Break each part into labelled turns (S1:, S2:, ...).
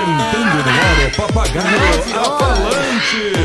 S1: entrando no ar o papagaio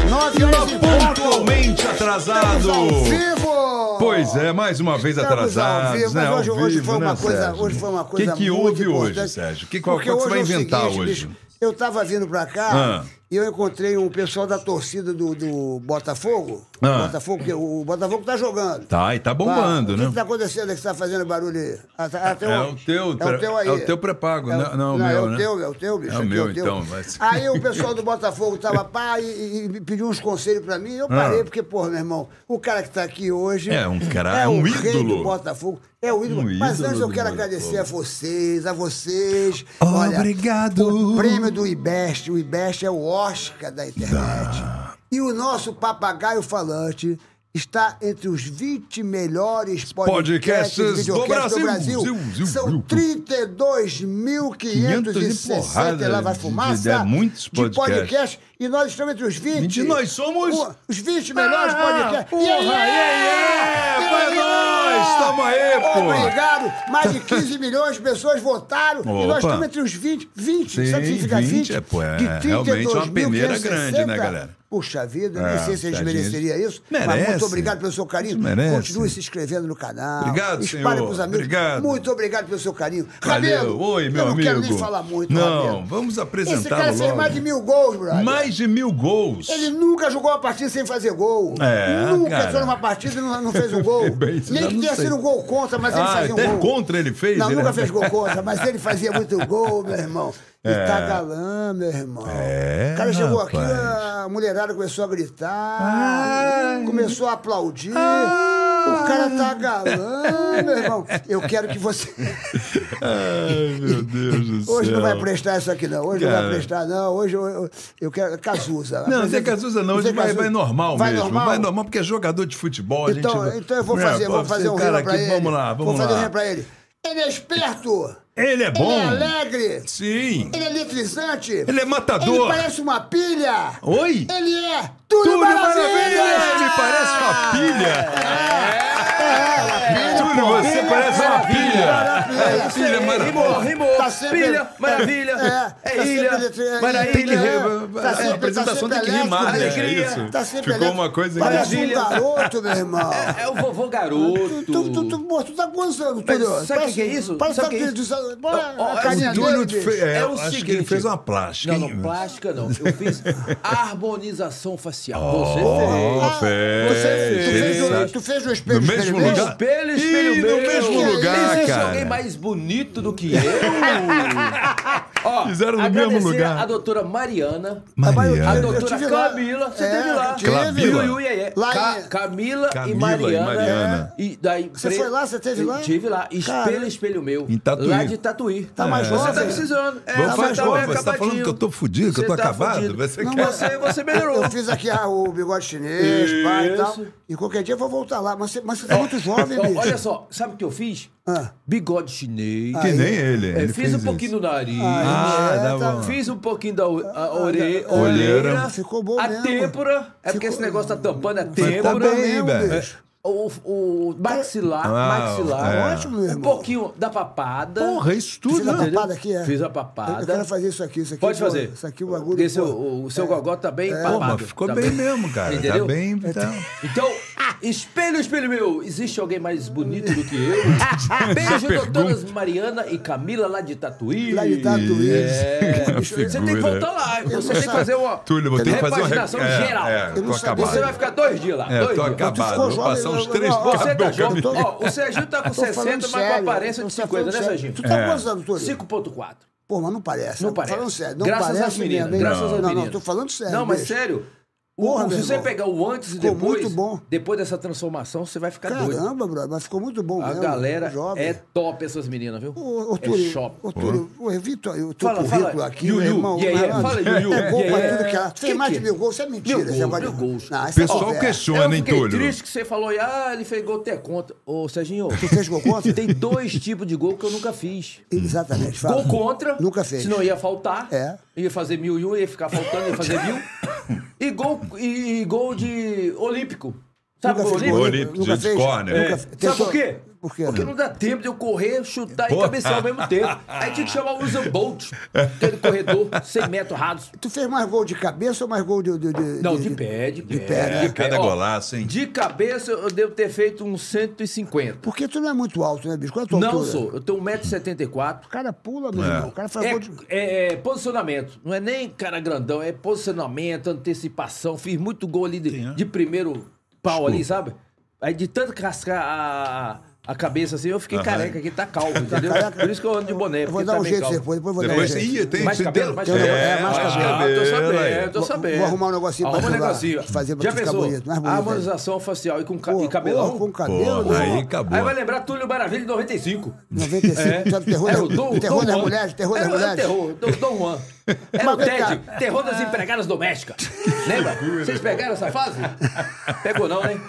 S2: Nove
S1: afalante.
S2: horas e
S1: Está pontualmente
S2: Estamos
S1: atrasado.
S2: ao vivo!
S1: Pois é, mais uma vez
S2: Estamos ao
S1: atrasados,
S2: vivo,
S1: né?
S2: mas hoje,
S1: Ao
S2: hoje
S1: vivo,
S2: foi uma
S1: né,
S2: coisa,
S1: Sérgio?
S2: hoje foi uma
S1: que
S2: coisa
S1: que
S2: muito
S1: houve
S2: importante.
S1: hoje, Sérgio? Que qual,
S2: Porque
S1: qual que você
S2: hoje
S1: vai
S2: é o
S1: inventar
S2: seguinte,
S1: hoje?
S2: bicho, eu tava vindo pra cá
S1: Ah.
S2: e eu encontrei um pessoal da torcida do, do Botafogo.
S1: Ah.
S2: Botafogo, que o Botafogo tá jogando.
S1: Tá, e tá bombando,
S2: o que
S1: né?
S2: que tá acontecendo aí que tá fazendo barulho aí? Ah, tá- ah, tem
S1: É
S2: um-
S1: o
S2: é
S1: teu,
S2: o teu aí.
S1: é o teu pré-pago,
S2: É o-
S1: não- não, o meu,
S2: é o
S1: né?
S2: teu, é o teu, bicho.
S1: É o
S2: aqui,
S1: meu,
S2: teu.
S1: então, mas-
S2: Aí o pessoal do Botafogo tava pá e- e, e pediu uns conselhos pra mim. Eu parei,
S1: Ah.
S2: porque, porra, meu irmão, o cara que tá aqui hoje.
S1: É um cara-
S2: é
S1: é um
S2: o rei
S1: ídolo.
S2: do Botafogo. É o ídolo.
S1: Um
S2: Mas
S1: ídolo
S2: antes eu
S1: do
S2: quero
S1: Botafogo.
S2: agradecer a vocês, a vocês. Olha,
S1: Obrigado.
S2: o prêmio do IBEST, o IBEST é o Oscar da internet. E o nosso papagaio falante está entre os 20 melhores podcasts,
S1: Podcasts do
S2: videocasts
S1: Brasil. Ziu, ziu,
S2: São
S1: ziu.
S2: 32.560,
S1: porrada
S2: lá vai
S1: de-
S2: fumaça,
S1: de- é muitos
S2: de
S1: podcasts.
S2: podcast, e nós estamos entre os 20.
S1: 20, nós somos- Ah,
S2: o- os 20 melhores podcasts.
S1: Porra, yeah, yeah, Foi
S2: é?
S1: nóis! Tamo aí, pô!
S2: Obrigado, mais de 15 milhões de pessoas votaram e nós
S1: Opa.
S2: estamos entre os 20, 20,
S1: Sim,
S2: sabe o que significa 20?
S1: 20, é, pô, é, realmente é uma peneira grande, né, galera?
S2: Puxa vida,
S1: É,
S2: nem sei se a gente
S1: tadinho.
S2: mereceria isso, mas
S1: Merece.
S2: muito obrigado pelo seu carinho.
S1: Merece.
S2: Continue se inscrevendo no canal.
S1: Obrigado,
S2: Espalhe
S1: senhor.
S2: pros amigos.
S1: Obrigado.
S2: Muito obrigado pelo seu carinho.
S1: Valeu.
S2: Rabelo,
S1: Oi, meu
S2: eu não quero
S1: amigo.
S2: nem falar muito,
S1: Não,
S2: Rabelo.
S1: vamos
S2: Esse
S1: apresentá-lo
S2: cara fez
S1: logo.
S2: mais de mil gols, brother.
S1: Mais de mil gols.
S2: Ele nunca jogou uma partida sem fazer gol.
S1: É,
S2: nunca
S1: cara.
S2: entrou numa partida e não, não fez um gol.
S1: Bem, isso
S2: Nem
S1: já
S2: que
S1: não
S2: tenha
S1: sei.
S2: sido um gol contra, mas ele
S1: Ah,
S2: fazia um
S1: até
S2: gol.
S1: contra ele fez, né?
S2: Não,
S1: ele-
S2: nunca fez gol contra, mas ele fazia muito gol, meu irmão. E tá galã, meu irmão.
S1: É,
S2: o cara chegou aqui,
S1: rapaz.
S2: a mulherada começou a gritar,
S1: Ai.
S2: começou a aplaudir.
S1: Ah.
S2: O cara tá galã, meu irmão. Eu quero que você.
S1: Ai, meu Deus do céu.
S2: Hoje não vai prestar isso aqui, não. Hoje não
S1: Cara.
S2: vai prestar, não. Hoje eu, eu, eu quero Cazuza.
S1: Não, Zé
S2: Apresenta-
S1: Cazuza não,
S2: Zé
S1: hoje vai,
S2: Cazuza.
S1: vai normal
S2: Vai
S1: mesmo.
S2: normal?
S1: Vai normal porque é jogador de futebol. a
S2: Então,
S1: gente...
S2: então eu vou
S1: É,
S2: fazer,
S1: pô,
S2: vou fazer
S1: esse
S2: um
S1: cara
S2: rima pra
S1: aqui,
S2: ele.
S1: Vamos lá, vamos
S2: vou fazer um
S1: lá.
S2: rima pra ele. Ele é esperto.
S1: Ele é bom.
S2: Ele é alegre.
S1: Sim.
S2: Ele é eletrizante.
S1: Ele é matador.
S2: Ele parece uma pilha.
S1: Oi?
S2: Ele é tudo,
S1: Túlio
S2: maravilha. É,
S1: Maravilha! Ele parece uma pilha.
S2: Maravilha,
S1: Túlio,
S2: pô.
S1: você parece uma pilha.
S2: Maravilha.
S1: É, Pilha
S3: Rimou,
S1: maravilha.
S3: rimou,
S2: Tá sempre-
S3: pilha, maravilha,
S2: É,
S3: é,
S2: tá sempre
S3: ilha,
S2: eletri- é,
S3: maravilha,
S2: é,
S1: É,
S2: tá sempre-
S1: a apresentação
S2: tá
S1: tem que
S2: sempre
S1: rimar, né?
S2: elétrico.
S3: alegria.
S1: Isso.
S2: Tá sempre
S1: Ficou
S2: elétrico.
S1: uma coisa
S2: Parece um
S3: Maravilha.
S2: garoto, meu irmão.
S3: É o vovô
S2: Tu, tu, tu, tu,
S3: garoto.
S2: pô, tu tá gozando,
S3: Mas
S2: Túlio.
S3: sabe o
S2: Parece-
S3: que é isso?
S2: Parece
S3: Sabe o
S2: que
S3: que é
S2: tá
S3: isso?
S2: desal- Bora,
S3: Ó, ó,
S2: a carinha
S1: O Túlio
S2: dele,
S1: fe-
S2: bicho.
S1: é,
S3: É o
S1: acho
S3: seguinte,
S1: que ele fez uma plástica.
S3: Não, não,
S1: hein?
S3: plástica não. Eu fiz harmonização facial. Você
S1: Oh,
S2: Ah,
S1: fez.
S2: você- tu fez
S1: fez.
S2: o- Tu fez o espelho
S1: No mesmo
S2: experimento?
S1: lugar?
S3: Espelho, espelho
S1: Ih, no
S3: meu.
S1: mesmo
S3: Que
S1: lugar,
S3: isso,
S1: cara.
S3: alguém mais bonito do que eu. Ó,
S1: Fizeram no
S3: agradecer
S1: mesmo lugar.
S3: a doutora Mariana. A
S1: Mariana.
S2: Eu
S3: doutora
S2: tive lá.
S3: Camila, você
S2: É,
S3: teve lá.
S2: eu tive.
S1: Camila.
S3: Iu, iu, iê, iê.
S2: Lá
S3: Ca-
S2: em-
S3: Camila,
S1: Camila
S3: e
S1: e
S3: Mariana.
S1: Mariana.
S3: E daí,
S2: Você foi lá? Você teve
S3: Eu
S2: lá?
S3: Tive lá. Espelho,
S2: Cara. né?
S3: espelho meu.
S1: Em Tatuí.
S3: Lá de Tatuí.
S2: Tá mais
S3: Você
S2: jovem.
S3: tá precisando. É,
S1: Vou falar,
S3: você
S1: pô,
S3: meio
S1: você tá
S3: acabadinho.
S1: falando que eu tô fudido, que eu
S3: Você
S1: tô
S3: tá
S1: acabado.
S3: fudido.
S1: Você
S3: Não,
S1: quer-
S3: você, você melhorou.
S2: Eu fiz aqui ah, o bigode chinês, pai e tal.
S3: Isso.
S2: E qualquer dia eu vou voltar lá. Mas você, mas você tá muito jovem,
S3: Ó,
S1: É
S2: bicho.
S3: olha só, sabe o que eu fiz?
S2: Ah.
S3: Bigode chinês.
S1: Que nem Ah, ele.
S3: É,
S1: ele
S3: fiz
S1: fez
S3: um pouquinho
S1: isso.
S3: do nariz.
S1: Ah,
S2: É,
S1: dá
S2: tá-
S1: bom. tá.
S3: Fiz um pouquinho da o- a ore-
S2: Ah,
S1: olheira.
S3: olheira.
S2: Ficou bom
S3: A
S2: mesmo.
S3: têmpora. É porque
S2: Ficou-
S3: esse negócio tá tampando a
S1: Mas tá
S3: têmpora. É,
S1: bem,
S2: mesmo,
S1: velho.
S2: bicho.
S3: O, o maxilar,
S1: Ah,
S3: maxilar.
S1: é.
S2: Ótimo, meu
S3: Um
S2: irmão.
S3: pouquinho da papada.
S1: Porra,
S2: Fiz
S1: isso tudo,
S2: a
S1: né?
S2: papada aqui, é.
S3: Fiz a
S2: Eu,
S3: papada.
S2: eu quero fazer isso aqui. Isso aqui
S3: Pode
S2: pô,
S3: fazer.
S2: Isso aqui, o bagulho. é
S3: Esse,
S2: pô.
S3: o, o seu gogó tá
S2: É.
S3: bem
S1: Pô,
S3: papado.
S1: mas ficou
S3: tá
S1: bem mesmo, cara.
S3: Entendeu?
S1: Tá bem, então.
S3: Então, espelho, espelho meu, existe alguém mais bonito do que eu? Beijo, doutoras Mariana e Camila lá de Tatuí.
S2: Lá de Tatuí.
S3: É,
S1: Que
S3: você tem que
S1: figura.
S3: voltar lá. Você tem que fazer uma
S1: Túlio, vou ter que fazer uma
S3: repaginação
S1: rec- é,
S3: geral.
S1: é,
S2: Eu não
S1: tô
S2: sabia.
S1: acabado.
S3: Você vai ficar dois dias lá.
S1: É,
S3: dois
S1: tô
S3: dias.
S1: acabado.
S2: ficou
S1: Vou
S2: jovem,
S1: passar uns
S2: eu-
S1: três
S2: não, ó,
S3: Você tá
S1: cabelo.
S3: jovem.
S2: tô-
S3: Ó, o Serginho tá com
S2: Tô falando
S3: 60, mas com
S2: sério,
S3: aparência
S2: eu
S3: de
S2: tô
S3: 50,
S2: falando
S3: né,
S2: sério.
S3: Serginho?
S2: Tu tá gozando, Túlio?
S3: 5.4.
S2: Pô, mas não parece.
S3: Não parece.
S2: Falando sério. Não
S3: graças
S2: parece
S3: às meninas.
S2: mesmo, hein?
S3: Graças às
S2: Não,
S3: meninas.
S2: não, tô falando sério.
S3: Não, mas
S2: bicho.
S3: sério.
S2: Porra,
S3: o,
S2: meu
S3: se você
S2: irmão.
S3: pegar o antes e
S2: Ficou
S3: depois,
S2: muito bom.
S3: depois dessa transformação, você vai ficar doido.
S2: Caramba, brother, mas ficou muito bom
S3: A
S2: mesmo.
S3: galera
S2: jovem.
S3: é top essas meninas, viu?
S2: Ô, ô,
S3: é
S2: Túlio,
S3: shopping.
S2: ô, Túlio, ô, Vitor, o teu
S3: Fala,
S2: currículo
S3: fala,
S2: aqui,
S3: Yu,
S2: meu
S3: Yu,
S2: irmão,
S3: yeah, yeah,
S2: malandro,
S3: fala, Yu, Yu,
S2: é gol
S3: yeah,
S2: pra
S3: yeah.
S2: tudo que ela... Fez
S3: Que
S2: mais de
S3: que é?
S2: mil gols, isso é mentira.
S3: Mil
S2: esse
S3: gols,
S2: negócio de-
S3: mil gols.
S2: Não, essa
S1: Pessoal
S2: é conversa.
S1: questiona,
S3: eu
S1: hein,
S3: fiquei
S1: Túlio?
S3: triste que você falou aí, ah, ele fez gol até contra. Ô, Serginho,
S2: fez gol contra?
S3: tem dois tipos de gol que eu nunca fiz.
S2: Exatamente, fala.
S3: Gol contra.
S2: Nunca fez.
S3: Senão ia faltar.
S2: É.
S3: Ia fazer mil e um, ia ficar faltando, ia fazer mil. E gol, e, e gol de olímpico. Sabe
S2: Nunca
S3: gol
S2: fez
S3: olímpico?
S2: gol.
S1: Olímpico
S2: Nunca
S1: de
S2: fez?
S1: corner.
S2: Nunca fe-
S1: É.
S3: Sabe
S2: Tentou-
S3: por quê?
S2: Por quê? né?
S3: Porque não dá tempo de eu correr, chutar
S1: Pô.
S3: e cabecear ao mesmo tempo. Aí tinha que chamar o Usain Bolt, aquele corredor, 100 metros rasos.
S2: Tu fez mais gol de cabeça ou mais gol de... de, de
S3: Não, de pé, de pé. De
S2: pé, né?
S1: Cada
S3: Ó,
S1: golaço, hein?
S3: De cabeça, eu devo ter feito uns 150.
S2: Porque tu não é muito alto, né, bicho? Qual é a tua
S3: Não
S2: altura?
S3: sou, eu tenho 1,74m.
S2: O cara pula, meu irmão. O cara faz
S3: É,
S2: gol de...
S3: é, é posicionamento. Não é nem cara grandão, é posicionamento, antecipação. Fiz muito gol ali
S2: é.
S3: de, de primeiro pau ali, sabe? Aí de tanto cascar a, a cabeça assim, eu fiquei careca aqui, tá calvo, entendeu?
S2: careca.
S3: Por isso que eu ando de boné.
S2: Eu vou
S3: porque
S2: dar
S3: tá
S2: um
S3: bem
S2: jeito
S3: calvo.
S2: depois, depois eu vou dar um
S1: Depois,
S2: jeito.
S1: ih, tem...
S3: Mais
S1: você
S3: cabelo,
S1: tem-
S3: mais
S2: tem um
S3: cabelo.
S2: negócio- é, mais
S3: Ah,
S2: cabelo.
S3: tô
S1: aí.
S3: sabendo, tô
S2: Vou-
S3: sabendo.
S2: vou arrumar um negocinho pra
S3: Arruma um
S2: ajudar,
S3: negocinho.
S2: fazer pra
S3: Já
S2: tu ficar
S3: pensou?
S2: bonito, mais bonito,
S3: a harmonização facial e com ca-
S2: Pô,
S3: e cabelão.
S2: porra, com cabelo,
S1: Porra,
S2: meu irmão.
S1: aí acabou.
S3: Aí vai lembrar Túlio Maravilha de 95.
S2: 95, sabe, terror
S3: Era
S2: da-
S3: o Dom-
S2: terror
S3: Dom
S2: das
S3: Juan.
S2: mulheres, terror das
S3: Era o
S2: mulheres.
S3: É, terror, Dom- Dom Juan. Era
S2: Mas
S3: o
S2: vem cá.
S3: TED, terror das empregadas domésticas. Lembra? Vocês pegaram essa fase? Pegou não, né?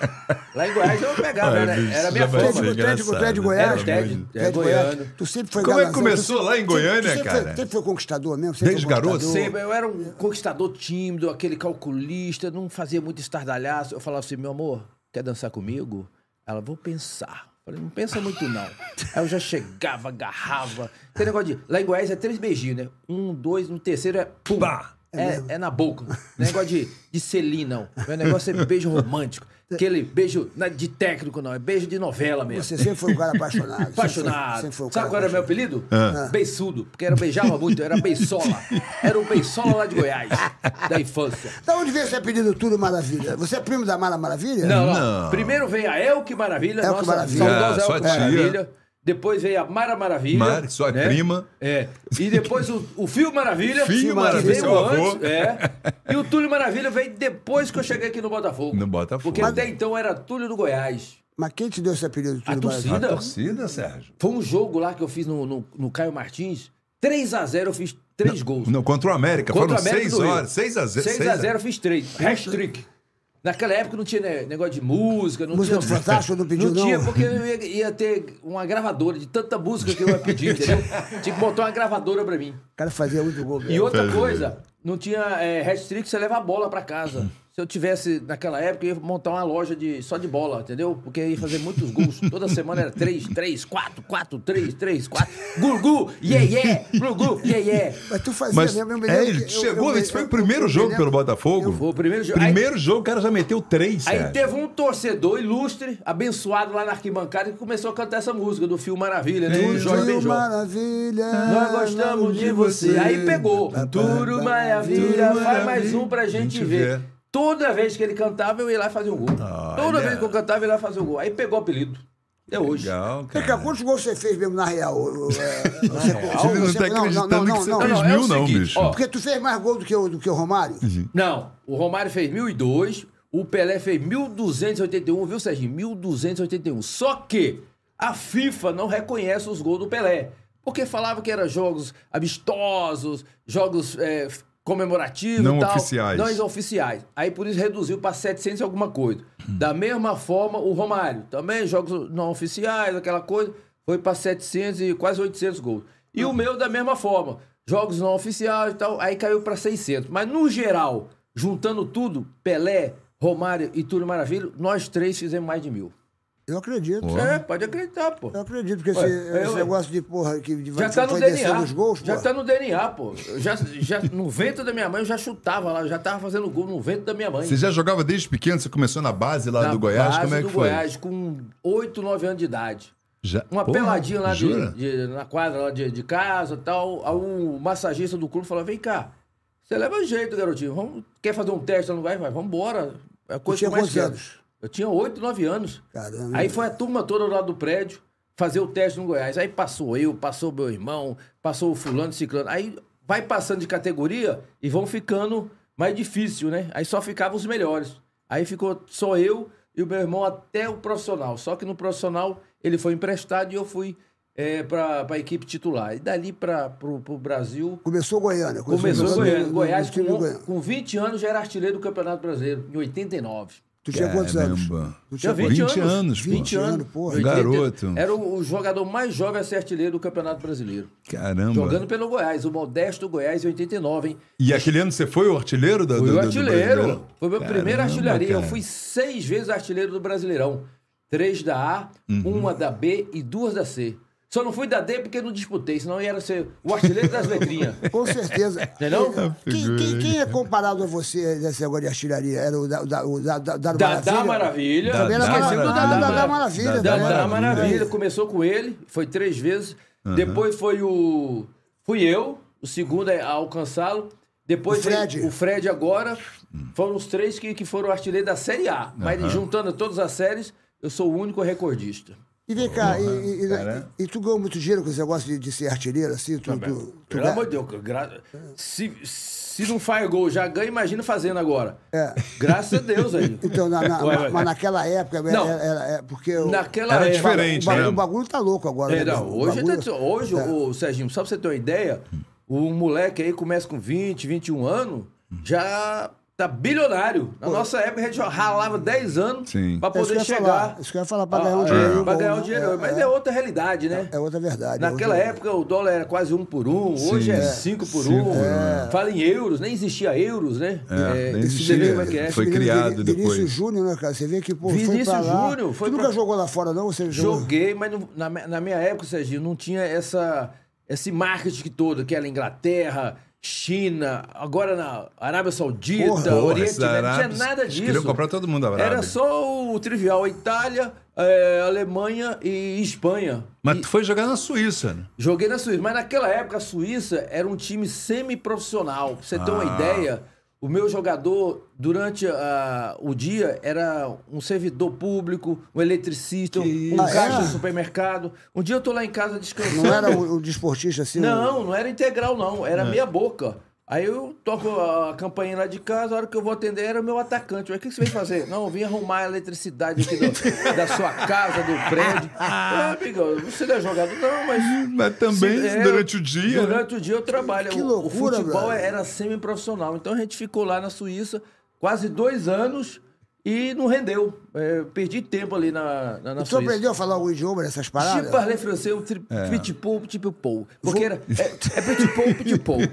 S3: Lá em Goiás eu pegava,
S1: Ai,
S3: era,
S1: bicho,
S3: era a minha
S1: já vai
S3: fama.
S1: ser.
S2: Tédio, tédio,
S1: engraçado,
S2: tédio Goiás.
S1: né?
S3: Era o TED,
S2: Tu
S3: é
S2: é de
S3: goiano.
S2: Tu sempre foi
S1: Como é que
S2: galãzão,
S1: começou
S2: tu
S1: lá em
S2: sempre-
S1: Goiânia,
S2: sempre
S1: cara?
S2: Foi, sempre foi conquistador mesmo? sempre
S1: Desde
S2: foi
S1: garoto?
S2: conquistador.
S3: Sempre, eu era um conquistador tímido, aquele calculista, não fazia muito estardalhaço. Eu falava assim, meu amor, quer dançar comigo? Ela, vou pensar. Eu Falei, não pensa muito não. Aí eu já chegava, agarrava. Tem negócio de... Lá em Goiás é três beijinhos, né? Um, dois, no terceiro é... Pum!
S1: Pá!
S3: É, é na boca. Não é negócio de, de selim, não. Meu negócio é beijo romântico. Aquele beijo na- de técnico, não. É beijo de novela mesmo.
S2: Você sempre foi um cara apaixonado. sempre foi-
S3: Apaixonado.
S2: sempre foi um cara
S3: Sabe qual era meu
S2: apaixonado.
S3: apelido?
S1: É.
S3: Beiçudo. Porque era, beijava muito, era beiçola. Era o beiçola lá de Goiás, da infância.
S2: Da onde veio esse apelido Túlio Maravilha? Você é primo da Mara Maravilha?
S3: Não, não. Primeiro veio a Elke Maravilha,
S2: Elke
S3: nossa
S2: É Maravilha.
S3: saudosa
S1: Ah, sua
S3: Elke
S1: tia.
S3: Maravilha. Depois veio a Mara Maravilha.
S1: Mara, sua prima.
S3: É. E depois o, o Fio Maravilha.
S1: Fio
S3: que
S1: Maravilha,
S3: veio
S1: seu avô.
S3: antes, É. E o Túlio Maravilha veio depois que eu cheguei aqui no Botafogo.
S1: No Botafogo.
S3: Porque até então era Túlio do Goiás.
S2: Mas quem te deu esse apelido
S3: A
S2: Túlio Maravilha?
S3: torcida.
S1: A torcida, Sérgio.
S3: Foi um jogo lá que eu fiz no, no, no Caio Martins. 3x0 eu fiz 3 gols.
S1: Não, contra o América.
S3: Contra o
S1: Foram
S3: América
S1: 6
S3: do Rio.
S1: horas. 6 a 0.
S3: 6 a 0 eu fiz 3. Hat-trick. Naquela época não tinha né, negócio de música. Não
S2: Música
S3: tinha,
S2: do Fantástico não pediu, não?
S3: tinha, porque eu ia, ia ter uma gravadora de tanta música que eu ia pedir, entendeu? tinha que botar uma gravadora pra mim.
S2: O cara fazia muito gol. né?
S3: E outra coisa, não tinha é, hat-trick, você leva a bola pra casa. Se eu tivesse, naquela época, eu ia montar uma loja de, só de bola, entendeu? Porque eu ia fazer muitos gols. Toda semana era 3, 3, 4, 4, 3, 3, 4. Gurgu, yeah, yeah, gurgu, yeah, yeah.
S2: Mas tu fazia
S1: Mas,
S2: mesmo, eu me
S1: é,
S2: lembro
S1: ele
S2: que eu-
S1: chegou,
S2: eu-
S1: esse foi
S2: eu-
S1: o primeiro
S2: eu me
S1: jogo
S2: lembro-
S1: pelo Botafogo?
S3: Foi o primeiro jogo. Aí-
S1: Primeiro jogo, o cara já meteu 3,
S3: Aí
S1: Sérgio.
S3: teve um torcedor ilustre, abençoado lá na arquibancada, que começou a cantar essa música do filme Maravilha, né? Do Jorge
S2: Túlio
S3: Benjó.
S2: Maravilha.
S3: Nós gostamos de você. Aí pegou.
S1: Tá,
S3: Duro Maravilha, faz mais um pra gente ver. Toda vez que ele cantava, eu ia lá fazer um gol. Toda vez que eu cantava, eu ia lá fazer um gol. Aí pegou o apelido. Até hoje.
S1: Legal,
S2: Vem cá,
S1: cara.
S2: quantos gols você fez mesmo na real? Eu- eu- é, Você
S1: Ele não tá acreditando que você fez
S3: não, é o
S1: mil, não,
S3: seguinte,
S1: bicho.
S3: ó.
S2: Porque tu fez mais gol do que o, do que o Romário?
S1: Uhum.
S3: Não, o Romário fez 1002, o Pelé fez 1281, viu, Serginho? 1281. Só que a FIFA não reconhece os gols do Pelé. Porque falava que eram jogos amistosos, jogos é, comemorativos
S1: Não
S3: e tal.
S1: oficiais.
S3: Não oficiais. Aí por isso reduziu para 700 e alguma coisa. Da mesma forma, o Romário também, jogos não oficiais, aquela coisa, foi para 700 e quase 800 gols. E o meu da mesma forma, jogos não oficiais e tal, aí caiu para 600. Mas no geral, juntando tudo, Pelé, Romário e Túlio Maravilha, nós três fizemos mais de mil.
S2: Eu acredito.
S3: É, pode acreditar, pô.
S2: Eu acredito, porque
S3: Ué,
S2: esse,
S3: eu-
S2: esse negócio de porra que de
S3: Já tá no
S2: foi
S3: DNA.
S2: descendo os gols,
S3: já
S2: pô.
S3: tá no DNA, pô. Eu Já, já, no vento da minha mãe eu já chutava lá, eu já tava fazendo gol no vento da minha mãe.
S1: Você já jogava desde pequeno? Você começou na base lá
S3: Na
S1: do Goiás?
S3: base
S1: Como é que
S3: do
S1: foi?
S3: Goiás, com 8, 9 anos de idade.
S1: Já-
S3: Uma
S1: Porra,
S3: peladinha lá de,
S1: jura?
S3: de- na quadra lá de, de casa e tal. Aí o massagista do clube falou: vem cá, você leva jeito, garotinho. Vamos, quer fazer um teste? Não vai? Vai, vambora. É coisa
S2: tinha
S3: que mais
S2: quantos
S3: quero.
S2: anos?
S3: Eu tinha 8, 9 anos.
S2: Caramba.
S3: Aí foi a turma toda lá do prédio fazer o teste no Goiás. Aí passou eu, passou meu irmão, passou o fulano, ciclano. Aí vai passando de categoria e vão ficando mais difícil, né? Aí só ficavam os melhores. Aí ficou só eu e o meu irmão até o profissional. Só que no profissional ele foi emprestado e eu fui é, para a equipe titular. E dali para o Brasil.
S2: Começou Goiânia.
S3: Começou em Goiânia.
S2: no-
S3: Goiás,
S2: no time
S3: com,
S2: do Goiânia.
S3: com 20 anos, já era artilheiro do Campeonato Brasileiro, em 89.
S2: Tu
S3: É,
S2: tinha quantos anos? Tu
S3: Tinha
S2: tinha
S1: 20
S3: 20,
S1: anos, pô.
S3: 20 anos,
S2: 20 anos,
S3: Em 80,
S1: Um Garoto.
S3: Era o, o jogador mais jovem a ser artilheiro do Campeonato Brasileiro.
S1: Caramba.
S3: Jogando pelo Goiás, o modesto Goiás em 89, hein?
S1: E aquele ano você foi o artilheiro da,
S3: Fui
S1: do,
S3: o
S1: do- do
S3: artilheiro.
S1: Brasileirão?
S3: Foi minha primeira
S1: Caramba,
S3: artilharia. Eu
S1: cara.
S3: fui seis vezes artilheiro do Brasileirão. Três da A,
S1: Uhum.
S3: uma da B e duas da C. Só não fui da D porque não disputei, senão eu ia ser o artilheiro das letrinhas.
S2: Com certeza. É,
S3: Entendeu?
S2: Quem, quem- quem é comparado a você nesse negócio de artilharia? Era o da, o da, o da, da, da
S3: Dadá
S2: Maravilha?
S3: Maravilha.
S1: Também era
S3: Esqueci do
S1: Mara-
S3: Dadá
S1: Dadá
S3: Mara-
S2: Maravilha,
S3: Dadá
S2: né?
S3: Maravilha. Maravilha. Começou com ele, foi três vezes. Depois foi o. Fui eu, o segundo a alcançá-lo. Depois
S2: O Fred.
S3: veio o Fred agora. Foram os três que, que foram artilheiros da Série A. Mas juntando todas as séries, eu sou o único recordista.
S2: E vem cá, e, e- e-
S1: cara.
S2: e tu ganhou muito dinheiro com esse negócio de, de ser artilheiro, assim? Tu, tu- tu
S3: Pelo
S2: ganha-
S3: amor de Deus, gra- se, se não faz gol, já ganha, imagina fazendo agora.
S2: É.
S3: Graças a Deus aí.
S2: Então, na- na-
S3: Ué,
S2: ma-
S3: ué.
S2: mas naquela época, era,
S3: Não.
S2: era- era- porque o,
S3: Naquela
S1: Era
S3: época-
S1: diferente.
S2: o, bagulho,
S1: né?
S2: o bagulho tá louco agora.
S3: É,
S2: né?
S3: não,
S2: O
S3: hoje,
S2: bagulho- é.
S3: tá- hoje o Serginho, só pra você ter uma ideia, o moleque aí começa com 20, 21 anos, já tá bilionário. Na nossa época a gente ralava 10 anos
S1: Sim.
S3: pra
S2: É isso que eu
S3: poder
S2: ia
S3: chegar.
S2: falar, isso que eu ia falar, pra
S3: Ah,
S2: ganhar um
S3: é,
S2: dinheiro.
S3: pra ganhar um
S2: bom,
S3: dinheiro,
S2: é,
S3: mas
S2: é,
S3: é outra realidade, né?
S2: é outra verdade.
S3: Naquela
S2: outra-
S3: época o dólar era quase um por um, hoje é cinco por
S1: Cinco
S3: um.
S1: por um,
S2: é.
S3: Fala em euros, nem existia euros, né?
S1: É, nem
S3: esse
S1: existia.
S3: você vê como é que é.
S1: Foi
S2: Menino
S1: criado
S2: Vini-
S1: depois.
S2: Vinícius Júnior, né, cara? Você vê que, pô, foi
S3: Vinícius
S2: pra lá.
S3: Júnior, foi
S2: tu
S3: pra-
S2: nunca jogou lá fora, não? Você jogou?
S3: Joguei, mas não- na, me- na minha época, Serginho, não tinha essa, esse marketing todo, que era Inglaterra, China, agora na Arábia Saudita,
S2: Porra, porra,
S3: Oriente,
S1: esses
S3: Médio, não
S1: árabes
S3: tinha nada
S1: eles
S3: disso.
S1: queriam comprar todo mundo da Arábia.
S3: Era só o trivial, Itália, eh, Alemanha e Espanha.
S1: Mas tu foi jogar na Suíça, né?
S3: Joguei na Suíça, mas naquela época a Suíça era um time semiprofissional. Pra você ter uma
S1: Ah.
S3: ideia, o meu jogador durante ah, o dia era um servidor público, um eletricista, um
S2: isso?
S3: caixa
S2: Ah, é?
S3: do supermercado. Um dia eu tô lá em casa descansando.
S2: Não era o, o desportista assim? É. o-
S3: Não, não era integral, não. Era meia boca. Aí eu toco a campainha lá de casa, a hora que eu vou atender era o meu atacante. Mas o que que você veio fazer? Não, eu vim arrumar a eletricidade aqui do- da sua casa, do prédio. Ah, amigão, você não é jogador? Não, mas...
S1: Mas também
S3: Se- é,
S1: durante o dia. né?
S3: Durante o dia eu trabalho.
S2: Que
S3: O-
S2: loucura,
S3: o futebol
S2: brother.
S3: era semiprofissional. Então a gente ficou lá na Suíça quase dois anos e não rendeu. É, perdi tempo ali na, na, na
S2: Tu
S3: Suíça. Ah,
S2: aprendeu a falar algum idioma dessas
S3: Je
S2: paradas?
S3: parlez français, ou tri-
S1: É.
S3: petit pot, petit pot. Porque era, é, é petit pot, petit pot.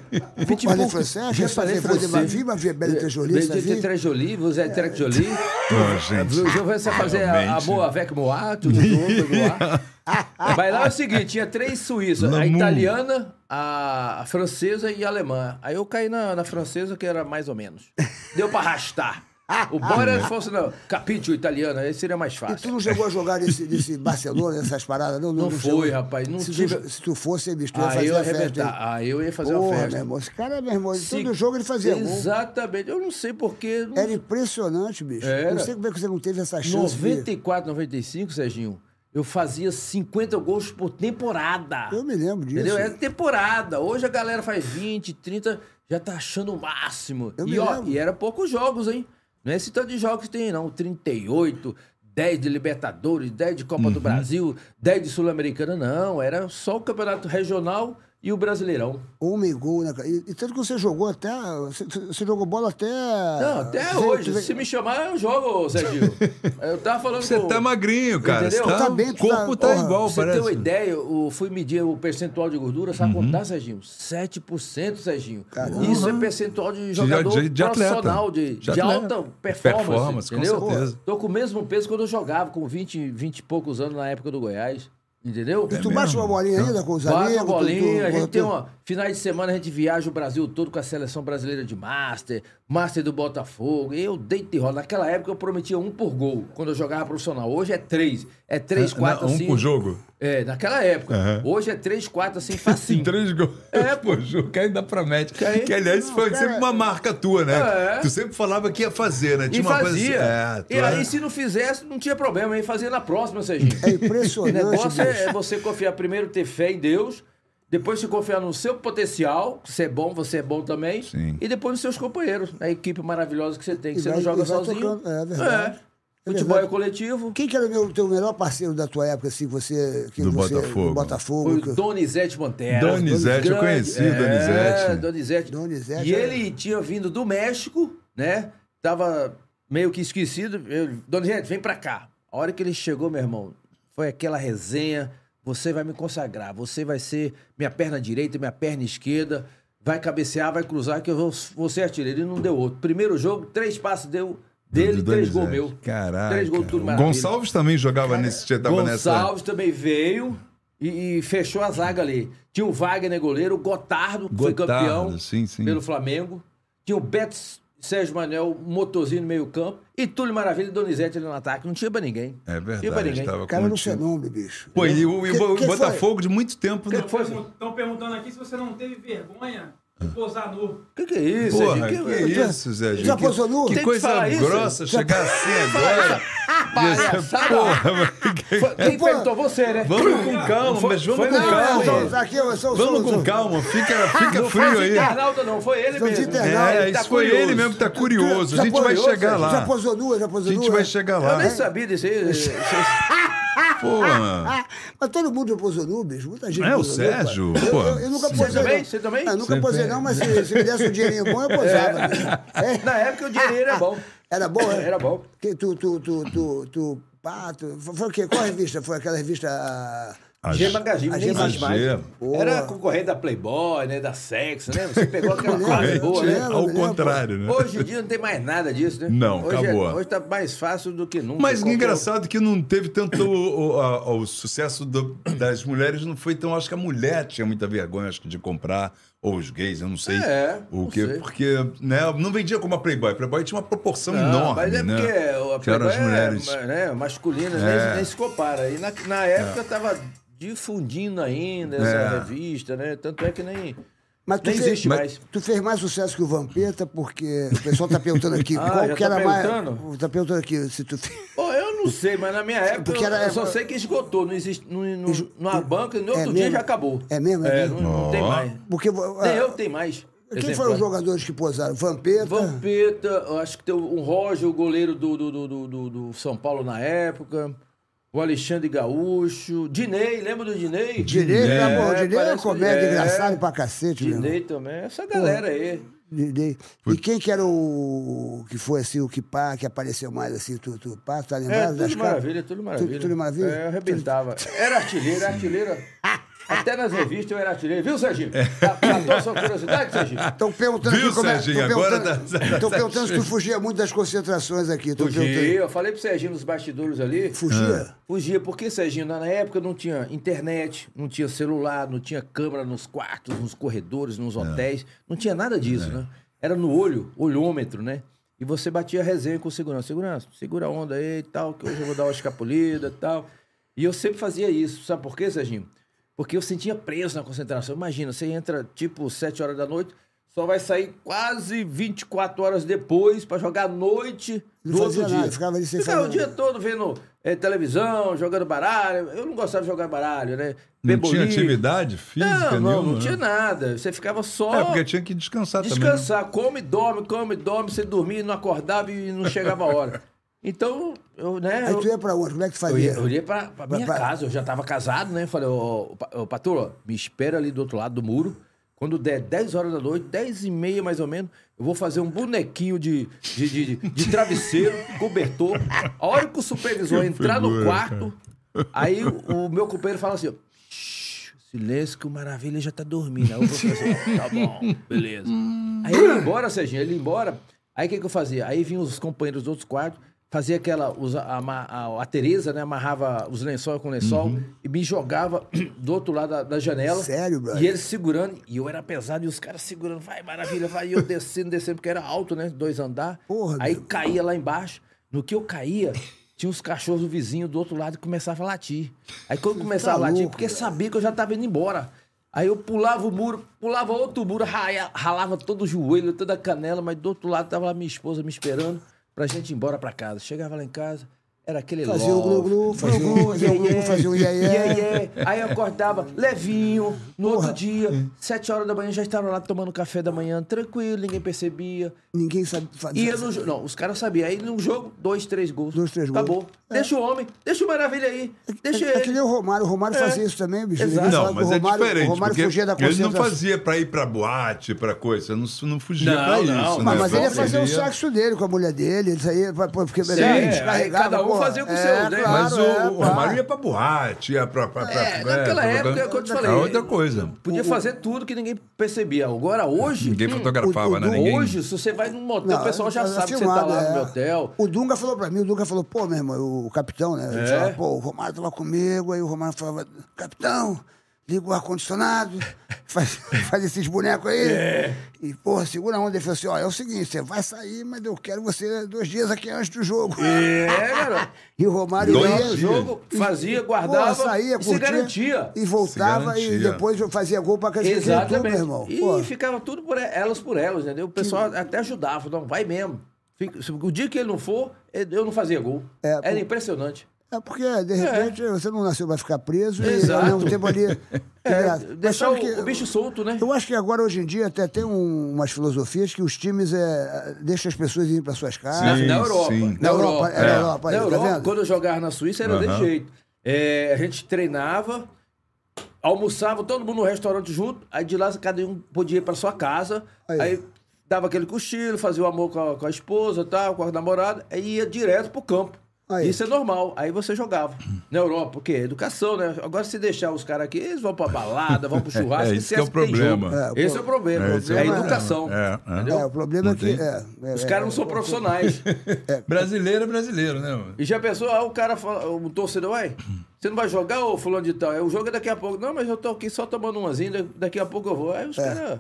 S3: Petit
S2: parler
S3: pot,
S2: français,
S3: je
S2: je
S3: parlez
S2: parlez français, ma vie, ma vie est belle et très jolie,
S3: Belle
S2: sa
S3: et
S2: vie.
S3: très jolie, vous êtes très jolie.
S1: Pô, gente.
S3: Eu vou só fazer a, a
S1: Realmente.
S3: boa avec moi, tudo junto, moi. Mas lá é o seguinte, tinha três suíças, a
S1: L'amour.
S3: italiana, a a francesa e a alemã. Aí eu caí na, na francesa, que era mais ou menos. Deu pra arrastar. O bom era se fosse no capítulo italiano, aí seria mais
S2: Ah, E
S3: fácil.
S2: tu não chegou a jogar nesse, nesse Barcelona, essas paradas, não?
S3: Não
S2: chegou?
S3: foi, rapaz, não
S2: se,
S3: tive-
S2: tu, se tu fosse, bicho, tu ia
S3: Aí
S2: fazer
S3: eu ia
S2: a festa. hein?
S3: arrebentar. Aí eu ia fazer uma
S2: Porra, meu
S3: festa.
S2: irmão, esse cara, meu irmão,
S3: Se-
S2: todo jogo ele fazia gol.
S3: Exatamente. Eu não sei porquê. não-
S2: Era impressionante, bicho.
S3: Era.
S2: Não sei como é que você não teve essa chance. bicho.
S3: 94, 95, Serginho, eu fazia 50 gols por temporada.
S2: Eu me lembro disso.
S3: Entendeu? É. Era temporada. Hoje a galera faz 20, 30, já tá achando o máximo.
S2: Eu
S3: e,
S2: me
S3: ó,
S2: lembro.
S3: e era poucos jogos, hein? Não é esse tanto de jogos que tem, não. 38, 10 de Libertadores, 10 de Copa
S2: Uhum.
S3: do Brasil, 10 de Sul-Americana, não. Era só o Campeonato Regional e o Brasileirão.
S2: Homem gol, né, cara? E, e tanto que você jogou até. Você, você jogou bola até.
S3: Não, até
S2: Você-
S3: hoje.
S2: tu-
S3: Se me chamar, eu jogo, Serginho. Eu tava falando
S1: Você
S3: com...
S1: tá magrinho, cara. Você
S3: Entendeu?
S1: tá,
S2: Tá bem,
S1: o
S2: tu tá-
S1: corpo tá,
S2: porra,
S1: igual,
S3: Pra você
S1: parece.
S3: ter uma ideia, eu fui medir o percentual de gordura, sabe
S1: Uhum.
S3: contar, Serginho? 7%, Serginho. Isso é percentual de jogador
S1: de- de atleta.
S3: profissional, de,
S1: De
S3: de
S1: atleta.
S3: alta performance.
S1: Performance, com
S3: entendeu?
S1: certeza.
S3: Tô com o mesmo peso quando eu jogava, com 20, 20 e poucos anos na época do Goiás. Entendeu?
S2: E tu bate
S1: É mesmo?
S2: uma bolinha ainda com os amigos?
S3: Bate a
S2: tu- tu-
S3: bolinha, a gente
S2: tu-
S3: tem uma. Finais de semana a gente viaja o Brasil todo com a seleção brasileira de Master, Master do Botafogo. Eu deito e rolo. Naquela época eu prometia um por gol quando eu jogava profissional. Hoje é três. É três, quatro,
S1: um
S3: assim.
S1: por jogo.
S3: É, naquela época. Hoje é três, quatro, assim, facinho.
S1: Três gols.
S3: É,
S1: pô, jogo que ainda promete.
S3: aí-
S1: Que, aliás, foi sempre uma marca tua, né?
S3: É.
S1: Tu sempre falava que ia fazer, né?
S3: E
S1: Tinha uma coisa
S3: fazia.
S1: assim, É, tu
S3: e aí,
S1: era-
S3: se não fizesse, não tinha problema. Aí fazia na próxima, Serginho.
S2: É
S3: O
S2: impressionante.
S3: negócio
S2: bicho.
S3: é, é você confiar primeiro, ter fé em Deus Depois se confiar no seu potencial, que você é bom, você é bom também.
S1: Sim.
S3: E depois nos seus companheiros, na equipe maravilhosa que você tem, que
S2: E
S3: você
S2: vai-
S3: não joga
S2: e vai
S3: sozinho.
S2: tocando, é verdade. É
S3: Futebol é
S2: verdade.
S3: coletivo.
S2: Quem que era o meu- teu melhor parceiro da tua época, assim, você... Que
S1: Do
S2: você,
S1: Botafogo.
S2: Do Botafogo.
S3: Foi
S2: que-
S3: o Donizete Mantera.
S1: Donizete, eu
S3: Grande-
S1: conheci o
S3: É,
S1: Donizete.
S3: Donizete.
S2: Donizete,
S3: E
S2: é.
S3: ele tinha vindo do México, né? Tava meio que esquecido. Eu, Donizete, vem pra cá. A hora que ele chegou, meu irmão, foi aquela resenha. Você vai me consagrar. Você vai ser minha perna direita, minha perna esquerda. Vai cabecear, vai cruzar, que eu vou, vou ser artilheiro. Ele não deu outro. Primeiro jogo, três passos deu dele,
S1: Do
S3: três
S1: Donizete.
S3: gols meu.
S1: Caraca.
S3: Três gols, tudo maravilha.
S1: Gonçalves também jogava nesse time, tava nessa.
S3: Gonçalves também veio e, e fechou a zaga ali. Tinha o Wagner goleiro, o Gotardo, que foi
S1: Gotardo,
S3: campeão
S1: sim, sim.
S3: pelo Flamengo. Tinha o Beto Sérgio Manuel, um motorzinho no meio-campo. E Túlio Maravilha e Donizete ali no ataque. Não tinha pra ninguém.
S1: É
S3: Tinha pra
S1: verdade,
S3: ninguém.
S1: tava
S2: O cara
S1: com
S2: era um
S1: um time.
S2: fenômeno, bicho.
S1: Pô, e o, e o
S2: Que-
S1: Bo-
S2: que foi?
S1: Botafogo de muito tempo. né?
S3: Que foi, Serginho?
S4: Estão perguntando aqui se você não teve vergonha de posar nu.
S3: Que que é isso,
S1: Porra,
S3: Serginho?
S1: que isso, Zé Gil?
S2: já
S1: Que-
S2: posou nu?
S1: Que,
S2: Tem
S3: que
S1: coisa
S3: falar isso?
S1: grossa chegar assim agora.
S3: Palhaçada.
S1: Porra, mas que-
S3: Foi- Quem
S2: Pô,
S3: perguntou você, né?
S1: Vamos com calma,
S3: Foi-
S1: mas vamos
S3: foi
S1: com
S3: não,
S1: calma.
S3: não,
S2: aqui, eu sou,
S1: Vamos com calma, fica, fica frio aí.
S3: Arnaldo não, foi ele
S2: Sou de
S3: mesmo.
S2: internet.
S3: Ele
S1: É,
S3: tá
S1: isso foi
S3: curioso.
S1: ele mesmo que tá curioso. A gente
S2: Já
S1: vai
S2: posou,
S1: chegar
S2: Já
S1: lá.
S2: posou nua, já é? posou
S1: A
S2: nua.
S1: gente vai chegar
S3: né? Eu
S1: lá.
S3: nem sabia disso aí.
S1: Pô,
S2: Ah, mas todo mundo já posou nu, bicho. Muita gente
S1: É, o
S2: posou nu, cara.
S1: Sérgio,
S2: Eu,
S1: pô.
S2: eu, eu nunca
S1: Você
S2: posei.
S3: também?
S2: não.
S3: Você também?
S2: Ah, nunca
S1: Você
S2: posei,
S1: tem-
S2: não, mas se, se me desse um dinheirinho bom, eu posava. bicho. É.
S3: Na época o dinheiro era bom.
S2: Era bom, né?
S3: Era bom.
S2: Que tu, tu, tu, tu, tu, pá, tu- foi, foi o quê? Qual revista? Foi aquela revista. ah,
S1: a é
S3: G
S1: gente-
S3: Magazine,
S2: a
S3: nem
S2: G né?
S3: existe mais.
S1: Magazine.
S3: Era concorrente da Playboy, né? Da Sexo, né? Você pegou aquela
S2: Concorrente,
S3: fase boa, né?
S2: né?
S1: Ao
S2: né,
S1: contrário, né?
S3: Hoje em dia não tem mais nada disso, né?
S1: Não,
S3: hoje é-
S1: acabou.
S3: hoje tá mais fácil do que nunca.
S1: Mas
S3: Qualquer- um.
S1: engraçado que não teve tanto. O, o- a- o sucesso do- das mulheres não foi tão. Acho que a mulher tinha muita vergonha acho que, de comprar, ou os gays, eu não sei.
S3: É,
S1: o
S3: não
S1: que,
S3: sei.
S1: Porque né, não vendia como a Playboy. A Playboy tinha uma proporção
S3: Não,
S1: enorme.
S3: mas é
S1: né?
S3: porque a
S1: que eram
S3: Playboy
S1: as mulheres.
S3: é, né, masculina,
S1: É.
S3: nem, nem se compara. E na, na época tava difundindo ainda essa
S1: É.
S3: revista, né? Tanto é que nem...
S2: Mas tu,
S3: Nem
S2: fez,
S3: existe mais.
S2: tu fez mais sucesso que o Vampeta, porque o pessoal tá perguntando aqui
S3: Ah,
S2: qual
S3: já
S2: que
S3: tá
S2: era mais.
S3: perguntando?
S2: Tá perguntando aqui se tu fez.
S3: Pô, eu não sei, mas na minha época
S2: Porque
S3: eu-
S2: era-
S3: eu só sei que esgotou. Não existe, não, não,
S2: Esgo-
S3: numa banca, no
S2: É
S3: outro dia
S2: mesmo?
S3: já acabou.
S2: É mesmo? É
S3: É,
S2: mesmo?
S3: não, não tem
S1: Ó.
S3: mais.
S2: Porque. ah,
S3: Nem eu que tem mais.
S2: É, Quem foram os
S3: exemplar.
S2: jogadores que posaram? Vampeta.
S3: Vampeta, eu acho que tem o Roger, o goleiro do, do, do, do- do- do São Paulo na época. O Alexandre Gaúcho. Dinei, lembra do Dinei?
S2: Dinei,
S1: Dinei.
S2: tá bom.
S3: É,
S2: Dinei é
S3: parece-
S2: comédia,
S3: é.
S2: engraçado pra cacete, meu.
S3: Dinei também. Essa galera aí.
S2: Dinei. E quem que era o que foi assim, o que pá, que apareceu mais assim, tu, tu pá, tá
S3: É,
S2: lembrado? das
S3: tudo
S2: capas?
S3: maravilha, tudo maravilha.
S2: Tudo, tudo maravilha?
S3: É, eu arrebentava. Era artilheiro, artilheiro. Até nas revistas eu era artilheiro. Viu, Serginho? Tratou sua curiosidade, Serginho?
S2: Estão perguntando
S1: Viu,
S2: aqui como é-
S1: Serginho?
S2: tão
S1: Agora
S2: perguntando-
S1: tá-
S2: tão perguntando se tu fugia muito das concentrações aqui. Tão
S3: Fugia,
S2: perguntando.
S3: eu falei pro Serginho nos bastidores ali.
S1: É.
S2: Fugia?
S3: Fugia, porque, Serginho, na na época não tinha internet, não tinha celular, não tinha câmera nos quartos, nos corredores, nos hotéis. Não tinha nada disso, né? Era no olho, olhômetro, né? E você batia resenha com o segurança. Segurança, segura a onda aí e tal, que hoje eu vou dar uma escapulida e tal. E eu sempre fazia isso. Sabe por quê, Serginho? Porque eu sentia preso na concentração. Imagina, você entra tipo 7 horas da noite, só vai sair quase 24 horas depois pra jogar à noite
S2: Não
S3: do
S2: fazia
S3: outro dia.
S2: nada, ficava ali sem
S3: Ficava
S2: fazer
S3: o dia
S2: nada.
S3: todo vendo eh, televisão, jogando baralho. Eu não gostava de jogar baralho, né?
S1: Não
S3: Beber
S1: tinha
S3: bolinho.
S1: atividade física
S3: Não, não,
S1: nenhuma.
S3: não tinha
S1: né?
S3: nada. Você ficava só
S1: É, porque tinha que descansar, também. né?
S3: descansar. Come, dorme, come, dorme. Você dormia, e não acordava e não chegava a hora. Então, eu, né?
S2: Aí
S3: eu-
S2: tu ia pra onde? Como é que tu
S3: eu ia,
S2: fazia?
S3: eu ia pra, pra minha
S2: Pra- pra-
S3: casa, eu já tava casado, né? Falei, ô, ô, pa- ô Patroa, me espera ali do outro lado do muro. Quando der 10 horas da noite, 10 e meia mais ou menos, eu vou fazer um bonequinho de, de, de, de- de travesseiro, cobertor. A hora que o supervisor entrar no
S1: figura,
S3: quarto, aí o, o meu companheiro fala assim, ó, "Shh, silêncio que o Maravilha já tá dormindo. Aí o professor, tá bom, beleza. Aí ele ia embora, Serginho, ele ia embora. Aí o que, que eu fazia? Aí vinham os companheiros dos outros quartos, fazia aquela. os- a, a, a Tereza, né? Amarrava os lençol com lençol e me jogava do outro lado da, da janela.
S2: Uhum. Sério, brother?
S3: E eles segurando, e eu era pesado, e os caras segurando, vai, maravilha, vai. E eu descendo, descendo, porque era alto, né? Dois andar.
S2: Porra,
S3: Aí
S2: meu.
S3: caía lá embaixo. No que eu caía, tinha uns cachorros do vizinho do outro lado que começava a latir. Aí quando começava a latir,
S2: tá louco,
S3: porque sabia que eu já tava indo embora. Aí eu pulava o muro, pulava outro muro, raia- ralava todo o joelho, toda a canela, mas do outro lado tava lá minha esposa me esperando pra gente ir embora pra casa. Chegava lá em casa, Era aquele
S2: Fazia o
S3: love,
S2: glu-glu, é. fazia o glu-glu, fazia o glu-glu, fazia o iê-iê.
S3: iê-iê. Aí eu acordava levinho, no outro dia,
S2: É.
S3: sete horas da manhã, já estava lá tomando café da manhã, tranquilo, ninguém percebia.
S2: Ninguém sabe fazer.
S3: Ia no jo- Não, os caras sabiam. Aí num jogo, dois, três gols.
S2: Dois, três gols.
S3: Acabou. Deixa o homem, deixa o Maravilha aí. Deixa
S2: é, é que
S3: ele.
S2: nem o Romário. O Romário fazia isso também, bicho.
S3: Exato.
S2: Ele falava
S1: Não,
S2: que
S1: mas
S2: o
S1: é
S2: Romário,
S1: diferente.
S2: O Romário
S1: porque
S2: fugia da
S1: ele não
S2: concentração.
S1: fazia pra ir pra boate, pra coisa. Não, não fugia
S3: Não,
S1: pra isso.
S3: não,
S1: né?
S2: Mas, mas ele ia
S1: Só
S2: fazer o
S3: um
S1: queria-
S2: sexo dele com a mulher dele, ele saía, pra- pra- porque
S3: Sim,
S2: ele
S3: é,
S2: descarregava,
S3: aí cada um
S2: porra.
S3: fazia com o
S2: é,
S3: seu, né?
S2: Claro,
S1: Mas o,
S2: é,
S1: o
S2: pá.
S1: Romário ia pra boate, ia pra. pra, pra
S3: É, naquela
S1: pra-
S3: época, é o que eu te falei.
S1: É outra coisa.
S3: Podia fazer tudo que ninguém percebia. Agora, hoje.
S1: Ninguém fotografava,
S2: o- o-
S1: né? Ninguém...
S3: Hoje, se você vai num motel,
S2: Não,
S3: o pessoal já
S2: tá
S3: sabe que
S2: filmado,
S3: você tá lá
S2: é.
S3: no motel.
S2: O Dunga falou pra mim, o Dunga falou, pô, meu irmão, o capitão, né? Ele
S3: É?
S2: falava, pô, o Romário tava comigo, aí o Romário falava, capitão, liga o ar-condicionado, faz, faz esses bonecos aí.
S3: É.
S2: E, pô, segura a onda. Ele falou assim, ó, é o seguinte, você vai sair, mas eu quero você dois dias aqui antes do jogo.
S3: É, garoto.
S2: E o Romário
S1: Dois
S2: ia,
S3: O
S1: dias.
S3: jogo fazia, guardava
S2: Pô, saía,
S3: e
S2: curtia,
S3: se garantia.
S2: E voltava
S1: Se
S2: e
S1: garantia.
S2: depois eu fazia gol pra cacete é tudo, meu
S3: Exatamente.
S2: irmão.
S3: e
S2: Pô,
S3: ficava tudo por elas por elas, entendeu? O pessoal até ajudava, não, vai mesmo. Fica- se- O dia que ele não for, eu não fazia gol.
S2: É,
S3: Era
S2: pô.
S3: impressionante.
S2: É porque, de repente, você não nasceu pra ficar preso e ao
S3: Exato.
S2: mesmo tempo ali.
S3: É,
S2: Mas
S3: deixar
S2: sabe
S3: o,
S2: que-
S3: o bicho solto, né?
S2: Eu acho que agora, hoje em dia, até tem um- umas filosofias que os times é, deixam as pessoas irem para suas
S3: Na,
S2: casas.
S1: Sim,
S3: na Europa.
S1: sim.
S3: Na
S2: Na Europa,
S3: Europa.
S2: é, na Europa, aí,
S3: Na
S2: tá
S3: Europa,
S2: vendo?
S3: quando eu jogava na Suíça, era desse jeito. É, a gente treinava, almoçava, todo mundo no restaurante junto, aí de lá cada um podia ir pra sua casa,
S2: Aí.
S3: aí, dava aquele cochilo, fazia o amor com a, com a esposa, tal, com a namorada, aí ia direto pro campo.
S2: Aí.
S3: Isso é normal. Aí você jogava. Na Europa, porque é educação, né? Agora, se deixar os caras aqui, eles vão pra balada, vão pro churrasco,
S1: É, esse que é
S3: esquece
S1: o
S3: tem jogo.
S1: problema.
S3: esse é o problema.
S1: É,
S3: É,
S1: esse é o
S3: a
S1: problema.
S3: educação.
S1: É, é.
S3: entendeu?
S2: É, o problema é que. é, é,
S3: Os
S2: é,
S3: caras não são profissionais.
S1: Brasileiro é brasileiro, né? mano?
S3: E já pensou, ah, o cara fala, o torcedor, ué, você não vai jogar, ô fulano de tal? É, o jogo é daqui a pouco. Não, mas eu tô aqui só tomando umazinha, da- daqui a pouco eu vou. Aí os caras.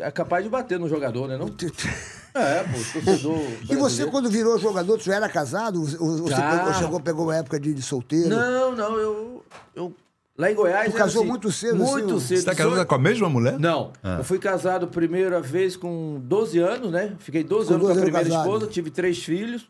S3: É. capaz de bater no jogador, né? Não? É, pô, o torcedor.
S2: E você,
S3: brasileiro.
S2: quando virou jogador, você era casado? Ou- ou- ou Você
S3: Já.
S2: pegou, chegou, pegou uma época de, de solteiro?
S3: Não, não, eu. eu lá em Goiás.
S2: Tu
S3: era
S2: casou muito cedo,
S3: Muito
S2: assim?
S3: cedo.
S1: Você tá casada
S3: 18
S1: com a mesma mulher?
S3: Não.
S2: Ah.
S3: Eu fui casado primeira vez com 12 anos, né? Fiquei 12
S2: Com
S3: anos com a
S2: 12 anos
S3: primeira
S2: casado.
S3: esposa, tive três filhos.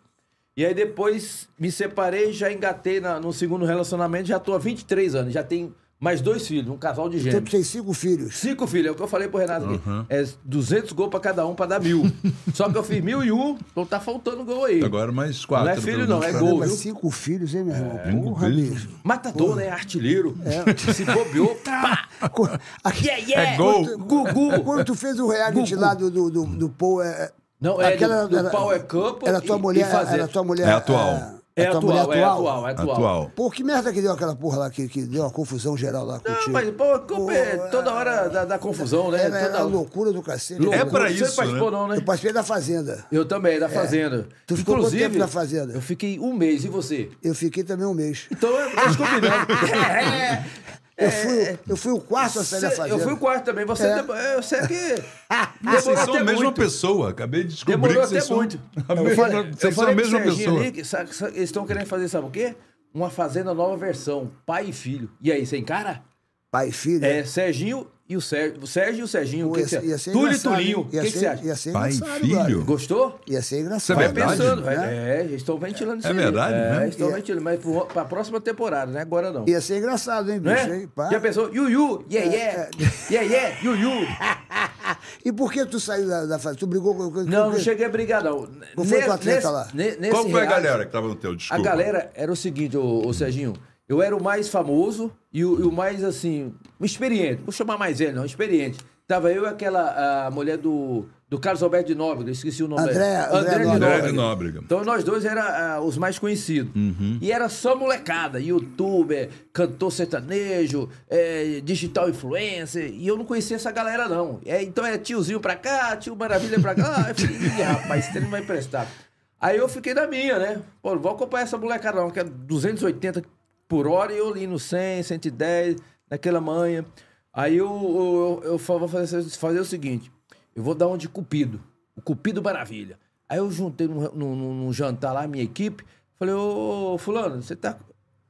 S3: E aí depois me separei, já engatei na, no segundo relacionamento, já tô há 23 anos, já tenho mais dois filhos, um casal de
S2: Então, tu
S3: gêmeos.
S2: tem cinco filhos.
S3: Cinco filhos, é o que eu falei pro Renato aqui. É 200 gols pra cada um pra dar mil. Só que eu fiz mil e um, então tá faltando gol aí.
S1: Agora mais quatro.
S3: Não é filho,
S1: pelo
S3: não,
S1: menos, né?
S3: é
S1: pra-
S3: gol.
S2: Né, Mas
S3: viu? É,
S2: cinco filhos, hein, meu irmão? Porra,
S1: filhos.
S2: bicho.
S3: Matador, né? Artilheiro.
S2: É.
S3: Se bobeou,
S2: Tá.
S3: pá!
S2: Co- Aqui,
S3: Yeah, yeah!
S1: É gol.
S2: Gugu, quando tu fez o reality lá do, do, do, do Paul. É,
S3: Não, é
S2: aquela
S3: do- do
S2: era-
S3: Power Couple
S2: Era tua
S3: e-
S2: mulher.
S3: e fazer.
S2: Era tua mulher.
S1: É atual.
S3: É
S2: a tua mulher
S3: atual, é atual, é atual.
S1: Atual.
S2: Pô, que merda que deu aquela porra lá que, que deu uma confusão geral lá contigo.
S3: Não, mas pô, a culpa é toda hora da, da confusão, né?
S2: Era, era a
S3: toda...
S2: loucura do cacete.
S1: É
S3: Loucura.
S1: pra
S3: Você
S1: isso,
S3: participou,
S1: né?
S3: não, né?
S2: Eu participei da Fazenda.
S3: Eu também, da Fazenda.
S2: Tu ficou quanto tempo na Fazenda?
S3: Eu fiquei um mês, e você?
S2: Eu fiquei também um mês.
S3: Então, é- nós combinamos. É,
S2: Eu fui, eu fui o quarto a sair da
S3: cê-
S2: Fazenda.
S3: eu fui o quarto também. Você
S2: É.
S3: é, você é que...
S1: Vocês
S3: Demorou
S1: são a
S3: até
S1: mesma
S3: muito.
S1: pessoa. Acabei de descobrir
S3: Demorou
S1: que vocês
S3: até
S1: são...
S3: muito.
S1: a
S3: Eu
S1: mesma-
S3: falei- eu
S1: Vocês são a
S3: falei pro
S1: mesma
S3: Serginho
S1: pessoa.
S3: ali que sa- sa- eles estão querendo fazer, sabe o quê? Uma Fazenda Nova Versão, pai e filho. E aí, você encara?
S2: Pai e filho.
S3: É, Serginho e o Sérgio. O Sérgio e o Serginho. O
S2: Pô,
S3: que que você
S2: ia, ia
S3: acha?
S2: ser
S3: Túlio e
S2: engraçado,
S3: Tulinho.
S2: hein?
S3: O que
S2: Ia
S3: que
S2: ser-
S3: você acha?
S2: Ia ser
S1: Pai e
S2: engraçado,
S1: filho?
S2: brother.
S3: Gostou?
S2: Ia ser engraçado.
S1: Isso
S3: Vai
S1: é verdade?
S3: pensando,
S2: né?
S3: é, eles estão ventilando isso
S1: É
S3: aí.
S1: verdade,
S3: é,
S1: né?
S3: estão
S2: É.
S3: ventilando, mas pro- pra próxima temporada, né? Agora não.
S2: Ia ser engraçado, hein,
S3: Não
S2: bicho?
S3: é?
S2: hein? Pá. É,
S3: Já pensou? Yu Yu, yeah, yeah, yeah, yeah, Yu Yu.
S2: E por que tu saiu da, da Fazenda? Tu brigou com... com-
S3: Não,
S2: com-
S3: não cheguei a brigar, não.
S2: Não foi
S3: Ne-
S2: com o atleta
S3: nesse-
S2: lá?
S3: ne- nesse
S1: Qual foi a
S3: reality,
S1: galera que tava no teu?
S3: A
S1: Desculpa.
S3: galera era o seguinte, ô, ô, Serginho. Eu era o mais famoso e o, e o mais, assim, experiente. Não Vou chamar mais ele, não, experiente. Tava eu e aquela a mulher do, do Carlos Alberto de Nóbrega, esqueci o nome
S2: André-
S3: dela.
S2: André
S3: de
S2: Nóbrega.
S1: André de Nóbrega.
S3: Então nós dois era ah, os mais conhecidos.
S1: Uhum.
S3: E era só molecada, youtuber, cantor sertanejo, eh, digital influencer. E eu não conhecia essa galera, não. É, então é tiozinho pra cá, tio Maravilha pra cá. Ah, Eu falei, "Ih, rapaz, esse trem não vai prestar. Aí eu fiquei na minha, né? Pô, não vou acompanhar essa molecada, não, que é 280 por hora e eu li no 100, 110, naquela manha. Aí eu, eu, eu, eu fa- vou fazer, fazer o seguinte: eu vou dar um de Cupido. O Cupido Maravilha. Aí eu juntei num, num- num- num jantar lá, minha equipe. Falei, ô, Fulano, você tá,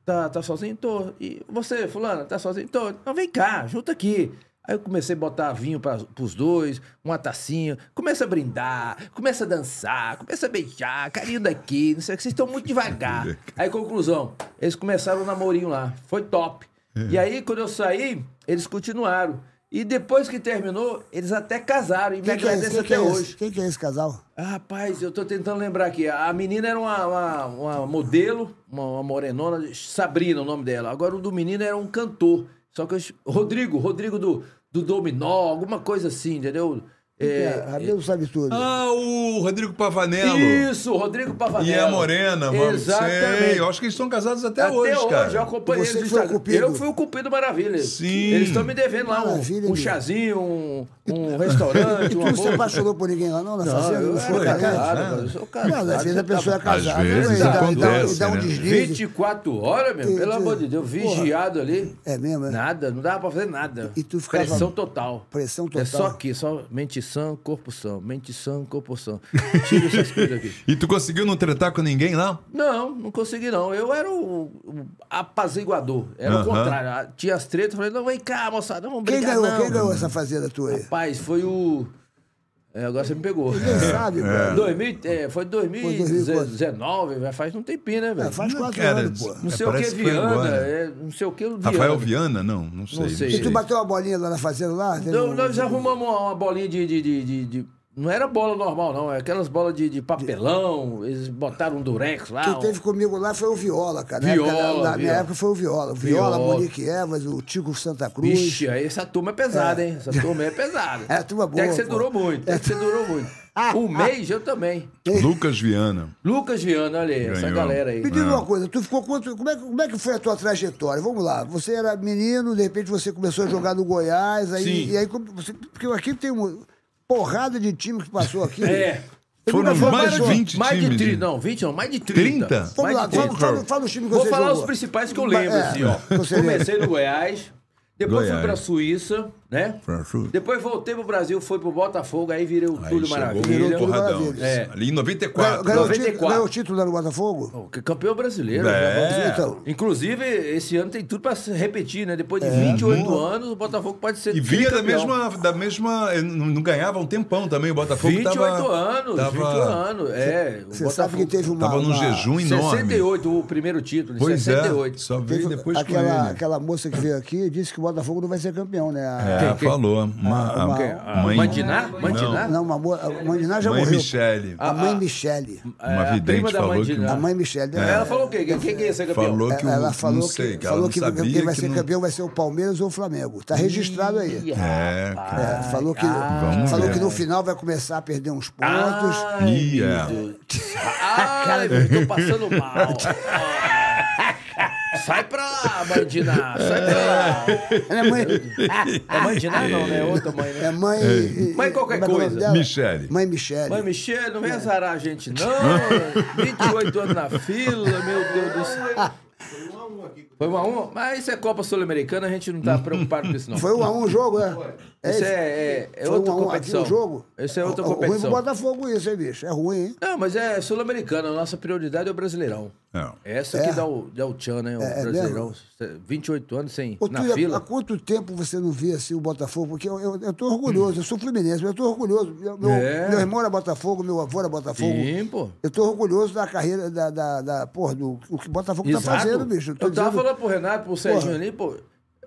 S3: tá, tá sozinho? Tô. E você, Fulano, tá sozinho? Tô. Então vem cá, junta aqui. Aí eu comecei a botar vinho para os dois, uma tacinha, começa a brindar, começa a dançar, começa a beijar, carinho daqui, não sei o que, vocês estão muito devagar. Aí, conclusão, eles começaram o namorinho lá, foi top.
S2: É.
S3: E aí, quando eu saí, eles continuaram. E depois que terminou, eles até casaram, e me
S2: Quem que é esse?
S3: agradecem
S2: Quem que
S3: até
S2: é esse?
S3: hoje.
S2: Quem que é esse casal?
S3: Ah, Rapaz, eu tô tentando lembrar aqui. A menina era uma, uma, uma modelo, uma, uma morenona, Sabrina o nome dela. Agora o do menino era um cantor. Só que eu, ch- Rodrigo, Rodrigo do, do Dominó, alguma coisa assim, entendeu?
S2: É,
S3: É,
S2: Rabelo sabe tudo.
S1: Ah, o Rodrigo Pavanello.
S3: isso, Rodrigo Pavanello.
S1: E a Morena, vamos
S3: Exatamente.
S1: sei. Eu acho que eles estão casados até,
S3: Até é
S1: hoje, cara.
S3: eu acompanhei
S2: Você
S3: eles no
S2: foi o
S3: Instagram.
S2: cupido?
S3: Eu fui o cupido maravilha.
S1: Sim.
S3: Eles estão me devendo lá um,
S2: Maravilha,
S3: um
S2: Guilherme.
S3: chazinho, um, um restaurante, uma
S2: Tu não se
S3: roupa.
S2: apaixonou por ninguém lá, não? Na
S3: Não,
S2: fazenda?
S3: eu,
S2: Não
S3: era
S2: foi
S1: cara,
S2: casado? né?
S3: casado, cara, eu sou casado.
S2: Não, às vezes a
S3: você tá
S2: pessoa é casada.
S1: Às vezes
S2: e dá- e dá-
S1: acontece,
S2: E dá um
S1: né?
S2: deslize.
S3: 24 horas, meu, pelo
S2: Entendi.
S3: amor de Deus,
S2: Porra.
S3: vigiado ali.
S2: É mesmo, é?
S3: Nada, não dava pra fazer nada.
S2: E tu ficava-
S3: Pressão total.
S2: Pressão
S3: É
S2: total.
S3: só aqui, só mente sã, corpo sã. Mente sã, corpo sã. Tira essas coisas aqui.
S1: E tu conseguiu não tretar com ninguém lá?
S3: Não, não consegui não. Eu era o, o apaziguador. Era
S1: Aham.
S3: o contrário. Ah, Tinha as tretas, eu falei, não, vem cá, moçada, não vamos
S2: Quem
S3: brigar
S2: ganhou?
S3: não.
S2: Quem ganhou essa fazenda tua aí?
S3: Rapaz, foi o... É, agora você me pegou. É.
S2: Ninguém sabe, mano.
S3: 2000, é, foi 2019, vai faz um tempinho, né, velho?
S2: É, Faz quatro
S1: Cara,
S2: anos, pô.
S3: Não
S1: É,
S3: sei o que,
S1: parece que foi
S3: Viana.
S1: agora.
S3: é, não sei o que, Viana.
S1: Rafael Viana? Não, não sei. Não
S3: sei.
S2: E tu bateu uma bolinha lá na fazenda lá? Teve
S3: Não,
S2: um-
S3: nós arrumamos uma, uma bolinha de, de, de, de- de- Não era bola normal, não. É aquelas bolas de, de papelão. Eles botaram um durex lá.
S2: Quem
S3: um-
S2: teve comigo lá foi o Viola, cara. Na
S3: Viola,
S2: época- na, na minha
S3: Viola.
S2: época foi o Viola. O Viola,
S3: Viola.
S2: Monique Evas, o Tico Santa Cruz.
S3: Vixe, aí essa turma é pesada, hein? Essa turma é pesada.
S2: É, a turma boa,
S3: Até que você
S2: pô. Ah,
S3: durou muito. Até que você durou muito. Um mês eu também.
S1: Lucas Viana.
S3: Lucas Viana, olha aí, essa
S1: Ganhou.
S3: galera aí.
S2: Me diz
S1: É.
S2: uma coisa, tu ficou quanto. Como é, que- como é que foi a tua trajetória? Vamos lá. Você era menino, de repente você começou a jogar no Goiás, aí,
S1: Sim.
S2: e aí como você- porque aqui tem uma porrada de time que passou aqui.
S3: É.
S2: Eu assim, nunca
S1: Foram
S2: fui uma
S1: mais
S2: pessoa-
S1: 20
S3: Mais de
S1: times.
S3: 30, não, 20 não, mais de 30.
S1: 30?
S3: Mais
S2: Vamos lá,
S3: de 30.
S2: fala, fala, fala os times que
S3: Vou
S2: você
S3: falar
S2: jogou.
S3: os principais que eu lembro,
S2: É,
S3: assim, ó.
S2: que você
S3: Comecei no Goiás, depois
S1: Goiás.
S3: fui pra Suíça, né?
S1: Frankfurt.
S3: Depois voltei pro Brasil, fui pro Botafogo, aí virei o
S1: Aí
S3: Túlio
S1: chegou
S3: Maravilha.
S1: o
S2: Túlio
S1: porradão.
S2: Maravilha.
S3: É.
S1: Ali em
S2: Ganhou,
S1: 94.
S2: ganhou, o
S3: 94.
S2: título- ganhou o título lá no Botafogo?
S3: Pô, que Campeão brasileiro.
S1: É.
S3: né?
S2: Então,
S3: Inclusive, esse ano tem tudo pra se repetir, né? Depois de 28 anos, o Botafogo pode ser
S1: É. Uhum. E vinha da
S3: tricampeão.
S1: mesma, da mesma. Não não ganhava um tempão também. O Botafogo
S3: 28
S1: tava.
S3: anos,
S1: tava-
S3: 28 anos. É, o
S2: você sabe que teve uma.
S1: Tava num
S2: uma-
S1: jejum enorme.
S3: 68, o primeiro título, em
S1: Um Pois é.
S3: 68.
S1: Só veio
S2: Teve
S1: depois com
S2: aquela,
S1: ele.
S2: aquela moça que veio aqui disse que o Botafogo não vai ser campeão, né? A-
S1: É, Ah, falou.
S2: uma-
S1: Uma, a- mãe,
S3: Mandiná?
S1: Não.
S3: Mandiná?
S2: Não, uma mo- a Mandiná já
S1: mãe
S2: morreu.
S1: Michele.
S2: A
S3: Ah,
S2: mãe Michele.
S3: É,
S1: Uma
S3: a prima
S1: vidente
S3: da
S1: falou que. É.
S3: Mandiná.
S2: A mãe Michele.
S3: É. Ela falou o quê? Quem, quem é que ia ser campeão?
S1: Falou que o.
S2: Ela falou
S1: não sei,
S2: que,
S1: cara.
S2: falou
S1: não
S2: que
S1: sabia
S2: quem vai
S1: que
S2: ser
S1: não-
S2: campeão vai ser o Palmeiras ou o Flamengo. Tá registrado aí.
S3: Ih,
S1: É,
S3: rapaz.
S1: cara.
S2: É, falou que,
S1: vamos
S2: falou
S1: ver.
S2: que no final vai começar a perder uns pontos.
S3: Ai,
S1: Ih,
S3: meu
S1: é.
S3: Deus. Ai, meu, tô passando mal. Ah. Sai pra lá, Mandiná. Sai pra lá.
S2: É mãe,
S3: É Mandiná não, né? É outra mãe,
S2: é
S3: né?
S2: mãe.
S3: Mãe qualquer
S2: como é que é o nome
S3: coisa.
S2: dela?
S1: Michele.
S2: Mãe Michele.
S3: Mãe Michele, não vem azarar a gente, não. 28 anos na fila, meu Deus do céu. Foi um a um? Mas isso é Copa Sul-Americana, a gente não tá preocupado com isso, não.
S2: Foi um a um jogo, né? É
S3: Isso
S2: isso?
S3: é, é, é
S2: Foi um
S3: outra
S2: a um aqui
S3: competição.
S2: no jogo?
S3: Isso é outra
S2: O- o Ruim pro
S3: competição.
S2: Botafogo isso, hein, bicho? É ruim, hein?
S3: Não, mas é Sul-Americana. A nossa prioridade é o Brasileirão.
S1: É.
S3: Essa
S2: É.
S3: que dá o, dá o tchan, né? O
S2: É, é
S3: Brasileirão. 28 anos sem,
S2: Ô,
S3: na
S2: Túlio, há-
S3: fila.
S2: há quanto tempo você não via assim, o Botafogo? Porque eu, eu, eu tô orgulhoso, eu sou fluminense, mas eu tô orgulhoso. Meu, meu-
S3: É.
S2: meu irmão era Botafogo, meu avô era Botafogo.
S3: Sim, pô.
S2: Eu tô orgulhoso da carreira, da, da, da- porra, do o que o Botafogo
S3: Exato.
S2: tá fazendo, bicho.
S3: Eu,
S2: tô
S3: tava
S2: dizendo-
S3: falando pro Renato, pro Serginho ali, pô.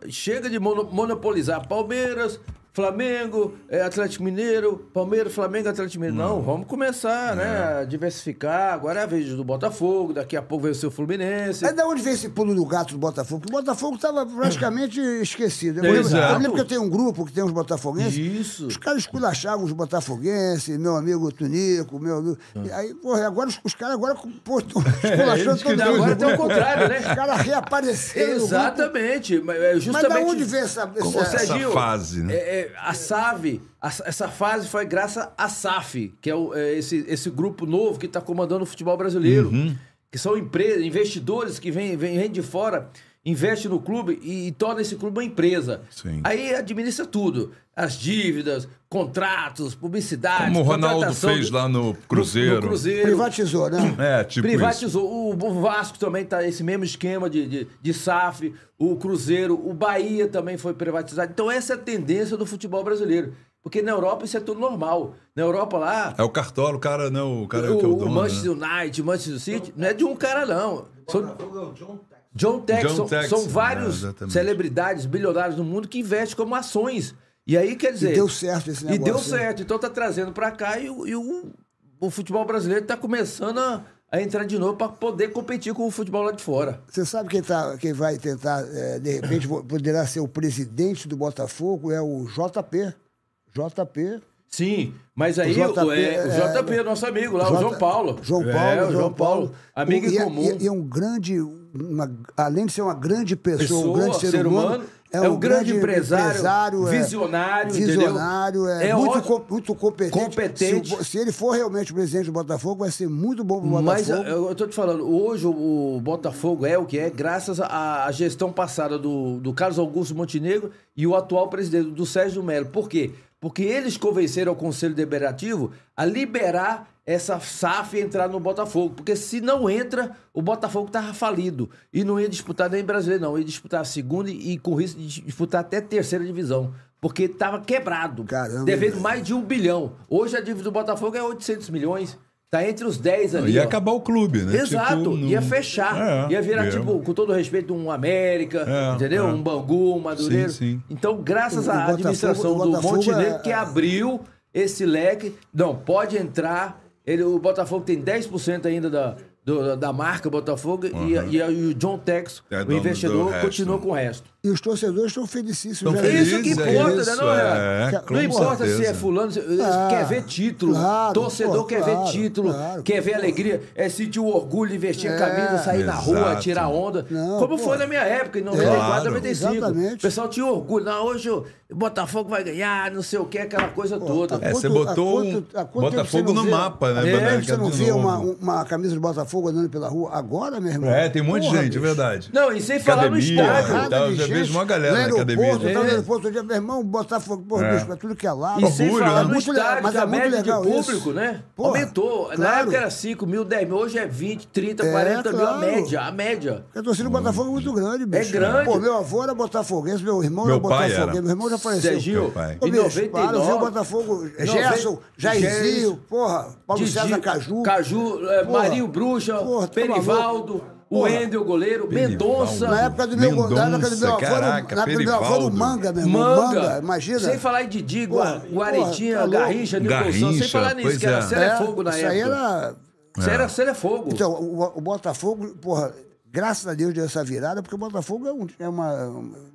S3: Chega de mono- monopolizar Palmeiras, Flamengo, eh, Atlético Mineiro, Palmeiras, Flamengo, Atlético Mineiro.
S2: Hum.
S3: Não, vamos começar, né? A diversificar. Agora é a vez do Botafogo, daqui a pouco vai ser o Fluminense.
S2: É da onde veio esse pulo do gato do Botafogo? Porque o Botafogo tava praticamente esquecido. Eu
S3: Pois
S2: lembro,
S3: é.
S2: eu lembro que eu tenho um grupo que tem uns botafoguenses.
S3: Isso.
S2: Os caras esculachavam os botafoguenses, meu amigo Tunico, meu amigo.
S3: Ah.
S2: E aí, porra, agora os, os caras agora, pô, tão
S3: É,
S2: esculachando
S1: eles que
S2: todo
S1: dão-
S2: mundo.
S3: Agora tem o contrário, né?
S2: Os caras reapareceram. no grupo.
S3: Exatamente. Mas é
S2: Mas
S3: justamente.
S2: da onde vem essa.
S3: Como
S2: essa-
S3: você-
S1: Essa
S3: Serginho,
S1: fase, né?
S3: É, é, a SAV, a- essa fase foi graças à SAF, que é, o- é esse, esse grupo novo tá
S1: Uhum.
S3: que está comandando o futebol brasileiro. Que são empresas, investidores que vêm vêm vêm de fora investe no clube e, e torna esse clube uma empresa.
S1: Sim.
S3: Aí administra tudo. As dívidas, contratos, publicidade,
S1: Como o Ronaldo
S3: contratação
S1: fez
S3: de-
S1: lá no
S3: no
S1: Cruzeiro.
S3: Cruzeiro.
S2: Privatizou, né?
S1: É, tipo isso.
S3: Privatizou. O- O Vasco também tá esse mesmo esquema de, de, de SAF, o Cruzeiro, o Bahia também foi privatizado. Então essa é a tendência do futebol brasileiro. Porque na Europa isso é tudo normal. Na Europa lá,
S1: É o Cartola, o cara, né? O cara que é
S3: o,
S1: o
S3: o
S1: dono.
S3: Manchester
S1: né?
S3: United, Manchester City, não é de um cara, não. São- John Tex,
S1: John
S3: são,
S1: Tex,
S3: são vários
S1: é, exatamente.
S3: celebridades, bilionários do mundo que investem como ações. E aí, quer dizer.
S2: E deu certo esse
S3: E
S2: negócio,
S3: deu
S2: né?
S3: certo. Então tá trazendo pra cá e, o- e o, o futebol brasileiro tá começando a, a entrar de novo pra poder competir com o futebol lá de fora.
S2: Você sabe quem, tá, quem vai tentar, eh, de repente, vo- poderá ser o presidente do Botafogo? É o JP. JP.
S3: Sim, mas aí
S2: O
S3: o,
S2: JP,
S3: é, o
S2: é,
S3: JP, nosso amigo lá,
S2: J-
S3: o João Paulo.
S2: João Paulo,
S3: É,
S2: João, Paulo.
S3: Amigo
S2: Um- e
S3: em
S2: é-
S3: comum.
S2: E, é um grande, uma- além de ser uma grande pessoa, um
S3: Pessoa,
S2: grande ser, humano,
S3: é um grande empresário, visionário, entendeu?
S2: é visionário, é,
S3: É
S2: muito,
S3: ótimo.
S2: co- muito competente.
S3: Competente.
S2: Se, o- se ele for realmente o presidente do Botafogo, vai ser muito bom pro
S3: Mas ah,
S2: Botafogo.
S3: eu, eu tô te falando, hoje o o Botafogo é o que é, graças à à gestão passada do, do Carlos Augusto Montenegro e o atual presidente do Sérgio Melo. Por quê? Porque eles convenceram o Conselho Deliberativo a liberar essa SAF entrar no Botafogo. Porque se não entra, o Botafogo tava falido. E não ia disputar nem brasileiro, não. Ia disputar a segunda e, e com risco de disputar até a terceira divisão. Porque tava quebrado.
S2: Caramba,
S3: Devendo
S2: hein?
S3: mais de um bilhão. Hoje a dívida do Botafogo é 800 milhões. Tá entre os 10 ali.
S1: Ia
S3: ó.
S1: acabar o clube, né?
S3: Exato,
S1: Tipo, não-
S3: ia fechar.
S1: É,
S3: ia virar,
S1: é.
S3: tipo, com todo respeito, um América,
S1: É,
S3: entendeu?
S1: é.
S3: Um Bangu, um Madureira.
S1: Sim, sim.
S3: Então, graças
S2: O- o
S3: à
S2: Botafogo-
S3: administração
S2: o
S3: do
S2: Botafogo
S3: Montenegro,
S2: é-
S3: que abriu esse leque. Não, pode entrar. Ele, o Botafogo tem 10% ainda da, do- da marca Botafogo e, e, o John Tex,
S1: É
S3: o
S1: dono do
S3: investidor,
S1: resto. né?
S3: continua com o resto.
S2: E os torcedores estão felicíssimos.
S1: Tão
S2: já vi.
S1: felizes,
S3: Isso que
S1: é
S3: importa,
S1: isso,
S3: né, não
S1: é,
S3: é?
S1: é, com
S3: não importa se é
S1: certeza.
S3: fulano, se-
S2: Ah,
S3: quer ver título.
S2: claro,
S3: torcedor
S2: pô,
S3: quer
S2: claro,
S3: ver título,
S2: claro,
S3: quer ver
S2: pô. É.
S3: alegria, é sentir o orgulho de vestir a camisa, sair na rua,
S1: Exato.
S3: tirar onda.
S2: Não, pô.
S3: Como
S2: É,
S3: foi na minha época, em 94,
S1: Claro.
S3: 95.
S2: Exatamente.
S3: O pessoal tinha orgulho. Não, hoje o Botafogo vai ganhar, não sei o que, aquela coisa toda.
S2: tá
S1: É, você
S2: Quanto- há
S1: botou
S2: quanto- há
S1: o
S2: quanto tempo
S1: Botafogo
S2: você não
S1: no
S2: vê?
S1: mapa, né?
S3: É,
S1: Banana,
S2: Você não
S1: de
S2: vê
S1: novo.
S2: uma, uma camisa do Botafogo andando pela rua agora, meu irmão?
S1: É, tem um monte de
S2: Porra,
S1: gente, é
S2: bicho.
S1: verdade.
S3: Não, e sem falar no
S1: Academia,
S3: estádio.
S1: tá, eu já vejo uma galera na academia.
S2: Tá
S1: né?
S2: no aeroporto, eu já, meu irmão, Botafogo, porra, bicho, pra tudo que é lá.
S3: E sem
S1: Orgulho,
S3: falar
S1: né?
S3: no
S2: Muito legal,
S3: estádio,
S2: mas
S3: que a
S2: é muito
S3: média de
S2: legal
S3: público,
S2: isso.
S3: né?
S2: Porra,
S3: Aumentou. Na
S2: claro.
S3: época era 5 mil, 10 mil. Hoje é 20, 30,
S2: É,
S3: 40 mil. A
S2: claro.
S3: média, a média.
S2: A torcida do Botafogo é muito grande, bicho.
S3: Uhum. grande.
S2: Pô, meu avô era botafoguense, meu irmão
S1: Meu
S2: era
S1: pai
S2: botafoguense.
S1: era.
S2: Meu irmão já faleceu.
S3: Serginho,
S1: pai.
S2: Ô,
S3: em
S2: bicho, para, eu vi o
S3: 99,
S2: Botafogo,
S3: Noven-
S2: Gerson, Jairzinho,
S3: Jairzinho,
S2: porra, Paulo
S3: Didi,
S2: César Caju.
S3: Caju, eh,
S2: Porra.
S3: Marinho Bruxa,
S2: Porra, tá
S3: Perivaldo, o
S2: Porra.
S3: Endel, goleiro, Mendonça.
S2: Na época do meu, na época do meu avô, era- um-
S1: Mendonça,
S2: na época do meu avô, era o
S1: caraca,
S2: manga, meu irmão.
S3: Manga.
S2: Manga, imagina.
S3: Sem falar em Didi, Gua-
S2: Porra,
S3: Guaretinha,
S2: porra, tá louco.
S3: Garrincha, Nilson, sem
S1: Garrincha,
S3: falar nisso,
S1: pois
S3: que era
S1: é.
S3: Cera é, Fogo na
S2: isso
S3: época.
S2: aí era...
S3: Cera, Cera é Fogo.
S2: Então, o, o Botafogo, porra, graças a Deus deu essa virada, porque o Botafogo é um, é uma-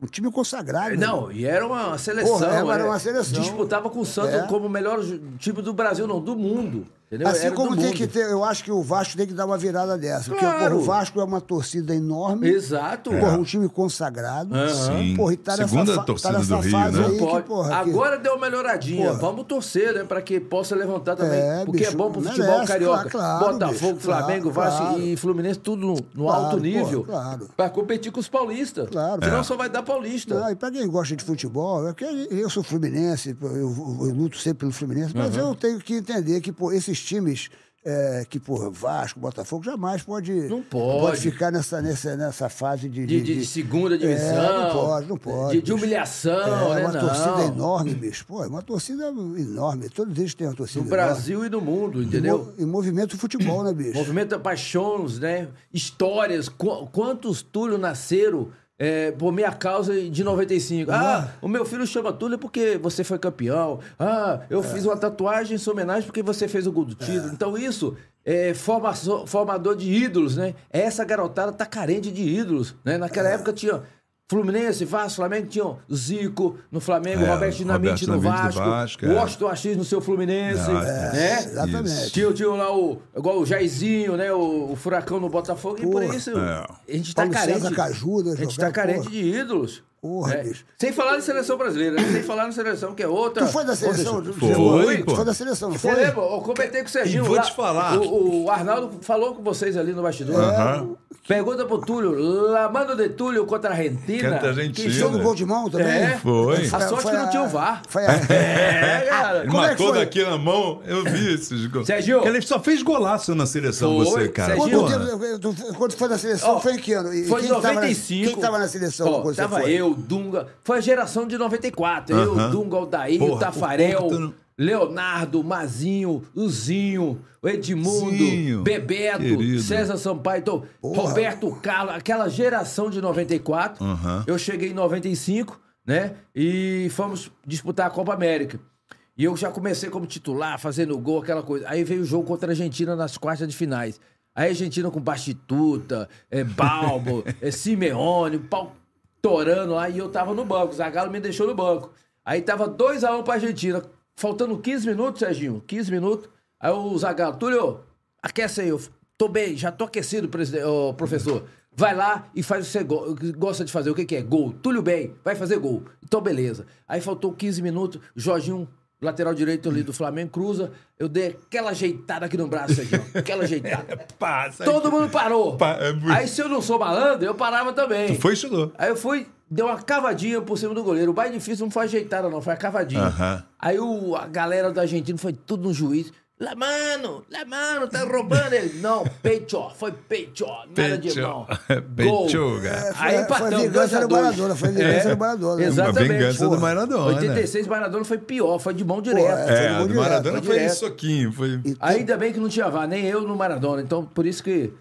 S2: um time consagrado. né?
S3: É, Não, e era uma seleção.
S2: Porra, era uma
S3: né?
S2: seleção.
S3: Disputava com o Santos
S2: É.
S3: como o melhor ju- time do Brasil, não, do mundo. Entendeu?
S2: Assim
S3: Era
S2: como
S3: do
S2: tem
S3: mundo.
S2: que ter, eu acho que o Vasco tem que dar uma virada dessa. Porque
S3: Claro.
S2: porra, o Vasco é uma torcida enorme.
S3: Exato.
S2: Porra, um time consagrado.
S1: Sim.
S2: Porra, e tá nessa
S1: Segunda
S2: fa- tá
S1: torcida
S2: nessa
S1: do Rio,
S2: fase
S1: né?
S2: aí que,
S3: Pode.
S2: porra, que-
S3: Agora deu uma melhoradinha.
S2: Porra.
S3: Vamos torcer, né? Pra que possa levantar também.
S2: É,
S3: porque
S2: bicho,
S3: é bom pro
S2: merece,
S3: futebol carioca.
S2: claro,
S3: Botafogo,
S2: bicho,
S3: Flamengo,
S2: claro,
S3: Vasco
S2: claro.
S3: e Fluminense, tudo no, no
S2: Claro,
S3: alto
S2: porra,
S3: nível.
S2: claro.
S3: Pra competir com os paulistas.
S2: Claro.
S3: Senão
S2: É.
S3: só vai dar paulista.
S2: Não, e pra quem gosta de futebol, é que eu sou fluminense, pô, eu, eu- eu luto sempre pelo Fluminense, mas
S3: Uhum.
S2: eu tenho que entender que pô, esses times é, que, pô, Vasco, Botafogo, jamais pode,
S3: Não pode.
S2: ficar nessa, nessa, nessa fase de...
S3: de, de- de segunda divisão.
S2: É, não pode, não pode.
S3: De, de
S2: É
S3: humilhação, né?
S2: uma
S3: não.
S2: torcida enorme, bicho. Pô, é uma torcida enorme. Todos eles têm uma torcida
S3: No Brasil e no mundo,
S2: enorme.
S3: entendeu?
S2: Mo- E movimento futebol, né, bicho?
S3: Movimento paixões, né? Histórias. Qu- quantos Túlio nasceram é, por minha causa de 95? Ah, o meu filho chama Túlio porque você foi campeão. Ah, eu fiz uma tatuagem em sua homenagem porque você fez o gol do título. Então, isso é formaço- formador de ídolos, né? Essa garotada tá carente de ídolos, né?
S1: É.
S3: Naquela época tinha. Fluminense, Vasco, Flamengo tinham Zico no Flamengo,
S1: É,
S3: Roberto Dinamite
S1: Roberto
S3: no
S1: Dinamite do
S3: Vasco,
S1: Vasco, é.
S3: Washington Assis no seu Fluminense,
S1: Ah,
S3: né?
S2: Exatamente.
S1: Isso.
S3: Tinha, tinha lá o. Igual o Jairzinho, né? O, o Furacão no Botafogo. E por
S2: Porra.
S3: isso.
S1: É.
S3: A gente tá
S2: Paulo
S3: carente.
S2: César Caju, né,
S3: a gente
S2: jogar,
S3: tá carente
S2: porra.
S3: de ídolos.
S2: Porra,
S3: É.
S2: bicho.
S3: Sem falar de seleção brasileira, né? sem falar na seleção, que é outra.
S2: Tu foi da seleção? Tu-
S1: Foi,
S2: tu-
S1: pô.
S2: Tu foi da seleção, não
S3: Você
S2: foi?
S3: lembra? Eu comentei com o Serginho.
S1: E vou
S3: lá.
S1: te falar.
S3: O, o Arnaldo falou com vocês ali no bastidor.
S2: É.
S1: Aham.
S3: Pergunta pro Túlio. Lamando de Túlio contra a Argentina.
S1: Canta Argentina.
S3: Que
S2: Jogo gol de mão também?
S3: É.
S1: Foi.
S3: A sorte que não tinha o VAR.
S2: Foi a...
S3: É, cara.
S1: Ele
S2: Como é que
S1: matou
S2: foi?
S1: daqui na mão. Eu vi esses gols.
S3: Sergio.
S1: Ele só fez golaço na seleção,
S3: Foi,
S1: você, cara.
S3: Sergio.
S1: Porra.
S2: Quando, tu- tu- quando tu foi da seleção,
S3: Ó,
S2: foi em que ano? E
S3: Foi em
S2: quem tava na-
S3: 95.
S2: quem tava na seleção
S3: Ó,
S2: quando você
S3: tava
S2: foi?
S3: eu, Dunga. Foi a geração de 94. Eu,
S1: Aham.
S3: Dunga, Aldair,
S1: Porra,
S3: Tafarel,
S1: o povo tá-
S3: Leonardo, Mazinho, Luzinho, Edmundo,
S1: Zinho,
S3: Bebeto,
S1: querido.
S3: César Sampaio, então, Roberto Carlos. Aquela geração de 94.
S1: Aham.
S3: Eu cheguei em 95, né? E fomos disputar a Copa América. E eu já comecei como titular, fazendo gol, aquela coisa. Aí veio o jogo contra a Argentina nas quartas de finais. Aí A Argentina com Bastituta, é, Balbo, é, Simeone, o pau torando lá. E eu tava no banco. O Zagallo me deixou no banco. Aí tava 2x1 pra Argentina. Faltando 15 minutos, Serginho. 15 minutos. Aí o Zagallo, Túlio, aquece aí. Eu tô bem, já tô aquecido, preside- ô, professor. Vai lá e faz o que você go- gosta de fazer. O que, que é? Gol. Túlio bem, vai fazer gol. Então, beleza. Aí faltou 15 minutos, Jorginho, lateral direito ali do Flamengo, cruza. Eu dei aquela ajeitada aqui no braço, aqui, ó. Aquela ajeitada.
S1: Pá, sai
S3: Todo
S1: é, aqui.
S3: mundo parou.
S1: Pa- é muito-
S3: Aí, se eu não sou malandro, eu parava também.
S1: Foi e chutou.
S3: Aí eu fui, deu uma cavadinha por cima do goleiro. O mais difícil não foi ajeitada, não, foi a cavadinha.
S1: Aham.
S3: Aí o, a galera da Argentina foi tudo no juiz. Lá, mano, lá, mano, tá roubando ele. Não, peito, foi peito, nada de
S1: Peito.
S3: mão. Gol.
S1: Peichuga.
S3: Aí
S2: Foi-
S3: empatamos,
S2: Foi
S3: dois a
S2: vingança do
S3: dois.
S2: Maradona, foi vingança
S3: É.
S2: do Maradona.
S3: Exato.
S1: Uma
S3: Exatamente,
S1: vingança
S3: porra.
S1: do Maradona. né?
S3: 86, Maradona foi pior, foi de mão direta.
S2: Pô,
S1: É,
S2: Foi
S1: a do
S2: direto,
S1: Maradona
S3: foi
S1: foi
S3: direto.
S1: soquinho. Foi...
S2: Então-
S3: Ainda bem que não tinha VAR, nem eu no Maradona. Então, por isso que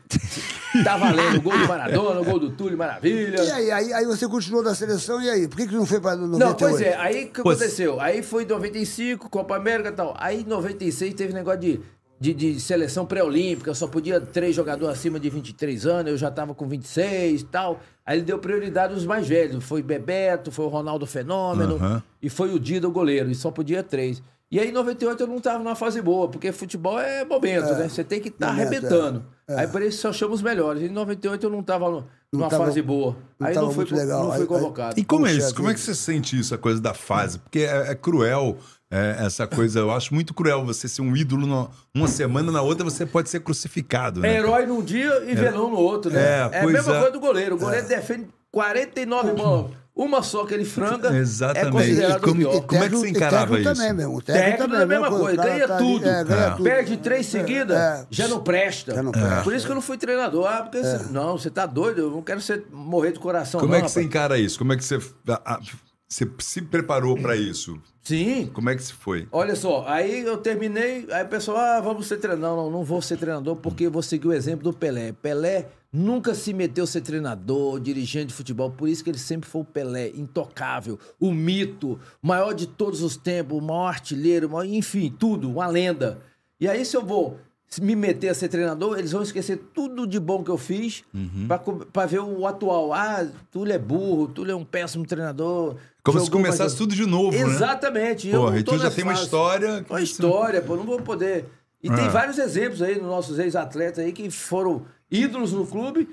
S3: tá valendo o gol do Maradona, o gol do Túlio, maravilha.
S2: E aí, aí, aí você continuou da seleção, e aí? Por que, que não foi pra 98?
S3: Não, pois é, aí que
S1: Pois-
S3: aconteceu? Aí foi 95, Copa América e tal. Aí em 96 teve negócio de, de, de seleção pré-olímpica, só podia três jogadores acima de 23 anos, eu já tava com 26 e tal. Aí ele deu prioridade aos mais velhos. Foi Bebeto, foi o Ronaldo Fenômeno
S1: Aham.
S3: e foi o Dida, o goleiro, e só podia três. E aí em 98 eu não tava numa fase boa, porque futebol é momento, né? Você tem que estar tá
S2: momento, é.
S3: arrebentando. Aí por isso só chama os melhores. E em 98 eu não tava no- numa
S2: tava-
S3: fase boa.
S2: não
S3: aí
S2: tava
S3: não fui,
S2: muito legal.
S3: não
S2: Aí-
S3: fui
S2: aí-
S3: convocado.
S1: E como é
S2: Puxa
S1: isso? Como é que você sente isso, a coisa da fase? Porque é, é cruel é, essa coisa. Eu acho muito cruel você ser um ídolo numa- uma semana, na outra você pode ser crucificado.
S3: É
S1: Né?
S3: herói num dia e velão no outro, né?
S1: É,
S3: É, a
S1: pois
S3: mesma
S1: é. Uhum.
S3: coisa do goleiro. O goleiro defende 49 bolas. Uma só que ele franga é
S1: Exatamente.
S3: considerado o
S1: Como-
S3: pior.
S1: como é que você encarava
S2: técnico
S1: isso?
S2: Também, meu, irmão, técnico
S3: Técnico
S2: também,
S3: é a mesma coisa,
S2: o cara
S3: ganha
S2: tá ali,
S3: tudo.
S2: é, ganha tudo.
S3: Perde três seguidas,
S2: É.
S3: já não presta.
S2: Já não presta.
S3: Por isso que eu não fui treinador. Ah, porque você- não, você tá doido, eu não quero você morrer do coração.
S1: É. Como
S3: não,
S1: é que você
S3: rapaz.
S1: encara isso? Como é que você, a- a- você se preparou pra isso?
S3: Sim.
S1: Como é que se foi?
S3: Olha só, aí eu terminei, aí o pessoal, ah, vamos ser treinador. Não, não, não vou ser treinador porque eu vou seguir o exemplo do Pelé. Pelé nunca se meteu a ser treinador, dirigente de futebol, por isso que ele sempre foi o Pelé, intocável, o mito, o maior de todos os tempos, o maior artilheiro, o maior- enfim, tudo, uma lenda. E aí se eu vou se me meter a ser treinador, eles vão esquecer tudo de bom que eu fiz
S1: Uhum.
S3: pra para ver o atual. Ah, Túlio é burro, Túlio é um péssimo treinador.
S1: Como se
S3: jogou, um- mas-
S1: começasse tudo de novo, né?
S3: Exatamente. eu
S1: Porra,
S3: não
S1: e
S3: tô
S1: tu já
S3: nessa
S1: tem uma
S3: fase.
S1: história que
S3: Uma
S1: você-
S3: história, pô, não vou poder. E tem
S1: É.
S3: vários exemplos aí nos nossos ex-atletas aí que foram ídolos no clube,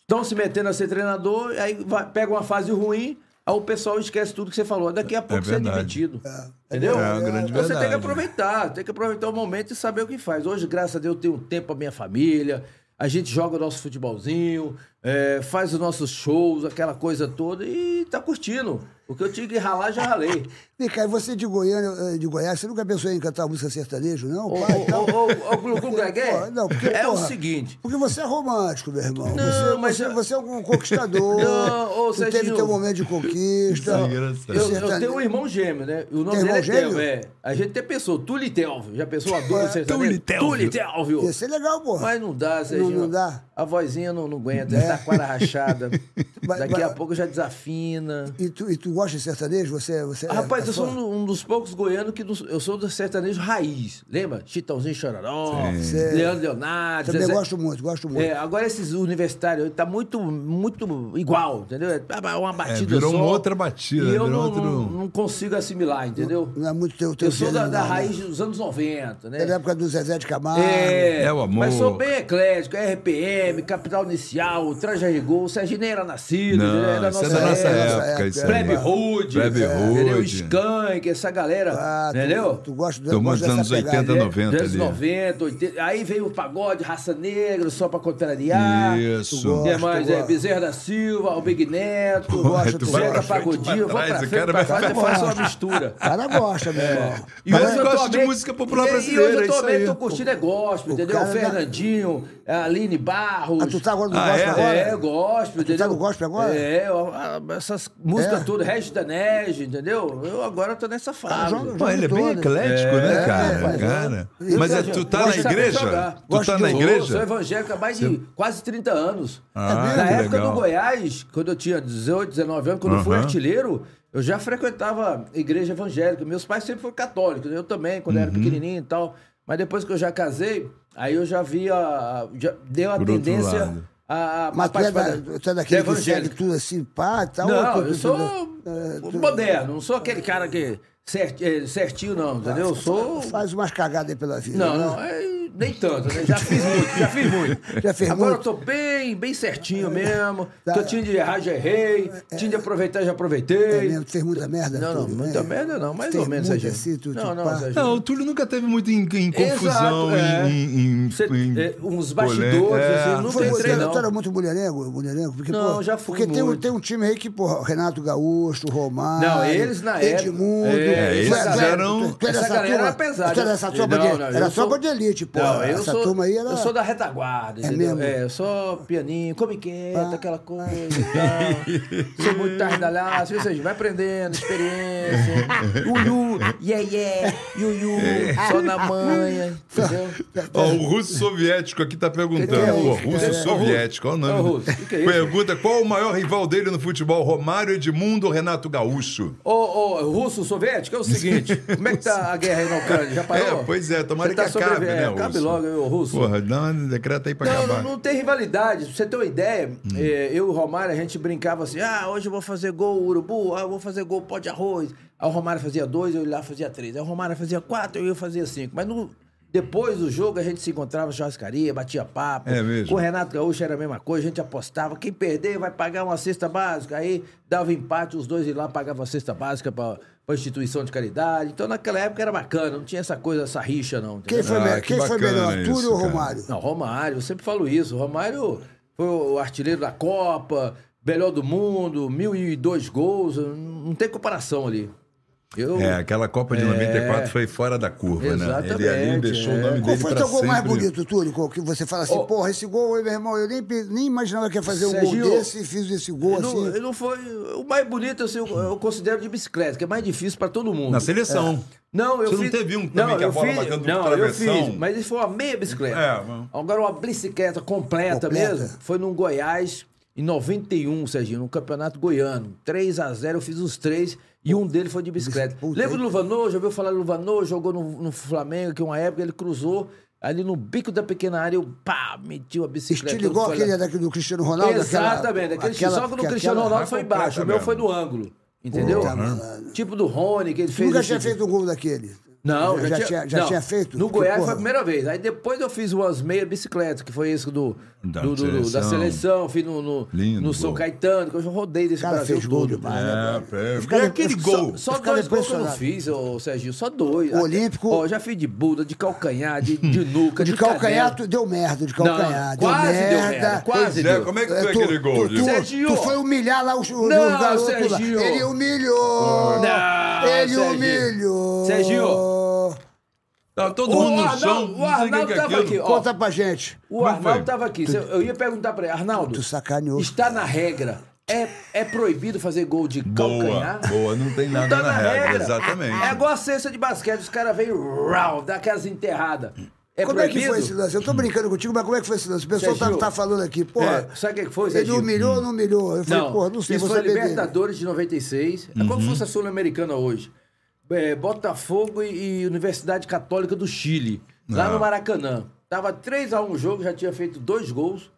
S3: estão se metendo a ser treinador, aí vai- pega uma fase ruim, aí o pessoal esquece tudo que você falou. Daqui a pouco você é
S1: verdade.
S3: demitido. Entendeu?
S1: É uma grande
S3: Então Você tem que
S1: verdade.
S3: aproveitar, tem que aproveitar o momento e saber o que faz. Hoje, graças a Deus, eu tenho tempo pra minha família, a gente joga o nosso futebolzinho, é, faz os nossos shows, aquela coisa toda, e tá curtindo. O que eu tinha que ralar, já ralei.
S2: Vem cá, e você de Goiânia, eh, de Goiás, você nunca pensou em cantar música sertanejo, não? então,
S3: Ô, ô,
S2: pai, e tal?
S3: ô, Então, ô, ô, Glu Glu
S2: Porque,
S3: Gregué,
S2: porra, não, porque,
S3: é o
S2: porra,
S3: seguinte.
S2: Porque você é romântico, meu irmão.
S3: Não,
S2: você,
S3: mas
S2: você,
S3: eu-
S2: você é um conquistador.
S3: Não, ô,
S2: tu teve
S3: Serginho.
S2: teu momento de conquista.
S1: Isso é engraçado.
S3: Eu, eu
S2: Sertane-
S3: tenho um irmão gêmeo, né? O nome
S2: Tem
S3: dele é
S2: irmão
S3: Telvio,
S2: gêmeo? É,
S3: é. A gente até pensou, Tuli Telvio. Já pensou a dupla sertaneja?
S1: Tuli Telvio.
S3: Tuli Telvio.
S2: Ia ser é legal, porra.
S3: Mas não dá, Serginho.
S2: não dá?
S3: A vozinha não, não aguenta, é. tá com a cara rachada.
S2: Mas-
S3: Daqui a
S2: mas-
S3: pouco já desafina.
S2: E tu, e tu gosta de sertanejo? Você, você
S3: Ah, Rapaz,
S2: é
S3: eu sou
S2: fã?
S3: um, um dos poucos goianos que não- eu sou do sertanejo raiz. Lembra? Chitãozinho Chororó, Leandro Leonardo,
S2: Também
S3: Zezé-
S2: gosto muito, gosto muito.
S3: É, agora esses universitários tá muito, muito igual, entendeu? É uma batida
S1: virou
S3: só.
S1: uma outra batida,
S3: E eu
S1: virou
S3: não,
S1: outro-
S3: não, não consigo assimilar, entendeu?
S2: Não é muito teu, teu
S3: Eu sou da,
S2: gênero,
S3: da
S2: não, né?
S3: raiz dos anos 90, né?
S2: É da época do Zezé de Camargo.
S3: É,
S1: É o amor.
S3: Mas sou bem eclético, RPM, Leme, Capital Inicial, Traje a Rigor, o Serginho nem era nascido,
S1: Não,
S3: né?
S1: isso é da nossa época,
S2: época,
S1: isso
S2: é.
S1: aí.
S3: Plebe Hood,
S1: Pleb
S3: entendeu?
S1: Hood.
S3: Skank, essa galera,
S2: Ah, tu-
S3: entendeu?
S2: Tu gosta do
S1: Tomou
S2: gosta
S1: os
S2: dessa
S1: anos
S2: pegada,
S1: 80,
S2: né?
S1: 90 ali.
S3: 90, 80. Aí veio o pagode, raça negra, só pra contrariar.
S1: Isso.
S2: gosta.
S3: Tem mais,
S2: tu
S3: é,
S2: gosta.
S3: Bezerra da Silva, o Big Neto,
S2: gosta, tu
S3: Zeca
S2: gosta.
S3: Pagodinho, vou
S1: Pra
S3: pra
S1: trás, o
S3: frente,
S1: cara
S3: pra
S1: vai
S3: trás, e
S1: pra
S3: faço uma mistura.
S2: O cara gosta, meu irmão.
S3: É.
S2: é
S3: E
S1: Mas
S3: hoje eu
S1: gosta
S3: tô
S1: de
S3: bem-
S1: música popular
S3: e-
S1: brasileira,
S3: E hoje eu
S1: isso
S3: tô
S1: aí.
S3: bem, tô curtindo é gospel, entendeu?
S2: cara
S3: O
S2: da-
S3: Fernandinho, a Aline Barros.
S2: Ah, tu tá agora no
S1: Ah,
S2: gospel
S1: é?
S2: agora? Ah, tá
S3: É, gospel, entendeu?
S2: no gospel agora?
S3: É, ó, ah, essas músicas
S2: É.
S3: todas, Regis da Nege, entendeu? Eu agora tô nessa fase.
S2: joga, joga.
S1: Pô, ele é bem
S2: Todo.
S1: eclético, né,
S2: É,
S1: cara?
S2: rapaz,
S1: cara.
S2: é.
S1: Mas é,
S2: Eu
S1: tu tá
S2: gosto
S1: na
S3: Gosto de saber
S1: igreja?
S3: jogar.
S1: Tu
S2: Gosto
S1: tá
S2: de
S1: na
S2: ouvir,
S3: Eu sou
S1: igreja?
S3: evangélico há mais de quase 30 anos.
S1: Ah,
S3: Na
S1: que
S3: época
S1: legal.
S3: do Goiás, quando eu tinha 18, 19 anos, quando eu fui
S1: Aham.
S3: artilheiro, eu já frequentava igreja evangélica. Meus pais sempre foram católicos, né? eu também, quando eu
S1: Uhum.
S3: era pequenininho e tal. Mas depois que eu já casei, aí eu já vi a. Já deu a
S1: Por outro
S3: tendência
S1: lado.
S3: a, a
S2: Mas tu é,
S3: participar
S2: da, tu é daquele que segue
S3: evangélico.
S2: tudo assim, pá e tal? ou
S3: Não,
S2: tu-
S3: eu
S2: tu-
S3: sou
S2: é, tu-
S3: moderno, não sou aquele cara que cert- é, certinho, não, entendeu? Eu sou.
S2: Faz umas cagadas aí pela vida.
S3: Não,
S2: né?
S3: não, é, nem tanto, né? Já fiz muito, já fiz muito.
S2: Já fez
S3: Agora
S2: muito?
S3: eu tô bem, bem certinho mesmo.
S2: Tá.
S3: Que eu tinha de errar, já errei. Tinha de aproveitar, já
S2: É
S3: aproveitei.
S2: mesmo, tu fez muita merda?
S3: Não, não,
S2: tudo,
S3: muita
S2: né?
S3: merda não, mais
S2: Fez
S3: ou menos,
S2: muita
S3: Serginho.
S2: assim, tu-
S3: Não,
S2: tu
S3: não,
S2: pá.
S3: Serginho.
S1: Não, o Túlio nunca teve muito em, em confusão,
S3: Exato, é.
S1: em, em, em,
S3: Cê-
S1: em-
S3: é, uns bastidores,
S1: É.
S3: assim, não
S2: Foi
S3: tem
S2: você,
S3: treino,
S2: tu era
S3: não.
S2: muito mulherengo, mulherengo? Porque,
S3: Não,
S2: pô,
S3: já fui
S2: Porque tem, um-
S3: muito.
S2: tem um time aí que, porra, o Renato Gaúcho, o Romário...
S3: Não, eles na época-
S2: Edmundo...
S3: É,
S2: Tu é-
S1: eles
S2: tu é-
S1: eram-
S2: tu- tu é
S3: Essa
S2: dessa
S3: galera
S2: turma-
S3: era pesada.
S2: Tu era dessa turma
S3: Não,
S2: de...
S3: não,
S2: Era
S3: eu sou-
S2: só de elite, pô.
S3: Não, eu
S2: Essa
S3: sou,
S2: turma aí era...
S3: Eu sou da retaguarda,
S2: É
S3: entendeu?
S2: mesmo?
S3: É, eu sou pianinho, come quieto, aquela coisa e tal. sou muito tardalhaço, ou seja, vai aprendendo, experiência. Uiu, yeah, yeah, iuiu, só na manha, entendeu?
S1: Ó, o russo soviético aqui tá perguntando.
S3: Quem é
S1: Pô,
S3: o russo?
S1: russo
S3: Quem é?
S1: soviético, olha o nome.
S3: É o
S1: do-
S3: russo. O que é isso?
S1: Pergunta qual o maior rival dele no futebol, Romário Edmundo ou Renato Gaúcho?
S3: Ô, ô, russo soviético, é o seguinte, como é que tá a guerra aí na Ucrânia? Já parou?
S1: É, pois é, tomara
S3: Você
S1: que acabe,
S3: sobrevi-
S1: né,
S3: é, Acabe
S1: russo?
S3: logo, ô, russo.
S1: Porra, dá um decreto aí pra
S3: Não,
S1: acabar. Hum.
S3: não, não tem rivalidade. Pra você ter uma ideia, eh, eu e o Romário, a gente brincava assim: ah, hoje eu vou fazer gol urubu, ah, eu vou fazer gol pó de arroz. Aí o Romário fazia dois, eu ia lá fazia três. Aí o Romário fazia quatro, eu ia fazia cinco. Mas no- depois do jogo a gente se encontrava na churrascaria, batia papo.
S1: É mesmo?
S3: Com o Renato Gaúcho era a mesma coisa, a gente apostava. Quem perder vai pagar uma cesta básica. Aí dava empate, os dois iam lá pagavam a cesta básica pra, pra instituição de caridade. Então naquela época era bacana, não tinha essa coisa, essa rixa, não.
S2: Quem
S3: entendeu?
S2: foi,
S1: Ah,
S2: melhor-
S1: que
S2: quem foi
S1: bacana
S2: melhor,
S1: isso,
S2: Túlio ou
S1: cara.
S2: Romário?
S3: Não, Romário, eu sempre falo isso. O Romário foi o artilheiro da Copa, melhor do mundo, mil e dois gols, não tem comparação ali. Eu,
S1: É, aquela Copa de 94 foi fora da curva, né? Ele ali
S3: Exatamente,
S1: deixou o
S3: é.
S1: nome
S2: Qual
S1: dele
S2: foi o
S1: pra
S2: teu gol
S1: sempre.
S2: mais bonito, Túlio? Qual Que você fala assim,
S3: Ô.
S2: porra, esse gol, meu irmão, eu nem, pe- nem imaginava que ia fazer um
S3: Serginho,
S2: gol desse e fiz esse gol
S3: não,
S2: assim.
S3: eu não foi o mais bonito assim, eu, eu considero de bicicleta, que é mais difícil pra todo mundo.
S1: Na seleção.
S3: Não, eu
S1: Você não
S3: fiz...
S1: teve um também que a
S3: eu
S1: bola
S3: fiz...
S1: batendo
S3: não,
S1: travessão?
S3: eu fiz, mas isso foi uma meia bicicleta.
S1: É, mano.
S3: Agora uma bicicleta completa,
S2: Completa?
S3: mesmo, foi no Goiás em 91, Serginho, no Campeonato Goiano. 3 a 0 eu fiz os três e um deles foi de bicicleta.
S2: Puta,
S3: Lembra
S2: hein?
S3: do Luvanor? Já ouviu falar do Luvanor? Jogou no, no Flamengo, que uma época ele cruzou ali no bico da pequena área, eu pá, meti a bicicleta.
S2: Estilo igual
S3: Foi lá.
S2: aquele daquele do Cristiano Ronaldo.
S3: Exatamente.
S2: aquela-
S3: Aquele
S2: aquela-
S3: só que do
S2: aquela-
S3: Cristiano Ronaldo foi
S1: completa
S3: embaixo. O meu
S1: mesmo.
S3: foi no ângulo. Entendeu?
S2: malandro.
S3: Tipo do Rony, que ele fez.
S2: Nunca
S3: esse
S2: tinha
S3: tipo-
S2: feito um gol daquele.
S3: Não,
S2: já, já tinha, já
S3: não.
S2: tinha feito?
S3: No
S2: Que
S3: Goiás
S2: porra.
S3: foi a primeira vez. Aí depois eu fiz umas meia bicicletas, que foi isso do,
S1: Da
S3: do- do- do- da
S1: seleção.
S3: seleção, fiz no, no,
S1: Lindo
S3: no São
S1: gol.
S3: Caetano, que eu já rodei desse
S2: O cara
S3: Brasil
S2: fez gol
S3: todo.
S2: demais. né?
S1: É, é.
S2: Os caras-
S1: E aquele
S2: só-
S1: gol.
S3: Só
S2: Eu ficava
S3: dois gols que eu não
S2: impressionado.
S3: fiz, ô Serginho, só dois.
S2: O Olímpico-
S3: Ó, já fiz de Buda, de calcanhar, de, de nuca, de,
S2: De calcanhar,
S3: canela.
S2: tu deu merda, de
S3: Não, não,
S2: calcanhar. deu
S3: quase
S2: merda.
S3: deu merda, quase
S1: Zé,
S3: deu.
S1: como é que
S2: É,
S1: foi
S2: tu-
S1: aquele
S2: Tu,
S1: gol? Gil?
S2: tu,
S3: Serginho!
S2: tu foi humilhar lá os, os
S3: Não,
S2: garotos
S3: Serginho!
S2: lá. Ele humilhou.
S3: Não,
S2: ele
S3: Serginho.
S2: humilhou.
S3: Serginho.
S1: Tava Tá todo
S3: O
S1: mundo no chão.
S3: Arnaldo, o
S1: não sei que
S3: Arnaldo
S1: que é
S3: tava
S1: aquilo.
S3: aqui, ó.
S2: Conta pra gente.
S3: O
S1: Como é que
S3: Arnaldo
S1: foi?
S3: estava aqui. Se eu- Eu ia perguntar pra ele, Arnaldo,
S2: Tu sacaneou.
S3: está na regra. É, é proibido fazer gol de
S1: Boa,
S3: calcanhar?
S1: boa, não tem nada
S3: Tá
S1: na, regra. Exatamente.
S3: É igual a cesta de basquete, os caras vêm, rau, dá aquelas enterradas. É
S2: como é
S3: proibido?
S2: que foi esse lance? Eu tô brincando contigo, mas como é que foi esse lance? O pessoal tá,
S3: Serginho.
S2: tá falando aqui, porra.
S3: É, sabe o que que foi,
S2: Ele
S3: Serginho?
S2: humilhou ou não humilhou? Eu falei, porra, não sei,
S3: isso
S2: vou
S3: foi
S2: saber dele.
S3: Libertadores de 96. É
S1: Uhum.
S3: como se fosse a Sul-Americana hoje. É, Botafogo e, e Universidade Católica do Chile.
S1: Ah.
S3: Lá no Maracanã. Tava 3x1 o jogo, já tinha feito dois gols.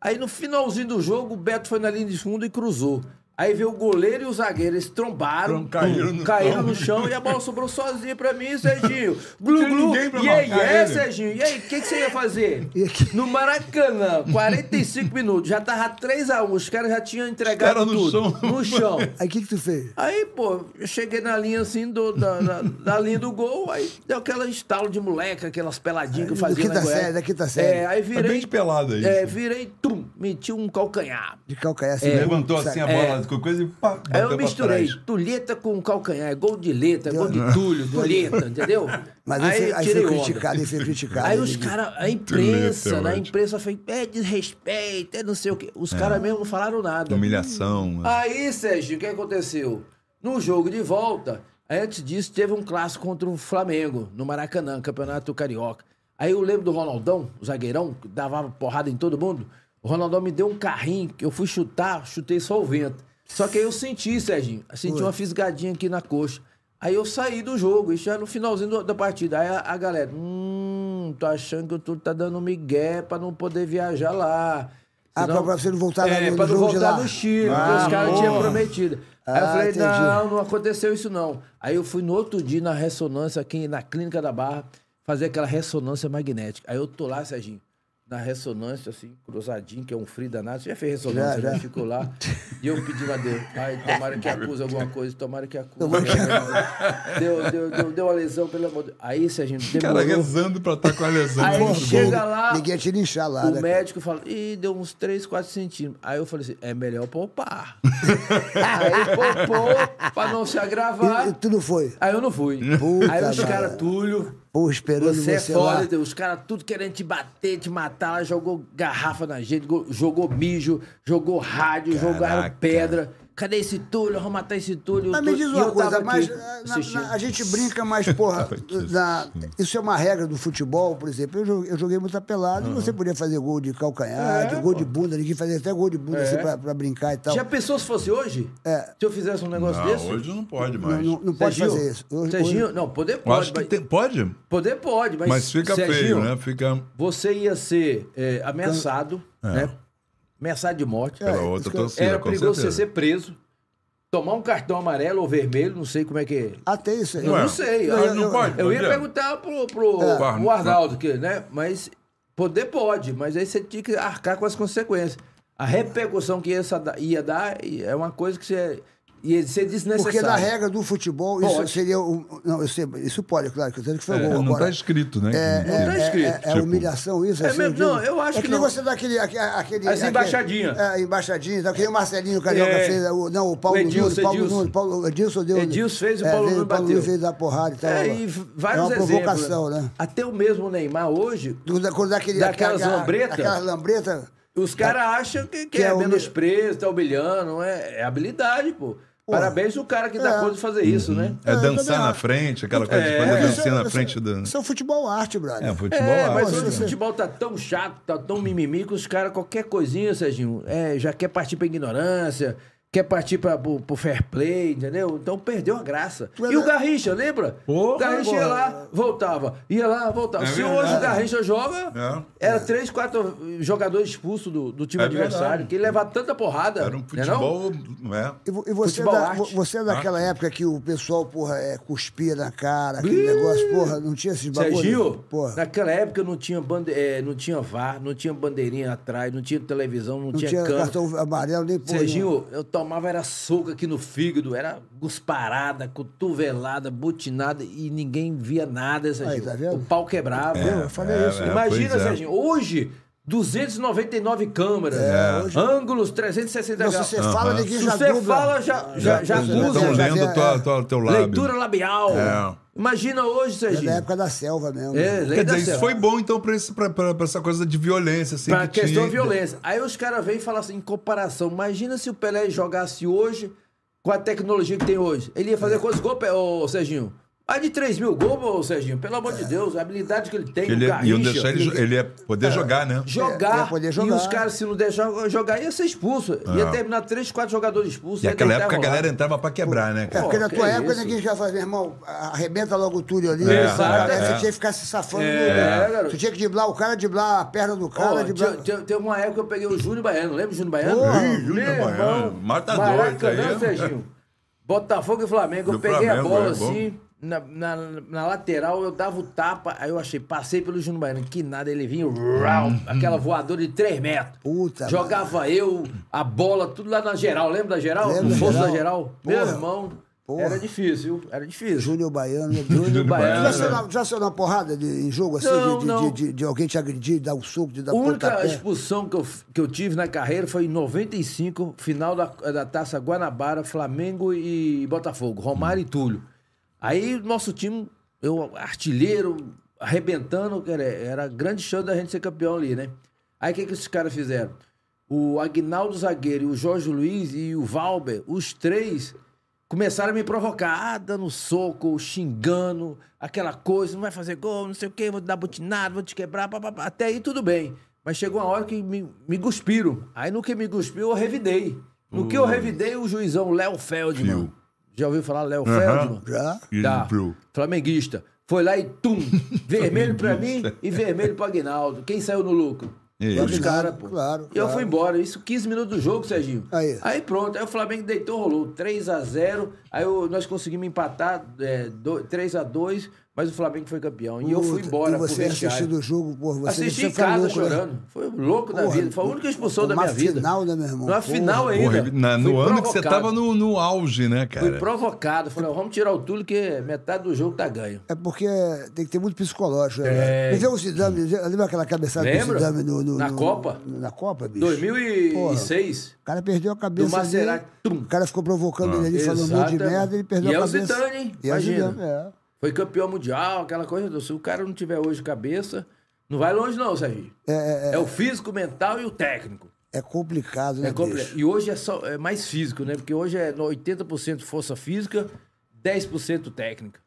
S3: Aí no finalzinho do jogo, o Beto foi na linha de fundo e cruzou. Aí Aí veio o goleiro e o zagueiro, eles trombaram,
S1: Trom- caíram no
S3: caíram
S1: chão.
S3: no chão e a bola sobrou sozinha pra mim, Serginho. Glu,
S1: tinha
S3: glu.
S1: ninguém pra
S3: E aí,
S1: marcar
S3: é,
S1: ele.
S3: Serginho? E aí, o que, que você ia fazer? No Maracanã, 45 minutos, já tava 3x1, os caras já tinham entregado
S1: caras no
S3: tudo.
S1: chão.
S3: No chão.
S2: Aí o que, que tu fez?
S3: Aí, pô, eu cheguei na linha assim, do, da, da- da linha do gol, aí deu aquela estalo de moleca, aquelas peladinhas que eu
S2: Do
S3: fazia
S1: tá
S2: quinta
S3: na Goiás.
S2: série, da quinta série.
S3: É, aí virei.
S1: bem de pelada isso.
S3: É, virei, tum, meti um calcanhar.
S2: De
S3: É.
S2: calcanhar assim. bum,
S1: Levantou
S2: sabe?
S1: assim a bola, com coisa e pá, bateu
S3: Aí eu
S1: pra
S3: misturei
S1: trás.
S3: tuleta com calcanhar, é gol de letra, é gol de tulho, tuleta, entendeu?
S2: Mas aí, foi- aí
S3: tirei
S2: foi
S3: onda.
S2: criticado, aí foi criticado.
S3: Aí
S2: né,
S3: os
S2: Didi?
S3: caras, a imprensa,
S1: Tuleta,
S3: né? A
S1: ótimo.
S3: imprensa foi, é desrespeito, é não sei o quê. Os caras mesmo não falaram nada.
S1: Humilhação. né?
S3: Aí, Sérgio, o que aconteceu? No jogo de volta, antes disso, teve um clássico contra o Flamengo, no Maracanã, Campeonato Carioca. Aí eu lembro do Ronaldão, o zagueirão, que dava porrada em todo mundo. O Ronaldão me deu um carrinho, que eu fui chutar, chutei só o vento. Só que aí eu senti, Serginho, eu senti uma fisgadinha aqui na coxa. Aí eu saí do jogo, isso já no finalzinho do- da partida. Aí a, a galera, hum, tô achando que tu tá dando migué pra não poder viajar lá.
S2: Ah,
S3: Senão-
S2: pra- pra você não voltar lá
S3: é,
S2: no-
S3: pra
S2: no
S3: não
S2: jogo de
S3: voltar
S2: lá.
S3: no Chile,
S2: Ah,
S3: porque os caras tinham
S2: boa.
S3: prometido. Aí eu
S2: Ah,
S3: falei,
S2: entendi.
S3: não, não aconteceu isso não. Aí eu fui no outro dia na ressonância aqui na Clínica da Barra, fazer aquela ressonância magnética. Aí eu tô lá, Serginho, na ressonância, assim, cruzadinho, que é um frio danado. Você já fez
S2: Já,
S3: ressonância, já,
S2: já.
S3: ficou lá. E eu pedi a Deus, pai, tomara que acuse alguma coisa, tomara que acuse.
S2: Tomara que
S3: Deu, deu, deu, deu uma lesão, pelo amor de Deus. Aí, Serginho,
S1: Cara
S3: demorou.
S1: rezando pra estar com a lesão.
S3: Aí
S1: Muito
S3: chega
S1: bom.
S3: lá,
S2: Ninguém ia te linchar lá,
S3: o
S2: né?
S3: médico fala, ih, deu uns 3, 4 centímetros. Aí eu falei assim, é melhor poupar. aí poupou pra não se
S2: cara?
S3: agravar.
S2: E, e tu não foi?
S3: Aí eu não fui.
S2: Puta
S3: aí os
S2: merda.
S3: caras, Túlio,
S2: Pô, esperando
S3: você
S2: você,
S3: é
S2: lá.
S3: foda, os caras tudo querendo te bater, te matar. Lá jogou garrafa na gente, go- jogou mijo, jogou rádio, jogaram pedra. Cadê esse Túlio? Vamos matar esse Túlio.
S2: Mas me
S3: Túlio-
S2: diz
S3: E
S2: uma
S3: eu
S2: coisa,
S3: tava
S2: mas
S3: aqui
S2: ah, na-
S3: assistindo.
S2: na- a gente brinca, mas, porra, na- isso é uma regra do futebol, por exemplo. Eu joguei, eu joguei muito apelado e você podia fazer gol de calcanhar, de gol de bunda, ninguém fazia até gol de bunda assim pra, pra brincar e tal.
S3: É, Já pensou se fosse hoje?
S2: É.
S3: Se eu fizesse um negócio
S1: Ah,
S3: desse?
S1: hoje não pode
S2: Não,
S1: mais.
S2: não, não pode
S3: Serginho,
S2: fazer isso. Hoje-
S3: Serginho,
S2: hoje-
S3: não, poder
S1: Eu
S3: pode.
S1: acho que
S3: mas-
S1: tem- pode,
S3: Poder pode, mas.
S1: mas fica
S3: Serginho,
S1: feio, né? Fica
S3: Você ia ser é, ameaçado, né? Ameaçado de morte.
S1: pela outra
S2: isso que eu-
S1: torcida,
S3: é, Era
S1: É. com
S3: perigoso você
S1: certeza.
S3: ser preso, tomar um cartão amarelo ou vermelho, não sei como é que.
S2: Ah, tem isso aí.
S3: Eu
S1: Ué,
S3: não é sei.
S1: mas
S3: eu,
S1: não pode,
S3: eu
S1: não
S3: ia
S1: adianta.
S3: perguntar pro, pro,
S1: É.
S3: pro Arnaldo, que, né? Mas poder pode, mas aí você tinha que arcar com as consequências. A repercussão que essa da- ia dar é uma coisa que você. ia ser
S2: Porque
S3: desnecessária.
S2: na regra do futebol, isso
S3: Pode.
S2: seria. um- não, eu sei, isso pode, claro, que eu sei que foi
S1: É,
S2: gol
S1: não
S2: agora.
S1: tá escrito, né?
S2: É,
S3: tá
S2: é-
S3: escrito,
S2: é- é
S1: tipo-
S2: humilhação isso?
S3: É
S2: assim,
S3: mesmo?
S2: digo.
S3: Não, eu acho
S2: é
S3: que
S2: nem
S3: não.
S2: você dá aquele... aque- aquele
S3: As
S2: aquele-
S3: embaixadinhas.
S2: É, embaixadinha. Tá, que nem o Marcelinho Carioca
S3: É.
S2: fez... O, não, o Paulo
S3: O Edilson,
S2: Nunes. Paulo
S3: Edilson.
S2: Nunes. Paulo, Edilson deu... é,
S3: Edilson fez, o Paulo
S2: fez-
S3: Nunes
S2: o Paulo
S3: bateu.
S2: Nunes fez a porrada e tal.
S3: É, e vários
S2: então, é uma
S3: exemplos.
S2: provocação, né?
S3: Até o mesmo Neymar hoje,
S2: Do- da- Quando dá aquele,
S3: Daquelas
S2: aquela-
S3: lambreta?
S2: Aquelas lambretas.
S3: os caras acham que, Tá. que
S2: Que
S3: é,
S2: é humil-
S3: menosprezo, tá humilhando. É, é habilidade, pô. Parabéns o cara que dá
S2: É.
S3: conta de fazer isso, né?
S1: É dançar
S2: também
S1: na
S2: acho.
S1: frente, aquela coisa de fazer dancinha na frente do.
S2: Isso é um futebol arte, brother.
S1: É, futebol
S3: É, mas
S1: acho,
S3: hoje
S1: né?
S3: o futebol tá tão chato, tá tão mimimi que os caras, qualquer coisinha, Serginho, é, já quer partir pra ignorância, quer partir pra, pro, pro fair play, entendeu? Então perdeu a graça. E o Garrincha, lembra?
S1: Porra,
S3: o Garrincha ia lá, voltava. Ia lá, voltava.
S1: É
S3: Se
S1: verdade.
S3: hoje o Garrincha joga,
S1: É.
S3: era três, quatro jogadores expulsos do, do time
S1: É verdade.
S3: adversário, que ele leva tanta porrada.
S1: Era um
S3: né não?
S1: futebol. Não é?
S2: E, vo- e você, é
S3: Futebol
S2: da-
S3: arte.
S2: vo- você é daquela época que o pessoal, porra, é, cuspia na cara, aquele negócio, porra, não tinha esses bagulhos?
S3: Serginho,
S2: Porra.
S3: naquela época não tinha, bande... eh, não tinha VAR, não tinha bandeirinha atrás, não tinha televisão, não,
S2: Não
S3: tinha,
S2: tinha
S3: câmera.
S2: cartão amarelo nem porra. nenhuma.
S3: Serginho, eu tomava era soco aqui no fígado, era cusparada, cotovelada, butinada e ninguém via nada, Serginho.
S2: tá vendo?
S3: O pau quebrava.
S2: Eu falei
S1: É,
S2: isso.
S1: é,
S3: Imagina,
S1: pois é.
S3: Serginho, hoje 299 câmeras,
S2: É,
S3: ângulos 360
S2: Não, se
S3: graus.
S2: você fala, ninguém
S3: Se
S2: já
S3: você
S2: dubla.
S3: fala, já, já, já
S2: já-
S3: acusa.
S1: Estão
S2: já-
S1: Tá lendo
S2: já- é-
S1: tua- tua- teu lábio.
S3: Leitura labial.
S1: É.
S3: Imagina hoje,
S2: É da
S3: Serginho.
S2: época da selva mesmo.
S3: É, lei
S1: Quer
S3: da
S1: dizer, isso
S3: selva.
S1: foi bom, então, pra, esse, pra, pra- pra essa coisa de violência, assim.
S3: Pra
S1: que
S3: questão
S1: tinha.
S3: de violência. Aí os caras vêm e falam assim, em comparação, imagina se o
S1: É.
S3: Pelé jogasse hoje com a tecnologia que tem hoje. Ele ia fazer quantos gols, Pe- ô Serginho? Mais de 3 mil gols, ô Serginho, pelo amor de Deus, a habilidade que ele tem,
S1: É. Ele
S3: o
S1: é, iam
S3: Garrincha,
S1: deixar ele, jo- ele ia
S3: É,
S1: poder jogar, né?
S3: jogar,
S2: É, ia poder
S3: E
S2: jogar.
S3: os caras, se não deixar jogar, ia ser expulso. Ia
S1: É.
S3: terminar 3, 4 jogadores expulsos.
S1: E
S3: ia
S1: naquela
S3: deitar
S1: época a
S3: e rolar.
S1: galera entrava pra quebrar, né?
S2: É,
S1: cara?
S2: porque na
S3: que
S2: tua época
S3: isso?
S2: ninguém já fazia, meu irmão, arrebenta logo tudo ali.
S1: É,
S2: Até
S1: é,
S2: você tinha
S1: é.
S2: que ficar se safando.
S3: É,
S2: no...
S3: garoto.
S2: Tu tinha que driblar o cara, driblar a perna do cara,
S3: Ó,
S2: driblar...
S3: tinha- tinha- Tem uma época que eu peguei o Júnior Baiano, lembra o Júnior Baiano?
S2: Porra,
S1: Ih, Júnior
S3: Meu
S1: Baiano,
S3: irmão,
S1: mata dois
S3: Maracanã,
S1: aí, né?
S3: Serginho. Botafogo e Flamengo. Eu
S1: Do
S3: peguei a
S1: Flamengo,
S3: bola
S1: é,
S3: assim, na, na- na lateral, eu dava o tapa, aí eu achei, passei pelo Júnior Baiano, que nada, ele vinha, rau, aquela voadora de 3 metros.
S2: Puta,
S3: Jogava eu, a bola, tudo lá na geral, lembra da geral?
S2: Lembro
S3: no
S2: da
S3: bolso da
S2: geral.
S3: geral? Meu
S2: Porra.
S3: irmão,
S2: Porra.
S3: era difícil, viu? Era difícil.
S2: Júnior Baiano, meu Deus.
S3: Júnior Baiano.
S2: Já saiu na- Já saiu na porrada de, em jogo assim,
S3: Não,
S2: de, de-
S3: não.
S2: de- de alguém te agredir, dar um soco, de dar
S3: A única
S2: pontapé?
S3: expulsão que eu, que eu tive na carreira foi em 95, final da, da Taça Guanabara, Flamengo e Botafogo, Romário e Túlio. Aí o nosso time, eu artilheiro, arrebentando, cara, era grande chance da gente ser campeão ali, né? Aí o que, que esses caras fizeram? O Agnaldo Zagueiro, e o Jorge Luiz e o Valber, os três começaram a me provocar, ah, dando soco, xingando, aquela coisa, não vai fazer gol, não sei o quê, vou te dar butinado, vou te quebrar, pá, pá, pá. até aí tudo bem. Mas chegou uma hora que me, me cuspiram. Aí no que me cuspiu, eu revidei. No que eu revidei, o juizão Léo Feldman.
S1: Fio.
S3: Já ouviu falar Léo Feldman?
S2: Já?
S1: Ele
S3: Tá.
S1: pro-
S3: Flamenguista. Foi lá e tum! Vermelho pra mim e vermelho pro Aguinaldo. Quem saiu no lucro?
S1: Ele.
S3: Os caras, pô.
S2: Claro,
S3: E eu
S2: claro.
S3: fui embora. Isso 15 minutos do jogo, Serginho.
S2: Aí.
S3: pronto. Aí o Flamengo deitou, rolou 3x0. Aí eu- nós conseguimos empatar é, 3x2, mas o Flamengo foi campeão. E eu fui
S2: Puta,
S3: embora
S2: E você
S3: pro vestiário.
S2: assistindo o jogo, porra, você
S3: Assisti
S2: você
S3: em
S2: foi
S3: casa
S2: louco, né?
S3: chorando. Foi um louco da
S2: Porra,
S3: vida. Foi a única expulsão da
S2: uma
S3: minha vida.
S2: final, né, meu irmão?
S3: Uma
S2: Porra.
S3: final ainda.
S1: Porra, na- no
S3: Fui
S1: ano que você
S3: provocado.
S1: tava no, no auge, né,
S3: Fui
S1: cara?
S3: provocado. Falei, ó, vamos tirar o Túlio que metade do jogo tá ganho.
S2: É porque tem que ter muito psicológico. Né? Me deu o Zidane, me deu- lembra aquela cabeçada
S3: Lembro.
S2: do Zidane no, no-
S3: Na
S2: no-
S3: Copa.
S2: no- na Copa, bicho?
S3: 2006.
S2: O cara perdeu a cabeça.
S3: Do Maserati.
S2: dele,
S3: Tum. Ah.
S2: O cara ficou provocando ele ali, falando um monte de
S3: Exatamente.
S2: merda, ele perdeu
S3: E
S2: a
S3: é o
S2: cabeça.
S3: Zidane, hein?
S2: E é o
S3: Imagina.
S2: Zidane, é.
S3: Foi campeão mundial, aquela coisa. do- Se o cara não tiver hoje cabeça, não vai longe não, Sérgio. É, o físico, o mental e o técnico.
S2: É complicado, né,
S3: É comple-
S2: bicho?
S3: E hoje é, só, é mais físico, né? Porque hoje é 80% força física, 10% técnica.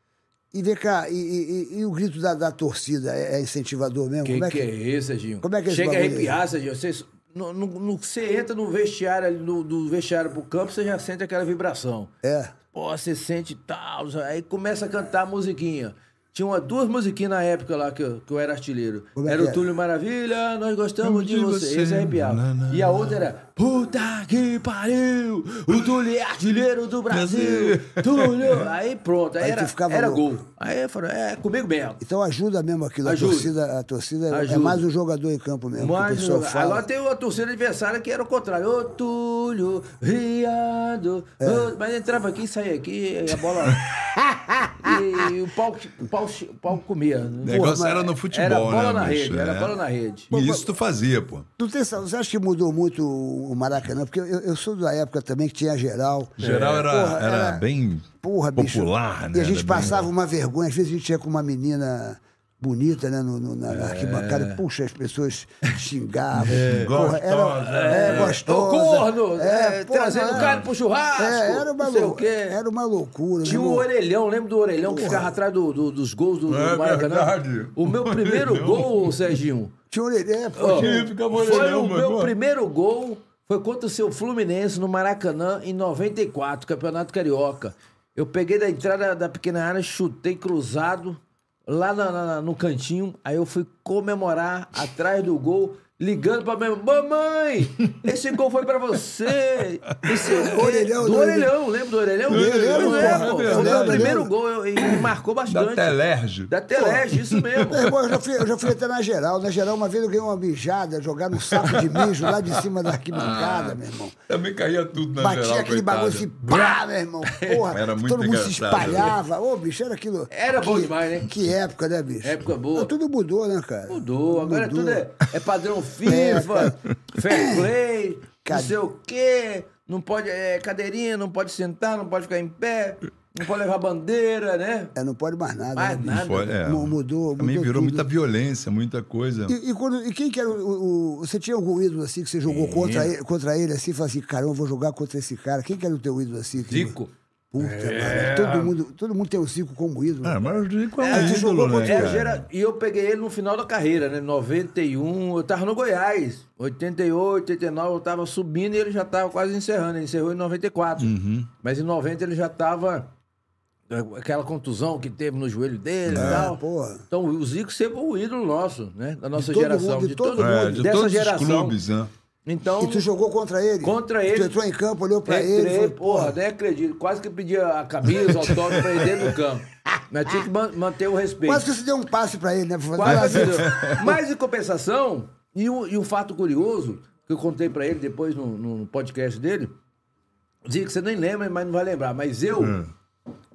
S2: E vem cá, e, e- e- e o grito da, da torcida é é incentivador mesmo?
S3: Que
S2: Como é
S3: que,
S2: que...
S3: é isso, Serginho?
S2: Como é que é esse
S3: Chega a
S2: bagulho aí?
S3: arrepiar, Serginho. Você, no, no- no- você entra no vestiário, ali, no- do vestiário pro campo, você já sente aquela vibração.
S2: É.
S3: Pô, você sente tal, aí começa a cantar a musiquinha. Tinha uma, duas musiquinhas na época lá que eu, que eu era artilheiro.
S2: Como é
S3: Era
S2: que
S3: o
S2: era?
S3: Túlio Maravilha, nós gostamos de
S1: De
S3: você.
S1: você.
S3: Esse arrepiava.
S1: Na, na,
S3: E a outra era Puta que pariu! O Túlio é artilheiro do Brasil! Túlio! Aí pronto, aí,
S2: Aí tu
S3: era,
S2: ficava
S3: era
S2: louco.
S3: gol. Aí eu falei, é comigo mesmo.
S2: Então ajuda mesmo aquilo.
S3: Ajuda.
S2: A torcida, a torcida é- é
S3: Ajuda.
S2: mais um jogador em campo mesmo. que
S3: Mas,
S2: o pessoal
S3: agora
S2: fala.
S3: tem uma torcida adversária que era o contrário. Ô, Túlio, riado.
S2: É.
S3: ô, mas entrava aqui, saía aqui, e a bola. e o pau, o pau, o pau comia.
S1: O
S3: né?
S1: negócio
S2: Porra,
S1: era no futebol,
S3: era
S1: né,
S3: bola na
S1: bicho?
S3: rede, era
S1: É.
S3: bola na rede.
S1: E isso tu fazia, pô.
S2: Tu tem, sa- você acha que mudou muito o o Maracanã? Porque eu, eu sou da época também que tinha geral.
S3: É,
S1: Geral era,
S2: Porra,
S1: era, bem
S2: Porra, bicho.
S1: popular, né?
S2: E a gente
S1: Era bem-
S2: passava uma vergonha. Às vezes a gente ia com uma menina bonita, né, no, no- na,
S1: É.
S2: na arquibancada. Puxa, as pessoas xingavam. Porra,
S1: Gostosa.
S2: Era, é,
S3: Ô,
S2: gostosa.
S3: corno!
S2: É,
S3: é,
S2: porra,
S3: trazendo o cara pro churrasco.
S2: É, era uma,
S3: não sei
S2: lou-
S3: o quê.
S2: era uma loucura.
S3: Tinha
S2: né,
S3: um
S2: irmão?
S3: orelhão, lembra do orelhão que ficava atrás do- do- dos gols do, do
S1: É
S3: Maracanã?
S1: verdade.
S3: O meu primeiro gol, Serginho.
S2: Tinha um orelhão. É, pô,
S3: Ó,
S2: tinha-
S1: Ih, fica
S3: foi
S1: molhando,
S3: o
S1: mano.
S3: meu primeiro gol foi contra o seu Fluminense no Maracanã em 94, Campeonato Carioca. Eu peguei da entrada da pequena área, chutei cruzado lá na- na- no cantinho, aí eu fui comemorar atrás do gol. Ligando pra minha mãe, mamãe, esse gol foi pra você. Esse
S2: Orelhão,
S3: do
S2: do
S3: orelhão, lembra do orelhão? né?
S2: lembro,
S3: Eu lembro,
S2: porra,
S3: pô.
S2: eu
S3: Foi
S2: lembro,
S3: o
S2: eu
S3: primeiro
S2: lembro.
S3: gol eu- e me marcou bastante.
S1: Da Telerge.
S3: Da Telege, isso mesmo.
S2: Meu irmão, eu já, fui, eu já fui até na geral. Na geral, uma vez eu ganhei uma mijada, jogaram um saco de mijo lá de cima da arquibancada, meu irmão.
S1: Também caía tudo na
S2: Batia
S1: geral,
S2: aquele
S1: coitado.
S2: bagulho assim, pá, meu irmão. Porra,
S1: Era muito
S2: todo mundo se
S1: engraçado, né?
S2: espalhava. Ô, bicho, era aquilo.
S3: Era bom
S2: que-
S3: demais, né?
S2: Que época, né, bicho?
S3: Época boa.
S2: Mas tudo mudou, né, cara?
S3: Mudou, agora
S2: Mudou.
S3: tudo é, é padrão FIFA, fair play, não
S2: Cade-
S3: sei o quê, não pode, é cadeirinha, não pode sentar, não pode ficar em pé, não pode levar bandeira, né?
S2: É, não pode mais nada.
S3: Mais
S2: né, bicho?
S3: nada.
S1: Foi, é.
S2: Mu- mudou,
S1: Também
S2: mudou
S1: virou
S2: tudo.
S1: muita violência, muita coisa.
S2: E, e quando, e quem que era o, o- Você tinha algum ídolo assim que você jogou contra ele, contra ele assim? Falou assim, cara, eu vou jogar contra esse cara. Quem que era o teu ídolo assim? que-
S3: Zico.
S2: Puta, mano. Todo mundo, todo mundo tem o Zico como ídolo.
S1: É, mas o Zico é um
S3: É,
S1: ídolo,
S3: jogou
S1: né,
S3: contra o
S1: cara?
S3: Gera- E eu peguei ele no final da carreira, né? 91, eu tava no Goiás. 88, 89, eu tava subindo e ele já tava quase encerrando. Ele encerrou em 94.
S2: Uhum.
S3: Mas em 90 ele já tava. é, Aquela contusão que teve no joelho dele e tal.
S2: É, porra.
S3: Então o Zico sempre foi o ídolo nosso, né? Da nossa
S2: todo
S3: geração.
S2: mundo, de
S3: de
S2: todo
S3: todo,
S1: É,
S3: mundo.
S1: de
S3: dessa
S1: todos os
S3: geração.
S1: clubes, né?
S3: Então.
S2: E tu jogou contra ele?
S3: Contra ele.
S2: Tu entrou em campo, olhou pra ele.
S3: Entrei,
S2: Falou,
S3: porra, nem acredito. Quase que pedia a camisa, o autógrafo pra ele dentro do campo. Mas tinha que man- manter o respeito.
S2: Quase que você deu um passe pra ele, né? Falou,
S3: Quase
S2: "Brasil".
S3: deu. Mas em compensação, e um, e um fato curioso, que eu contei pra ele depois no, no podcast dele, Zico, você nem lembra, mas não vai lembrar. Mas eu,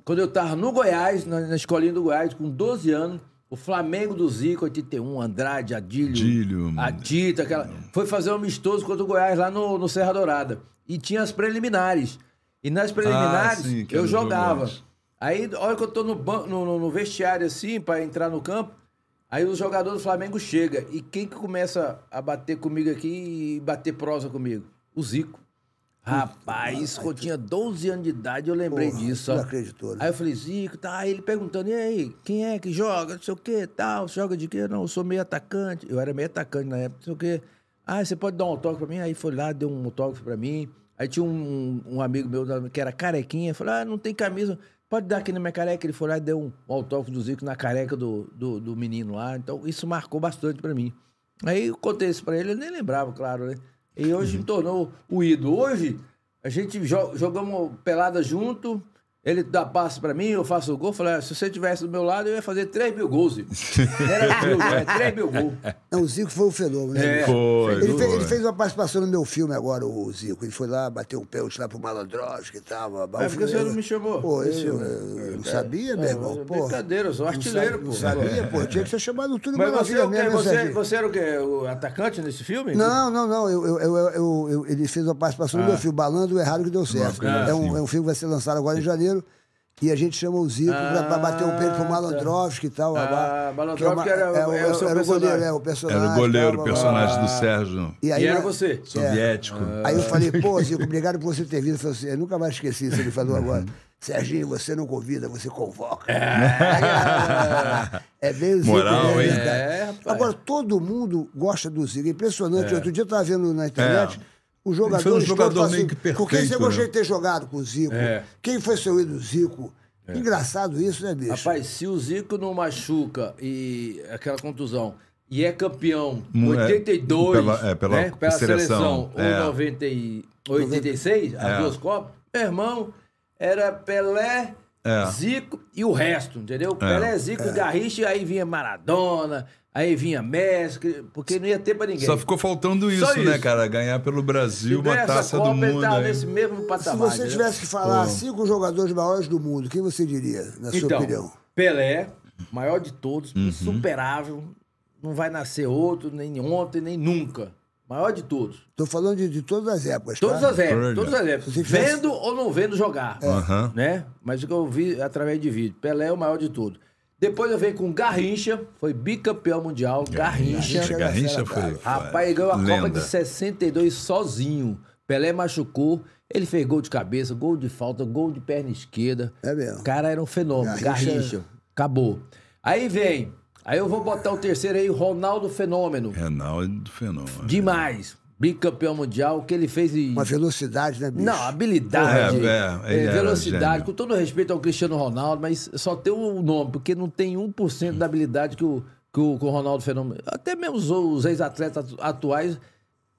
S3: quando eu tava no Goiás, na, na escolinha do Goiás, com 12 anos, o Flamengo do Zico, 81, Andrade, Adílio,
S1: Adílio, mano.
S3: Adita, aquela, foi fazer um amistoso contra o Goiás lá no, no Serra Dourada. E tinha as preliminares. E nas preliminares,
S1: Ah, sim, que é
S3: eu
S1: era o jogo
S3: jogava.
S1: antes.
S3: Aí, a hora que eu tô no, ban- no, no- no vestiário assim, pra entrar no campo, aí o jogador do Flamengo chega. E quem que começa a bater comigo aqui e bater prosa comigo? O Zico. Rapaz, quando eu tinha 12 anos de idade, eu lembrei
S2: Porra,
S3: disso. ó.
S2: não acreditou, né?
S3: Aí eu falei, Zico, tá. Aí ele perguntando, e aí, quem é que joga? Não sei o quê, tal. Você joga de quê? Não, eu sou meio atacante. Eu era meio atacante na época, não sei o quê. Ah, você pode dar um autógrafo pra mim? Aí foi lá, deu um autógrafo pra mim. Aí tinha um, um amigo meu da- que era carequinha, falou, ah, não tem camisa. Pode dar aqui na minha careca. Ele foi lá e deu um autógrafo do Zico na careca do, do, do menino lá. Então, isso marcou bastante pra mim. Aí eu contei isso pra ele, ele nem lembrava, claro, né? E hoje me tornou o ídolo. Hoje, a gente jo- jogamos pelada junto, ele dá passe pra mim, eu faço o gol. Falei, "Ah, se você estivesse do meu lado, eu ia fazer 3 mil gols. Zico." Era mil, né? 3 mil gols.
S2: Não, É, o Zico foi o fenômeno,
S3: É,
S2: né?
S1: Foi,
S2: Ele fez, ele
S1: foi.
S2: fez uma participação no meu filme agora, o Zico. Ele foi lá, bateu um pênalti lá pro Malandroski e tal. blá, blá.
S3: É
S2: O filme
S3: porque o senhor não
S2: era-
S3: me chamou.
S2: Pô,
S3: Esse
S2: eu, eu,
S3: filme.
S2: não sabia, meu
S3: É,
S2: irmão. Pô,
S3: brincadeira, eu sou artilheiro,
S2: não
S3: pô.
S2: sa- Não sabia, pô. Tinha que ser chamado tudo
S3: Mas você, é
S2: maravilha
S3: o quê?
S2: mesmo, né,
S3: Você,
S2: Sérgio?
S3: você era o quê? O atacante nesse filme?
S2: Não, não, não. Eu, eu, eu, eu- eu- ele fez uma
S3: Ah.
S2: participação no meu filme, Balando o Errado que deu certo.
S1: coisa
S2: é, um,
S1: assim.
S2: é um filme que vai ser lançado agora em janeiro. E a gente chama o Zico pra, pra bater um pênalti pro
S3: tá.
S2: Malandrovski e tal.
S3: Ah,
S2: blá, blá,
S3: Malandrovski
S2: que é uma-
S3: era-
S2: é o-
S3: é o seu
S2: era o goleiro,
S3: personagem.
S2: é o personagem.
S1: Era o goleiro,
S2: tal,
S1: o
S2: blá, blá,
S1: personagem do Sérgio
S2: blá.
S3: E era
S2: na-
S3: você?
S1: soviético.
S2: Aí eu falei, pô, Zico, obrigado por você ter vindo. Eu, falei assim, eu nunca mais esqueci isso, ele falou agora. Serginho, você não convida, você convoca. É bem o Zico.
S1: Moral,
S2: né,
S1: hein?
S2: cara?
S3: É, rapaz.
S2: agora, todo mundo gosta do Zico. É impressionante. Outro dia eu estava vendo na internet.
S1: É.
S2: O jogador,
S1: Ele foi um jogador meio que
S2: assim, por que você
S1: perfeito,
S2: gostaria
S1: né?
S2: de ter jogado com o Zico? Quem foi seu ídolo, Zico? Engraçado isso, né, bicho?
S3: Rapaz, se o Zico não machuca e aquela contusão e é campeão
S1: Hum, é.
S3: 82
S1: Pela- é, pela
S3: né, pela seleção,
S1: seleção, é.
S3: ou 90 e 86, as
S1: É.
S3: duas Copas, meu irmão, era Pelé,
S1: É.
S3: Zico e o resto, entendeu? Pelé, Zico,
S2: É.
S3: Garrincha, aí vinha Maradona, aí vinha Messi, porque não ia ter pra ninguém.
S1: Só ficou faltando isso,
S3: É. Só
S1: né,
S3: isso.
S1: cara? Ganhar pelo
S3: Se
S1: Brasil uma
S3: dessa
S1: taça do
S3: Copa, ele
S1: mundo.
S3: tava
S1: hein?
S3: nesse mesmo
S2: Se
S3: patamar.
S2: você
S3: entendeu?
S2: tivesse que falar cinco jogadores maiores do mundo, quem você diria, na
S3: Então.
S2: sua opinião?
S3: Pelé, maior de todos, insuperável, não vai nascer outro, nem ontem, nem nunca. Maior de todos.
S2: Estou falando de, de todas as épocas.
S3: Todas
S2: tá?
S3: as épocas,
S1: Verdade.
S3: todas as épocas.
S2: Se tivesse- É.
S3: Vendo ou não vendo jogar,
S1: Aham.
S3: né? Mas o que eu vi através de vídeo, Pelé é o maior de todos. Depois eu venho com Garrincha, foi bicampeão mundial, Garrincha.
S1: Garrincha, Garrincha foi.
S3: Rapaz, ele ganhou a
S1: lenda.
S3: Copa de 62 sozinho. Pelé machucou, ele fez gol de cabeça, gol de falta, gol de perna esquerda.
S2: É mesmo.
S3: O cara era um fenômeno,
S2: Garrincha.
S3: Garrincha. Acabou. Aí vem, aí eu vou botar o terceiro aí, Ronaldo Fenômeno.
S1: É. Reinaldo Fenômeno.
S3: Demais. Bicampeão mundial, o que ele fez e...
S2: Uma velocidade, né, bicho?
S3: Hum. Não, habilidade,
S1: É, é, ele
S3: eh,
S1: era
S3: velocidade,
S1: gênio.
S3: com todo respeito ao Cristiano Ronaldo, mas só tem o nome, porque não tem 1% da habilidade que o, que o, que o Ronaldo Fenômeno. Até mesmo os, os ex-atletas atu- atuais,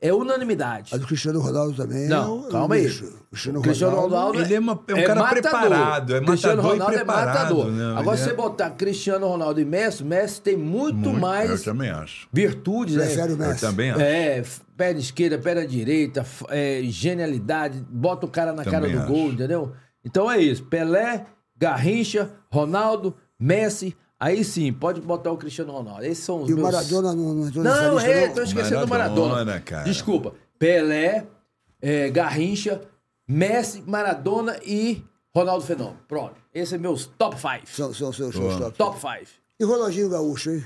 S3: é unanimidade.
S2: Mas o Cristiano Ronaldo também.
S3: Não,
S2: é um-
S3: calma
S2: um
S3: aí.
S2: bicho. O Cristiano,
S3: Cristiano
S2: Ronaldo.
S3: Ronaldo
S1: ele é uma- é um cara preparado, é
S3: O Cristiano
S1: matador e
S3: Ronaldo
S1: preparado,
S3: é matador.
S1: né? Ele
S3: Agora, se
S1: é-
S3: você botar Cristiano Ronaldo e Messi, Messi tem muito,
S1: Muito, é Eu
S3: mais
S1: também acho.
S3: virtudes. né?
S2: Prefere o
S1: Eu
S2: Messi.
S1: também acho.
S3: É, f- perna esquerda, perna direita, f- é, genialidade, bota o cara na
S1: Também
S3: cara do gol,
S1: acho.
S3: entendeu? Então é isso. Pelé, Garrincha, Ronaldo, Messi. Aí sim, pode botar o Cristiano Ronaldo. Esses são os
S2: E o
S3: meus...
S2: Maradona não, não entrou nessa
S3: Não,
S2: lista,
S3: é,
S2: não?
S3: tô esquecendo do
S1: Maradona,
S3: Maradona.
S1: cara.
S3: Desculpa. Pelé, é, Garrincha, Messi, Maradona e Ronaldo Fenômeno. Pronto. Esse é meus top 5.
S2: São, são, são, são os top.
S3: Top 5.
S2: E o Ronaldinho Gaúcho, hein?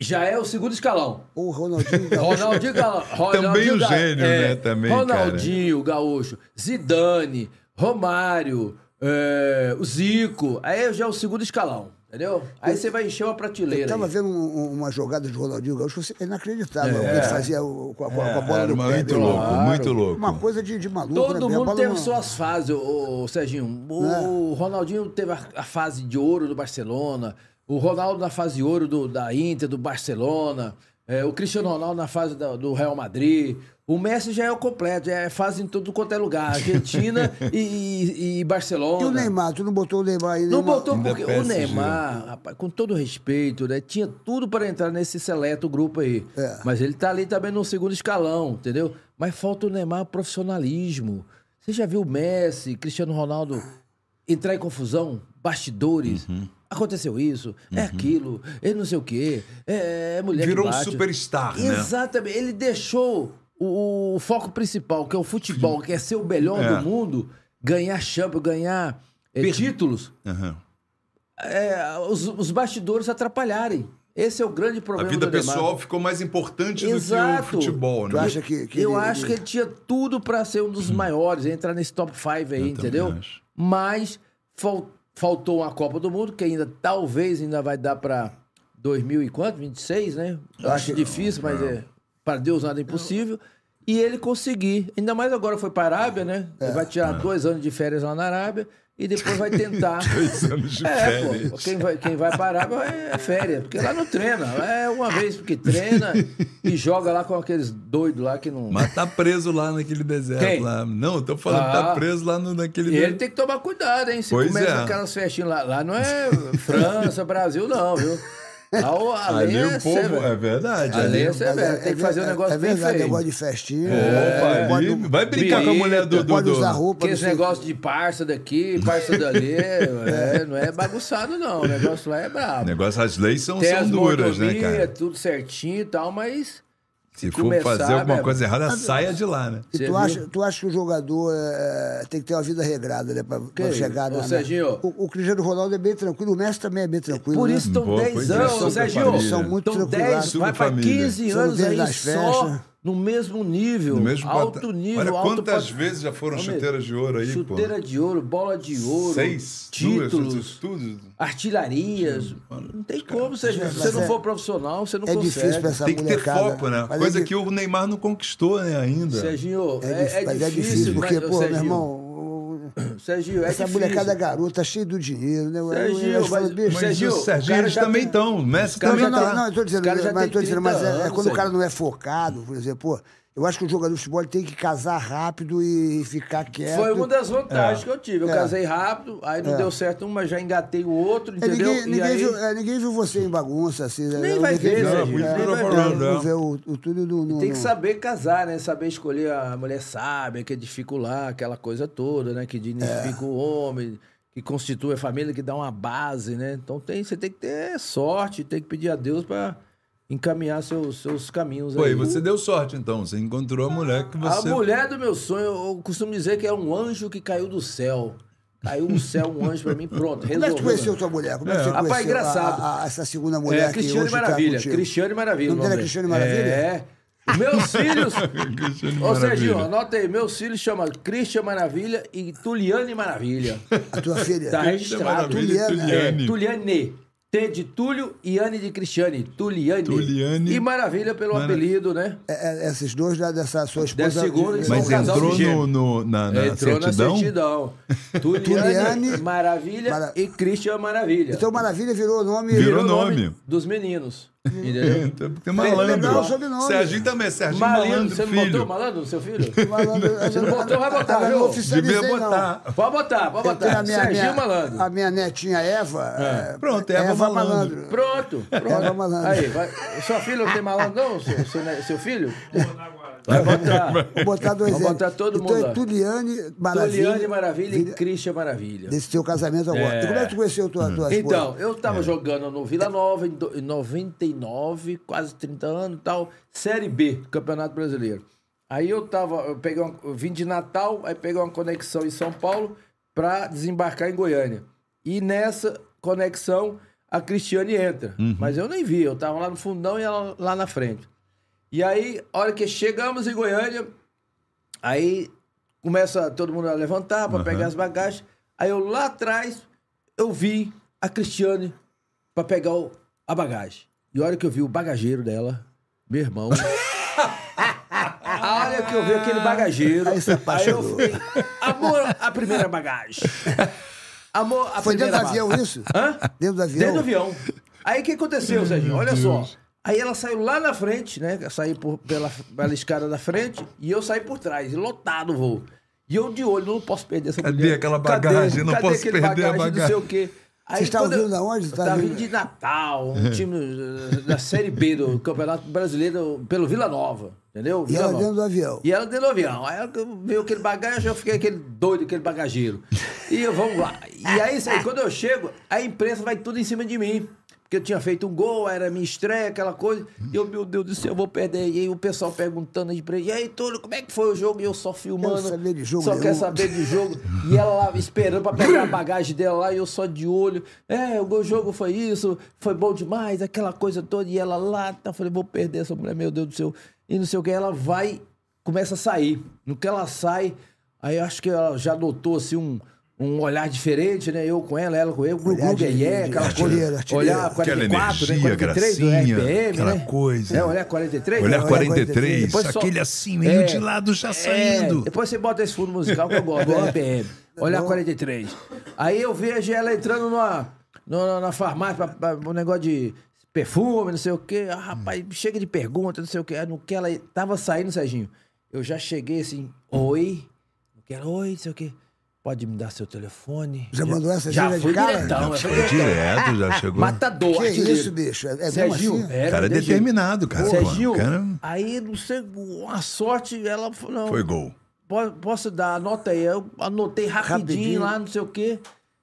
S3: Já é o segundo escalão.
S2: O Ronaldinho Gaúcho.
S3: Ronaldinho Gaúcho. Ronaldinho
S1: o
S3: Ga- é,
S1: gênio, né? Também, cara.
S3: Ronaldinho Gaúcho, Zidane, Romário, é, o Zico. Aí já é o segundo escalão, entendeu? Aí você vai encher uma
S2: Eu
S3: prateleira.
S2: tava
S3: aí.
S2: vendo um- um- uma jogada de Ronaldinho Gaúcho, você é inacreditável o que ele fazia o- com a, com a- com a
S3: É,
S2: bola
S1: era
S2: do pé.
S1: muito
S2: dele.
S1: louco, muito louco.
S2: Uma coisa de, de maluco, né?
S3: Todo
S2: A
S3: mundo
S2: bola
S3: teve
S2: não- Né?
S3: suas fases, o, Serginho. O Ronaldinho teve a, a fase de ouro do Barcelona, o Ronaldo na fase de ouro do- da Inter, do Barcelona, é, o Cristiano Ronaldo na fase da- do Real Madrid. O Messi já é o completo, já é fase em tudo quanto é lugar. Argentina e, e- e Barcelona.
S2: E o Neymar, tu não botou o Neymar aí?
S3: Não
S2: Neymar?
S3: botou
S1: Ainda
S3: porque o
S1: PSG.
S3: Neymar, rapaz, com todo respeito, né? Tinha tudo para entrar nesse seleto grupo aí.
S2: É.
S3: Mas ele tá ali também no segundo escalão, entendeu? Mas falta o Neymar profissionalismo. Você já viu o Messi, Cristiano Ronaldo entrar em confusão, bastidores?
S1: Uhum.
S3: Aconteceu isso, é aquilo, é não sei o quê, é, é mulher
S1: Virou
S3: que
S1: um
S3: bate.
S1: superstar, né?
S3: Exatamente. Ele deixou o, o foco principal, que é o futebol, que é ser o melhor
S1: É.
S3: do mundo, ganhar champion, ganhar eh, títulos,
S1: Aham.
S3: é, os, os bastidores atrapalharem. Esse é o grande
S1: A
S3: problema
S1: vida
S3: do Neymar.
S1: pessoal ficou mais importante do
S3: Exato.
S1: que o futebol,
S2: Tu
S1: né?
S2: acha que... que
S3: Eu
S2: ele-
S3: acho que ele tinha tudo pra ser um dos maiores, entrar nesse top 5 aí,
S1: também
S3: entendeu?
S1: acho.
S3: Mas fal- faltou uma Copa do Mundo, que ainda talvez ainda vai dar pra 2000 e quanto? 26, né? Eu acho difícil, mas é para Deus nada é impossível. E ele conseguir, ainda mais agora foi pra Arábia, né?
S1: É.
S3: Ele vai tirar dois anos de férias lá na Arábia e depois vai tentar.
S1: Dois anos de
S3: É, pô,
S1: férias.
S3: quem vai, quem vai parar é férias, porque lá não treina. lá É uma vez porque treina e joga lá com aqueles doidos lá que não.
S1: Mas tá preso lá naquele deserto.
S3: Quem?
S1: Lá. Não, eu tô falando,
S3: Ah.
S1: tá preso lá no, naquele
S3: E ele
S1: deserto.
S3: tem que tomar cuidado, hein? Se
S1: né? Pois
S3: começa
S1: é.
S3: aquelas festinhas lá, lá não é França, Brasil, não, viu? Lá o a
S1: Ali
S3: lei
S1: o
S3: é
S1: povo,
S3: severa.
S1: é verdade.
S3: A lei
S1: ali-
S3: é
S2: Mas
S3: severa, tem que fazer um
S2: é-
S3: negócio
S2: é
S3: bem
S2: verdade,
S3: feio.
S2: negócio de festinha.
S3: é
S1: Opa,
S2: pode-
S1: ali- vai brincar com a mulher do.
S3: Bonito,
S1: do,
S2: Pode
S1: do-
S2: usar roupa.
S3: Porque
S2: não
S3: esse
S2: sei o quê.
S3: negócio de parça daqui, parça dali, é, não é bagunçado, não. O negócio lá é
S1: O
S3: brabo.
S1: negócio, as leis são,
S3: Tem
S1: é são
S3: as
S1: duras, né,
S3: mordomias,
S1: cara?
S3: tudo certinho e tal, mas
S1: Se for
S3: começar,
S1: fazer alguma
S3: né,
S1: coisa errada, saia de lá, né?
S2: E
S3: Você
S2: tu,
S3: viu?
S2: acha, tu acha que o jogador é, tem que ter uma vida regrada, né? Pra, pra
S3: Que
S2: chegar
S3: isso?
S2: na-
S3: Ô,
S2: na-
S3: Serginho.
S2: O, o Cristiano Ronaldo é bem tranquilo, o Messi também é bem tranquilo.
S3: por
S2: né?
S3: isso estão
S1: Boa,
S3: 10
S1: pois é,
S3: anos, né,
S1: super
S3: Sérgio.
S1: família.
S2: São muito
S3: Estão 10,
S2: tranquilos.
S3: vai
S1: Super
S3: para
S1: família.
S3: 15
S2: São
S3: anos
S2: dentro
S3: aí
S2: das
S3: só,
S2: festas.
S3: no mesmo nível,
S1: No mesmo
S3: alto
S1: pata-
S3: nível,
S1: Olha
S3: alto
S1: quantas
S3: pat-
S1: vezes já foram
S3: Ô, meu,
S1: chuteiras de ouro aí,
S3: Chuteira de ouro, bola de
S1: pô.
S3: ouro,
S1: Seis, duas,
S3: títulos,
S1: essas tudo.
S3: artilharias. Não tem como, Sérgio. Se
S2: Mas
S3: você não
S2: é-
S3: for profissional, você não
S2: É
S3: consegue.
S2: difícil pra essa
S1: Tem que ter
S2: molecada.
S1: foco, né?
S2: Mas é
S1: Coisa
S2: di-
S1: que o Neymar não conquistou, né, ainda.
S3: Serginho, é,
S2: É, dif-
S3: é
S2: mas
S3: difícil,
S2: é difícil, porque,
S3: mas,
S2: pô, meu
S3: Serginho,
S2: irmão, o-
S3: Serginho, é
S2: essa
S3: difícil.
S2: molecada é garota, cheia do dinheiro, né? Eu- eu-
S3: Serginho,
S2: eu falo,
S3: mas-
S2: bicho,
S1: Mas
S3: Serginho,
S1: os
S3: o cara
S1: Serginhos
S3: já
S1: também
S3: tem-
S1: estão. O Messi
S3: cara
S1: também
S3: já
S2: não,
S1: tá.
S2: não, não, eu tô dizendo,
S3: Os caras já
S2: mas,
S3: têm
S2: eu tô dizendo, mas
S3: 30
S2: é, é
S3: anos,
S2: quando o cara
S3: Sérgio.
S2: não é focado, por exemplo, pô, eu acho que o jogador de futebol ele tem que casar rápido e ficar quieto.
S3: Foi uma das vantagens que eu tive. Eu
S2: É.
S3: casei rápido, aí não deu certo um, mas já engatei o outro,
S2: É,
S3: entendeu?
S2: ninguém,
S3: E
S2: ninguém
S3: aí-
S2: viu, é, ninguém viu você em bagunça, assim. né?
S3: Nem vai
S2: Ninguém
S3: ver,
S2: viu,
S3: né,
S2: é,
S3: gente? Nem vai
S2: não,
S1: ver.
S2: não vê o, o tudo do. no-
S3: Tem que
S2: no-
S3: saber casar, né? Saber escolher a mulher sábia, que é de ficular, aquela coisa toda, né? Que
S2: É.
S3: dignifica o homem, que constitui a família, que dá uma base, né? Então tem, você tem que ter sorte, tem que pedir a Deus pra encaminhar seus, seus caminhos
S1: Pô,
S3: aí.
S1: e você deu sorte, então. Você encontrou a mulher que
S3: A
S1: você.
S3: mulher do meu sonho, eu costumo dizer que é um anjo que caiu do céu. Caiu do céu um anjo pra mim, pronto,
S2: Como é que tu
S3: resolveu.
S2: conheceu tua mulher? Como é que você
S3: né? Rapaz,
S2: conheceu a-
S3: engraçado.
S2: a- a- essa segunda mulher
S3: É,
S2: que
S3: Cristiane
S2: hoje tá
S3: Maravilha.
S2: contigo?
S3: Cristiane Maravilha.
S2: O nome dela é
S3: dela.
S2: Cristiane Maravilha?
S3: É. Meus filhos.
S1: Cristiane
S3: Ô, Serginho,
S1: Maravilha.
S3: anota aí. Meus filhos chamam Cristian Maravilha e Tuliane Maravilha.
S2: A tua filha?
S3: Tá
S1: Isso é
S3: registrado.
S1: maravilha,
S2: Tuliane.
S1: Tuliane.
S3: É, Tuliane. T de Túlio e Anne de Cristiane. Tuliane.
S1: Tuliane.
S3: E Maravilha pelo
S1: Mara-
S3: apelido, né?
S2: É, é, esses dois da, dessa sua esposa.
S3: Dessa segunda,
S2: de-
S3: eles
S1: Mas
S3: são um casal
S1: entrou
S3: de
S1: no,
S3: gêmeos.
S1: no- na, na
S3: Entrou
S1: certidão?
S3: na certidão. Tuliane,
S2: Tuliane.
S3: Maravilha
S2: Mara-
S3: e Cristian Maravilha.
S2: Então Maravilha virou nome.
S1: Virou
S3: o
S1: é nome.
S3: dos meninos. Entendeu?
S1: Então, Tem malandro.
S2: Legal o sobrenome.
S1: Serginho também, Serginho
S3: Malandro,
S1: Malandro,
S3: você não botou
S1: filho.
S3: malandro no seu filho?
S2: Você
S3: não botou, vai botar, viu?
S2: Não oficializei,
S1: Devia botar.
S2: não.
S3: Pode botar, pode
S2: Eu tenho
S3: botar.
S2: a minha,
S3: Serginho
S2: minha-
S3: Malandro.
S2: a minha netinha Eva. é,
S1: Pronto, Eva Malandro.
S3: Pronto, pronto.
S2: Eva Malandro.
S3: Aí, vai. Sua filha não tem malandro, não? Seu, seu, ne- seu filho?
S4: agora.
S3: Vai botar.
S2: Vou botar dois
S3: Vou
S2: L.
S3: botar todo
S2: então
S3: mundo
S2: é
S3: lá.
S2: Tuliane Maravilha.
S3: Tuliane Maravilha e
S2: vira-
S3: Christian Maravilha.
S2: Desse teu casamento agora.
S3: É.
S2: E como é que tu conheceu tua, tua esposa?
S3: Então, eu tava jogando no Vila Nova em do- em 99, quase 30 anos e tal, Série B, Campeonato Brasileiro. Aí eu tava, eu peguei uma, eu vim de Natal, aí peguei uma conexão em São Paulo pra desembarcar em Goiânia. E nessa conexão a Cristiane entra, mas eu nem vi, eu tava lá no fundão e ela lá na frente. E aí, a hora que chegamos em Goiânia, Aí começa todo mundo a levantar para pegar as bagagens. Aí eu lá atrás, eu vi a Cristiane pra pegar o- a bagagem. E a hora que eu vi o bagageiro dela, meu irmão. A hora que eu vi aquele bagageiro.
S2: Aí você apaixonou.
S3: eu falei, amor, a primeira bagagem. Amor, a
S2: Foi dentro
S3: primeira
S2: do avião
S3: bagagem."
S2: isso?
S3: Hã?
S2: Dentro do avião?
S3: Dentro do avião. Aí o que aconteceu, Serginho? Olha só. Aí ela saiu lá na frente, né? Eu Saí por- pela, pela escada da frente e eu saí por trás, lotado o voo. E eu de olho, não posso perder essa
S1: Cadê
S3: mulher.
S1: aquela bagagem? Não posso
S3: aquele
S1: perder a
S3: Não sei
S1: bagagem.
S3: o quê. Aí,
S2: Vocês estavam
S3: quando eu-
S2: vindo da onde?
S3: Eu
S2: Tá
S3: tava
S2: vindo-
S3: vindo de Natal,
S2: Uhum.
S3: um time eh, da Série B do Campeonato Brasileiro pelo Vila Nova, entendeu?
S2: E
S3: Vila
S2: ela
S3: Nova.
S2: dentro do avião.
S3: E ela dentro do avião. Aí ela veio aquele bagagem, eu fiquei aquele doido, aquele bagageiro. E eu, vamos lá. E aí, sabe, quando eu chego, a imprensa vai tudo em cima de mim. Porque eu tinha feito um gol, era minha estreia, aquela coisa. E eu, meu Deus do céu, eu vou perder. E aí o pessoal perguntando aí pra ele, e aí, Túlio, como é que foi o jogo? E eu só filmando.
S2: Quero saber de jogo
S3: Só
S2: nenhum.
S3: quer saber de jogo. E ela lá esperando pra pegar a bagagem dela lá, e eu só de olho. É, o go- jogo foi isso, foi bom demais, aquela coisa toda. E ela lá, tá, eu falei, vou perder essa mulher, meu Deus do céu. E não sei o que, ela vai, começa a sair. No que ela sai, aí eu acho que ela já notou assim um. Um olhar diferente, né? Eu com ela, ela com eu, glu,
S2: Olhar
S3: glu,
S2: de-
S3: guerrier,
S2: de
S3: aquela
S2: artilheiro,
S3: coisa.
S2: artilheiro.
S3: Olhar
S1: Aquela
S3: 44, né?
S1: energia,
S3: 43 do
S1: gracinha,
S3: RPM,
S1: aquela
S3: né?
S1: coisa.
S3: É, olhar 43.
S1: Olhar
S3: né?
S1: 43,
S3: Depois só-
S1: aquele assim, meio
S3: É.
S1: de lado já
S3: É,
S1: saindo.
S3: depois você bota esse fundo musical que eu gosto, do RPM. Olha a 43. Aí eu vejo ela entrando numa, numa, na farmácia, pra, pra- um negócio de perfume, não sei o quê. Ah, rapaz, chega de pergunta, não sei o quê. Aí No que ela tava saindo, Serginho, eu já cheguei assim, oi. No que ela, oi, não sei o quê. Pode me dar seu telefone?
S2: Já mandou essa
S3: já
S2: gira de
S3: fui
S2: cara?
S3: diretão, eu fui
S1: Foi
S3: diretão.
S1: direto, já chegou.
S3: Matador.
S2: Que
S3: artilheiro.
S2: isso, bicho? É- é mesmo
S3: Serginho,
S2: assim?
S3: era
S1: O cara é
S3: desse jeito.
S1: determinado, cara.
S3: Serginho,
S1: O cara
S3: aí não sei, a sorte, ela falou, não,
S1: foi gol.
S3: po- posso dar, anota aí. Eu anotei rapidinho,
S2: Rapidinho.
S3: lá, não sei o quê.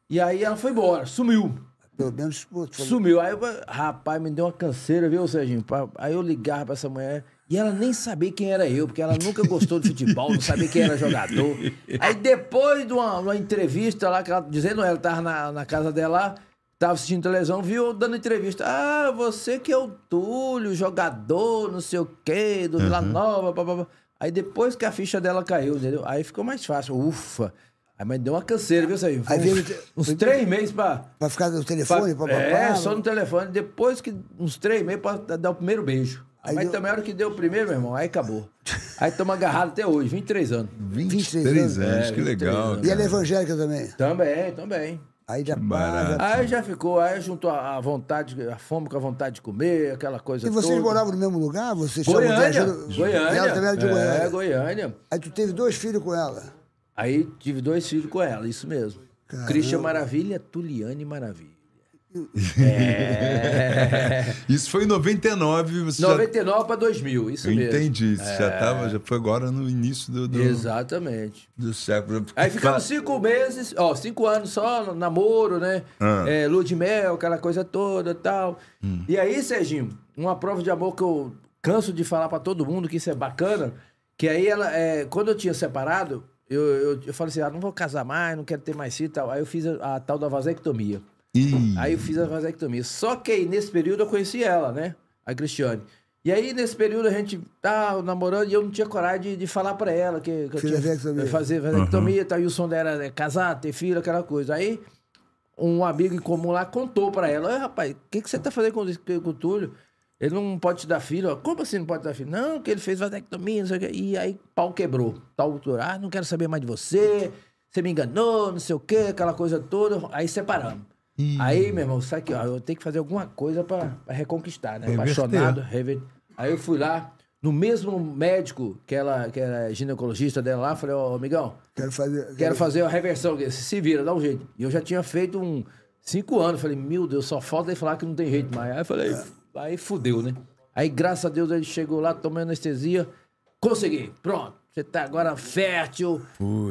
S3: E aí ela foi embora, sumiu.
S2: Pelo menos, pô, tu falou,
S3: Sumiu. Aí, eu, rapaz, me deu uma canseira, viu, Serginho? Pa- Aí eu ligava pra essa mulher. E ela nem sabia quem era eu, porque ela nunca gostou de futebol, não sabia quem era jogador. Aí depois de uma, uma entrevista lá, que ela, dizendo ela tava na, na casa dela, lá, tava assistindo televisão, viu eu dando entrevista. Ah, você que é o Túlio, jogador, não sei o quê, do Vila Nova, blá, blá, blá. Aí depois que a ficha dela caiu, entendeu? Aí ficou mais fácil. Ufa! Aí mas deu uma canseira, viu, Serginho? Foi
S2: Aí veio-
S3: uns, uns três meses pra,
S2: pra ficar no telefone, pra papá.
S3: é, só no telefone. Depois que uns três meses pra dar- dar o primeiro beijo.
S2: Aí
S3: Mas
S2: deu-
S3: também a hora que deu o primeiro, meu irmão, aí acabou. Aí estamos agarrados até hoje, 23 anos.
S2: 23 anos.
S1: 23 anos,
S3: É,
S1: que
S3: 23
S1: legal.
S3: anos.
S2: E
S1: cara.
S2: ela é evangélica também.
S3: Também, também.
S2: Aí já
S1: Barato.
S2: para.
S3: Aí já ficou, aí juntou a a vontade, a fome com a vontade de comer, aquela coisa
S2: E vocês
S3: toda.
S2: moravam no mesmo lugar? Vocês estavam
S3: Goiânia.
S2: viajando-
S3: Goiânia.
S2: Ela também era de Goiânia.
S3: É, Goiânia.
S2: Aí tu teve dois filhos com ela.
S3: Aí tive dois filhos com ela, isso mesmo. Christian Maravilha, Tuliane Maravilha. é.
S1: Isso foi em 99, você
S3: 99 para 2000, isso
S1: já... Eu
S3: mesmo. É.
S1: entendi. Você já tava, já foi agora no início do, do,
S3: Exatamente.
S1: do século.
S3: Aí
S1: Claro.
S3: ficamos cinco meses, ó, cinco anos só, no- namoro, né?
S1: Ah.
S3: É, lua de mel, aquela coisa toda tal. E aí, Serginho, uma prova de amor que eu canso de falar pra todo mundo que isso é bacana, que aí ela, é, quando eu tinha separado, eu, eu, eu falei assim, ah, não vou casar mais, não quero ter mais filho e tal. Aí eu fiz a, a tal da vasectomia.
S1: Ih,
S3: Aí eu fiz a vasectomia. Só que aí, nesse período, eu conheci ela, né? A Cristiane. E aí, nesse período, a gente tá namorando e eu não tinha coragem de, de falar pra ela que, que eu
S2: Fiz
S3: tinha
S2: vasectomia.
S3: fazer vasectomia e tal. E o som dela era né, casar, ter filho, aquela coisa. Aí, um amigo em comum lá contou pra ela: "Ô, rapaz, o que, que você tá fazendo com, esse- com o Túlio? Ele não pode te dar filho. Ó, Como assim não pode te dar filho? Não, que ele fez vasectomia, não sei o quê. E aí, pau quebrou. Tal doutor, ah, não quero saber mais de você. Você me enganou, não sei o quê, aquela coisa toda. Aí separamos. Aí, meu irmão, sabe que ó, eu tenho que fazer alguma coisa pra, pra reconquistar, né?
S1: Reverter.
S3: Apaixonado, rever... Aí eu fui lá, no mesmo médico que ela, que era ginecologista dela lá, falei, ó, amigão,
S2: Quero fazer.
S3: Quero fazer a reversão. desse. Se vira, dá um jeito. E eu já tinha feito um cinco anos. Falei, meu Deus, só falta ele falar que não tem jeito mais. Aí eu falei, aí fudeu, né? Aí, graças a Deus, ele chegou lá, tomei anestesia. Consegui, pronto. Você tá agora fértil.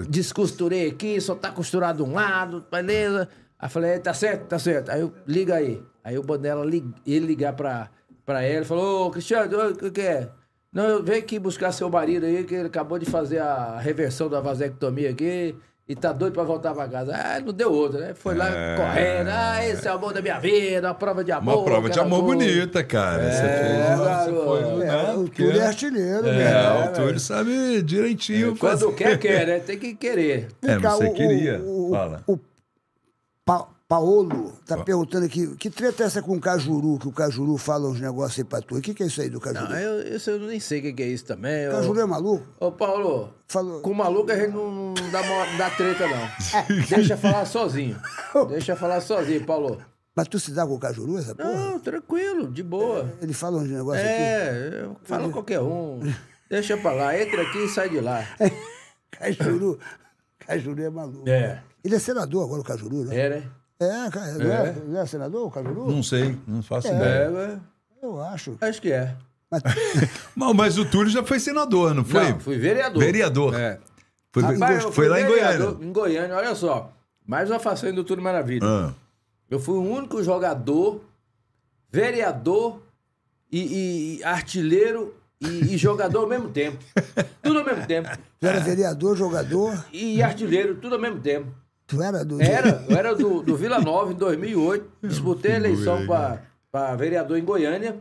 S3: Descosturei aqui, só tá costurado um lado, beleza. Aí eu falei, tá certo, tá certo. Aí eu, liga aí. Aí o Bandela, lig- ele ligar pra, pra ela, falou, ô, Cristiano, ô, o que que é? Não, eu venho aqui buscar seu marido aí, que ele acabou de fazer a reversão da vasectomia aqui e tá doido pra voltar pra casa. Ah, não deu outra, né? Foi lá correndo. Ah, esse é o amor da minha vida, uma prova de amor.
S1: uma prova de
S3: aquela
S1: amor
S3: coisa.
S1: bonita, cara.
S3: É,
S1: você fez, você
S3: garoto.
S1: foi,
S2: É,
S1: né?
S2: o
S1: Porque-
S2: Túlio é artilheiro,
S1: É,
S2: né?
S1: o Túlio
S3: É,
S1: sabe direitinho. fazer.
S3: Quando quer, quer, né? Tem que querer.
S1: É,
S2: Vem cá,
S1: você
S2: o-
S1: queria.
S2: O, o,
S1: Fala.
S2: o Pa- Paolo tá perguntando aqui, que treta é essa com o Cajuru, que o Cajuru fala uns negócios aí pra tu? O que, que é isso aí do Cajuru?
S3: Não, eu, isso eu nem sei o que, que é isso também.
S2: O
S3: eu-
S2: Cajuru é maluco?
S3: Ô, Paulo,
S2: Falou.
S3: com o maluco a gente não dá, mo- não dá treta, não. Deixa falar sozinho. Deixa falar sozinho, Paulo.
S2: Mas tu se dá com o Cajuru, essa porra?
S3: Não, tranquilo, de boa.
S2: Ele fala uns negócios aqui.
S3: É, eu- fala qualquer um. Deixa pra lá, entra aqui e sai de lá.
S1: É.
S2: Cajuru. Cajuru é maluco.
S3: É.
S2: Ele é senador agora, o Cajuru, né?
S3: É, né?
S2: É, ca- não é, não é senador, o Cajuru?
S1: Não sei, não faço ideia.
S3: É, né?
S2: Eu acho.
S3: acho que é.
S2: Mas
S1: Mas, mas o Túlio já foi senador, não foi?
S3: Não, fui vereador.
S1: Vereador.
S3: É.
S1: Foi,
S3: Rapaz,
S1: foi
S3: eu fui
S1: lá em
S3: vereador
S1: Goiânia.
S3: Em Goiânia, olha só. Mais uma façanha do Túlio Maravilha.
S1: Ah,
S3: Eu fui o único jogador, vereador e, e artilheiro e, e jogador ao mesmo tempo. Tudo ao mesmo tempo.
S2: tu era vereador, jogador,
S3: E artilheiro, tudo ao mesmo tempo.
S2: tu era do...
S3: Era, eu era do, do Vila Nova em 2008. Disputei a eleição para vereador em Goiânia.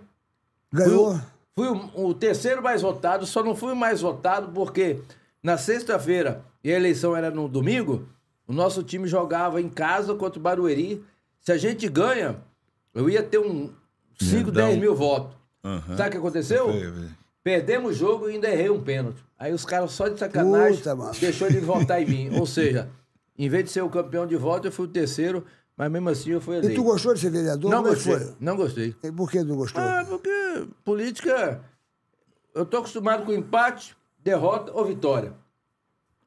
S2: Ganhou.
S3: Fui o, o terceiro mais votado, só não fui mais votado porque na sexta-feira, e a eleição era no domingo, o nosso time jogava em casa contra o Barueri. Se a gente ganha, eu ia ter um 5,
S1: Grandão.
S3: 10 mil votos.
S1: Aham.
S3: Sabe o que aconteceu?
S1: foi, foi.
S3: Perdemos o jogo e ainda errei um pênalti. Aí os caras só de sacanagem
S2: Puta, mano.
S3: deixou eles votar em mim. Ou seja, em vez de ser o campeão de voto, eu fui o terceiro, mas mesmo assim eu fui
S2: E tu
S3: eleito.
S2: gostou de ser vereador?
S3: Não
S2: Como é que
S3: gostei.
S2: foi?
S3: Não gostei.
S2: E por que não gostou?
S3: Ah, porque política. Eu tô acostumado com empate, derrota ou vitória.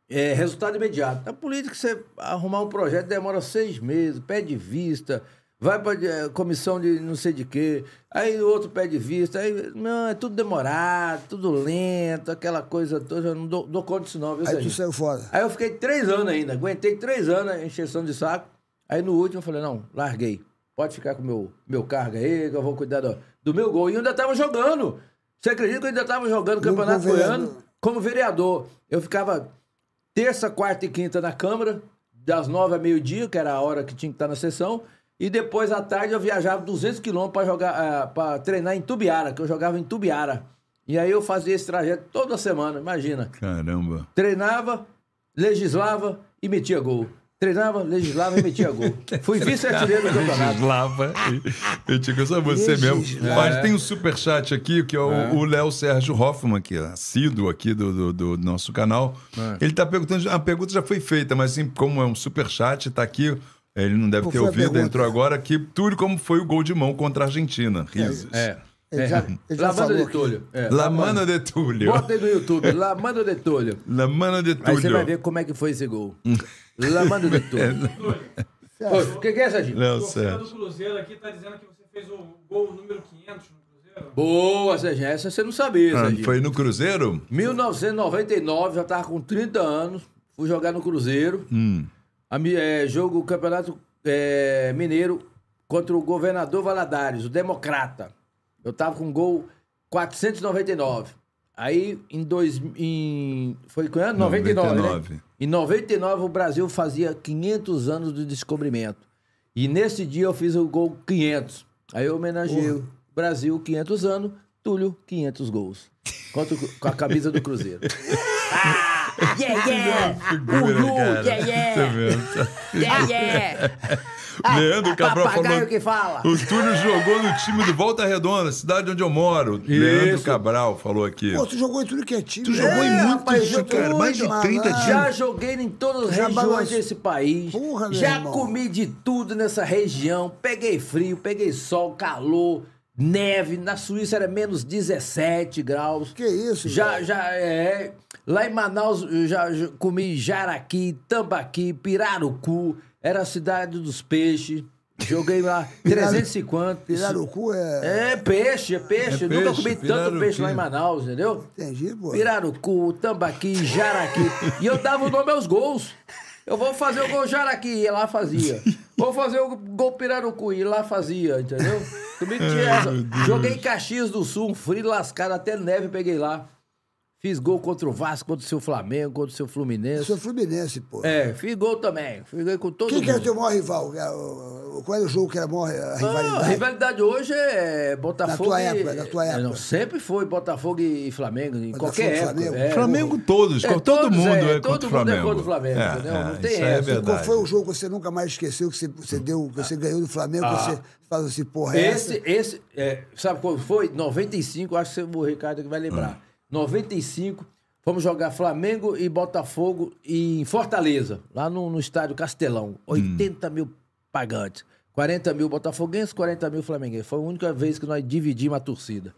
S3: É resultado imediato. Na política, você arrumar um projeto demora seis meses, pede vista, vai pra eh, comissão de não sei de quê, aí o outro pede vista, aí. Não, é tudo demorado, tudo lento, aquela coisa toda. Eu não dou, dou conta disso, não, viu,
S2: Aí tu
S3: Serginho?
S2: saiu fora.
S3: Aí eu fiquei três anos ainda, aguentei três anos a encheção de saco. Aí no último eu falei, não, larguei. Pode ficar com o meu, meu cargo aí, que eu vou cuidar do, do meu gol. E eu ainda tava jogando. Você acredita que eu ainda tava jogando Campeonato
S2: como vereador.
S3: Goiano como vereador? Eu ficava terça, quarta e quinta na Câmara, das nove a meio-dia, que era a hora que tinha que estar na sessão. E depois, à tarde, eu viajava 200 quilômetros para jogar, para treinar em Tubiara, que eu jogava em Tubiara. E aí eu fazia esse trajeto toda semana, imagina
S1: Caramba.
S3: treinava, legislava e metia gol. Treinava, legislava e metia gol. Fui vice-artilheiro do campeonato.
S1: Legislava. Eu digo, só você mesmo. Mas tem um superchat aqui, que é o o Léo Sérgio Hoffman, que é assíduo aqui do, do- do nosso canal.
S3: É.
S1: Ele está perguntando, a pergunta já foi feita, mas assim, como é um superchat, está aqui, ele não deve
S2: Qual
S1: ter
S2: foi a
S1: ouvido,
S2: pergunta?
S1: entrou agora aqui. Túlio, como foi o gol de mão contra a Argentina? Risos.
S3: É.
S2: Ele já- ele já
S3: Lavanda
S2: falou
S3: de Túlio. É.
S1: Lamana de Túlio.
S3: Bota aí no YouTube, Lamanda de Túlio.
S1: Lamana de
S3: Aí você vai
S1: Túlio.
S3: ver como é que foi esse gol. Lamanda de Túlio. Oi, O que, que é, Serginho?
S1: Léo
S4: torcida do
S1: Sérgio.
S4: Cruzeiro aqui tá dizendo que você fez o gol número 500 no Cruzeiro.
S3: Boa, Serginho. Essa você não sabia,
S1: Ah,
S3: Serginho.
S1: Foi no Cruzeiro?
S3: 1999, já tava com 30 anos, fui jogar no Cruzeiro.
S1: Hum.
S3: A mi- eh, jogo Campeonato eh, Mineiro contra o governador Valadares, o Democrata. Eu tava com um gol 499. Aí em dois em foi quando? 99, 99.
S1: 99.
S3: Né? Em 99 o Brasil fazia 500 anos do descobrimento. E nesse dia eu fiz o gol 500. Aí eu homenageei o Brasil 500 anos, Túlio 500 gols. Contra o- com a camisa do Cruzeiro.
S5: Yeah,
S3: Ah,
S5: yeah.
S1: Figura, cara.
S5: yeah, yeah.
S1: Tá vendo?
S5: Yeah, yeah.
S1: Leandro Cabral
S3: É, Ah, Papagaio
S1: falou.
S3: que fala.
S1: O Túlio jogou no time do Volta Redonda, cidade onde eu moro. Leandro Cabral falou aqui.
S2: Pô, tu jogou em tudo que é time.
S1: Tu jogou em
S2: É,
S1: muito
S2: rapaz,
S1: time,
S2: jogou
S1: cara, mais de
S2: muito,
S1: 30
S2: malandro.
S1: times.
S3: Já joguei em todas as
S2: Já
S3: regiões
S2: balançou.
S3: desse país.
S2: É Porra, meu
S3: já
S2: irmão.
S3: comi de tudo nessa região. Peguei frio, peguei sol, calor, neve. Na Suíça era menos 17 graus.
S2: Que isso,
S3: Já,
S2: cara?
S3: já, é. Lá em Manaus, eu já j- comi jaraqui, tambaqui, pirarucu. Era a cidade dos peixes. Joguei lá 350.
S2: Pirarucu é...
S3: É peixe, é peixe.
S1: É
S3: Nunca
S1: peixe,
S3: comi tanto
S1: pirarucu.
S3: peixe lá em Manaus, entendeu?
S2: Entendi, pô.
S3: Pirarucu, tambaqui, jaraqui. E eu dava o nome aos gols. Eu vou fazer o gol jaraqui, e lá fazia. Vou fazer o gol pirarucu, e lá fazia, entendeu? Comigo tinha essa. Joguei em Caxias do Sul, um frio lascado, até neve peguei lá. Fiz gol contra o Vasco, contra o seu Flamengo, contra o seu
S2: Eu
S3: Fluminense.
S2: sou fluminense, pô.
S3: É, fiz gol também. Fiz gol com todo
S2: Quem
S3: mundo.
S2: que é o teu maior rival? É o- o- qual era o jogo que era a maior eh,
S3: Não, Ah, a
S2: rivalidade?
S3: rivalidade hoje é Botafogo.
S2: Na tua
S3: e-
S2: época, na tua
S3: É, Não,
S2: época.
S3: sempre foi Botafogo e Flamengo, em
S2: Botafogo,
S3: qualquer época.
S2: Flamengo.
S3: é.
S1: Flamengo todos,
S3: É,
S1: co- todo
S3: todos,
S1: mundo
S3: é,
S1: é,
S3: todo
S1: contra o
S3: mundo é
S1: Flamengo.
S3: contra o Flamengo, entendeu? Não tem
S1: isso aí É
S3: essa.
S1: verdade.
S2: Qual foi o jogo que você nunca mais esqueceu, que você, você deu, que você ganhou do Flamengo, que você faz assim, porra, é essa?
S3: Ah. Esse, esse é, sabe quando foi? 95, acho que você- o Ricardo que vai lembrar. 95, fomos jogar Flamengo e Botafogo em Fortaleza, lá no, no estádio Castelão. 80 mil pagantes. 40 mil botafoguenses, 40 mil flamenguenses. Foi a única vez que nós dividimos a torcida.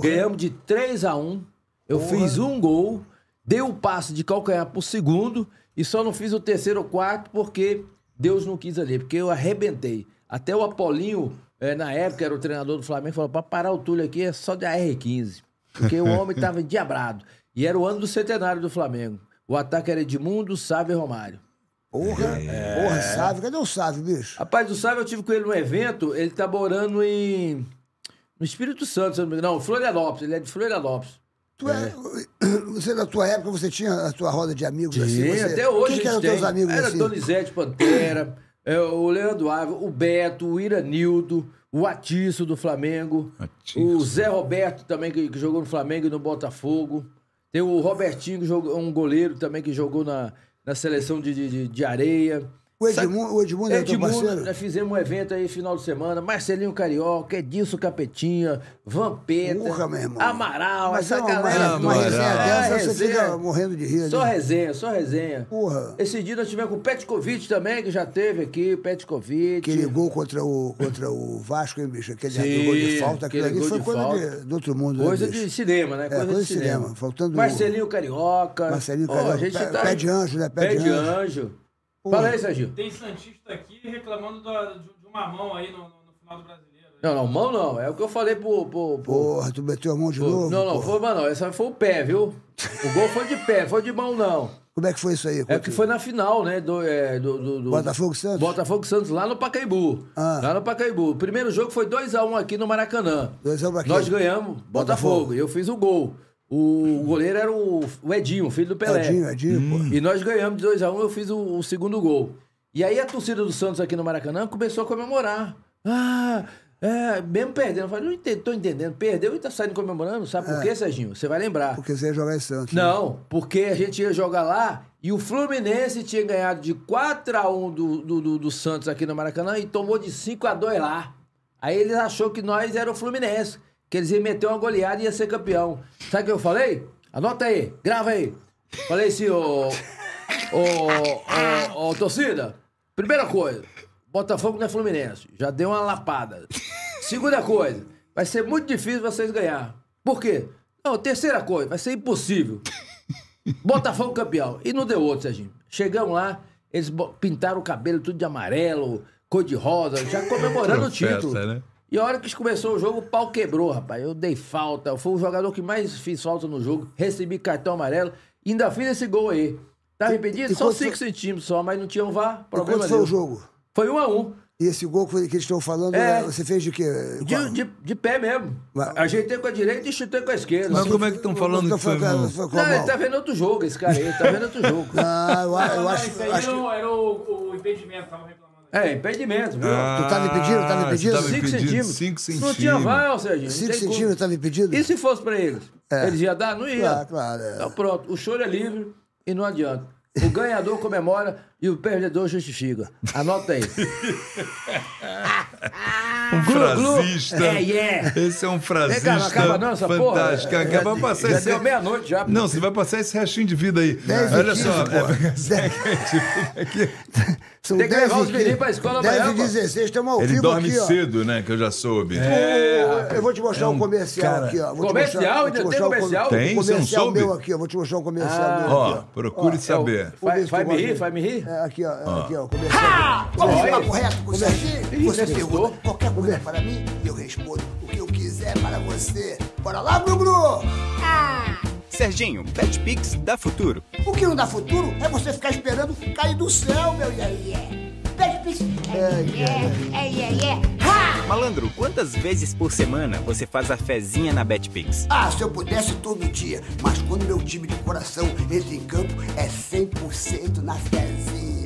S3: Ganhamos de 3 a 1 Eu fiz um gol, dei um passo de calcanhar pro segundo e só não fiz o terceiro ou quarto porque Deus não quis ali, porque eu arrebentei. Até o Apolinho, eh, na época, era o treinador do Flamengo, falou: pra parar o Túlio aqui é só de AR-15. Porque o homem tava diabrado. E era o ano do centenário do Flamengo. O ataque era Edmundo, Sávio e Romário.
S2: Porra,
S3: É.
S2: porra, Sávio, cadê o Sávio, bicho?
S3: Rapaz, do Sávio eu tive com ele num evento, ele tá morando em. No Espírito Santo, se eu não, me engano. não, Florianópolis, ele é de Florianópolis.
S2: Tu é- você, na tua época, você tinha a tua roda de amigos assim?
S3: Sim,
S2: Você,
S3: até hoje.
S2: Quem que
S3: a
S2: eram
S3: gente
S2: teus
S3: tem.
S2: amigos
S3: Era
S2: assim?
S3: Donizete Pantera, é, o Leandro Ávila, o Beto, o Iranildo, o Atiço do Flamengo,
S1: Atiço.
S3: o Zé Roberto também, que, que jogou no Flamengo e no Botafogo. Tem o Robertinho, que jogou, um goleiro também que jogou na, na seleção de, de, de- de areia.
S2: O Edmundo, o Edmundo era teu
S3: Edmundo,
S2: parceiro?
S3: nós fizemos um evento aí final de semana, Marcelinho Carioca, Edilson Capetinha, Vampeta,
S2: Porra, meu irmão.
S3: Amaral,
S2: Mas
S3: essa
S2: é uma,
S3: galera
S2: uma, uma
S3: toda.
S2: resenha
S3: É,
S2: dessa, você
S3: resenha.
S2: fica morrendo de rir.
S3: Só
S2: né?
S3: resenha, só resenha.
S2: Porra.
S3: Esse dia nós tivemos com o Petkovic também, que já teve aqui, o Petkovic.
S2: Aquele gol contra o, contra o Vasco, hein, bicho? Aquele
S3: Sim,
S2: gol de falta, aquilo ali
S3: aquele gol
S2: foi
S3: de
S2: coisa
S3: falta.
S2: de, do outro mundo. né,
S3: Coisa
S2: bicho?
S3: de cinema, né?
S2: É, coisa de cinema, faltando-
S3: Marcelinho Carioca.
S2: Marcelinho
S3: Ó,
S2: Carioca,
S3: a gente tá
S2: pé- pé de anjo, né?
S3: Pé, de anjo. Fala aí, Serginho.
S4: Tem Santista aqui reclamando da- de, de uma mão aí no, no- no final do brasileiro.
S3: Não, não, mão não. É o que eu falei pro. pro, pro-
S2: Porra, tu meteu a mão de
S3: pro-
S2: novo?
S3: não, não,
S2: porra.
S3: foi mão não. Essa foi o pé, viu? O gol foi de pé, foi de mão não.
S2: Como é que foi isso aí?
S3: É que foi na final, né? Do, é, do, do- do-
S2: Botafogo e Santos?
S3: Botafogo e Santos, lá no Pacaembu.
S2: Ah.
S3: Lá no Pacaembu. O primeiro jogo foi 2x1 aqui no Maracanã.
S2: 2x1 pra quem?
S3: Nós ganhamos Botafogo.
S2: Botafogo.
S3: Eu fiz o gol. O goleiro era o, o Edinho, filho do Pelé.
S2: Edinho, Edinho, porra.
S3: E nós ganhamos de 2x1, eu fiz o, o segundo gol. E aí a torcida do Santos aqui no Maracanã começou a comemorar. Ah, é, mesmo perdendo. Eu falei, não entendo, tô entendendo. Perdeu e tá saindo comemorando. Sabe
S2: É.
S3: por quê, Serginho? Você vai lembrar.
S2: Porque você ia jogar em Santos. né?
S3: Não, porque a gente ia jogar lá e o Fluminense tinha ganhado de 4x1 do, do, do- do Santos aqui no Maracanã e tomou de 5x2 lá. Aí eles achou que nós era o Fluminense, que eles iam meter uma goleada e ia ser campeão. Sabe o que eu falei? Anota aí, grava aí. Falei assim, ô. Ô, ô, ô, torcida, primeira coisa, Botafogo não é Fluminense. Já deu uma lapada. Segunda coisa, vai ser muito difícil vocês ganhar. Por quê? Não, terceira coisa, vai ser impossível. Botafogo campeão. E não deu outro, Serginho. Chegamos lá, eles bo- pintaram o cabelo tudo de amarelo, cor de rosa, já comemorando o
S1: Profeta,
S3: título.
S1: né?
S3: E a hora que começou o jogo, o pau quebrou, rapaz. Eu dei falta. Eu fui o jogador que mais fiz falta no jogo. Recebi cartão amarelo. Ainda fiz esse gol aí. Tá impedido?
S2: e
S3: São
S2: quanto
S3: 5 centímetros só, mas não tinha um VAR.
S2: E
S3: Problema
S2: quanto foi o
S3: nenhum.
S2: jogo?
S3: Foi um a um.
S2: E esse gol que que eles estão falando, né,
S3: É.
S2: você fez de quê?
S3: De, de, de pé mesmo.
S2: Ué.
S3: Ajeitei com a direita e chutei com a esquerda.
S1: Mas como é que estão falando
S2: Então
S1: que foi
S2: foi, com a-
S1: mão?
S2: foi com a
S3: Não, ele
S2: mão?
S3: tá vendo outro jogo, esse cara aí. Ele tá vendo outro jogo.
S2: Ah, eu, eu acho,
S4: isso aí
S2: acho que...
S4: não era o, o impedimento, tava reclamando.
S3: É, impedimento, viu?
S2: Tu tava impedindo,
S3: Tá
S2: tava
S1: Ah,
S2: impedindo?
S1: tava
S3: 5
S1: impedindo,
S3: centímetros.
S1: cinco
S3: Não tinha
S1: centímetros.
S3: VAR, ô, Serginho. não
S2: 5
S3: tem como.
S2: centímetros tá estava impedido?
S3: E se fosse pra eles? Eles iam dar? Não ia.
S2: É. Claro, claro. é.
S3: Então pronto, o choro é livre e não adianta. O ganhador comemora e o perdedor justifica. Anota aí.
S1: Um
S3: glu.
S1: frasista.
S3: É, yeah.
S1: Esse é um
S3: Vem
S1: frasista
S3: cá, não acaba não essa
S1: fantástico.
S3: porra? né?
S1: Acaba
S3: já,
S1: passar
S3: já
S1: esse...
S3: deu meia-noite já. tá pô.
S1: Não, você vai passar esse restinho de vida aí.
S2: Dez e
S1: Olha
S2: quinze,
S1: só. é,
S2: porra. São
S3: é Tem que
S2: 10
S3: levar
S2: e
S3: os meninos
S2: 15,
S3: pra escola
S2: 10
S3: amanhã,
S2: e
S3: pô.
S2: 16, estamos ao
S1: Ele
S2: vivo
S1: dorme
S2: aqui, ó.
S1: cedo, né? Que eu já soube.
S3: É.
S2: Eu- Eu vou te mostrar um comercial aqui, ó. Vou te
S3: Comercial?
S2: mostrar- vou
S3: Ainda
S2: te
S3: tem
S2: mostrar um
S3: comercial?
S2: com-
S1: É Tem? Você não
S2: Comercial
S1: soube?
S2: meu aqui, ó. Vou te mostrar um comercial meu
S1: Ó,
S2: aqui, ó.
S1: procure
S3: É, o-
S1: saber.
S2: Vamos ver
S3: Faz
S2: se
S3: faz
S2: tu
S3: me
S2: gosta.
S3: rir, faz me rir.
S2: É, aqui, ó. Aqui,
S1: Ah.
S2: ó. Comercial.
S3: Ó, aí.
S6: correto com o Serginho?
S3: Ih,
S6: Você
S3: testou?
S6: pergunta qualquer coisa para mim, eu respondo o que eu quiser para você. Bora lá, Bruno!
S7: Serginho, Pet Pix da Futuro.
S6: O que não dá futuro é você ficar esperando cair do céu, meu iê iê. Pede pix. É iê, é iê, iê. Ha!
S8: Malandro, quantas vezes por semana você faz a fezinha na Betpix?
S6: Ah, se eu pudesse todo dia, mas quando meu time de coração entra em campo, é 100% na fezinha.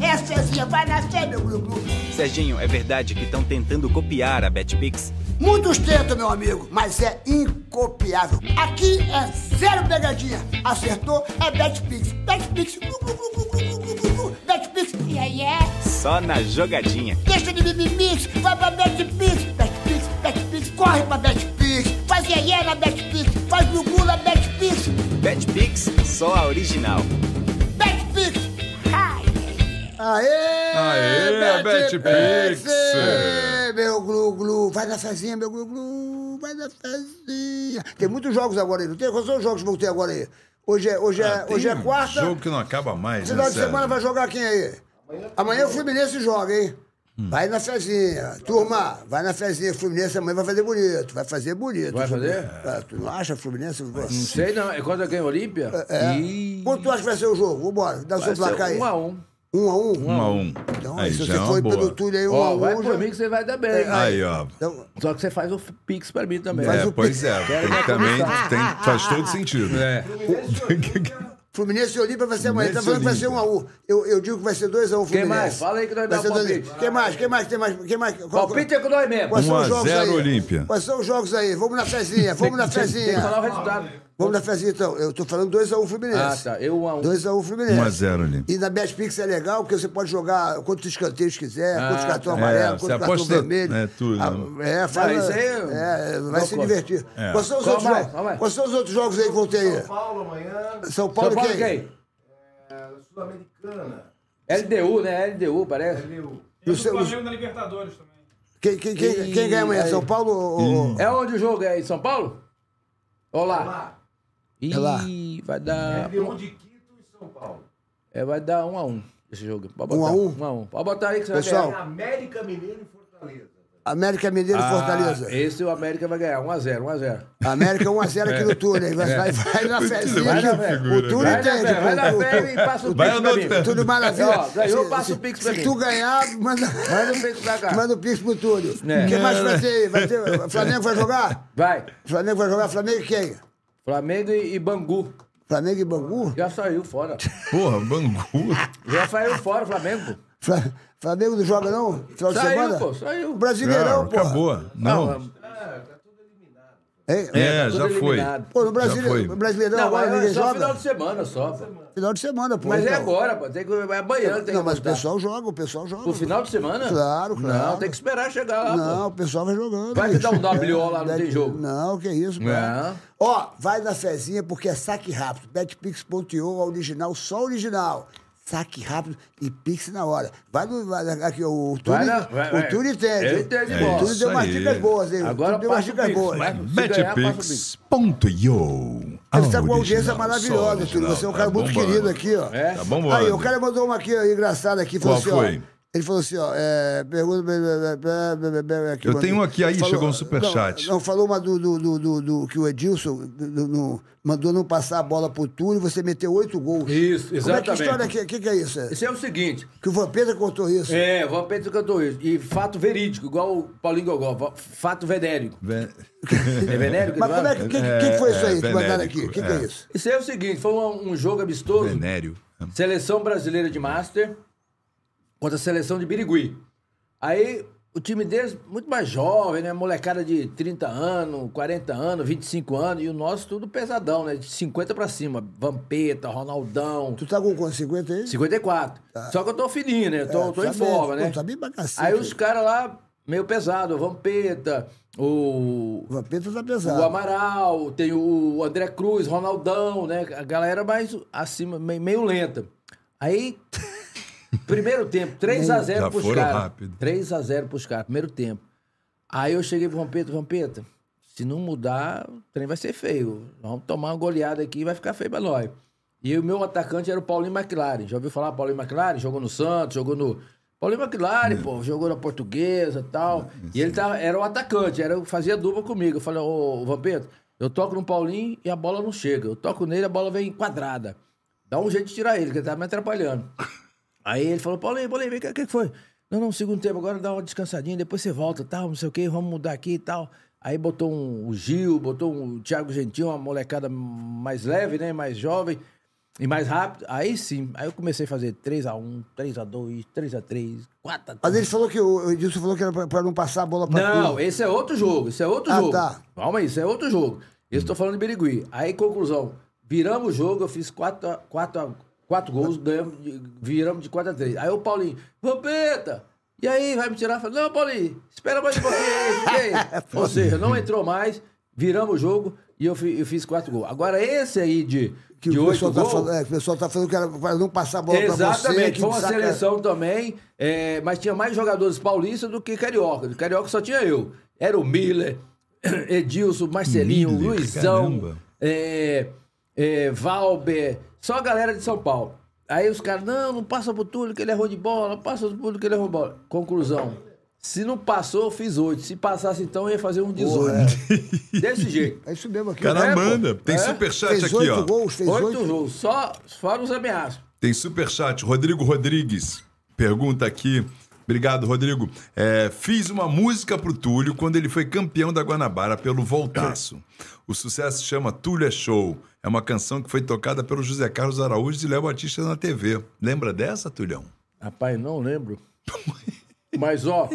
S6: É, Cezinha, vai nascer, meu glu-glu.
S8: Serginho, é verdade que estão tentando copiar a Betpix?
S6: Muitos tentam, meu amigo, mas é incopiável. Aqui é zero pegadinha. Acertou é Betpix. Betpix. glu, glu, glu, glu, glu, glu, glu, glu. Betpix. E aí é?
S8: Só na jogadinha.
S6: Deixa de mimimix. Vai pra Betpix. Betpix. Betpix. Corre pra Betpix. Faz iê iê na Betpix. Faz gugu na Betpix.
S8: Betpix, só a original.
S6: Betpix. Ai,
S2: Aê!
S1: Aê, Betpix!
S2: Ê, Meu glu-glu, vai na fezinha, meu glu-glu, vai na fezinha. Tem muitos jogos agora aí, não tem? Quais são os jogos que vão ter agora aí? Hoje é, hoje é,
S1: Ah, tem
S2: hoje é
S1: um
S2: quarta.
S1: jogo que não acaba mais, né,
S2: Final de
S1: Sérgio?
S2: semana vai jogar quem aí? Amanhã o Fluminense joga, hein?
S3: Hum.
S2: Vai na fezinha. Turma, vai na fezinha. Fluminense amanhã vai fazer bonito. Vai fazer bonito.
S3: Vai fazer?
S2: Ah, tu não acha, Fluminense?
S3: Não sei não. É contra quem? Olímpia?
S2: É.
S3: Ih,
S2: Quanto tu acha que vai ser o jogo? Vambora, dá o seu
S3: vai ser
S2: placar aí.
S3: um a um.
S2: Um a um?
S1: Um a um.
S2: Então,
S1: Aí
S2: se
S1: já
S2: você
S1: é uma
S2: for
S1: boa.
S2: pelo Túlio aí, um a
S3: Ó,
S2: um.
S3: vai pra
S2: já-
S3: mim que você vai dar bem.
S1: Aí, ó.
S2: Então,
S3: Só que você faz o Pix pra mim também.
S2: Faz
S1: É,
S2: o
S1: pois
S2: pix.
S1: é, porque também tem- faz todo sentido.
S3: É.
S2: Fluminense e Olímpia vai ser amanhã. Tá falando
S1: Fluminense
S2: que vai ser um a um. Eu, eu digo que vai ser dois a um Fluminense.
S3: mais? Fala aí que
S2: vai
S3: nós dá
S2: ser dois a um.
S3: palpite.
S2: Quem mais? Quem mais? Quem mais? Quem mais? Qual-
S3: Palpite é com nós mesmo.
S2: Quais são os
S1: 1 a
S2: jogos
S1: 0
S2: aí?
S1: Olímpia.
S2: Quais são os jogos aí? Vamos na fezinha, vamos na
S3: Tem que falar
S2: fezinha.
S3: o resultado.
S2: Vamos na fezinha então. Eu tô falando 2x1 um Fluminense.
S3: Ah, tá. Eu um a um.
S2: 2x1 um Fluminense.
S1: 1 a 0 Olímpia.
S2: E na Betpix é legal porque você pode jogar quantos escanteios quiser, quantos cartão
S1: tá.
S2: amarelo,
S1: É,
S2: quantos
S1: você
S2: cartão
S1: aposta,
S2: vermelho.
S1: né, tudo,
S2: Ah, é, faz.
S3: isso aí eu-
S2: é, vai
S3: não
S2: se
S3: conto.
S2: divertir.
S1: É.
S2: Quais, são os
S3: Qual
S2: outros
S3: mais?
S2: jogos?
S3: Qual mais?
S2: Quais são os outros jogos aí que vão ter aí?
S4: Paulo amanhã,
S2: São Paulo,
S3: Só fala
S2: quem?
S3: quem?
S4: É, Sul-Americana.
S3: LDU, né? LDU, parece.
S4: E
S2: o
S4: o
S2: seu-
S4: É Flamengo na Libertadores também.
S2: Quem, quem, quem,
S3: Ih,
S2: quem ganha amanhã?
S3: aí.
S2: São Paulo ou.
S3: É onde o jogo é? Em São Paulo? Olá. Ih,
S2: É lá.
S3: vai dar.
S4: Deu um de Quito e São Paulo.
S3: É, vai dar um a um esse jogo. Pode
S2: Um
S3: botar.
S2: a um?
S3: Um a um. Pode botar aí que você
S2: Pessoal,
S3: vai ganhar.
S4: América Mineiro e Fortaleza.
S2: América Mineiro e Fortaleza?
S1: é.
S3: Ah, esse o América vai ganhar. 1x0, 1x0.
S2: América 1x0
S1: É.
S2: aqui no túnel. Vai, vai, vai na fezinha.
S3: Vai na
S2: que
S3: fé.
S2: O túnel
S1: né?
S3: Vai na
S2: entende.
S3: fé, vai na
S2: pô.
S3: fé e passa o
S1: Vai
S3: pix pra mim.
S1: anotando.
S2: Túlio Maravilha.
S3: Ó, ganhou,
S2: Se-
S3: passa
S2: se-
S3: o Pix pra
S2: Se
S3: mim.
S2: tu ganhar, manda.
S3: Manda o pix pra cá.
S2: Manda o Pix pro Túlio.
S3: É.
S2: Quem mais vai ter aí? Vai ter... Flamengo vai jogar?
S3: Vai.
S2: Flamengo vai jogar? Flamengo e quem?
S3: Flamengo e, e Bangu.
S2: Flamengo e Bangu?
S3: Já saiu fora.
S1: Porra, Bangu.
S3: Já saiu fora o Flamengo. pô.
S2: Fla- Flamengo não joga, não? Final de semana?
S3: Saiu, pô. Saiu.
S2: Brasileirão, pô.
S1: acabou. Não.
S2: Hein?
S1: É, já
S3: tá tudo
S1: foi.
S3: eliminado.
S2: Pô, no
S1: Já foi.
S2: Brasileirão, Brasileirão
S3: Não,
S2: agora
S3: mas é
S2: ninguém
S3: só
S2: joga? Final
S3: final de semana só. pô.
S2: de... semana, pô.
S3: Mas é
S2: então.
S3: agora, pô. Tem que é amanhã, tem
S2: Não,
S3: que
S2: mas o
S3: botar.
S2: pessoal joga, o pessoal joga.
S3: No final de semana?
S2: Claro, claro.
S3: Não, tem que esperar chegar lá,
S2: Não,
S3: pô.
S2: o pessoal vai jogando.
S3: Vai que dá um
S2: bicho. É,
S3: WO lá, não tem jogo. É.
S2: Não, que isso, cara.
S3: Não.
S2: Ó, vai na fezinha porque é saque rápido. Betpix.io, a original, só original. Saque rápido e pix na hora. Vai no. vai na- aqui, o Túlio.
S3: Vai na- vai,
S2: O
S3: vai.
S2: Túlio entende.
S3: Ele entende,
S2: O
S3: bola.
S2: Túlio deu
S1: Isso
S2: umas
S1: aí.
S2: dicas boas, hein? O
S3: Agora
S2: Túlio deu umas
S3: passa o
S2: dicas
S3: Pix,
S2: boas.
S3: vai. Se ganhar, passa o Pix.
S1: Betpix.io.
S2: Ele está tá com uma
S1: A
S2: audiência
S1: original, só
S2: maravilhosa, Túlio.
S1: original.
S2: Você é um
S1: Tá
S2: cara muito
S1: bombando.
S2: querido aqui, ó.
S3: É?
S1: Tá bom,
S2: Aí, o cara mandou uma aqui ó, engraçada aqui, falou
S1: Qual
S2: assim,
S1: foi?
S2: ó. Ele falou assim, ó, é, pergunta. aqui,
S1: Eu
S2: mandou-
S1: tenho aqui, aí chegou um superchat.
S2: Não, não, falou uma do, do, do, do- do- que o Edilson do- no- mandou não passar a bola pro Túlio e você meteu oito gols.
S3: Isso,
S2: Como é que
S3: exatamente.
S2: história que, é- que, que é isso? É?
S3: Isso é o seguinte.
S2: Que o Vampeta contou isso.
S3: É, vou apenas cantor isso. E fato verídico, igual o Paulinho Gogó. va- Fato venérico. É venérico? que
S2: Mas
S3: ele
S2: como é
S3: fala?
S2: que, que,
S1: É,
S2: que foi isso
S1: é,
S2: aí que mandaram aqui?
S1: venérico,
S2: O que, que é
S1: é.
S2: isso?
S3: Isso é o seguinte, foi um, um jogo amistoso.
S1: Venério.
S3: Seleção brasileira de Master contra a seleção de Birigui. Aí o time deles, muito mais jovem, né? Molecada de 30 anos, 40 anos, 25 anos. E o nosso tudo pesadão, né? De 50 pra cima. Vampeta, Ronaldão.
S2: Tu tá com quanto? 50 aí?
S3: 54. Só que eu tô fininho, né? Tô,
S2: Tá. É,
S3: tô
S2: tá
S3: em
S2: bem,
S3: forma, né?
S2: pô, tá bem pra cacete.
S3: Aí os caras lá, meio pesado, o Vampeta, o,
S2: O Vampeta tá
S3: o
S2: pesado.
S3: Amaral, tem o André Cruz, Ronaldão, né? A galera mais acima, me- meio lenta. Aí, primeiro tempo, 3x0
S1: Já
S3: pros
S1: foram
S3: caras.
S1: rápido.
S3: 3x0 pros caras, primeiro tempo. Aí eu cheguei pro Vampeta, Vampeta, se não mudar, o trem vai ser feio. Nós Vamos tomar uma goleada aqui e vai ficar feio pra nós. E o meu atacante era o Paulinho McLaren. Já ouviu falar do Paulinho McLaren? Jogou no Santos, jogou no. Paulinho McLaren, pô, jogou na portuguesa e tal. e ele tava, era o atacante, era, o- fazia dupla comigo. Eu falei, ô, Vampeta, eu toco no Paulinho e a bola não chega. Eu toco nele, a bola vem quadrada. Dá um jeito de tirar ele, que ele tá me atrapalhando. Aí ele falou, Paulinho, Paulinho, vem cá, o que que foi? Não, não, segundo tempo, agora dá uma descansadinha, depois você volta, tal, não sei o quê, vamos mudar aqui e tal. Aí botou um, o Gil, botou um, o Thiago Gentil, uma molecada mais leve, né, mais jovem. E mais rápido, aí sim. Aí eu comecei a um, fazer 3x1, 3x2, 3x3, 4x3.
S2: Mas ele falou que o o Edilson falou que era pra, pra não passar a bola pra
S3: Não,
S2: tu.
S3: esse é outro jogo, esse é outro
S2: Ah,
S3: jogo.
S2: tá.
S3: Calma aí, isso é outro jogo. Esse eu tô falando de Birigui. Aí, conclusão. Viramos o jogo, eu fiz 4 a, 4 a, 4 gols, ganhamos, de- viramos de 4 a 3. Aí o Paulinho, Vampeta! E aí, vai me tirar? Eu Falei, não, Paulinho, espera mais um pouquinho. aí, fica
S2: É
S3: aí." Ou seja, não entrou mais, viramos o jogo e eu, fi- eu fiz 4 gols. Agora, esse aí de,
S2: Que
S3: de
S2: o
S3: 8
S2: pessoal, tá
S3: gols...
S2: falando, é, que o pessoal tá falando que era pra não passar a bola pra você.
S3: Exatamente,
S2: que
S3: foi uma
S2: saca-
S3: seleção também, é, mas tinha mais jogadores paulistas do que carioca. Do carioca só tinha eu. Era o Miller, Edilson, Marcelinho,
S1: Miller,
S3: Luizão,
S1: caramba.
S3: é, é, Valber, só a galera de São Paulo. Aí os caras, não, não passa pro Túlio que ele errou de bola, passa pro Túlio que ele errou de bola. Conclusão, se não passou, eu fiz 8. Se passasse, então, eu ia fazer um 18. Desse jeito.
S2: É isso mesmo aqui.
S1: Cara,
S3: É, pô.
S1: manda. Tem
S3: É.
S1: superchat
S2: Fez
S1: aqui,
S2: oito
S1: ó.
S2: gols, fez oito.
S3: Oito jogos, só fora os ameaços.
S1: Tem superchat. Rodrigo Rodrigues pergunta aqui. Obrigado, Rodrigo. É, fiz uma música pro Túlio quando ele foi campeão da Guanabara pelo Voltaço. O sucesso se chama Túlio é Show. É uma canção que foi tocada pelo José Carlos Araújo e Léo Batista na TV. Lembra dessa, Tulhão?
S3: Rapaz, não lembro. Mas, ó,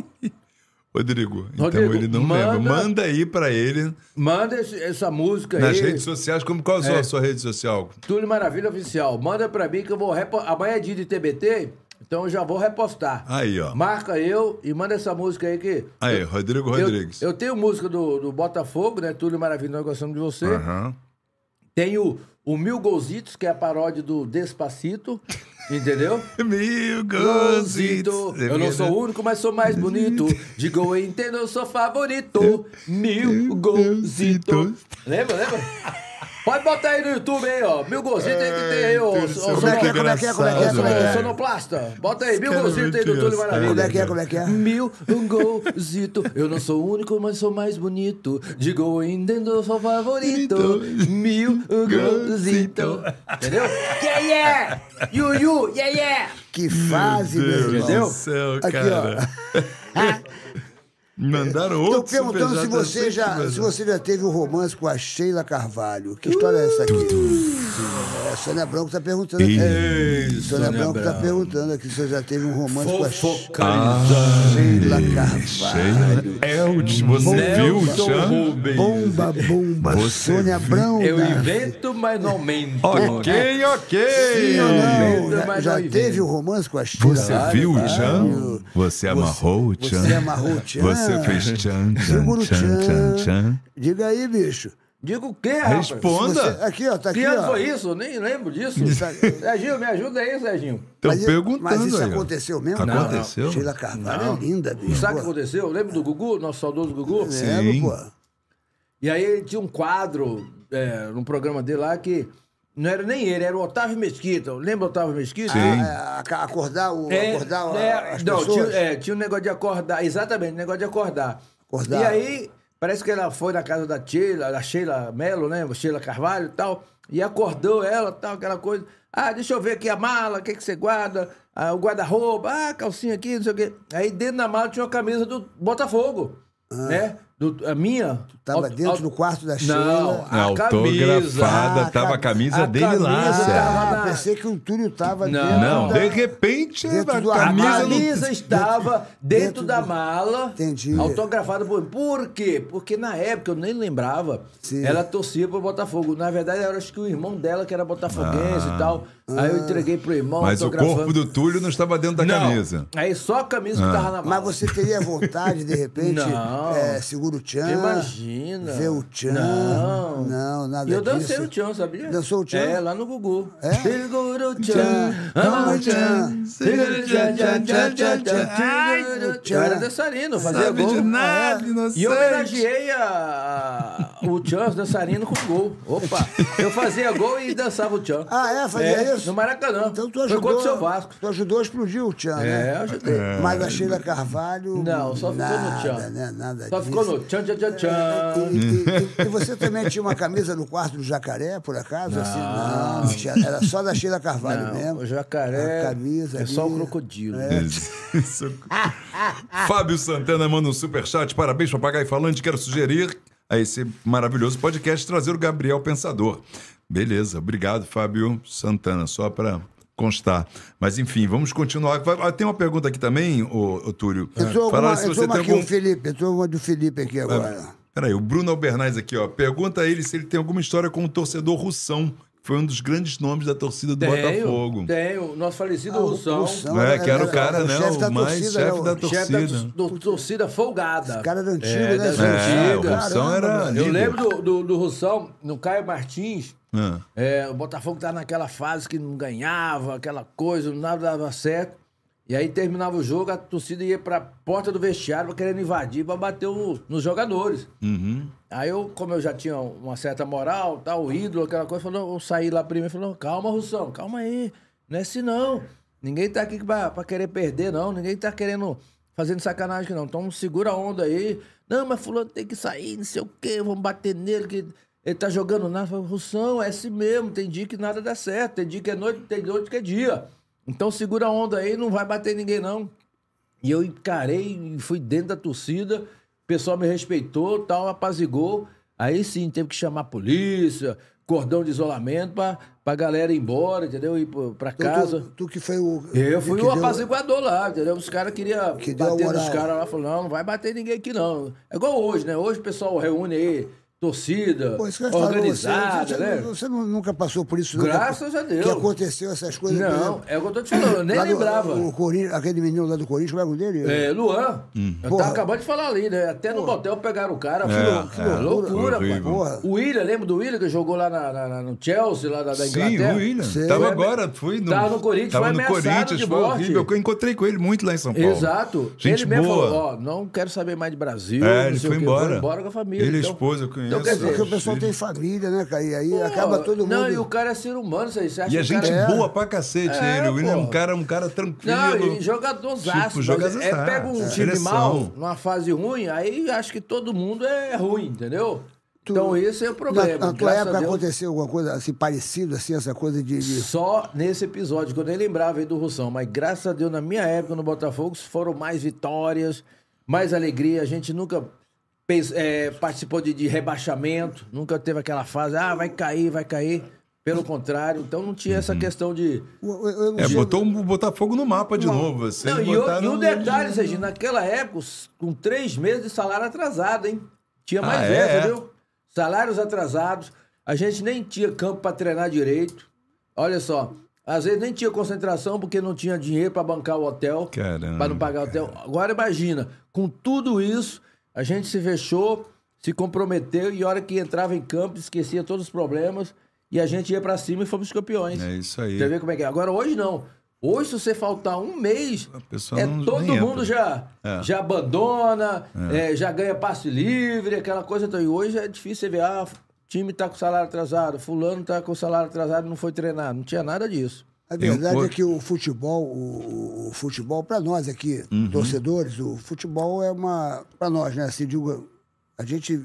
S1: Rodrigo,
S3: Rodrigo,
S1: então ele não
S3: manda-
S1: lembra. Manda aí pra ele
S3: Manda esse- essa música
S1: nas
S3: aí.
S1: redes sociais. Como, qual é a sua rede social?
S3: Túlio Maravilha Oficial. Manda pra mim que eu vou repostar. Amanhã é dia de TBT, então eu já vou repostar.
S1: Aí, ó.
S3: Marca eu e manda essa música aí que.
S1: Aí, Rodrigo
S3: Eu,
S1: Rodrigues.
S3: eu tenho música do, do Botafogo, né? Túlio Maravilha, nós gostamos de você.
S1: Aham.
S3: Tenho o Mil Golzitos, que é a paródia do Despacito. Entendeu?
S1: Mil
S3: Golzito.
S1: gozitos.
S3: Eu não sou o único, mas sou mais bonito. De gol eu entendo, eu sou favorito. Mil golzito. Lembra, lembra? Pode botar aí no YouTube aí, ó. Mil golzito aí que tem aí, ó.
S1: Túlio,
S3: o
S1: seu
S2: Como é
S3: sono-
S2: que é, como é que é, como é que é,
S1: engraçado,
S2: como é que
S3: o
S2: é?
S3: Sonoplasta. Bota aí, mil
S1: Cara,
S3: golzito aí do
S1: muito
S3: Túlio
S1: engraçado.
S2: Como
S3: Maravilha.
S2: é que é, como é que é?
S3: Mil golzito. Eu não sou o único, mas sou mais bonito. De gol eu entendo, eu sou favorito. Mil golzito. Entendeu?
S5: Yeah, yeah! You, you, yeah, yeah!
S2: Que fase, meu
S1: Deus
S2: irmão.
S1: do céu,
S2: Aqui,
S1: cara. Mandaram
S2: Tô
S1: outro
S2: perguntando se
S1: superchat,
S2: você,
S1: aceito,
S2: já,
S1: mas-
S2: se você já teve um romance com a Sheila Carvalho. Que história é essa aqui? É, a Sônia Branco tá perguntando aqui. Sônia Branco tá perguntando aqui se você já teve um romance com a Sheila Carvalho.
S1: É o de- você viu o Chan?
S2: Bomba, bomba.
S1: Você
S2: Sônia Branco.
S3: Eu invento, mas não né? mento.
S1: Ok, ok.
S2: Sim ou não?
S3: Inventa,
S2: Já,
S3: mas
S2: já
S3: não
S2: teve
S3: inventa.
S2: um romance com a Sheila?
S1: Você viu o Chan? Você amarrou o Chan?
S2: Você amarrou o Tchan.
S1: Você fez Chan, Chan,
S2: Segura o
S1: Chan,
S2: Tchan.
S1: Chan, Chan.
S2: Diga aí, bicho.
S3: Digo o quê, rapaz?
S2: Você-
S1: Responda.
S2: aqui, ó, tá aqui,
S3: Que ano
S2: ó.
S3: foi isso? Eu Nem lembro disso. Serginho, me ajuda aí, Serginho.
S1: Tô
S2: Mas,
S1: perguntando
S2: mas isso
S1: aí, ó.
S2: aconteceu mesmo?
S1: Não, Aconteceu? não.
S2: Sheila Carvalho é linda, bicho.
S3: Sabe o que
S2: Pô,
S3: aconteceu? Lembra do Gugu, nosso saudoso Gugu?
S1: Sim.
S2: lembro, pô.
S3: E aí ele tinha um quadro é, num programa dele lá que não era nem ele, era o Otávio Mesquita. Lembra o Otávio Mesquita?
S1: Sim.
S2: É, aca- acordar o, um acordar o-
S3: é,
S2: as
S3: não,
S2: pessoas.
S3: Tinha, é, tinha um negócio de acordar, exatamente, um negócio de acordar.
S2: Acordar.
S3: E aí, parece que ela foi na casa da Sheila, da Sheila Mello, né? Sheila Carvalho e tal, e acordou ela, tal, aquela coisa. Ah, deixa eu ver aqui a mala, o que, que você guarda, ah, o guarda-roupa, ah, calcinha aqui, não sei o quê. Aí dentro da mala tinha uma camisa do Botafogo, né? Do, a minha.
S2: Ah. Tava
S3: Aut-
S2: dentro
S3: aut-
S2: do quarto da
S3: Não,
S2: Sheila.
S3: a camisa.
S1: Autografada,
S2: Ah,
S1: tava
S2: a
S1: a camisa
S3: a
S1: dele lá,
S3: camisa
S1: Sérgio.
S3: tava-
S2: Ah, pensei que o Túlio tava
S3: Não.
S2: dentro
S1: Não,
S2: da-
S1: de repente,
S2: Dentro
S1: a
S2: do
S3: A
S1: camisa
S2: armário.
S1: não
S3: camisa estava dentro,
S2: dentro
S3: da
S2: do-
S3: mala,
S2: Entendi.
S3: autografada por Por quê? Porque na época eu nem lembrava.
S2: Sim.
S3: Ela torcia pro Botafogo. Na verdade, eu acho que o irmão dela que era botafoguense e tal. Aí eu entreguei pro irmão
S1: Mas o
S3: autografando.
S1: corpo do Túlio não estava dentro da
S3: Não.
S1: camisa.
S3: Aí só a camisa que tava na mala.
S2: Mas você teria vontade, de repente,
S3: Não.
S2: é, segura o Tchan.
S3: Imagina.
S2: Ver o Tchan.
S3: Não.
S2: Não, nada
S3: E eu
S2: disso.
S3: dancei o Tchan, sabia?
S2: Dançou o Tchan?
S3: É, lá no Gugu.
S2: É?
S3: Segura o Tchan, ama o Tchan. Segura o Tchan, tchan, tchan, tchan, tchan. Segura o Tchan. Eu era dançarino, fazia
S1: Sabe
S3: gol. Ah, é.
S1: de nada,
S3: E eu
S1: inocente.
S3: homenageei a, a- o Tchan, os dançarino, com gol. Opa! Eu fazia gol e dançava o Tchan.
S2: Ah, é? Fazia isso?
S3: No Maracanã.
S2: Então tu
S3: Foi
S2: ajudou.
S3: contra o seu Vasco.
S2: Tu ajudou a explodir o Tchan, né?
S3: É, eu ajudei.
S2: Mas a Sheila Carvalho.
S3: Não, só ficou no
S2: nada,
S3: tchan.
S2: Né? Nada
S3: Só
S2: disso.
S3: ficou no tchan, tchan, tchan,
S2: E,
S3: tchan.
S2: e- e- e você também tinha uma camisa no quarto do jacaré, por acaso? Não, assim, não, não tinha, era só da Sheila Carvalho
S3: Não,
S2: mesmo.
S3: o jacaré
S2: Né? A camisa
S3: é só
S2: ali. É.
S3: o crocodilo.
S1: Isso. Fábio Santana manda um superchat. Parabéns, papagaio falante. Quero sugerir a esse maravilhoso podcast, trazer o Gabriel Pensador. Beleza, obrigado, Fábio Santana, só para constar. Mas enfim, vamos continuar. Vai- ah, Tem uma pergunta aqui também, ô, ô Túlio.
S2: Entrou
S1: Falaram
S2: alguma,
S1: se
S2: entrou
S1: você
S2: uma
S1: tem
S2: aqui,
S1: algum... É.
S2: o Felipe. Entrou uma do Felipe aqui agora.
S1: Peraí, o Bruno Albernaz aqui, ó. Pergunta a ele se ele tem alguma história com o torcedor Russão, que foi um dos grandes nomes da torcida do Botafogo.
S3: Tenho, nosso falecido
S2: Ah, o
S3: Russão.
S2: Russão.
S1: Não é,
S2: É,
S1: que era
S2: é,
S1: o cara,
S2: é,
S1: né?
S2: o chefe da
S1: O mais
S2: torcida,
S1: chefe
S2: né, o
S1: da
S3: Chefe
S1: torcida.
S3: da tor- do- torcida folgada.
S2: O cara era antigo, né?
S3: É, das
S1: É, o
S3: antigas.
S1: Russão era
S3: Eu
S1: líder.
S3: lembro do, do, do Russão, no Caio Martins,
S1: Ah,
S3: é, o Botafogo tava naquela fase que não ganhava, aquela coisa, nada dava certo. E aí terminava o jogo, a torcida ia pra porta do vestiário querendo invadir pra bater o- nos jogadores. Aí eu, como eu já tinha uma certa moral, tal, o ídolo, aquela coisa, falou, eu saí lá primeiro e falei, "Não, calma, Russão, calma aí. Não é assim não. Ninguém tá aqui pra, pra querer perder, não. Ninguém tá querendo fazendo sacanagem, não. Então segura a onda aí. Não, mas fulano tem que sair, não sei o quê, vamos bater nele, que ele tá jogando nada. Eu falei, Russão, é assim mesmo, tem dia que nada dá certo, tem dia que é noite, tem noite que é dia. Então segura a onda aí, não vai bater ninguém, não. E eu encarei e fui dentro da torcida, o pessoal me respeitou, tal, apazigou. Aí sim, teve que chamar a polícia, cordão de isolamento pra, pra galera ir embora, entendeu? Ir pra- pra
S2: Então,
S3: casa.
S2: Tu, tu que foi o.
S3: Eu fui
S2: que
S3: o
S2: deu-
S3: apaziguador lá, entendeu? Os caras queriam
S2: Que deu a
S3: bater
S2: moral.
S3: nos caras lá, falaram, não, não vai bater ninguém aqui não. É igual hoje, né? Hoje o pessoal reúne aí, torcida,
S2: Pô, isso que eu ia falar,
S3: organizada,
S2: você,
S3: né?
S2: você, você nu- nunca passou por isso? nunca-
S3: Graças a Deus.
S2: Que aconteceu essas coisas. por
S3: Não,
S2: exemplo,
S3: é o que eu tô te falando, eu nem
S2: lá do-
S3: lembrava.
S2: O, Corinthians, aquele menino lá do Corinthians, como é o dele?
S3: É, Luan, eu
S2: Porra.
S3: tava acabando de falar ali, né? Até no motel pegaram o cara.
S1: Hum. É,
S3: Lou-
S1: é.
S3: loucura,
S1: Horrível.
S3: pai.
S2: É
S3: O William, lembra do William que jogou lá na- na- na- no Chelsea, lá da, da
S1: Sim,
S3: Inglaterra?
S1: o William.
S2: Sim.
S1: Tava
S3: Foi-
S1: agora, fui no,
S3: Tava no Corinthians,
S1: tava
S3: foi
S1: no
S3: ameaçado
S1: Corinthians,
S3: de
S1: foi
S3: morte.
S1: horrível. que Eu encontrei com ele muito lá em São Paulo.
S3: Exato.
S1: Gente
S3: ele
S1: boa.
S3: mesmo falou, ó, não quero saber mais de Brasil.
S1: É,
S3: não
S1: ele
S3: sei
S1: foi
S3: o quê,
S1: embora.
S3: foram embora com a família.
S1: Ele e a
S3: então-
S1: esposa, eu
S3: Então, quer
S1: conheço.
S3: dizer,
S2: Porque o pessoal tem família, né, cara? E aí acaba
S3: pô,
S2: todo mundo.
S3: Não, e o cara é ser humano, isso aí. Você acha
S1: E a
S3: que o
S1: gente
S3: cara é-
S1: boa pra cacete,
S3: É,
S1: ele. O William é um
S3: pô.
S1: cara, um cara tranquilo.
S3: Não, e jogadorzaço.
S1: Tipo, jogadorzaço.
S3: é, pega um
S1: É.
S3: time
S1: Seleção.
S3: mal, numa fase ruim, aí acho que todo mundo é ruim, entendeu? Então esse é o problema.
S2: Na, na tua
S3: Graças a
S2: época
S3: Deus,
S2: aconteceu alguma coisa assim parecida, assim, essa coisa de. de-
S3: Só nesse episódio, que eu nem lembrava aí do Russão, mas graças a Deus, na minha época no Botafogo, foram mais vitórias, mais alegria. A gente nunca pens- eh, participou de, de rebaixamento, nunca teve aquela fase, ah, vai cair, vai cair. Pelo contrário, então não tinha essa questão de.
S2: Eu- eu não
S1: É,
S2: sei.
S1: botou o Botafogo no mapa de novo. assim, Vocês
S3: Não, e, o,
S1: botaram
S3: e um detalhe, Serginho,
S1: né?
S3: naquela época, os- com três meses de salário atrasado, hein? Tinha mais
S1: Ah, é,
S3: essa,
S1: é.
S3: viu? Salários atrasados, a gente nem tinha campo pra treinar direito. Olha só, às vezes nem tinha concentração porque não tinha dinheiro pra bancar o hotel,
S1: Caramba,
S3: pra não pagar o hotel. Agora imagina, com tudo isso, a gente se fechou, se comprometeu e a hora que entrava em campo, esquecia todos os problemas e a gente ia pra cima e fomos campeões.
S1: É isso aí.
S3: Você vê como é que é. Agora, hoje não. Hoje, se você faltar um mês,
S1: pessoa
S3: é,
S1: não-
S3: todo
S1: nem
S3: mundo
S1: entra.
S3: já,
S1: É.
S3: já abandona, é, já ganha passe livre, aquela coisa. toda. E hoje é difícil você ver, ah, o time tá com salário atrasado, fulano tá com salário atrasado, não foi treinar. Não tinha nada disso.
S2: A verdade
S1: Eu-
S2: é que o futebol, o, o futebol para nós aqui,
S1: Uhum.
S2: torcedores, o futebol é uma para nós, né? Assim, digo, a gente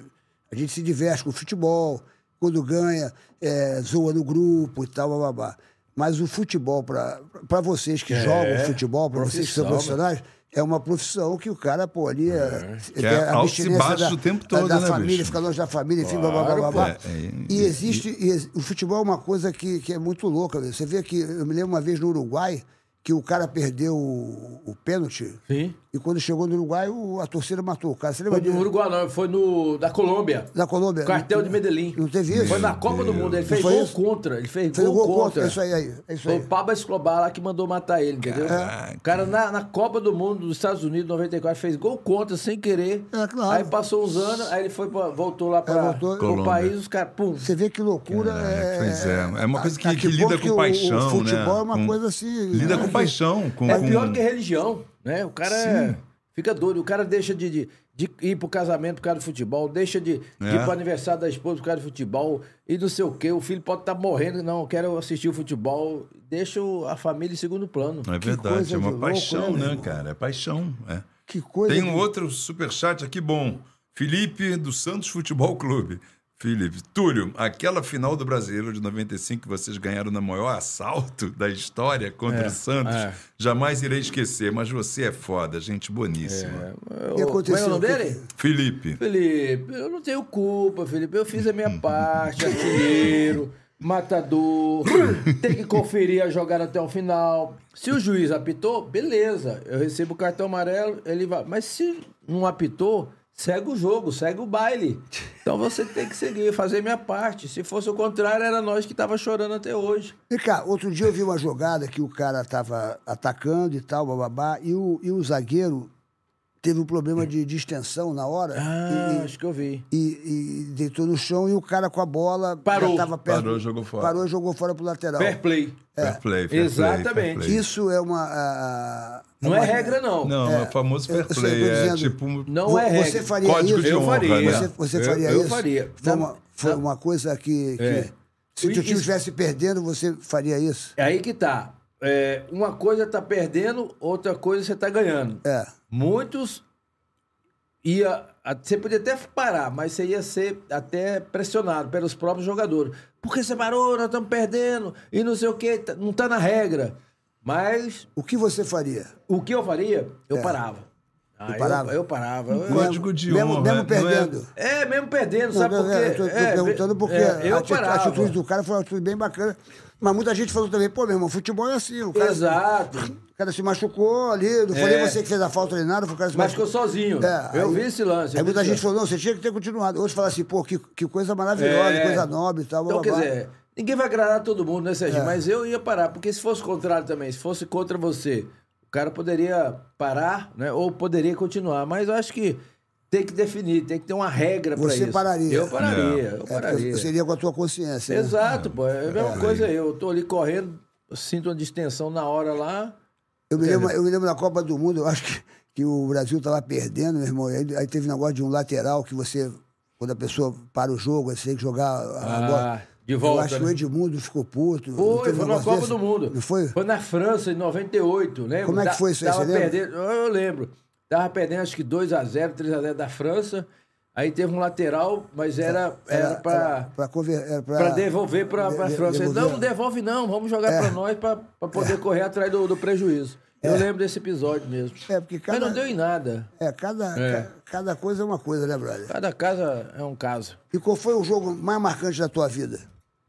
S2: a gente se diverte com o futebol, quando ganha, é, zoa no grupo e tal, babá. Mas o futebol para vocês que
S1: É,
S2: jogam futebol, para vocês que são
S3: profissão,
S2: profissionais, é uma profissão que o cara, pô, ali é,
S1: Que né? é
S2: a
S1: altos e
S2: abstinência
S1: baixos
S2: da-
S1: o tempo
S2: da-
S1: todo,
S2: da
S1: né,
S2: família,
S1: bicho?
S2: fica longe da família, enfim, babá, babá,
S3: pô.
S2: babá.
S1: É, é,
S2: E
S1: e-
S2: existe existe- e- o futebol é uma coisa que, que é muito louca. velho. Você vê que eu me lembro uma vez no Uruguai que o cara perdeu o, o pênalti
S3: Sim.
S2: e quando chegou no Uruguai o- a torcida matou o cara. Você lembra
S3: Foi no
S2: disso?
S3: Uruguai, não. Foi no, da Colômbia.
S2: Da Colômbia.
S3: Cartel de Medellín.
S2: Não teve isso?
S3: Foi na Copa do Mundo. Ele fez
S2: foi
S3: gol
S2: isso?
S3: contra. Ele fez,
S2: Fez
S3: gol, um contra.
S2: É Isso aí, aí. É isso
S3: Foi um
S2: aí.
S3: o Pablo Escobar lá que mandou matar ele, entendeu? O cara na, na Copa do Mundo dos Estados Unidos, 94, fez gol contra, sem querer.
S2: É, claro.
S3: Aí passou uns anos, aí ele foi pra- voltou lá
S2: É,
S3: pra,
S2: voltou.
S3: pro
S1: Colômbia.
S3: país, os caras, pum.
S2: Você vê que loucura é.
S1: É, pois é. É uma coisa que-
S2: a
S1: que lida
S2: ponto
S1: com paixão,
S2: o, o futebol
S1: né?
S2: é uma
S1: Com-
S2: coisa assim.
S1: Lida com paixão. Com,
S3: É
S1: com-
S3: pior que religião, né? O cara é- fica doido, o cara deixa de, de, de ir pro casamento por causa do futebol, deixa de, de
S1: É.
S3: ir pro aniversário da esposa por causa do futebol, e não sei o quê, o filho pode estar morrendo, não, eu quero assistir o futebol, deixa o- a família em segundo plano.
S1: É
S2: coisa
S1: verdade, é
S2: de
S1: uma
S2: louco, né,
S1: paixão,
S2: meu
S1: né,
S2: irmão?
S1: cara? É paixão. é.
S2: Que coisa.
S1: Tem um
S2: de-
S1: outro superchat aqui bom. Felipe do Santos Futebol Clube. Felipe. Túlio, aquela final do Brasileiro de 95 que vocês ganharam no maior assalto da história contra
S3: É,
S1: o Santos,
S3: é.
S1: jamais irei esquecer, mas você é foda, gente boníssima.
S3: Eu-
S2: que
S3: Como é
S2: aconteceu?
S3: o nome dele?
S1: Felipe,
S3: Felipe, eu não tenho culpa, Felipe. Eu fiz a minha parte, artilheiro, matador. Tem que conferir a jogada até o final. Se o juiz apitou, beleza. Eu recebo o cartão amarelo, ele vai. Mas se não apitou, segue o jogo, segue o baile. Então você tem que seguir, fazer minha parte. Se fosse o contrário, era nós que tava chorando até hoje.
S2: Vem cá, outro dia eu vi uma jogada que o cara tava atacando e tal, bababá, e o, e o zagueiro teve um problema de distensão na hora
S3: Ah,
S2: e-
S3: acho que eu vi.
S2: e, e- e deitou no chão e o cara com a bola
S3: Parou.
S2: já tava perto.
S1: Parou, jogou fora.
S2: Parou e jogou fora pro lateral.
S3: Fair play.
S1: fair play, fair play,
S3: É, Exatamente.
S1: fair play.
S2: Isso é uma. a- a-
S3: Não é
S2: uma-
S3: regra, não.
S1: Não, é, o famoso fair
S2: eu sei,
S1: play,
S2: eu tô
S1: é
S2: dizendo,
S1: tipo... um-
S3: Não
S2: Vo-
S3: é regra.
S2: Você faria
S1: Código
S2: isso?
S1: de
S3: Eu
S1: honra,
S3: faria.
S1: né?
S2: Você, você
S3: Eu-
S2: faria
S3: eu
S2: isso?
S3: faria.
S2: Foi,
S3: Na-
S2: uma, foi
S3: na-
S2: uma coisa que. que-
S3: É.
S2: Se o
S3: E-
S2: teu time
S3: e-
S2: estivesse perdendo, você faria isso?
S3: É aí que tá. É, uma coisa tá perdendo, outra coisa você tá ganhando.
S2: É.
S3: Muitos ia. a- Você podia até parar, mas você ia ser até pressionado pelos próprios jogadores. Por que você parou? Nós estamos perdendo. E não sei o quê. tá- Não tá na regra. Mas
S2: O que você faria?
S3: o que eu faria? Eu parava. Ah, eu
S2: É. parava?
S3: Eu, parava. Eu-
S1: Código de
S2: mesmo,
S1: honra.
S2: Mesmo
S1: não é-
S2: perdendo.
S3: É, mesmo perdendo, sabe
S2: Não,
S3: por
S2: não,
S3: quê?
S2: Eu tô, tô
S3: É,
S2: perguntando porque
S3: é, eu
S2: a, ati- a
S3: parava.
S2: atitude do cara foi uma atitude bem bacana. Mas muita gente falou também, pô, meu irmão, futebol é assim. O cara,
S3: Exato.
S2: o cara se machucou ali, não foi nem
S3: É.
S2: você que fez a falta nem nada, foi o cara se
S3: Mas ficou sozinho. eu
S2: É, aí-
S3: vi esse lance. eu
S2: Aí
S3: vi
S2: muita
S3: esse
S2: gente
S3: lance.
S2: falou, não, você tinha que ter continuado. Hoje fala assim, pô, que, que coisa maravilhosa,
S3: É.
S2: coisa nobre e tal.
S3: Então,
S2: blá,
S3: quer
S2: blá, É, blá.
S3: dizer, ninguém vai agradar todo mundo, né, Serginho?
S2: É.
S3: Mas eu ia parar, porque se fosse o contrário também, se fosse contra você, o cara poderia parar, né? Ou poderia continuar. Mas eu acho que tem que definir, tem que ter uma regra pra
S2: Você
S3: isso.
S2: pararia.
S3: Eu pararia, eu
S2: É, porque
S3: pararia.
S2: seria com a tua consciência. né?
S3: Exato, pô. É a mesma coisa eu. Eu tô ali correndo, eu sinto uma distensão na hora lá.
S2: Eu me, lembro, eu me lembro na Copa do Mundo, eu acho que, que o Brasil estava perdendo, meu irmão. e Aí, aí teve um negócio de um lateral que você, quando a pessoa para o jogo, você tem que jogar a
S3: Ah,
S2: bola.
S3: de volta,
S2: Eu acho que
S3: né?
S2: o Edmundo ficou puto. não
S3: Foi,
S2: teve um
S3: foi na
S2: negócio
S3: Copa
S2: desse?
S3: do Mundo.
S2: Não foi?
S3: Foi na França, em 98, lembra?
S2: Como é que
S3: Ta-
S2: foi isso aí,
S3: tava
S2: você lembra?
S3: perdendo- eu lembro. Tava perdendo acho que 2x0, 3x0 da França. Aí teve um lateral, mas era, era, pra
S2: Era É, pra, conver- era pra-
S3: para devolver para
S2: de-
S3: a
S2: de-
S3: França. Ele,
S2: devolver. É.
S3: Não, não devolve não, vamos jogar pra para nós para poder correr atrás do, do prejuízo. Eu lembro desse episódio mesmo.
S2: É, porque
S3: Mas
S2: cada-
S3: não deu em nada.
S2: É, cada,
S3: É.
S2: ca- cada coisa é uma coisa, né, brother?
S3: Cada casa é um caso.
S2: E qual foi o jogo mais marcante da tua vida?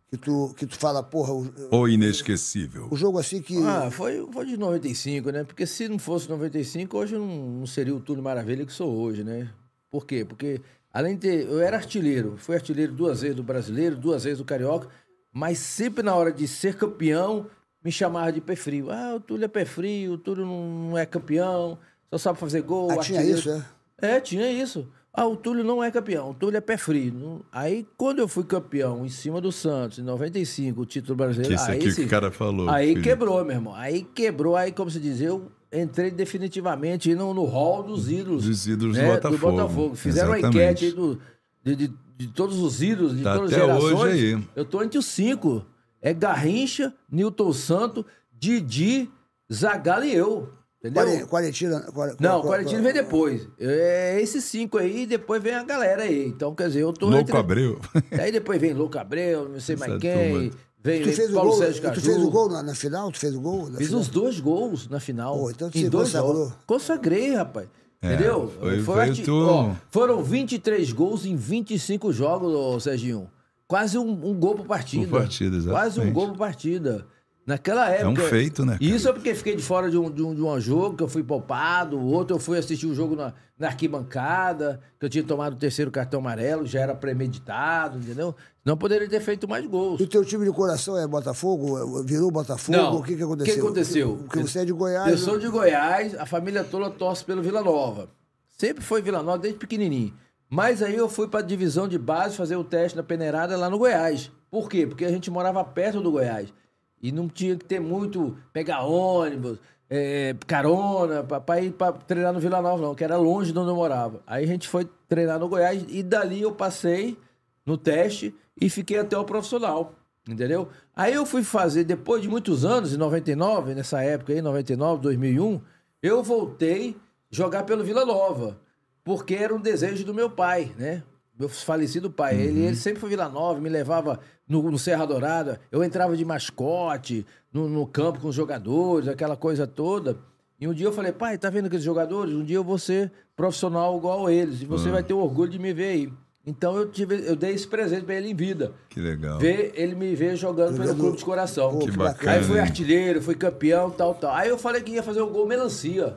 S2: Que tu, que tu fala, porra, o,
S1: Ou inesquecível.
S2: o jogo assim que.
S3: Ah, foi, foi de 95, né? Porque se não fosse 95, hoje eu não, não seria o Túlio Maravilha que sou hoje, né? Por quê? Porque, além de ter, eu era artilheiro, fui artilheiro duas vezes do brasileiro, duas vezes do carioca, mas sempre na hora de ser campeão, me chamava de pé frio. Ah, o Túlio é pé frio, o Túlio não não é campeão, só sabe fazer gol.
S2: Ah, tinha
S3: artilheiro.
S2: isso, é?
S3: É, tinha isso. Ah, o Túlio não é campeão, o Túlio é pé frio. Não- Aí, quando eu fui campeão em cima do Santos, em 95, o título brasileiro.
S1: Que isso
S3: aí
S1: aqui
S3: sim.
S1: que o cara falou,
S3: Aí
S1: Felipe.
S3: quebrou, meu irmão. Aí quebrou, aí, como se diz, eu entrei definitivamente no, no hall dos ídolos.
S1: Dos ídolos do Botafogo.
S3: É, Fizeram uma
S1: Exatamente.
S3: enquete aí do- de, de- de todos os ídolos, de
S1: Tá
S3: todas as
S1: até
S3: gerações.
S1: hoje aí.
S3: Eu tô entre os cinco. É Garrincha, Nilton Santo, Didi, Zagallo e eu. Entendeu?
S2: Quare- Quarentina. quare-
S3: Não, o
S2: quare-
S3: Quarentino vem depois. É esses cinco aí, e depois vem a galera aí. Então, quer dizer, eu tô.
S1: Louco
S3: entre-
S1: Abreu.
S3: Aí depois vem Louco Abreu, não sei mais
S1: Essa
S3: quem.
S1: turma.
S3: Vem
S2: Tu fez, o
S3: Paulo
S2: gol,
S3: Sérgio Caju.
S2: tu fez o gol na, na final? Tu fez o gol? na
S3: Fiz
S2: final?
S3: os dois gols na final.
S2: Pô, então
S3: em
S2: você
S3: dois
S2: consagrou.
S3: jogos. Consagrei, rapaz. Entendeu?
S1: É, foi-
S3: Foi
S1: foi
S3: arti-
S1: tu.
S3: ó, foram 23 gols em 25 jogos, ô, Serginho. Quase um, um gol por partida.
S1: Por partida, exatamente.
S3: Quase um gol por partida. Naquela época.
S1: feito, né, cara?
S3: Isso é porque fiquei de fora de um, de um, de um jogo, que eu fui poupado. O outro eu fui assistir o jogo na, na arquibancada, que eu tinha tomado o terceiro cartão amarelo, já era premeditado, entendeu? Não poderia ter feito mais gols.
S2: E o teu time de coração é Botafogo? Virou Botafogo?
S3: Não.
S2: O que, que aconteceu?
S3: O que aconteceu?
S2: Porque você é de Goiás.
S3: Eu sou de Goiás, a família toda torce pelo Vila Nova. Sempre foi Vila Nova desde pequenininho. Mas aí eu fui pra divisão de base fazer o teste na peneirada lá no Goiás. Por quê? Porque a gente morava perto do Goiás. E não tinha que ter muito pegar ônibus, eh, carona, pra, pra ir pra treinar no Vila Nova, não, que era longe de onde eu morava. Aí a gente foi treinar no Goiás e dali eu passei no teste e fiquei até o profissional. Entendeu? Aí eu fui fazer, depois de muitos anos, em 99, nessa época aí, 99, 2001, eu um voltei jogar pelo Vila Nova, porque era um desejo do meu pai, né? meu falecido pai, ele, ele sempre foi Vila Nova, me levava no, no Serra Dourada, eu entrava de mascote no, no campo com os jogadores, aquela coisa toda. E um dia eu falei, pai, tá vendo aqueles jogadores? Um dia eu vou ser profissional igual eles, e
S1: Ah.
S3: você vai ter o orgulho de me ver aí. Então eu, tive, eu dei esse presente pra ele em vida.
S1: Que legal.
S3: Ver ele me ver jogando pelo
S2: Jogando-
S3: clube de coração.
S2: Pô,
S1: que bacana.
S3: Aí fui
S1: hein?
S3: artilheiro, fui campeão, tal, tal. Aí eu falei que ia fazer o gol melancia.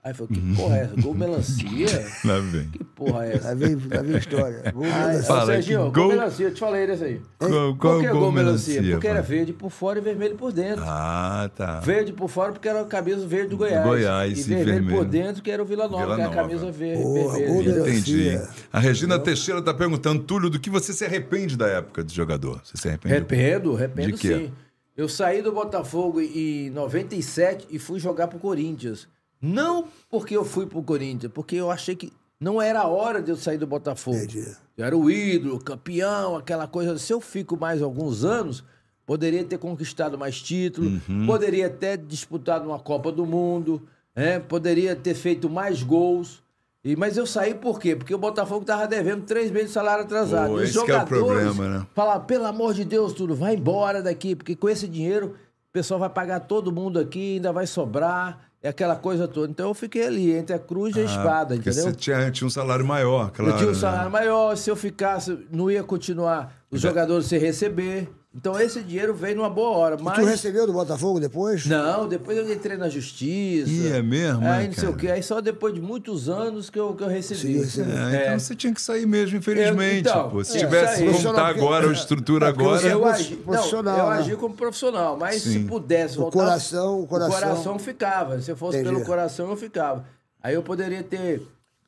S3: Aí falou, que porra é essa? Gol melancia?
S1: Lá vem.
S3: Que porra é essa?
S2: Lá vem, lá vem a tá história. Vou
S3: Aí,
S2: mandar-
S3: Fala,
S1: Fala,
S3: Serginho,
S1: que
S3: gol...
S1: gol-
S3: melancia, eu te falei desse aí.
S1: Qual,
S3: Por
S1: qual
S3: que
S1: é o gol
S3: melancia?
S1: melancia?
S3: Porque
S1: pai?
S3: era verde por fora e vermelho por dentro.
S1: Ah, tá.
S3: Verde por fora porque era a camisa verde do Goiás.
S1: Goiás
S3: e
S1: e
S3: vermelho, por
S1: vermelho.
S3: dentro que era o Vila Nova,
S1: Vila
S3: que era a
S1: Nova.
S3: camisa verde.
S2: Porra, gol
S3: vermelha.
S2: melancia.
S1: Entendi. A Regina Teixeira está perguntando, Túlio, do que você se arrepende da época de jogador? Você se arrepende?
S3: Arrependo,
S1: De
S3: arrependo
S1: quê?
S3: sim. Eu saí do Botafogo em 97 e fui jogar pro Corinthians. Não porque eu fui pro Corinthians, porque eu achei que não era a hora de eu sair do Botafogo.
S2: Entendi.
S3: Eu era o ídolo, campeão, aquela coisa. Se eu fico mais alguns anos, poderia ter conquistado mais títulos,
S1: Uhum.
S3: poderia ter disputado uma Copa do Mundo, né? poderia ter feito mais gols. E, mas eu saí por quê? Porque o Botafogo estava devendo três meses de salário atrasado.
S1: Pô,
S3: Os
S1: esse que é o
S3: jogadores
S1: problema, né?
S3: Falar, pelo amor de Deus, tudo, vai embora daqui, porque com esse dinheiro o pessoal vai pagar todo mundo aqui, ainda vai sobrar, é aquela coisa toda. Então eu fiquei ali, entre a cruz e a espada,
S1: Ah, Porque
S3: entendeu?
S1: você tinha, tinha um salário maior, claro.
S3: eu tinha um
S1: né?
S3: salário maior, se eu ficasse, não ia continuar os
S1: Então
S3: jogadores sem receber. Então esse dinheiro veio numa boa hora,
S2: Tu
S3: mas...
S2: recebeu do Botafogo depois?
S3: Não, depois eu entrei na justiça.
S1: Ih, é mesmo,
S3: Aí
S1: é,
S3: não sei o
S1: cara?
S3: quê. Aí só depois de muitos anos que eu, que eu recebi.
S2: Sim, recebeu.
S1: É, então você tinha que sair mesmo, infelizmente.
S3: Eu- então,
S1: pô. Se
S3: é,
S1: tivesse
S3: saí.
S1: como
S2: Profissional,
S1: tá
S2: porque-
S1: agora, a
S2: é,
S1: estrutura
S2: porque você-
S1: agora.
S3: Eu
S2: Era
S3: agi,
S2: profissional,
S3: não, eu
S2: né?
S3: agi como profissional, mas
S1: é Sim.
S3: se pudesse
S2: O
S3: voltar.
S2: coração, o coração.
S3: O coração ficava. Se eu fosse
S2: Entendi.
S3: pelo coração, eu ficava. Aí eu poderia ter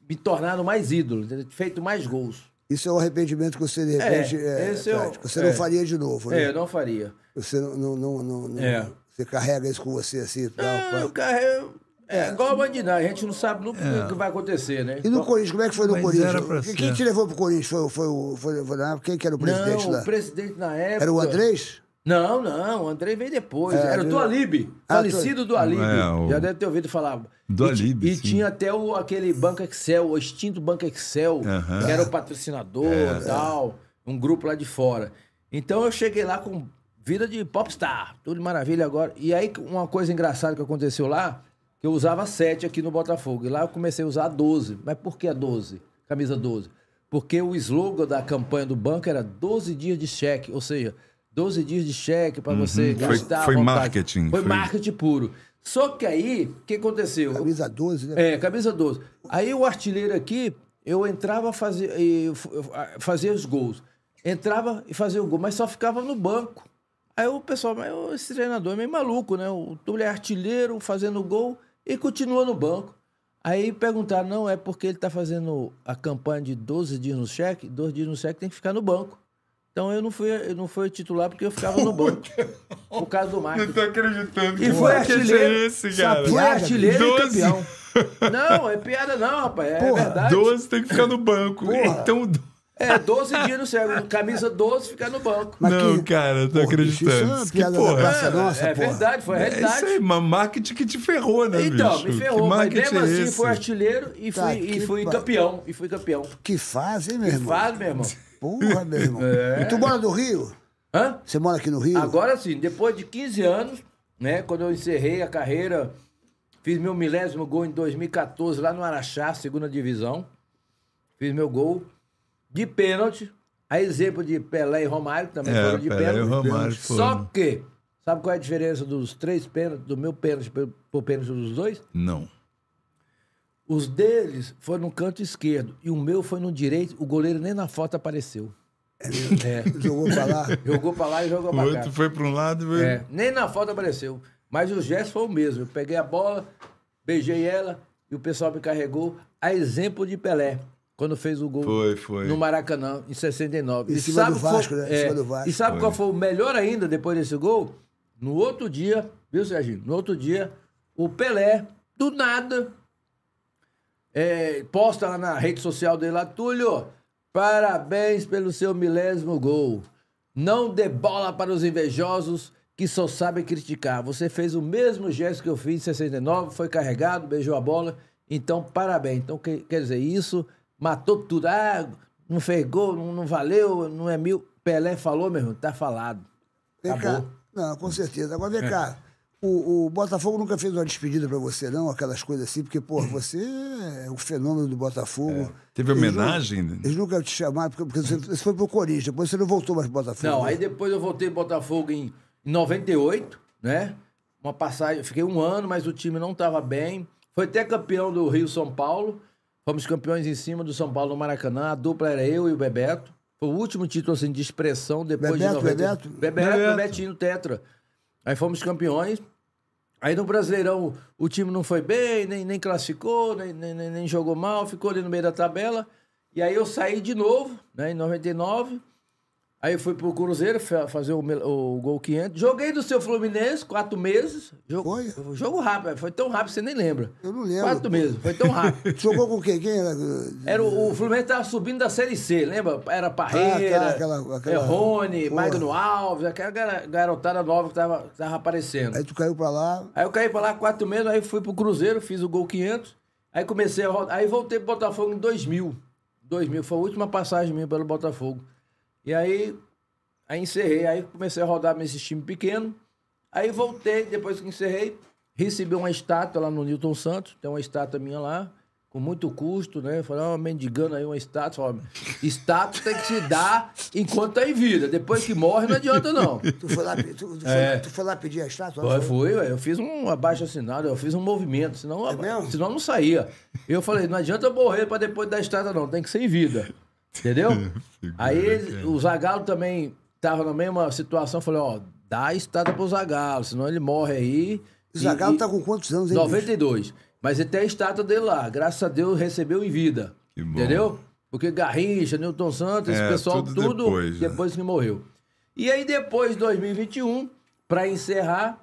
S3: me tornado mais ídolo, ter feito mais gols.
S2: Isso é um arrependimento que você, de repente, é,
S3: esse eu-
S2: prático. você
S3: é.
S2: não faria de novo, né?
S3: É, eu não faria.
S2: Você não, não, não, não- não-
S3: É.
S2: Você carrega isso com você assim e tal.
S3: É,
S2: pá.
S3: o cara é, é igual a bandidagem, a gente não sabe nunca o que vai acontecer, né?
S2: E no Corinthians, como é que foi no
S1: Mas
S2: Corinthians?
S1: era pra
S2: Quem-
S1: ser.
S2: Quem te levou pro Corinthians? Foi, o- foi, o- foi, foi, na época? quem que era o presidente
S3: não,
S2: lá?
S3: o presidente na época.
S2: Era o Andrés?
S3: Não, não, o Andrei veio depois.
S2: É,
S3: Era o
S2: veio-
S3: Dualib,
S2: Ah,
S3: falecido Dualib.
S1: É, o-
S3: Já deve ter ouvido falar.
S1: Dualib,
S3: E, ti- e
S1: sim.
S3: tinha até o, aquele Banco Excel, o extinto Banco Excel,
S1: Aham. É.
S3: que era o patrocinador e tal, um grupo lá de fora. Então eu cheguei lá com vida de popstar, tudo maravilha agora. E aí uma coisa engraçada que aconteceu lá, que eu usava 7 aqui no Botafogo. E lá eu comecei a usar a 12. Mas por que a 12? Camisa 12. Porque o slogan da campanha do banco era 12 dias de cheque, ou seja, 12 dias de cheque para você
S1: Uhum. Foi-
S3: gastar. à
S1: foi
S3: vontade.
S1: marketing,
S3: Foi,
S1: foi-
S3: marketing puro. Só que aí, o que aconteceu?
S2: Camisa 12, né?
S3: É, camisa 12. Aí o artilheiro aqui, eu entrava fazer fazia os gols. Entrava e fazia o gol, mas só ficava no banco. Aí o pessoal, mas esse treinador é meio maluco, né? O Túlio é artilheiro fazendo gol e continua no banco. Aí perguntaram, não, é porque ele tá fazendo a campanha de 12 dias no cheque, 12 dias no cheque tem que ficar no banco. Então eu não fui, eu não fui titular porque eu ficava no banco. Por causa do
S1: Não
S3: Marcos.
S1: tô acreditando.
S3: E
S1: que
S3: foi
S1: marketing
S3: artilheiro.
S1: é esse, cara?
S3: Foi artilheiro e
S1: 12.
S3: campeão. Não, é piada não, rapaz. É verdade.
S1: 12 tem que ficar no banco. Então,
S3: É, 12 dias no céu. Camisa 12 ficar no banco.
S2: Mas
S1: não,
S2: que-
S1: cara, não tô
S2: Porra,
S1: acreditando.
S2: Isso é uma
S1: Que
S2: piada da
S1: porra.
S2: Praça
S3: É,
S2: Nossa,
S3: é
S2: porra.
S3: verdade, foi a
S1: É isso
S3: realidade.
S1: aí, uma marketing que te ferrou, né,
S3: então,
S1: bicho?
S3: me
S1: Que
S3: ferrou, mas
S1: marketing
S3: mesmo
S1: é
S3: assim
S1: esse?
S3: fui artilheiro e fui,
S2: Tá,
S3: e
S2: que
S3: fui
S2: pa-
S3: campeão. E fui campeão.
S2: Que faz, hein, meu
S3: Que
S2: irmão?
S3: faz, meu irmão.
S2: Porra, meu irmão. E tu mora no Rio?
S3: Hã?
S2: Você mora aqui no Rio?
S3: Agora sim, depois de 15 anos, né? Quando eu encerrei a carreira, fiz meu milésimo gol em 2014 lá no Araxá, segunda divisão. Fiz meu gol de pênalti. A exemplo de Pelé e Romário, que também
S1: É,
S3: foram de
S1: Pelé e
S3: pênalti.
S1: Romário
S3: Só
S1: foram.
S3: que, sabe qual é a diferença dos três pênaltis, do meu pênalti pro pro pênalti dos dois?
S1: Não.
S3: Os deles foram no canto esquerdo e o meu foi no direito. O goleiro nem na foto apareceu. É,
S2: Jogou pra lá.
S3: jogou pra lá e jogou
S1: O
S3: pra cá.
S1: outro foi pra um lado e foi...
S3: É, nem na falta apareceu. Mas o gesto foi o mesmo. Eu peguei a bola, beijei ela e o pessoal me carregou. A exemplo de Pelé, quando fez o gol
S1: Foi, foi.
S3: no Maracanã, em 69.
S2: Em cima do
S3: qual- é,
S2: Vasco, né? Em cima do Vasco.
S3: E sabe qual foi o melhor ainda depois desse gol? No outro dia, viu, Serginho? No outro dia, o Pelé, do nada, é, posta lá na rede social dele lá, Túlio, parabéns pelo seu milésimo gol. Não dê bola para os invejosos que só sabem criticar. Você fez o mesmo gesto que eu fiz em 69, foi carregado, beijou a bola. Então, parabéns. Então, que- quer dizer, isso matou tudo. Ah, não fez gol, não, não valeu, não é mil. Pelé falou, meu irmão, tá falado.
S2: Vem cá. Não, com certeza. Agora
S3: É.
S2: vem cá. O, o Botafogo nunca fez uma despedida pra você, não? Aquelas coisas assim, porque, pô, você é o fenômeno do Botafogo.
S3: É.
S1: Teve
S2: Eles
S1: homenagem,
S2: nunca-
S1: né?
S2: Eles nunca te chamaram, porque, porque você, você foi pro Corinthians, depois você não voltou mais pro Botafogo.
S3: Não, aí depois eu voltei pro Botafogo em, em 98, né? Uma passagem, fiquei um ano, mas o time não tava bem. Foi até campeão do Rio São Paulo. Fomos campeões em cima do São Paulo no Maracanã. A dupla era eu e o Bebeto. Foi o último título assim, de expressão depois
S2: Bebeto,
S3: de 90.
S2: Bebeto?
S3: Bebeto,
S1: Bebeto.
S3: Bebetinho, Tetra. Aí fomos campeões. Aí no Brasileirão o time não foi bem, nem, nem classificou, nem, nem, nem- nem jogou mal, ficou ali no meio da tabela. E aí eu saí de novo, né, em 99. Aí eu fui pro Cruzeiro fa- fazer o, mel- o gol 500. Joguei do seu Fluminense quatro meses. Jogo,
S2: Foi?
S3: Jogo rápido, foi tão rápido que você nem lembra.
S2: Eu não lembro.
S3: Quatro meses, foi tão rápido.
S2: Jogou com quem? Quem era?
S3: Era o, o Fluminense tava subindo da Série C, lembra? Era Parreira,
S2: Ah, tá, aquela- aquela-
S3: é, Rony,
S2: Porra.
S3: Magno Alves, aquela gar- garotada nova que tava, que tava aparecendo.
S2: Aí tu caiu pra lá.
S3: Aí eu caí pra lá quatro meses, aí fui pro Cruzeiro, fiz o gol 500. Aí comecei a rodar. Aí voltei pro Botafogo em 2000. 2000 foi a última passagem minha pelo Botafogo. E aí, aí encerrei. Aí comecei a rodar nesses time pequeno. Aí voltei, depois que encerrei, recebi uma estátua lá no Newton Santos. Tem uma estátua minha lá, com muito custo, né? Falei, ó, mendigando aí uma estátua. Falei, ó, estátua tem que se dar enquanto tá em vida. Depois que morre, não adianta não.
S2: Tu foi lá, pe- tu, tu
S3: É.
S2: foi, tu foi lá pedir a estátua?
S3: Foi, fui, ué. eu fiz um abaixo assinado, eu fiz um movimento, senão,
S2: É mesmo?
S3: senão não saía. Eu falei, não adianta eu morrer pra depois da estrada, não, tem que ser em vida. Entendeu? Aí eles- o Zagalo também tava na mesma situação, eu falei, ó, dá a estrada pro Zagalo, senão ele morre aí.
S2: O Zagallo
S3: E-
S2: tá com quantos anos, hein? bicho?
S3: 92. Mas ele tem a estátua dele lá. Graças a Deus recebeu em vida.
S1: Que bom.
S3: Entendeu? Porque Garrincha, Newton Santos, esse
S1: É,
S3: pessoal,
S1: tudo
S3: tudo,
S1: depois,
S3: depois,
S1: né?
S3: que morreu. E aí, depois de 2021, pra encerrar,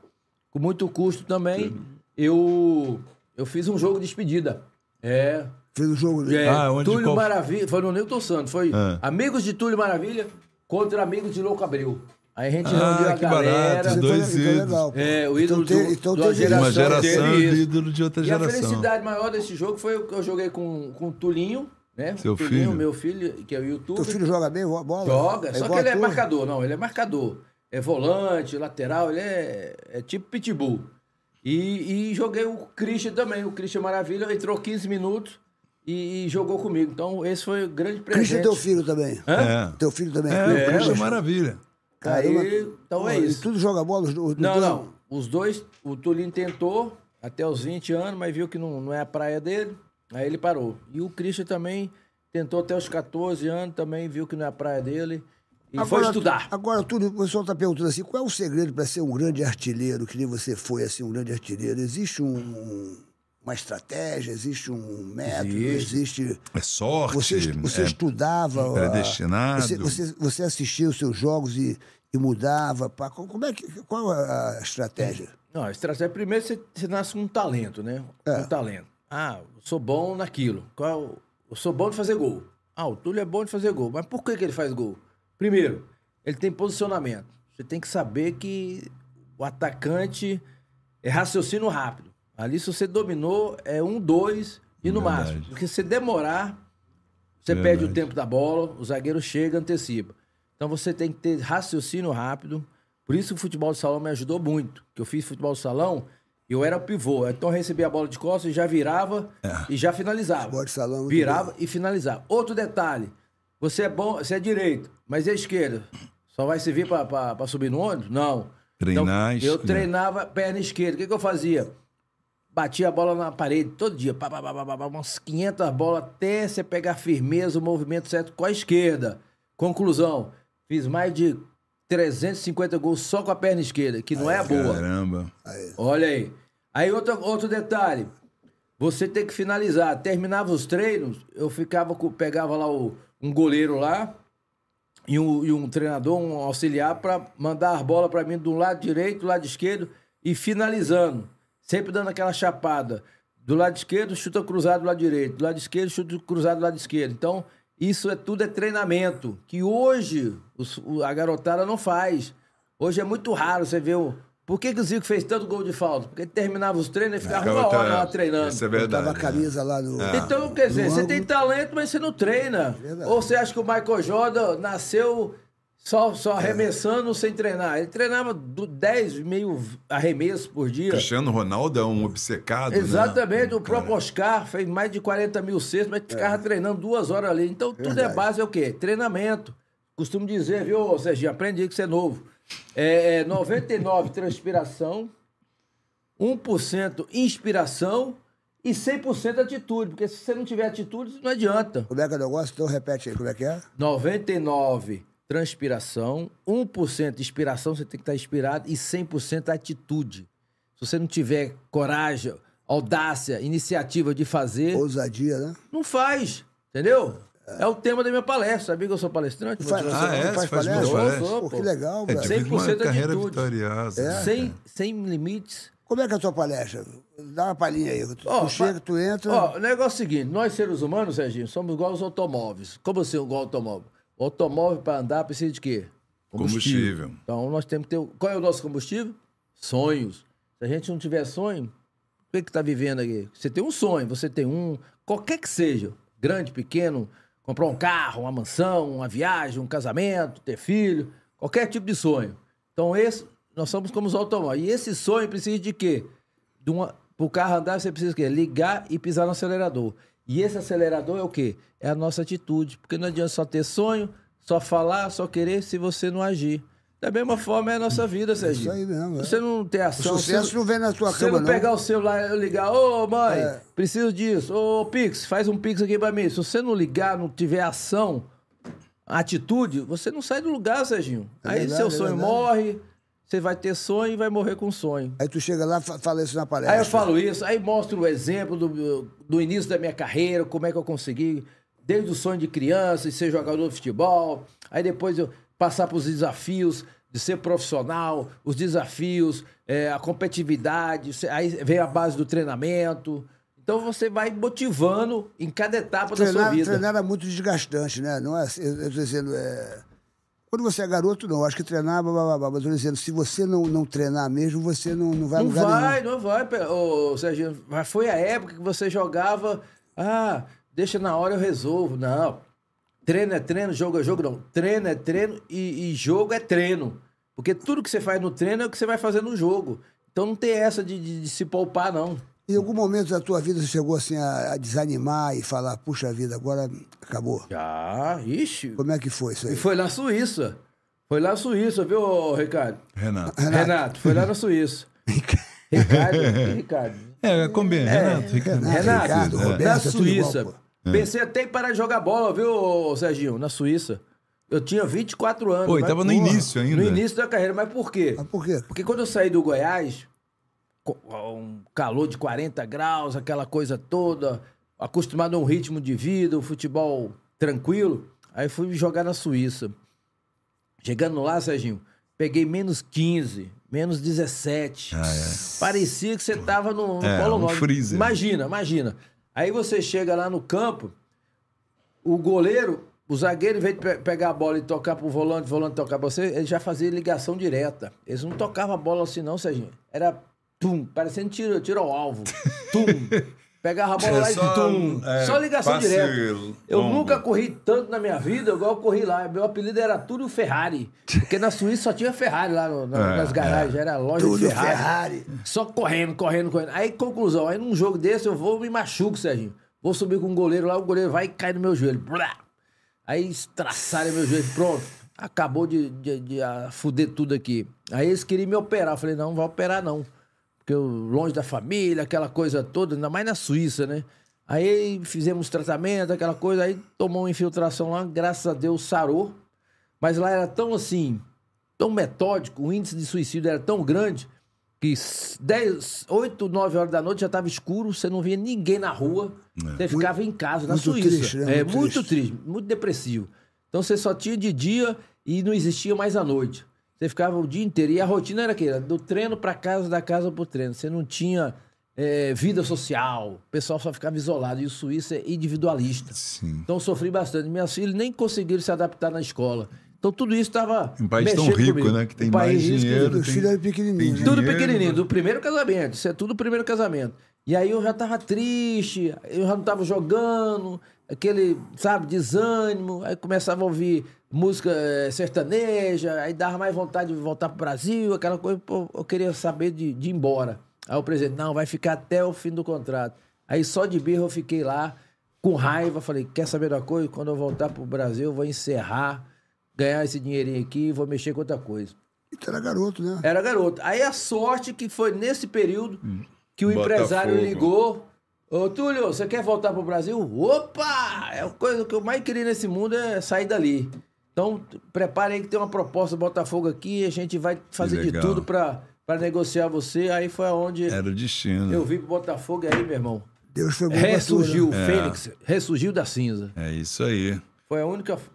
S3: com muito custo também, eu, eu fiz um jogo de despedida. É.
S2: Fez o jogo dele.
S3: é
S1: Ah, onde-
S3: Túlio
S1: qual-
S3: Maravilha. Foi no Newton Santos. Foi
S1: Ah.
S3: Amigos de Túlio Maravilha contra Amigos de Louco Abreu. Aí a gente reuniu
S1: Ah,
S3: a
S1: que
S3: galera.
S1: barato.
S2: Então é-
S1: Dois
S2: então é
S1: ídolos.
S2: legal, pô.
S3: É, o ídolo
S2: então
S3: do-
S2: tem, então
S3: da
S2: tem
S3: geração.
S1: Uma geração
S3: Isso.
S1: de ídolo de outra
S3: E a
S1: geração.
S3: felicidade maior desse jogo foi o que eu joguei com, com o Tulinho, né?
S1: Seu
S3: Tulinho,
S1: filho.
S3: meu filho, que é o
S2: Teu
S3: YouTube.
S2: filho joga bem, boa bola?
S3: Joga, só que
S2: igual
S3: ele
S2: a
S3: é
S2: tu?
S3: marcador. Não, ele é marcador. É volante, lateral, ele é, é tipo pitbull. E, e joguei o Christian também. O Christian Maravilha entrou 15 minutos e, e jogou comigo. Então, esse foi o grande presente.
S2: Christian é teu filho também.
S3: né?
S1: É.
S2: Teu filho também.
S1: É,
S2: Christian,
S1: o Christian é
S2: mas-
S1: maravilha.
S2: caramba,
S3: Aí,
S2: tu-
S3: então
S2: pô,
S3: é isso.
S2: E tudo joga bola? os do- do-
S3: Não,
S2: do-
S3: não. Os dois, o Tulinho tentou até os 20 anos, mas viu que não, não é a praia dele. Aí ele parou. E o Christian também tentou até os 14 anos, também viu que não é a praia dele. E foi estudar.
S2: Agora, tudo, o pessoal está perguntando assim: qual é o segredo para ser um grande artilheiro, que nem você foi, assim, um grande artilheiro? Existe um- um- uma estratégia, existe um método, existe.
S1: É sorte.
S2: Você, est- você
S1: é
S2: estudava. a-
S1: predestinado.
S2: Você, você, você assistia os seus jogos e, e mudava. pá. Co- como é que, qual a a estratégia?
S3: Não, a estratégia é primeiro você, você nasce com um talento, né?
S2: É.
S3: Um talento. Ah, eu sou bom naquilo. Qual? Eu sou bom de fazer gol. Ah, o Túlio é bom de fazer gol. Mas por que, que ele faz gol? Primeiro, ele tem posicionamento. Você tem que saber que o atacante é raciocínio rápido. Ali, se você dominou, é um, dois e no
S1: Verdade.
S3: máximo. Porque se demorar, você
S1: Verdade.
S3: perde o tempo da bola, o zagueiro chega, antecipa. Então você tem que ter raciocínio rápido. Por isso o futebol de salão me ajudou muito. Que eu fiz futebol de salão, eu era pivô. Então eu recebia a bola de costas e já virava
S1: É.
S3: e já finalizava.
S2: Futebol de salão é muito
S3: virava e finalizava. Outro detalhe: você é bom, você é direito, mas é esquerdo. Só vai servir para subir no ônibus? Não.
S1: Treinar a
S3: então, Eu
S1: esquerda.
S3: treinava perna esquerda. O que, que eu fazia? Batia a bola na parede todo dia, pá, pá, pá, pá, pá, pá, umas 500 bolas até você pegar firmeza, o movimento certo com a esquerda. Conclusão, fiz mais de 350 gols só com a perna esquerda, que não é a boa.
S1: Caramba.
S3: Olha aí. Aí outro, outro detalhe, você tem que finalizar. Terminava os treinos, eu ficava com, pegava lá o, um goleiro lá e um, e um treinador, um auxiliar, para mandar as bolas para mim do lado direito, do lado esquerdo e finalizando. Sempre dando aquela chapada. Do lado esquerdo, chuta cruzado do lado direito. Do lado esquerdo, chuta cruzado do lado esquerdo. Então, isso é tudo é treinamento. Que hoje os- o- a garotada não faz. Hoje é muito raro você ver um, Por que, que o Zico fez tanto gol de falta? Porque ele terminava os treinos e ficava
S1: Ficava
S3: Tá uma hora
S1: até-
S3: lá treinando.
S1: Isso é
S2: Tava a
S1: verdade.
S2: camisa lá no.
S3: Então, quer dizer,
S2: No
S3: você
S2: ângulo.
S3: tem talento, mas você não treina. Ou você acha que o Michael Jordan nasceu só, só arremessando sem treinar? Ele treinava do 10 meio arremessos por dia.
S1: Cristiano Ronaldo é um obcecado. né?
S3: Exatamente, o próprio Oscar fez mais de 40 mil cestos, mas ficava treinando duas horas ali. Então, tudo é base, é o quê? Treinamento. Costumo dizer, viu, Serginho, aprendi que você é novo. É, é 99 transpiração, 1% inspiração e 100% atitude. Porque se você não tiver atitude, não adianta.
S2: Como é que é o negócio? Então repete aí, como é que é?
S3: 99 transpiração, 1% inspiração, você tem que estar inspirado, e 100% atitude. Se você não tiver coragem, audácia, iniciativa de fazer,
S2: Ousadia, né?
S3: não faz, entendeu? É o tema da minha palestra. Sabia que eu sou palestrante?
S2: Tu faz,
S3: Motivação?
S1: Ah,
S2: você
S1: é?
S2: não faz
S1: Você faz
S2: palestra?
S1: palestra?
S3: Eu sou,
S2: Pô, que
S3: pô.
S2: legal,
S1: É,
S2: brother.
S1: tive uma
S3: 100%
S1: carreira
S3: atitude. É.
S1: vitoriosa. né?
S3: Sem, sem limites.
S2: Como é que é a tua palestra? Dá uma palhinha aí. Tu,
S3: Ó,
S2: tu chega,
S3: pa-
S2: tu entra.
S3: Ó, o negócio é o seguinte: nós seres humanos, Serginho, somos igual aos automóveis. Como assim, igual ao automóvel? O automóvel, para andar, precisa de quê?
S1: Combustível.
S3: Então nós temos que ter. o- Qual é o nosso combustível? Sonhos. Se a gente não tiver sonho, o que é que tá vivendo aqui? Você tem um sonho, você tem um, qualquer que seja, grande, pequeno, comprar um carro, uma mansão, uma viagem, um casamento, ter filho, qualquer tipo de sonho. Então esse, nós somos como os automóveis. E esse sonho precisa de quê? De uma, pro carro andar, você precisa o quê? Ligar e pisar no acelerador. E esse acelerador é o quê? É a nossa atitude. Porque não adianta só ter sonho, só falar, só querer, se você não agir. Da mesma forma é a nossa vida, Serginho.
S2: aí mesmo, é.
S3: Se você não ter ação...
S2: O
S3: se
S2: sucesso não vem na tua
S3: se você
S2: cama,
S3: não
S2: não.
S3: pegar o celular e ligar, ô mãe,
S2: É.
S3: preciso disso, ô Pix, faz um Pix aqui pra mim. Se você não ligar, não tiver ação, atitude, você não sai do lugar, Serginho.
S2: É
S3: Aí
S2: verdade,
S3: seu
S2: é
S3: sonho
S2: verdade.
S3: morre, você vai ter sonho e vai morrer com sonho.
S2: Aí tu chega lá e fa- fala isso na palestra.
S3: Aí eu falo isso, aí mostro o exemplo do, do início da minha carreira, como é que eu consegui, desde o sonho de criança, de ser jogador de futebol, aí depois eu passar para os desafios de ser profissional, os desafios, eh, a competitividade, você- aí vem a base do treinamento. Então você vai motivando em cada etapa da sua
S2: Treinar,
S3: vida.
S2: treinar é muito desgastante, né? Não é, assim, eu, eu tô dizendo, é... Quando você é garoto, não. Acho que treinar, blá, blá, blá, blá, mas eu tô dizendo, se você não, não treinar mesmo, você não, não vai a
S3: Não
S2: lugar
S3: vai,
S2: nenhum.
S3: não vai, pe- ô Serginho. Mas foi a época que você jogava. Ah, deixa na hora eu resolvo. Não. Treino é treino, jogo é jogo, não. Treino é treino e, e jogo é treino. Porque tudo que você faz no treino é o que você vai fazer no jogo. Então não tem essa de, de- de se poupar, não.
S2: Em algum momento da tua vida, você chegou assim a, a desanimar e falar, puxa vida, agora acabou.
S3: Já, ixi.
S2: Como é que foi isso aí?
S3: E foi lá na Suíça. Foi lá na Suíça, viu, ô, Ricardo?
S1: Renato.
S3: Renato, foi lá na Suíça. Ricardo, Ricardo.
S1: É, combina. Renato, Ricardo.
S3: Renato,
S2: Ricardo, Roberto,
S3: na
S2: é tudo
S3: Suíça.
S2: igual,
S1: É.
S3: Pensei até em parar de jogar bola, viu, ô, Serginho? Na Suíça. Eu tinha 24 anos.
S1: Pô, e
S3: mas-
S1: tava no início ainda.
S3: No início da carreira, mas por quê?
S2: Mas Ah, por quê?
S3: Porque quando eu saí do Goiás, co- um calor de 40 graus, aquela coisa toda, acostumado a um ritmo de vida, um futebol tranquilo, aí fui jogar na Suíça. Chegando lá, Serginho, peguei menos 15, menos 17. Parecia que você tava no, no
S1: Ah, É,
S3: Polo
S1: um
S3: Norte.
S1: freezer.
S3: Imagina, imagina. Aí você chega lá no campo, o goleiro, o zagueiro, em vez de pe- pegar a bola e tocar pro volante, o volante tocar pra você, ele já fazia ligação direta. Eles não tocavam a bola assim, não, Serginho. Era tum, parecendo tiro, tiro ao alvo. Tum. Pegava a bola
S1: É
S3: lá
S1: só,
S3: e tum.
S1: é,
S3: só ligação
S1: passe
S3: direta. Eu
S1: longo.
S3: nunca corri tanto na minha vida igual eu corri lá. Meu apelido era Túlio Ferrari. Porque na Suíça só tinha Ferrari lá no- na-
S1: É,
S3: nas garagens. Era loja
S2: Túlio
S3: de Ferrari.
S2: Ferrari.
S3: Só correndo, correndo, correndo. Aí, conclusão, aí num jogo desse eu vou me machuco, Serginho. Vou subir com um goleiro lá, o goleiro vai e cai no meu joelho. Blá! Aí estraçaram meu joelho, pronto. Acabou de, de, de, ah, fuder tudo aqui. Aí eles queriam me operar. Eu falei, não, não vai operar não. Porque eu, longe da família, aquela coisa toda, ainda mais na Suíça, né? Aí fizemos tratamento, aquela coisa, aí tomou uma infiltração lá, graças a Deus sarou. Mas lá era tão assim, tão metódico, o índice de suicídio era tão grande que 10, 8, 9 horas da noite já estava escuro, você não via ninguém na rua, você ficava em casa, na
S2: É. muito
S3: Suíça.
S2: triste, né?
S3: É
S2: Muito
S3: muito
S2: triste.
S3: triste, muito depressivo. Então você só tinha de dia e não existia mais à noite. Você ficava o dia inteiro. E a rotina era aquela, do treino para casa, da casa para o treino. Você não tinha eh, vida social, o pessoal só ficava isolado. E o suíço é individualista.
S1: Sim.
S3: Então eu sofri bastante. Minhas filhas nem conseguiram se adaptar na escola. Então tudo isso estava.
S1: Um país tão rico, né,
S3: Um
S1: que tem mais dinheiro,
S2: Meu
S1: tem-
S2: filho é pequenininho.
S3: Tudo
S1: dinheiro.
S3: pequenininho, do primeiro casamento. Isso é tudo primeiro casamento. E aí eu já tava triste, eu já não tava jogando, aquele, sabe, desânimo. Aí começava a ouvir música eh, sertaneja, aí dava mais vontade de voltar pro Brasil, aquela coisa. Pô, eu queria saber de, de ir embora. Aí o presidente, não, vai ficar até o fim do contrato. Aí só de birra eu fiquei lá, com raiva, falei, quer saber da coisa? Quando eu voltar pro Brasil, eu vou encerrar, ganhar esse dinheirinho aqui e vou mexer com outra coisa.
S2: Tu era garoto, né?
S3: Era garoto. Aí a sorte que foi nesse período que o
S1: Hum. Botafogo.
S3: empresário ligou. Ô, Túlio, você quer voltar pro Brasil? Opa! É a coisa que eu mais queria nesse mundo é sair dali. Então, t- preparem aí que tem uma proposta do Botafogo aqui, a gente vai fazer de
S1: legal.
S3: tudo pra, pra negociar você. Aí foi aonde
S1: Era o é destino.
S3: eu vim pro Botafogo e aí, meu irmão.
S2: Deus foi bom pra tu, né?
S3: É, Ressurgiu o Fênix, ressurgiu da cinza.
S1: É isso aí.
S3: Foi a única f-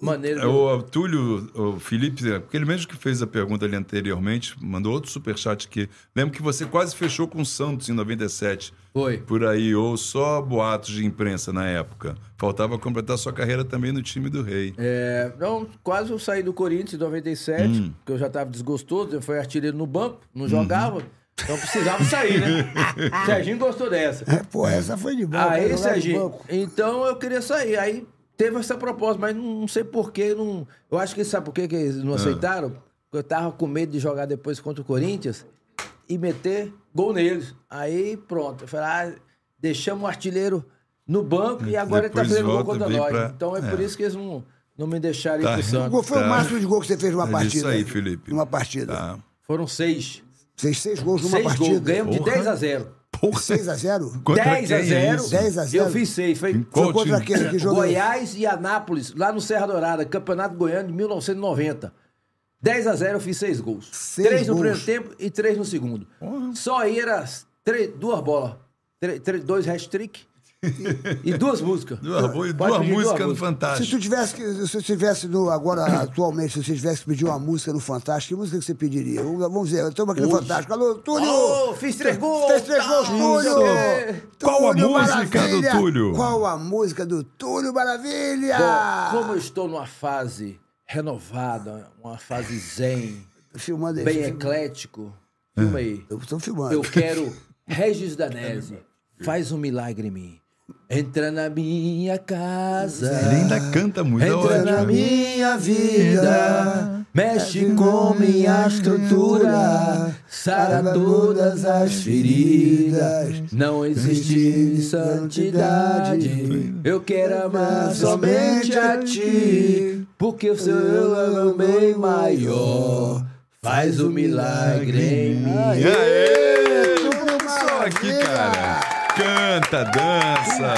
S3: maneira.
S1: É, O Túlio, o Felipe, é, porque ele mesmo que fez a pergunta ali anteriormente, mandou outro superchat aqui. Lembro que você quase fechou com o Santos em 97.
S3: Foi.
S1: Por aí, ou só boatos de imprensa na época. Faltava completar sua carreira também no time do Rei.
S3: É, não, quase eu saí do Corinthians em 97, porque eu já tava desgostoso, eu fui artilheiro no banco, não jogava, então precisava sair, né? Serginho gostou dessa.
S2: É, Pô, essa foi de boa. cara,
S3: Aí,
S2: jogar é de
S3: Serginho,
S2: banco.
S3: é então eu queria sair. Aí teve essa proposta, mas não, não sei porquê. Não, eu acho que sabe por quê que eles não
S1: Ah.
S3: aceitaram? Porque eu tava com medo de jogar depois contra o Corinthians e meter gol neles. Aí pronto. Eu falei, ah, deixamos o artilheiro no banco e agora ele tá
S1: Depois
S3: fazendo gol
S1: volta,
S3: contra
S1: vem
S3: nós.
S1: pra-
S3: Então é, por
S1: é.
S3: isso que eles não, não me deixaram
S1: Tá.
S3: ir pro
S2: O
S3: Santos.
S2: gol foi
S1: Tá.
S2: o máximo de gol que você fez numa
S1: É
S2: partida.
S1: isso aí, Felipe.
S2: Numa partida.
S1: Tá.
S3: Foram seis.
S2: Fez seis gols numa
S3: seis
S2: partida.
S3: gols. Ganhamos de
S1: Porra.
S3: 10 a 0.
S1: Porra!
S2: 6 a 0
S1: Contra
S3: 10 a
S1: quem é
S3: 0.
S1: isso?
S2: 10 a 0.
S3: Eu fiz seis. Foi,
S1: Qual
S2: Foi contra
S1: time?
S2: aquele que jogou.
S3: Goiás e Anápolis, lá no Serra Dourada, Campeonato Goiano de 1990. 10 a 0 eu fiz seis gols.
S2: Seis
S3: três no
S2: gols.
S3: primeiro tempo e três no segundo. Só aí era as três- duas bolas. Tre- tre- dois hat-trick e duas músicas.
S1: Duas, duas,
S3: Pode pedir
S1: músicas no
S2: Se
S1: Fantástico.
S2: tu tivesse que. Se tu tivesse no, agora, atualmente, se você tivesse que pedir uma música no Fantástico, que música que você pediria? Vamos vamos dizer, estamos aqui no Fantástico. Alô, Túlio!
S3: Ô, fiz três gols,
S2: Fez três
S3: tá,
S2: gols, Túlio!
S3: não sei o quê.
S1: Qual a
S2: Túlio
S1: música do
S2: Maravilha!
S1: Túlio?
S2: Qual a música do Túlio Maravilha? Ah.
S3: Bom, como eu estou numa fase renovada, uma fase zen,
S2: Filmando aí.
S3: bem
S2: filma-
S3: eclético, filma aí.
S2: Eu tô filmando.
S3: Eu quero Regis Danese. Faz um milagre em mim. Entra na minha
S1: Ele
S3: casa.
S1: ainda canta muito, é
S2: tá
S3: Entra na
S1: ótimo.
S3: minha vida. Mexe com minha estrutura. Sara todas as feridas. Não existe santidade. Eu quero amar somente a ti. Porque o seu é o bem maior. Faz um milagre em mim.
S1: E aí?
S2: Túlio
S1: Só aqui,
S2: Maravilha!
S1: cara. Canta, dança,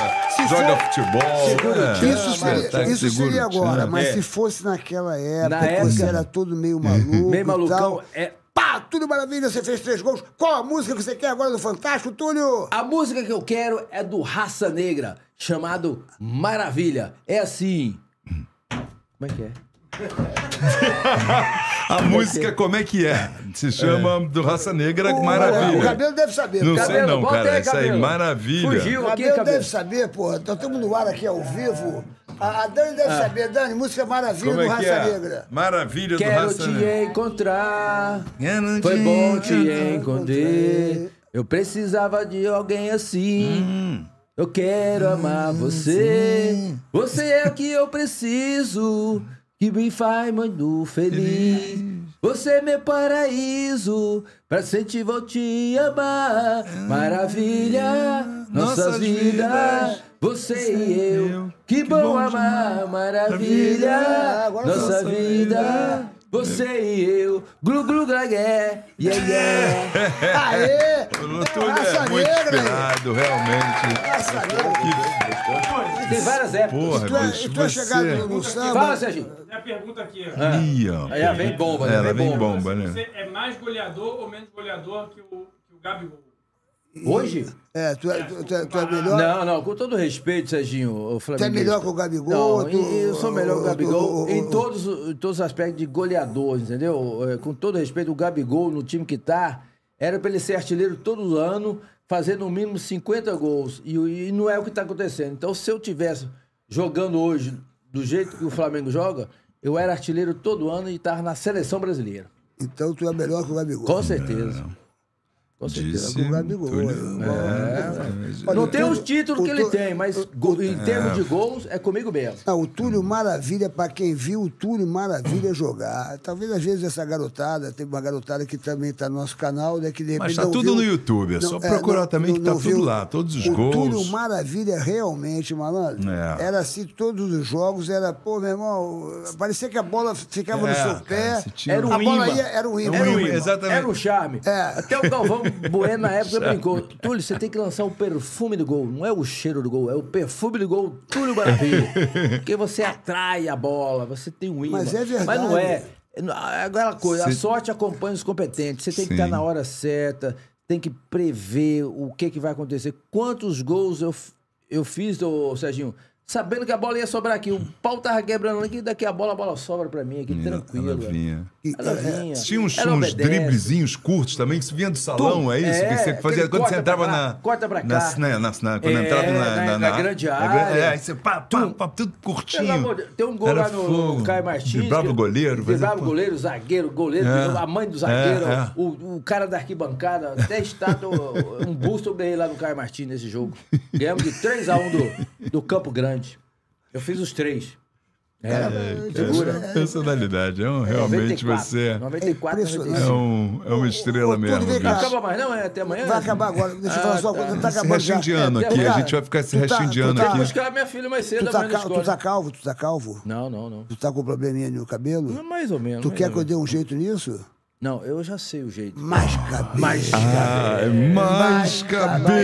S1: joga futebol.
S2: Isso,
S1: é,
S2: seria,
S1: espetáculo,
S2: isso
S1: segura
S2: seria
S1: o tchan.
S2: agora, mas
S3: É.
S2: se fosse naquela época,
S3: Na
S2: que você
S3: época-
S2: era todo meio maluco.
S3: Meio malucão,
S2: E tal.
S3: é-
S2: Pá, Túlio Maravilha, você fez três gols. Qual a música que você quer agora do Fantástico, Túlio?
S3: A música que eu quero é do Raça Negra, chamado Maravilha. É assim. Como é que é?
S1: A música, como é que é? Se chama do Raça Negra, que
S2: O
S1: maravilha.
S2: cabelo deve saber.
S1: Não
S2: O
S1: sei não,
S3: bota
S1: cara.
S3: aí,
S1: Isso aí,
S3: cabelo.
S1: maravilha.
S3: Fugiu aqui,
S2: cabelo deve
S3: cabelo.
S2: saber, pô. Nós estamos no ar aqui ao vivo. A, a Dani
S3: Ah.
S2: deve saber, Dani, música Maravilha
S1: Como
S2: do
S1: é que
S2: Raça
S1: é?
S2: Negra.
S1: Maravilha do
S3: Quero
S1: Raça Negra.
S3: te encontrar.
S1: Quero
S3: Foi
S1: te
S3: bom te
S1: encontrar.
S3: encontrar. Eu precisava de alguém assim. Eu quero amar você. Você é o que eu preciso. Que me faz muito feliz. Você é meu paraíso. Pra sentir, vou te amar. Maravilha, Hum. nossas
S1: Nossas
S3: vidas.
S1: vidas.
S3: Você e eu. Que bom amar. é
S1: Maravilha,
S3: Maravilha,
S2: agora
S3: nossa
S1: nossa
S3: vida.
S1: vida.
S3: Você e eu, glu glu glagué, yeah yeah.
S2: Aê!
S1: É. O Túlio
S2: Raça
S1: é muito
S2: Negra,
S1: inspirado, realmente.
S2: Raça Negra.
S3: Tem várias
S1: Porra,
S3: épocas.
S2: Tu é,
S1: bicho,
S2: tu é chegado no,
S1: você...
S2: no
S3: Fala,
S2: samba.
S3: Serginho.
S4: Tem a pergunta aqui, ó.
S1: Ih, ó.
S3: Aí ela vem bomba, né?
S1: Ela
S3: Vem
S1: vem
S3: bomba.
S1: Ah, bomba, né?
S4: Você é mais goleador ou menos goleador que o, que o Gabigol?
S3: Hoje?
S2: É, tu é, tu, tu é, tu é melhor.
S3: Não, não, com todo respeito, Serginho, o
S2: Tu
S3: Flamengo.
S2: é melhor que o Gabigol?
S3: Não,
S2: tu-
S3: e- eu sou melhor que o Gabigol
S2: tu-
S3: em todos, em todos os aspectos de goleador, entendeu? É, Com todo respeito, o Gabigol no time que tá, era pra ele ser artilheiro todo ano, fazer no mínimo 50 gols. E, o- e não é o que tá acontecendo. Então, se eu tivesse jogando hoje do jeito que o Flamengo joga, Eu era artilheiro todo ano e estava na seleção brasileira.
S2: Então tu é melhor que o Gabigol.
S3: Com certeza. Com certeza.
S1: Disse "Hum,
S2: o Gabigol,
S1: Túlio.
S2: eu-
S1: É,
S2: Olha,
S3: Não
S2: o
S3: tem
S2: Túlio-
S3: os títulos
S2: o
S3: que ele
S2: Túlio-
S3: tem, mas go- em termos de gols, é comigo mesmo.
S2: Ah, o Túlio Maravilha, pra quem viu o Túlio Maravilha jogar. Talvez às vezes essa garotada, tem uma garotada que também tá no nosso canal, né? Que de repente
S1: Mas tá
S2: não
S1: tudo
S2: viu-
S1: no YouTube, é só procurar também que tá tudo lá, todos os
S2: o
S1: gols.
S2: Túlio Maravilha realmente, malandro.
S1: É.
S2: Era assim, todos os jogos, era, pô, meu irmão, parecia que a bola ficava
S1: É,
S2: no seu
S1: cara,
S2: pé.
S1: você tinha-
S3: Era um
S2: a bola
S3: imã.
S2: ia, era um ímã.
S1: Era um
S2: Era um
S1: ímã,
S2: ímã.
S1: exatamente.
S3: Era um charme.
S2: É.
S3: Até o Galvão Bueno, na época, brincou. Túlio, você tem que lançar o perfume do gol. Não é o cheiro do gol, é o perfume do gol, Túlio Maravilha. Porque você atrai a bola, você tem um ímã.
S2: Mas é verdade.
S3: Mas não é. É, não, é Aquela coisa, a
S1: Você-
S3: sorte acompanha os competentes. Você tem que
S1: Sim.
S3: estar na hora certa, tem que prever o que, que vai acontecer. Quantos gols eu, f- eu fiz, ô, Serginho? Sabendo que a bola ia sobrar aqui. O pau tava quebrando aqui, daqui a bola, a bola sobra pra mim aqui, tranquilo. é.
S1: Ela vinha.
S3: Ela
S2: é,
S3: vinha.
S1: Tinha uns,
S3: Ela
S1: uns
S3: obedece.
S1: driblezinhos curtos também, que se vinha do salão, é isso? que você fazia
S3: aquele
S1: quando você
S3: corta
S1: entrava
S3: pra lá,
S1: na.
S3: Corta pra cá.
S1: na- na- na- na- quando
S3: É,
S1: entrava na,
S3: na- na grande área.
S1: É, aí você pá, pá, pá, tudo curtinho.
S3: Pelo amor de Deus, tem um gol
S1: Era
S3: lá no
S1: fogo.
S3: Caio Martins.
S1: Driblava
S3: que-
S1: o goleiro. fazia,
S3: Driblava
S1: pô.
S3: o goleiro, zagueiro, goleiro,
S1: É.
S3: driblava a mãe do zagueiro,
S1: É, é.
S3: O, o cara da arquibancada, até estátua, um busto eu ganhei lá no Caio Martins nesse jogo. Ganhamos de 3x1 do, do Campo Grande. Eu fiz os três. É,
S1: Cara,
S3: figura.
S1: é personalidade. É um, realmente
S3: 94,
S1: você
S3: 94,
S2: impressionante.
S3: 95.
S1: é, um, é uma estrela
S2: ô,
S1: mesmo.
S2: Túlio, vem
S3: Não
S2: cá.
S1: bicho.
S3: acaba mais, não? É até amanhã?
S2: Vai acabar agora. Deixa eu
S3: Ah,
S2: falar só
S3: tá.
S2: uma coisa. Tá
S1: Esse
S2: acabando já.
S1: restinho de ano
S2: É,
S1: aqui,
S2: cara,
S1: a gente vai ficar esse
S2: tu tá-
S1: restinho de
S2: tu
S1: ano
S2: tá-
S3: Vou
S1: aqui.
S3: buscar minha filha mais cedo
S2: Tu tá,
S3: amanhã na
S2: cal- tu
S3: escola.
S2: tá calvo? Tu tá calvo?
S3: Não, não, não.
S2: Tu tá com probleminha no cabelo?
S3: Não, Mais ou menos.
S2: Tu
S3: mais
S2: quer
S3: ou
S2: que eu
S3: menos.
S2: dê um jeito nisso?
S3: Não, eu já sei o jeito.
S2: Mais cabelo. Mais
S1: Ah, é mais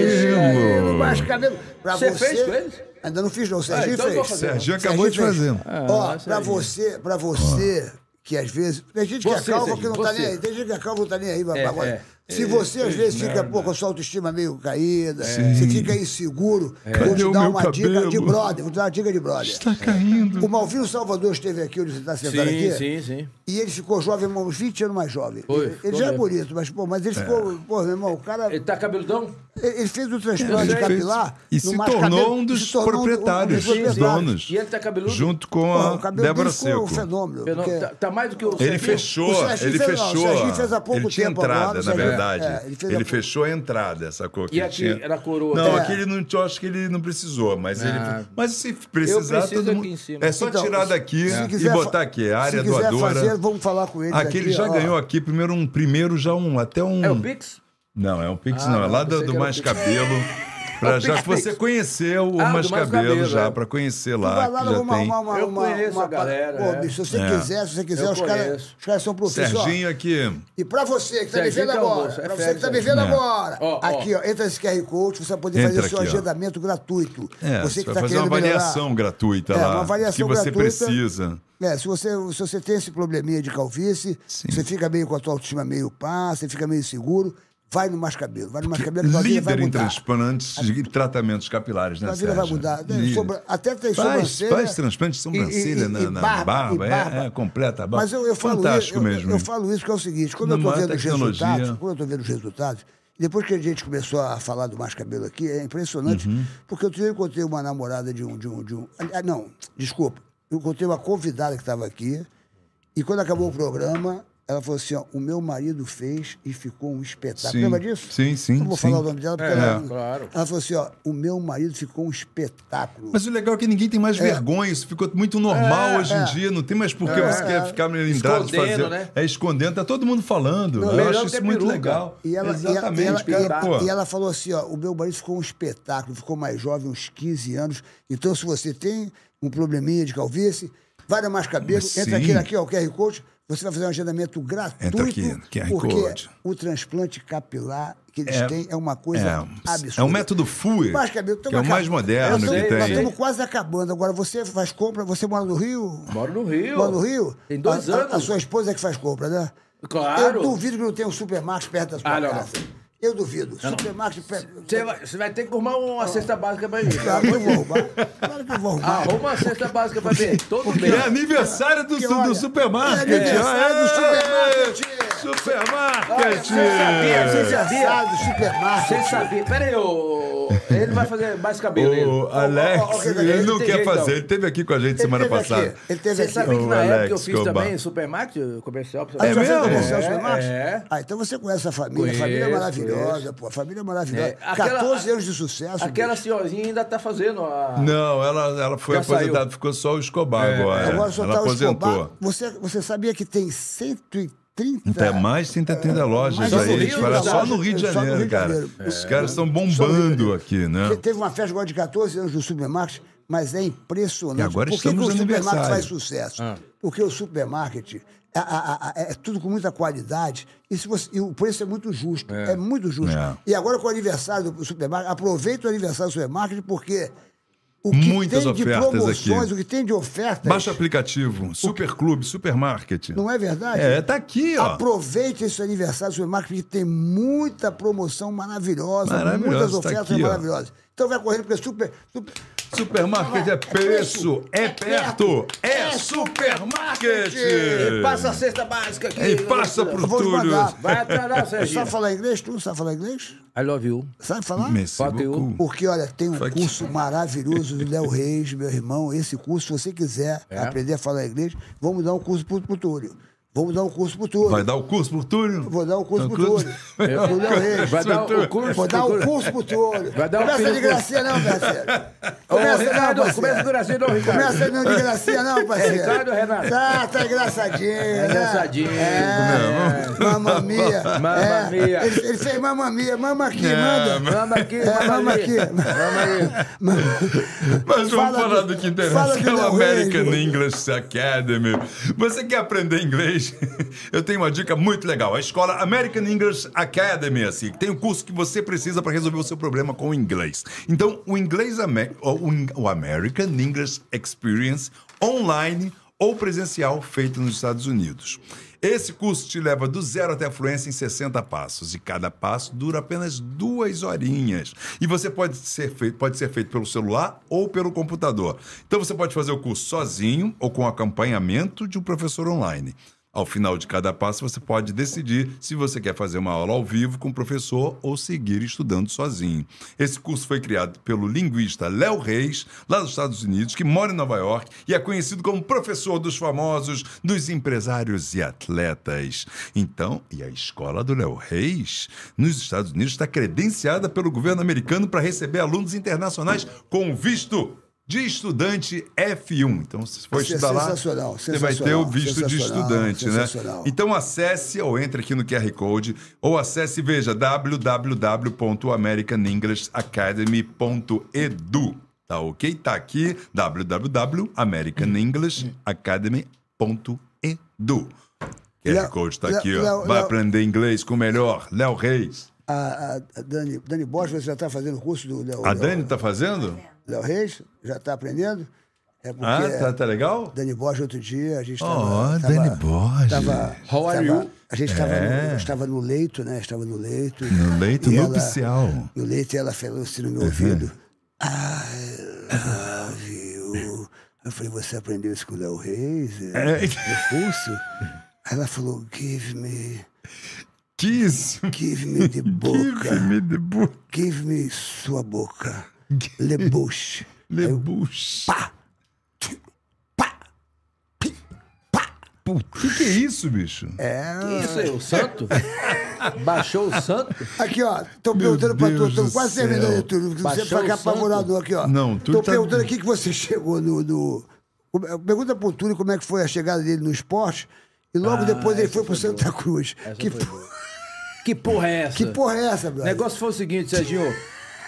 S1: cabelo.
S2: Mais cabelo. Pra
S3: Você
S2: você,
S3: fez com eles?
S2: Ainda não fiz, não. é O
S3: Ah,
S2: Serginho
S3: então eu vou
S2: fez.
S3: fazer.
S1: Serginho acabou de fazer.
S2: Serginho fez. Ó,
S3: Ah,
S2: pra
S3: Serginho.
S2: você, pra você, que às vezes. Tem gente que é
S3: Você,
S2: calva que não tá nem
S3: Serginho, você.
S2: aí. Tem gente que é calva que não tá nem aí, mas
S3: É,
S2: agora.
S3: é. É.
S2: Se você às vezes fica pô, com a sua autoestima meio caída, você fica inseguro, vou
S1: Cadê
S2: te
S1: o
S2: dar
S1: meu
S2: uma dica de
S1: cabelo?
S2: brother, vou te dar uma dica de brother.
S1: Está caindo.
S2: O Malvino Salvador esteve aqui, onde você é? está sentado
S3: Sim,
S2: aqui.
S3: sim, sim.
S2: E ele ficou jovem, irmão, uns 20 anos mais jovem.
S3: Foi,
S2: ele
S3: ficou
S2: já é
S3: mesmo. É.
S2: bonito, mas, pô, mas ele ficou. Pô, meu irmão, o cara.
S3: Ele
S2: Ele,
S3: tá cabeludão?
S2: ele fez o transplante
S3: É,
S1: Tá
S3: Ele fez-
S2: capilar.
S1: e
S2: no
S1: se
S2: Mascabelo,
S1: tornou um dos
S2: se tornou um- um dos
S1: proprietários,
S2: proprietários.
S1: dos donos.
S3: E ele tá cabeludo?
S1: Junto com
S2: Pô,
S1: a
S2: o cabelo
S1: Débora
S2: dele ficou um
S1: Seco.
S2: fenômeno.
S3: Fenômeno.
S2: porque-
S3: Tá, tá mais do que o
S1: Ele
S3: Serginho?
S1: fechou,
S2: O Serginho
S1: ele
S2: fez- não, o
S1: fechou.
S2: Serginho fez há pouco
S1: ele tinha
S2: tempo
S1: entrada,
S2: agora, o
S1: na
S2: Serginho-
S1: verdade.
S2: é, ele
S1: ele
S2: fez há pouco-
S1: fechou a entrada, sacou? Que
S3: E aqui,
S1: tinha...
S3: era coroa.
S1: Não,
S3: É.
S1: aquele não, eu acho que ele não precisou, mas ele. Mas se precisar,
S3: preciso
S1: todo
S3: aqui
S1: mundo-
S3: em cima.
S1: É só
S2: Então,
S1: tirar
S2: se-
S1: daqui
S2: se
S1: É. e
S2: quiser
S1: botar
S2: fa-
S1: aqui. A área
S2: se quiser
S1: doadora.
S2: fazer, vamos falar com ele.
S1: Aquele
S2: daqui,
S1: já
S2: é, ó.
S1: ganhou aqui primeiro um primeiro já um até um
S3: É o Pix?
S1: não é um pix
S3: Ah,
S1: não é
S3: não,
S1: lá
S3: pensei
S1: do,
S3: que
S1: do
S3: era o
S1: mais
S3: Pix.
S1: cabelo
S2: É
S1: para já que você conheceu o
S3: Ah, do
S1: mais
S3: Mais
S1: cabelo
S3: Cabelo,
S1: já
S3: é.
S1: para conhecer
S2: Tu
S1: lá
S2: Então vai lá, nós
S1: que já
S2: vamos
S1: tem
S2: arrumar uma.
S3: Eu
S2: uma,
S3: conheço
S2: uma,
S3: a galera,
S2: Pô,
S3: é.
S2: bicho, se você
S1: É.
S2: quiser, se você quiser,
S3: Eu
S2: os caras
S3: conheço.
S2: os caras são profissionais.
S1: Serginho aqui
S2: E pra você que tá me
S3: Serginho
S2: vendo
S3: que é o
S2: agora,
S3: moço, é
S2: pra você
S3: férias,
S2: que tá me
S3: Serginho.
S2: vendo
S1: É.
S2: agora,
S3: Ó, ó.
S2: aqui, ó, entra nesse QR Code, você vai poder
S1: Entra
S2: fazer seu
S1: aqui, ó.
S2: agendamento gratuito.
S1: é,
S2: você que
S1: vai
S2: tá
S1: fazer
S2: querendo
S1: uma
S2: melhorar.
S1: avaliação gratuita
S2: É,
S1: lá
S2: uma avaliação
S1: que você
S2: gratuita.
S1: precisa
S2: É, se você, se você tem esse probleminha de calvície,
S1: Sim.
S2: você fica meio com a tua autoestima meio pá, você fica meio seguro, vai no mais cabelo, vai no mais cabelo, tua vida vai
S1: líder em
S2: mudar.
S1: transplantes e tratamentos capilares né
S2: Tua vida
S1: Sérgio?
S2: vai mudar. Né,
S1: Líder.
S2: sobra- até tem
S1: Faz,
S2: sobrancelha.
S1: faz transplante de sobrancelha
S2: e- e-
S1: na,
S2: e
S1: na
S2: barba,
S1: barba,
S2: e
S1: é,
S2: barba.
S1: é, completa a barba.
S2: Mas eu, eu falo
S1: Fantástico
S2: isso, eu-
S1: mesmo.
S2: Eu, falo isso que é o seguinte, quando
S1: Na
S2: eu tô
S1: maior
S2: vendo os
S1: tecnologia.
S2: resultados, quando eu tô vendo os resultados, depois que a gente começou a falar do mais cabelo aqui, é impressionante,
S1: Uhum.
S2: porque outro dia eu encontrei uma namorada de um, de um, de um, ah, não, desculpa, eu encontrei uma convidada que estava aqui e quando acabou o programa ela falou assim, ó, o meu marido fez e ficou um espetáculo.
S1: Sim.
S2: Lembra disso?
S1: Sim, sim,
S2: Não vou
S1: sim.
S2: falar o nome dela, porque
S1: É,
S2: ela...
S3: claro.
S2: Ela falou assim, ó, o meu marido ficou um espetáculo.
S1: Mas o legal é que ninguém tem mais vergonha, isso ficou muito normal
S2: É,
S1: hoje em
S2: é.
S1: dia, não tem mais por que você quer ficar melindrado de
S3: Escondendo,
S1: fazer.
S3: né?
S1: É escondendo, tá todo mundo falando. eu
S3: melhor
S1: acho
S3: ter
S1: isso muito
S3: peruca.
S1: legal.
S2: E ela,
S1: Exatamente,
S2: e ela, e ela-
S1: cara, pô.
S2: e ela falou assim: ó, o meu marido ficou um espetáculo, ficou mais jovem, uns 15 anos. Então, se você tem um probleminha de calvície, vai dar mais cabelo,
S1: Mas
S2: entra
S1: sim.
S2: aqui, aqui, ó, o QR Code, você vai fazer um agendamento gratuito.
S1: Entra aqui, QR
S2: porque
S1: Code.
S2: o transplante capilar que eles
S1: É,
S2: têm é uma coisa
S1: é,
S2: absurda.
S1: é um método FUE,
S2: Mais cabelo, tamo
S1: que é o
S2: acabando.
S1: mais moderno
S2: Nós
S1: que
S2: tamo- Nós
S1: tem.
S2: estamos quase acabando. Agora, você faz compra, você mora no Rio?
S3: Moro no Rio.
S2: Mora no Rio?
S3: Tem dois
S2: A- a-
S3: anos.
S2: A, sua esposa é que faz compra, né?
S3: Claro.
S2: Eu duvido que não tenha um supermarket perto da sua
S3: Ah, não,
S2: casa. Eu duvido. supermarket perto.
S3: Você vai, você vai ter que arrumar uma cesta básica pra mim.
S2: Claro que eu vou arrumar. Claro que eu vou arrumar.
S3: Arruma uma cesta básica pra mim. Todo mês.
S1: É aniversário do,
S2: Porque,
S1: su- do
S2: olha,
S1: supermarket.
S2: é aniversário do
S1: supermarket. Supermarket.
S3: Você sabia, você sabia.
S2: Sabe, supermarket.
S3: Você sabia. Pera aí, ô. o- ele vai fazer mais cabelo. ele.
S1: O Alex,
S3: Ele
S1: ele não
S3: tem
S1: quer
S3: jeito,
S1: fazer. Ele esteve aqui com a gente semana
S2: teve aqui,
S1: passada.
S2: Ele teve
S3: Você é?
S2: aqui.
S3: sabia que
S1: O
S3: na época eu
S1: Alex
S3: fiz
S1: Cobar.
S3: também Supermarket comercial? pra
S2: Ah, já
S3: você-
S2: fez
S1: mesmo?
S2: comercial,
S3: É,
S2: seu Max?
S3: é.
S2: Ah, então você conhece a família. a família é
S3: Conheço,
S2: maravilhosa, pô. A família é maravilhosa.
S3: É, aquela-
S2: 14 anos de sucesso.
S3: Aquela
S2: bicho.
S3: senhorzinha ainda tá fazendo a...
S1: É. Não, ela, ela foi
S3: Já
S1: aposentada,
S3: saiu.
S1: ficou só o Escobar agora.
S2: Agora só
S1: ela
S2: tá o
S1: aposentou.
S2: Escobar. Você, você sabia que tem 130...
S1: Tem mais de 130 lojas
S2: É. Mas só
S1: aí.
S2: no
S1: eles
S2: Rio,
S1: falam
S2: tá?
S1: só no Rio de
S2: Só no
S1: Janeiro,
S2: Rio de
S1: cara.
S2: Janeiro. É.
S1: Os caras estão bombando aqui, né?
S2: Te- Teve uma festa agora de 14 anos do Supermarket, mas é impressionante.
S1: E agora
S2: Por que que
S1: estamos
S2: o
S1: no
S2: Supermarket
S1: aniversário. Ah.
S2: faz sucesso? Porque o Supermarket a- a- a- a- é tudo com muita qualidade e, se você- e o preço é muito justo. É, muito justo.
S1: É.
S2: E agora com o aniversário do Supermarket, aproveita o aniversário do Supermarket porque o que
S1: Muitas
S2: tem de
S1: ofertas
S2: promoções,
S1: aqui.
S2: o que tem de ofertas,
S1: Baixa o aplicativo, Superclube, Supermarket.
S2: não é verdade?
S1: É, tá aqui, ó.
S2: Aproveite esse aniversário do Supermarket, porque tem muita promoção maravilhosa,
S1: Maravilhosa,
S2: muitas
S1: tá
S2: ofertas
S1: aqui, ó.
S2: maravilhosas. Então vai correndo, porque super, super,
S1: Supermarket é preço, é perto, é supermarket.
S3: E É, passa a cesta básica aqui.
S1: E passa
S3: pro...
S1: pro
S2: vou te
S1: Túlio.
S2: mandar.
S3: Vai atrás, lá,
S2: Você
S3: Serginho.
S2: sabe falar inglês? Tu sabe falar inglês?
S3: I love you.
S2: Sabe falar?
S1: Merci
S3: Bateu.
S1: beaucoup.
S2: Porque, olha, tem um
S1: Fuck.
S2: curso maravilhoso do Léo Reis, meu irmão. Esse curso, se você quiser
S3: É.
S2: aprender a falar inglês, vamos dar um curso pro, pro Túlio. Vamos dar um curso pro Túlio.
S1: Vai dar o curso pro Túlio?
S2: Vou dar um curso
S1: Dá
S2: pro Túlio.
S1: Eu-
S2: Do Léo Reis.
S3: Vai dar o curso.
S2: Vou dar um curso pro Túlio.
S3: Vai dar um
S2: Começa de
S3: curso.
S2: gracinha não, parceiro.
S3: Ô,
S2: Começa
S3: Ricardo,
S2: não, parceiro.
S3: começa com o Brasil, não, Ricardo.
S2: Começa não de gracinha não, parceiro.
S3: É Ricardo, Renato?
S2: Tá, tá engraçadinho. né?
S3: engraçadinho.
S2: É, mamamia.
S3: Mamma
S2: É.
S3: mia.
S2: Ele, ele fez mamamia. Mama aqui,
S1: É,
S2: manda.
S3: Mama aqui,
S2: É,
S3: mama
S2: mama
S3: ali.
S2: aqui. Mama
S1: Mas vamos
S2: Fala
S1: falar
S2: do-
S1: do que
S2: fala
S1: interessa.
S2: do
S1: Pela
S2: Léo
S1: American
S2: Reis.
S1: English Academy. Você quer aprender inglês? Eu tenho uma dica muito legal. A escola American English Academy, assim, que tem o curso que você precisa para resolver o seu problema com o inglês. Então, o inglês Ame- o in- o American English Experience online ou presencial feito nos Estados Unidos. Esse curso te leva do zero até a fluência em 60 passos e cada passo dura apenas duas horinhas. E você pode ser, feito, pode ser feito pelo celular ou pelo computador. Então você pode fazer o curso sozinho ou com acompanhamento de um professor online. Ao final de cada passo, você pode decidir se você quer fazer uma aula ao vivo com o professor ou seguir estudando sozinho. Esse curso foi criado pelo linguista Léo Reis, lá dos Estados Unidos, que mora em Nova York e é conhecido como professor dos famosos, dos empresários e atletas. Então, e a escola do Léo Reis, nos Estados Unidos, está credenciada pelo governo americano para receber alunos internacionais com visto de estudante F1. Então, se for
S2: Isso é
S1: estudar lá,
S2: sensacional,
S1: você vai ter o
S2: sensacional,
S1: visto de
S2: sensacional,
S1: estudante, né?
S2: sensacional.
S1: Então acesse ou entre aqui no QR Code ou acesse e veja www.americanenglishacademy.edu. Tá ok? Tá aqui www.americanenglishacademy.edu. QR
S2: Léo-
S1: Code tá
S2: Léo-
S1: aqui, ó.
S2: Léo-
S1: Vai
S2: Léo-
S1: aprender inglês com o melhor, Léo Reis.
S2: A, a- a Dani, Dani Borges, você já está fazendo o curso do Léo,
S1: A
S2: Léo-
S1: Dani tá fazendo?
S2: Léo Reis? Já está aprendendo? É porque
S1: Ah, tá, tá legal?
S2: Dani Borges, outro dia, a gente estava...
S1: Oh, Dani Borges.
S2: Tava,
S3: How are
S2: tava-
S3: you?
S2: A gente estava
S1: É.
S2: no, estava no leito, né? Estava no leito.
S1: No leito
S2: E ela-
S1: nupcial. Uhum.
S2: No leito, e ela falou assim no meu ouvido. Ah, viu? Eu falei, você aprendeu isso com o Léo Reis? É.
S1: É.
S2: No curso? Aí ela falou, give me,
S1: Kiss.
S2: give me the
S1: Give
S2: boca.
S1: me the book.
S2: give me sua boca. Le bouche.
S1: Le Bush.
S2: Pá! tchum, Pá! pim, Pá!
S1: O que, que é isso, bicho?
S3: Que Isso aí, o santo? Baixou o santo?
S2: Aqui, ó, tô
S1: Meu
S2: perguntando pra tu,
S1: Deus
S2: tô
S1: do
S2: quase
S1: céu.
S2: terminando tudo, porque você
S3: Baixou
S2: pra cá
S3: o santo?
S2: apavorador aqui, ó.
S1: Não, tu
S2: Tô
S1: tá-
S2: perguntando aqui que você chegou no. no... como- Pergunta pro Túlio como é que foi a chegada dele no esporte, e
S3: Ah,
S2: logo depois ele foi pro Santa Cruz. Que,
S3: foi
S2: po-
S3: Que porra é essa?
S2: que porra é essa,
S3: O
S2: brother?
S3: negócio foi o seguinte, Serginho.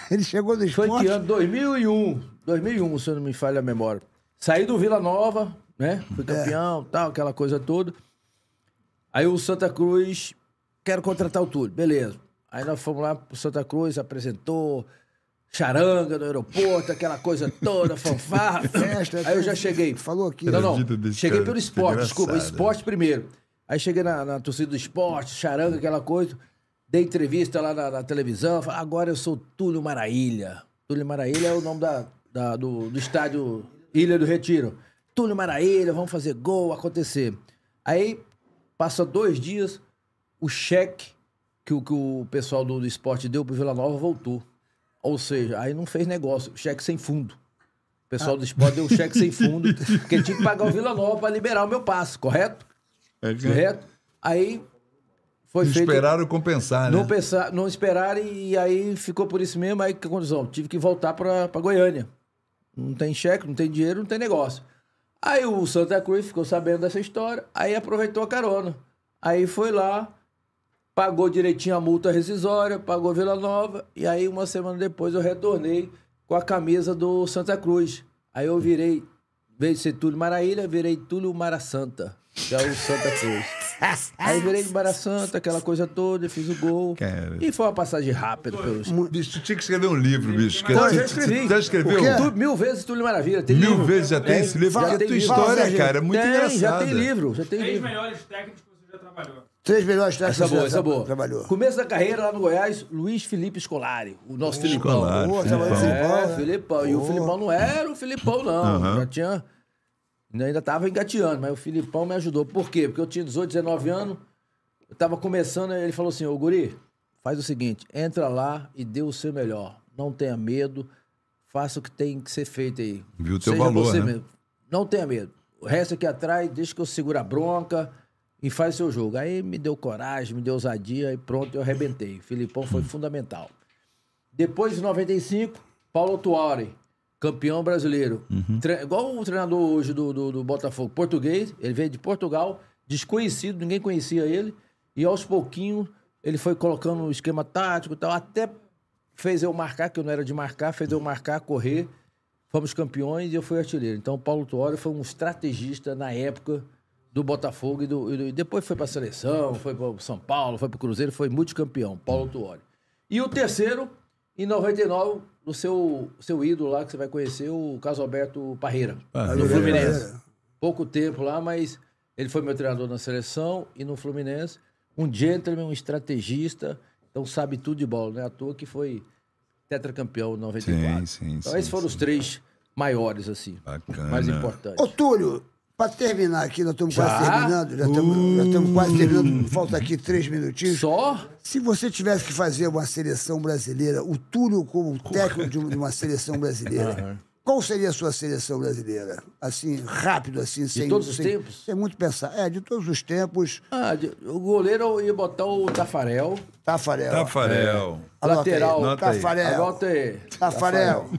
S2: Ele chegou no
S3: Foi
S2: esporte.
S3: que ano 2001. 2001, se eu não me falha a memória. Saí do Vila Nova, né? Fui campeão, tal, aquela coisa toda. Aí o Santa Cruz, quero contratar o Túlio, beleza. Aí nós fomos lá pro Santa Cruz, apresentou charanga no aeroporto, aquela coisa toda, fanfarra, festa. Aí eu já cheguei.
S2: Falou aqui.
S3: Não, não.
S1: Acredito desse
S3: Cheguei
S1: cara,
S3: pelo
S1: que
S3: esporte, desculpa,
S1: engraçado. né?
S3: esporte primeiro. Aí cheguei na, na torcida do esporte, charanga, aquela coisa. Dei entrevista lá na, na televisão. falei, agora eu sou Túlio Maraília. Túlio Maraília é o nome da, da- do, do estádio Ilha do Retiro. Túlio Maraília, vamos fazer gol, acontecer. Aí, passa dois dias, o cheque que o, que o pessoal do, do esporte deu pro Vila Nova voltou. Ou seja, aí não fez negócio, cheque sem fundo. O pessoal do esporte deu cheque sem fundo, porque tinha que pagar o Vila Nova para liberar o meu passe, correto?
S1: É que-
S3: Correto? Aí foi
S1: Não
S3: feito.
S1: esperaram compensar, né?
S3: Não, pensar, não esperaram e aí ficou por isso mesmo. Aí que condição? Tive que voltar pra, pra Goiânia. Não tem cheque, não tem dinheiro, não tem negócio. Aí o Santa Cruz ficou sabendo dessa história, aí aproveitou a carona. Aí foi lá, pagou direitinho a multa rescisória, pagou Vila Nova, e aí uma semana depois eu retornei com a camisa do Santa Cruz. Aí eu virei, veio ser Túlio Maraília, virei Túlio Mara Santa, que é o Santa Cruz. Aí virei de Mara Santa, aquela coisa toda, e fiz o gol.
S1: Cara.
S3: E foi uma passagem rápida pelos.
S1: Bicho, tu tinha que escrever um livro, bicho. que-
S3: Não, eu já
S1: tu- tu-
S3: escrevi.
S1: tu Já escreveu?
S2: O quê?
S3: Tu- mil vezes Túlio Maravilha. Tem
S1: Mil
S3: livro.
S1: vezes já tem esse livro?
S3: já
S1: Porque a
S3: tem
S1: tua
S3: livro.
S1: história,
S2: Sérgio.
S1: cara, é muito
S3: tem,
S1: engraçada.
S3: já tem livro, já tem
S4: Três
S3: livro.
S4: melhores técnicos que você já trabalhou.
S2: Três melhores técnicos
S3: Essa é
S2: que
S3: boa,
S2: já
S3: essa boa.
S2: trabalhou.
S3: Começo da carreira lá no Goiás, Luiz Felipe Scolari, o nosso Filipão.
S1: Scolari,
S2: Boa,
S1: Filipão.
S2: trabalhou com o
S3: É,
S2: Filipão, né?
S3: Filipão. E o Filipão não era o Filipão, não. Já tinha. Ainda tava engateando, mas o Filipão me ajudou. Por quê? Porque eu tinha 18, 19 anos, eu tava começando, ele falou assim: Ô Guri, faz o seguinte, entra lá e dê o seu melhor. Não tenha medo, faça o que tem que ser feito aí.
S1: Viu o teu
S3: Seja
S1: valor,
S3: você
S1: né?
S3: mesmo. Não tenha medo. O resto aqui atrás, deixa que eu seguro a bronca e faz seu jogo. Aí me deu coragem, me deu ousadia e pronto, eu arrebentei. O Filipão foi fundamental. Depois de 95, Paulo Tuori, campeão brasileiro. Tre- Igual o treinador hoje do, do, do Botafogo, português, ele veio de Portugal, desconhecido, ninguém conhecia ele. E aos pouquinhos ele foi colocando um esquema tático e tal, até fez eu marcar, que eu não era de marcar, fez eu marcar, correr. Fomos campeões e eu fui artilheiro. Então, o Paulo Tuori foi um estrategista na época do Botafogo e, do- e do- e depois foi para a seleção, foi para São Paulo, foi para o Cruzeiro, foi multicampeão, Paulo Tuori. E o terceiro, em 99, o seu, seu ídolo lá que você vai conhecer, o Carlos Alberto Parreira,
S1: Ah,
S3: do Fluminense. É. Pouco tempo lá, mas ele foi meu treinador na seleção e no Fluminense. Um gentleman, um estrategista, então sabe tudo de bola, né? À toa que foi tetracampeão em 94.
S1: Sim, sim,
S3: então,
S1: sim,
S3: esses foram
S1: sim.
S3: os três maiores, assim.
S1: Bacana.
S3: Mais
S2: Ô,
S3: importantes.
S2: Túlio, para terminar aqui, nós estamos quase
S3: Já?
S2: terminando. Já estamos, já estamos
S1: Hum.
S2: quase terminando. Falta aqui três minutinhos.
S3: Só
S2: Se você tivesse que fazer uma seleção brasileira, o Túlio como técnico de um- de uma seleção brasileira, qual seria a sua seleção brasileira? Assim, rápido, assim, sem...
S3: todos os
S2: sem-
S3: tempos?
S2: Sem muito pensar. É, de todos os tempos,
S3: ah, de- o goleiro eu ia botar o Tafarel.
S2: Tafarel.
S1: Tafarel.
S3: É.
S2: Anota
S3: Lateral.
S2: aí,
S1: Anota aí.
S2: Tafarel.
S3: Agora tem
S2: Tafarel.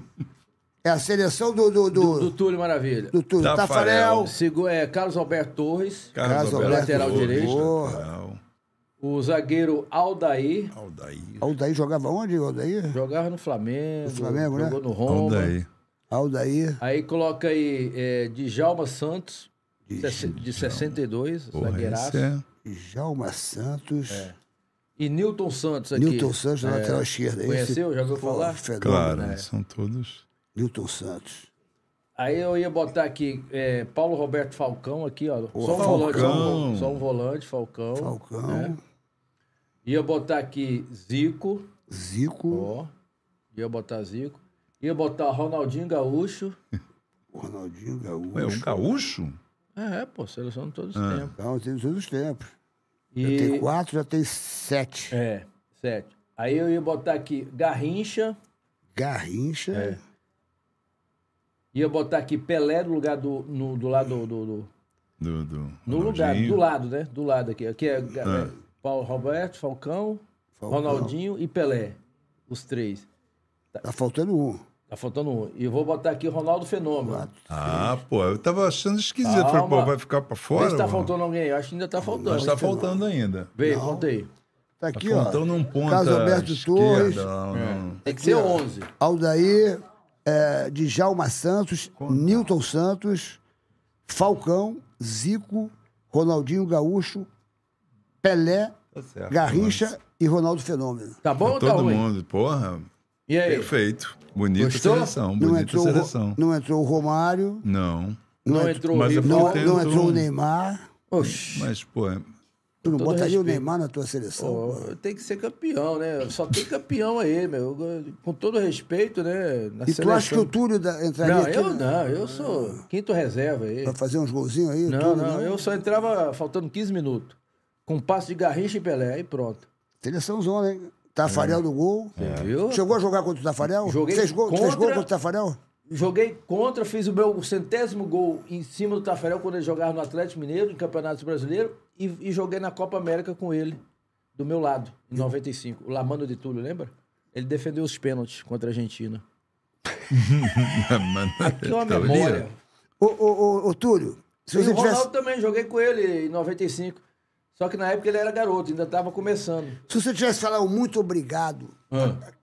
S2: É a seleção do... do, do,
S3: do Túlio Maravilha.
S2: do Túlio. Tafarel.
S1: Tafarel.
S3: Segu- é, Carlos Alberto Torres.
S2: Carlos
S3: lateral
S1: Torres,
S3: direito.
S1: lateral.
S3: O zagueiro Aldair.
S1: Aldair.
S2: Aldair jogava onde, Aldair?
S3: Jogava no Flamengo.
S2: No Flamengo, né?
S3: jogou no Roma.
S1: Aldair.
S2: Aldair.
S3: Aí coloca aí é, Djalma Santos, de, de 62,
S1: Porra,
S3: zagueiraço.
S1: esse é-
S2: Djalma Santos.
S3: É. E Nilton Santos aqui.
S2: Nilton Santos, na lateral esquerda.
S3: É.
S2: é
S3: Conheceu? Já ouviu
S2: Pô,
S3: falar?
S2: fenômeno,
S1: Claro,
S2: né?
S1: são todos.
S2: Nilton Santos.
S3: Aí eu ia botar aqui é, Paulo Roberto Falcão aqui, ó. só um
S2: Falcão.
S3: volante, só um, só um volante, Falcão.
S2: Falcão.
S3: É. Ia botar aqui Zico,
S2: Zico.
S3: ó. Ia botar Zico. Ia botar Ronaldinho Gaúcho.
S2: Ronaldinho Gaúcho.
S1: Ué, um gaúcho?
S3: É, é, pô, seleção de todos os tempos.
S2: Não, tem todos os tempos. Já tem
S3: E,
S2: Ah. quatro, já tem sete.
S3: é, sete. Aí eu ia botar aqui Garrincha.
S2: Garrincha.
S3: É. Ia botar aqui Pelé no lugar do, no, do lado do... do-
S1: Do, do
S3: no lugar,
S1: Ronaldinho.
S3: do lado, né? Do lado aqui. Aqui é, é Paulo Roberto, Falcão, Ronaldinho e Pelé. Os três.
S2: Tá faltando um.
S3: Tá faltando um. E eu vou botar aqui Ronaldo Fenômeno.
S1: Ah, pô, eu tava achando esquisito. Eu Falei,
S3: Calma.
S1: pô, vai ficar pra
S3: Vê
S1: fora?
S3: se tá
S1: mano?
S3: faltando alguém. Eu acho que ainda tá faltando.
S1: Mas tá faltando ainda.
S3: Vê, contei.
S2: Tá aqui,
S1: Apontando
S2: ó.
S1: um ponto.
S2: Carlos Alberto Torres, É.
S3: Tem que ser Tá 11.
S2: Aldair, é, Djalma Santos, Nilton Santos, Falcão, Zico, Ronaldinho Gaúcho, Pelé,
S1: Tá É,
S2: Garrincha e Ronaldo Fenômeno.
S3: Tá bom ou tá
S1: Todo
S3: ruim?
S1: mundo, porra.
S3: E aí?
S1: Perfeito. Bonita
S3: Gostou?
S1: seleção.
S2: Não
S1: Bonita
S2: entrou, o Ro-
S1: é seleção.
S2: não entrou o Romário,
S1: Não.
S3: Não entrou o
S1: Mas é
S3: Rio.
S1: eu
S2: não,
S1: Faltei
S2: não
S1: o
S2: entrou o
S1: Dom.
S2: Neymar.
S3: Oxi.
S1: Mas, pô, é-
S2: Tu não
S3: todo
S2: botaria o
S3: respeito.
S2: Neymar na tua seleção?
S3: Pô,
S1: um.
S2: pô?
S3: Tem que ser campeão, né? Só tem campeão aí, meu. Com todo respeito, né? Na
S2: E tu
S3: seleção.
S2: acha que o Túlio da- entraria
S3: Não,
S2: aqui
S3: eu não. Eu sou quinto reserva aí.
S1: Tá
S2: pra fazer uns golzinhos aí?
S3: Não,
S2: Túlio,
S3: não. Eu só entrava faltando 15 minutos. Com passe de Garrincha e Pelé. Aí pronto.
S2: Seleção zona, hein?
S1: É.
S2: Tafarel do gol.
S3: Viu?
S2: Chegou a jogar contra o Tafarel?
S3: Joguei
S2: Fez gol, fez gol
S3: contra-
S2: contra o Tafarel?
S3: Joguei contra, fiz o meu centésimo gol em cima do Tafarel quando ele jogava no Atlético Mineiro, em Campeonato Brasileiro, e, e joguei na Copa América com ele, do meu lado, em 95. O Lamano de Túlio, lembra? Ele defendeu os pênaltis contra a Argentina.
S2: é
S1: Mano,
S3: Que uma
S1: tá
S3: memória.
S1: ali.
S2: Ô, ô, ô, ô, Túlio, se
S3: E
S2: você
S3: o
S2: tivesse.
S3: Ronaldo também, joguei com ele em 95. Só que na época ele era garoto, ainda tava começando.
S2: Se você tivesse falado muito obrigado,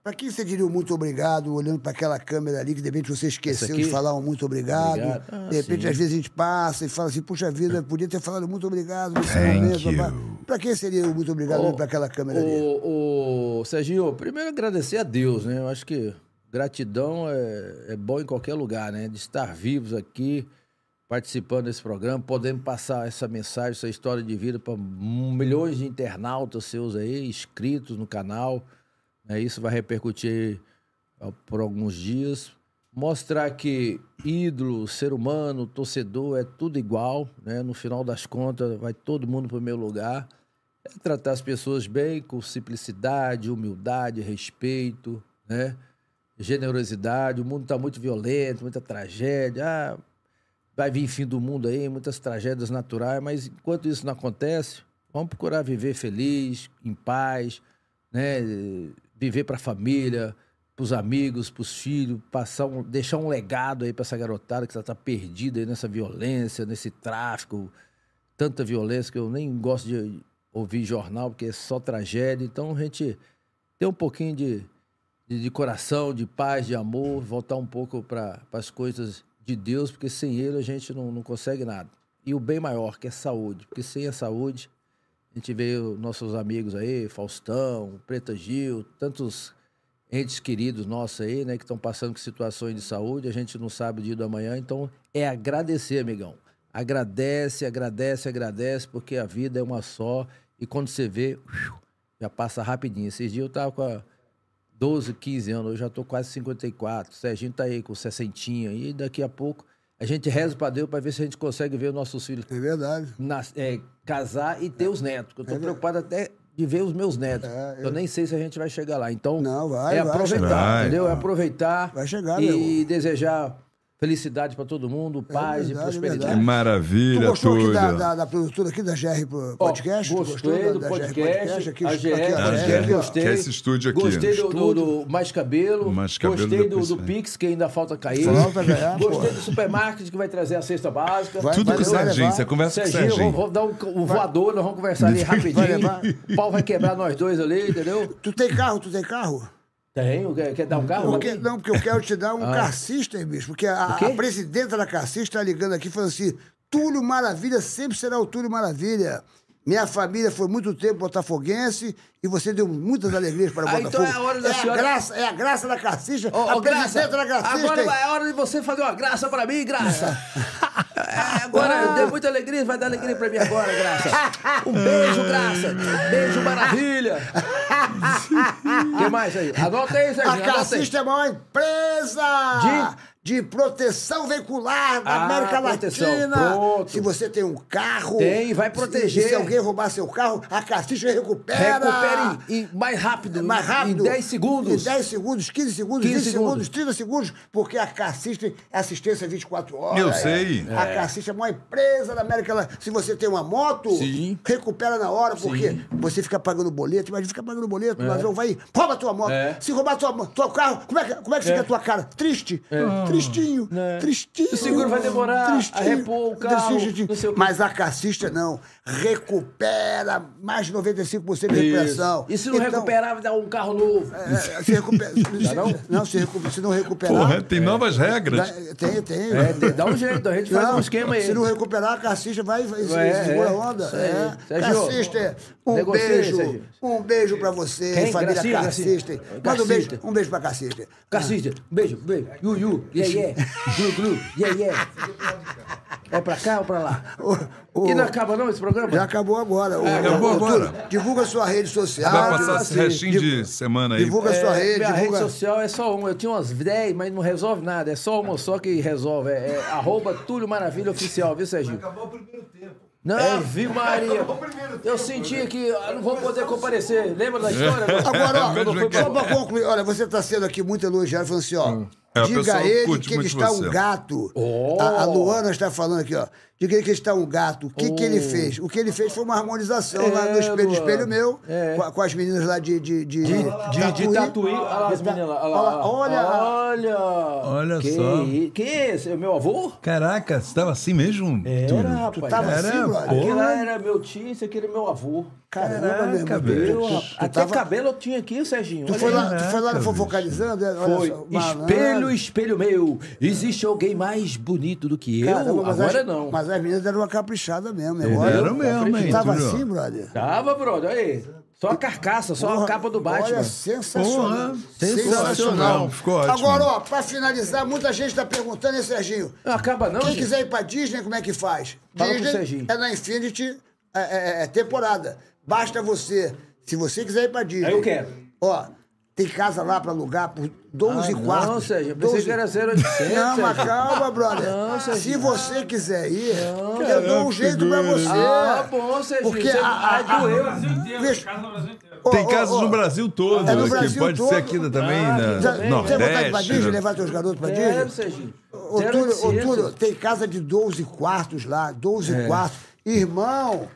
S2: pra quem você diria o muito obrigado, olhando pra aquela câmera ali, que de repente você esqueceu de
S3: aqui?
S2: falar um muito obrigado.
S3: Obrigado. Ah,
S2: de repente,
S3: sim.
S2: às vezes, a gente passa e fala assim, puxa vida, podia ter falado muito obrigado nesse
S1: Thank
S2: momento.
S1: you.
S2: Pra, pra quem seria o muito obrigado olhando pra aquela câmera ali?
S3: O, Serginho, primeiro agradecer a Deus, né? Eu acho que gratidão é, é bom em qualquer lugar, né? De estar vivos aqui, participando desse programa, podendo passar essa mensagem, essa história de vida para milhões de internautas seus aí, inscritos no canal. Né? Isso vai repercutir ah, por alguns dias. Mostrar que ídolo, ser humano, torcedor é tudo igual, né? No final das contas, vai todo mundo para o meu lugar. É tratar as pessoas bem, com simplicidade, humildade, respeito, né? Generosidade. O mundo está muito violento, muita tragédia. Ah, vai vir fim do mundo aí, muitas tragédias naturais, mas enquanto isso não acontece, vamos procurar viver feliz, em paz, né? Viver para a família, para os amigos, para os filhos, passar um, deixar um legado aí para essa garotada que está perdida aí nessa violência, nesse tráfico, tanta violência que eu nem gosto de ouvir jornal, porque é só tragédia. Então a gente tem um pouquinho de, de, de coração, de paz, de amor, voltar um pouco para as coisas de Deus, porque sem Ele a gente não, não consegue nada. E o bem maior, que é saúde, porque sem a saúde, a gente vê os nossos amigos aí, Faustão, Preta Gil, tantos entes queridos nossos aí, né, que estão passando por situações de saúde, a gente não sabe o dia do amanhã, então é agradecer, amigão. Agradece, agradece, agradece, porque a vida é uma só e quando você vê, uiu, já passa rapidinho. Esses dias eu tava com a 12, 15 anos, eu já tô quase 54, Serginho tá aí com 60 e daqui a pouco a gente reza pra Deus pra ver se a gente consegue ver os nossos filhos
S2: É verdade.
S3: nas- é, casar e ter os netos. que Eu tô preocupado até de ver os meus netos.
S2: É,
S3: eu... nem sei se a gente vai chegar lá. Então,
S2: Não, vai,
S3: é
S2: vai
S3: aproveitar,
S1: chegar.
S3: entendeu?
S1: Vai.
S3: É aproveitar
S2: Vai chegar, meu
S3: e
S2: irmão.
S3: desejar felicidade pra todo mundo, paz
S2: verdade, é
S3: e prosperidade.
S1: Que
S2: verdade. Tu
S1: maravilha,
S2: gostou aqui
S1: Túlio.
S2: da, da, da produtora aqui da GR pro
S3: Ó,
S2: Podcast? Tu
S3: gostei
S2: gostou
S3: do
S2: da- da GR
S3: podcast,
S2: Aqui,
S3: a
S2: aqui,
S3: GR,
S2: aqui,
S1: a
S2: aqui,
S1: GR,
S2: ó.
S3: gostei.
S1: que é esse estúdio aqui.
S2: né?
S3: Gostei do, do- do Mais Cabelo,
S1: Mais Cabelo
S3: gostei
S1: do
S3: do, do
S1: Pix,
S3: Pix, que ainda falta cair,
S2: Falta ganhar,
S3: gostei
S2: porra.
S3: do Supermarket, que vai trazer a cesta básica.
S2: Vai-
S1: Tudo
S2: vai
S1: com o
S2: levar-
S1: Serginho, você conversa com o
S3: Serginho, vamos,
S1: Serginho.
S3: vamos dar um, um voador, nós vamos conversar ali rapidinho.
S2: levar.
S3: O pau vai quebrar nós dois ali, entendeu?
S2: Tu tem carro? Tu tem carro?
S3: Tenho, quer, quer dar um carro?
S2: Porque, não, porque eu quero te dar um car system, bicho. Porque a,
S3: Ah. O quê?
S2: a presidenta da Carcis está ligando aqui falando assim: Túlio Maravilha sempre será o Túlio Maravilha. Minha família foi muito tempo botafoguense e você deu muitas alegrias para o
S3: Ah, então
S2: Botafogo.
S3: é a hora da senhora-
S2: graça, é a graça da Carcista,
S3: Ô,
S2: a
S3: ô, Graça,
S2: presidenta da Carcista.
S3: agora é hora de você fazer uma graça pra mim, Graça. É, agora
S2: Ah.
S3: eu deu muita alegria, vai dar alegria pra mim agora, Graça. Um beijo, Graça. Um beijo, maravilha. O que mais aí? Anota aí,
S2: A
S3: Serginho, anota aí.
S2: Carcista é a maior empresa de, proteção veicular da
S3: Ah,
S2: América
S3: proteção.
S2: Latina.
S3: Pronto.
S2: Se você tem um carro...
S3: Tem, vai
S2: se-
S3: proteger.
S2: Se alguém roubar seu carro, a Carcista recupera.
S3: Recupera e, e mais rápido.
S2: mais rápido.
S3: Em 10 segundos.
S2: Em 10 segundos, 15 segundos,
S3: 15
S2: 20 segundos.
S3: segundos,
S2: 30 segundos, porque a Cassista é assistência 24 horas.
S1: Eu sei.
S2: A Cassista é a maior empresa da América Latina. Se você tem uma moto,
S3: Sim.
S2: recupera na hora, porque você fica pagando boleto, imagina, fica pagando boleto, o ladrão vai, e rouba tua moto.
S3: É.
S2: Se roubar tua, mo- teu carro, como é que, como é que fica a tua cara? Triste? Tristinho. Tristinho.
S3: É. O seguro vai demorar a repor o carro, não sei o quê.
S2: Mas a Cassista não. Recupera mais de 95% de recuperação.
S3: E se não
S2: Então,
S3: recuperar, vai dar um carro novo.
S2: é, se recupera. se, não, se, recu- se não recuperar.
S1: Porra, tem novas
S2: dá-
S1: regras.
S2: tem, tem. né?
S3: É, tem- dá um jeito, a gente faz um esquema aí.
S2: Se não é- recuperar, a Cassista vai, vai
S3: Vai, é,
S2: segura a
S3: é.
S2: onda.
S3: Isso aí.
S2: É.
S3: Sérgio,
S2: Cassista, um
S3: negocia,
S2: beijo.
S3: Sérgio.
S2: Um beijo pra você,
S3: Quem?
S2: família
S3: Gracinha,
S2: Cassista.
S3: Gracinha.
S2: Manda um beijo,
S3: Cassista.
S2: um beijo pra Cassista.
S3: Cassista, beijo, beijo. Yu, yu, yeah,
S2: é?
S3: yeah. Glu, glu, yeah, yeah. É pra cá ou pra lá?
S2: O- o-
S3: E não acaba não esse programa?
S2: Já acabou agora. Ô,
S1: É, acabou
S2: ô,
S1: agora.
S2: Túlio, Divulga sua rede social.
S1: Vai passar
S2: Ah, divulga-
S1: esse restinho de semana aí.
S2: Divulga sua
S3: É,
S2: rede.
S3: minha
S2: divulga...
S3: rede social é só uma. Eu tinha umas 10, mas não resolve nada. É só uma só que resolve. É, é arroba Túlio Maravilha Oficial, viu, Serginho? Acabou o primeiro tempo. Não, vi Maria. Eu sentia que ah, não vou poder comparecer. Lembra da história?
S2: Agora, ó,
S1: Mesmo que-
S2: só pra concluir, olha, você tá sendo aqui muito elogiado, falando assim, ó.
S1: É, o
S2: Diga
S1: pessoal
S2: a ele
S1: curte
S2: que ele
S1: muito
S2: está
S1: você.
S2: um gato.
S3: Hum. Oh.
S2: A, a Luana está falando aqui, ó. Diga ele que está um gato. O que, que ele fez? O que ele fez foi uma harmonização lá no
S3: Oh! É,
S2: espelho,
S3: Luana.
S2: espelho meu,
S3: É.
S2: com, a- com as meninas lá de. De, de, Tá-
S3: De, de tatuí. Olha lá as meninas lá.
S2: Olha,
S3: Olha
S2: lá.
S3: Olha.
S1: Olha
S3: que
S1: só.
S3: i- Que é esse? Meu avô?
S1: Caraca, você tava assim mesmo?
S3: Era, rapaz.
S2: tava
S3: Era-
S2: assim, brother?
S3: Aquele lá era meu tio, esse aqui era meu avô.
S2: Caramba, meu irmão.
S3: Eu,
S1: velho.
S3: rapaz, até
S2: tava-
S3: cabelo eu tinha aqui, Serginho.
S2: Tu
S3: Olha
S2: foi
S3: aí.
S2: lá, tu foi lá
S1: Caraca,
S2: no Fofocalizando? é, Olha
S3: Foi.
S2: só,
S3: Espelho,
S2: malandro.
S3: espelho meu. Existe alguém mais bonito do que eu?
S2: Caramba, mas
S3: Agora
S2: as-
S3: não.
S2: Mas as meninas deram uma caprichada mesmo, meu irmão.
S1: Deram
S2: Eu-
S1: mesmo,
S2: Tu
S1: hein,
S2: tava
S1: Túlio?
S2: assim, brother?
S3: Tava, brother. Olha aí. Só a carcaça, só
S2: Porra,
S3: a capa do Batman.
S2: Olha, sensacional.
S1: Porra,
S2: sensacional.
S1: sensacional. Ficou ótimo.
S2: Agora, ó, pra finalizar, muita gente tá perguntando, hein, Serginho?
S3: Não acaba não,
S2: Quem
S3: gente.
S2: quiser ir pra Disney, como é que faz?
S3: Fala pro
S2: Disney
S3: Serginho.
S2: é na Infinity é, é, é temporada. Basta você, se você quiser ir pra Disney.
S3: Eu quero.
S2: Ó, tem casa lá pra alugar por 12
S3: não,
S2: quartos.
S3: Serginho, eu pensei que era 0800,
S2: Não, mas
S3: Serginho.
S2: calma, brother.
S3: Não, Serginho.
S2: se você quiser ir, eu dou um
S1: Caraca,
S2: jeito pra
S1: figura.
S2: você.
S3: Ah, bom, Serginho.
S2: Porque
S3: Você-
S2: a- a-
S3: Ah, doeu.
S4: No Brasil inteiro,
S2: Vixe.
S4: casa no Brasil inteiro.
S2: Ô,
S1: Tem
S2: ô,
S1: casas
S2: ô,
S1: no Brasil todo,
S2: É no
S1: que
S2: Brasil
S1: pode
S2: todo. Ah,
S1: ser aqui da- também, né? na
S2: Já- Tem vontade de ir pra
S1: Nordeste.
S2: Disney levar teus garotos pra Disney?
S3: É, Serginho.
S2: Ô,
S3: Zero
S2: Túlio, ô,
S3: oitocentos.
S2: Túlio, tem casa de 12 quartos lá, 12
S1: É.
S2: quartos. Irmão,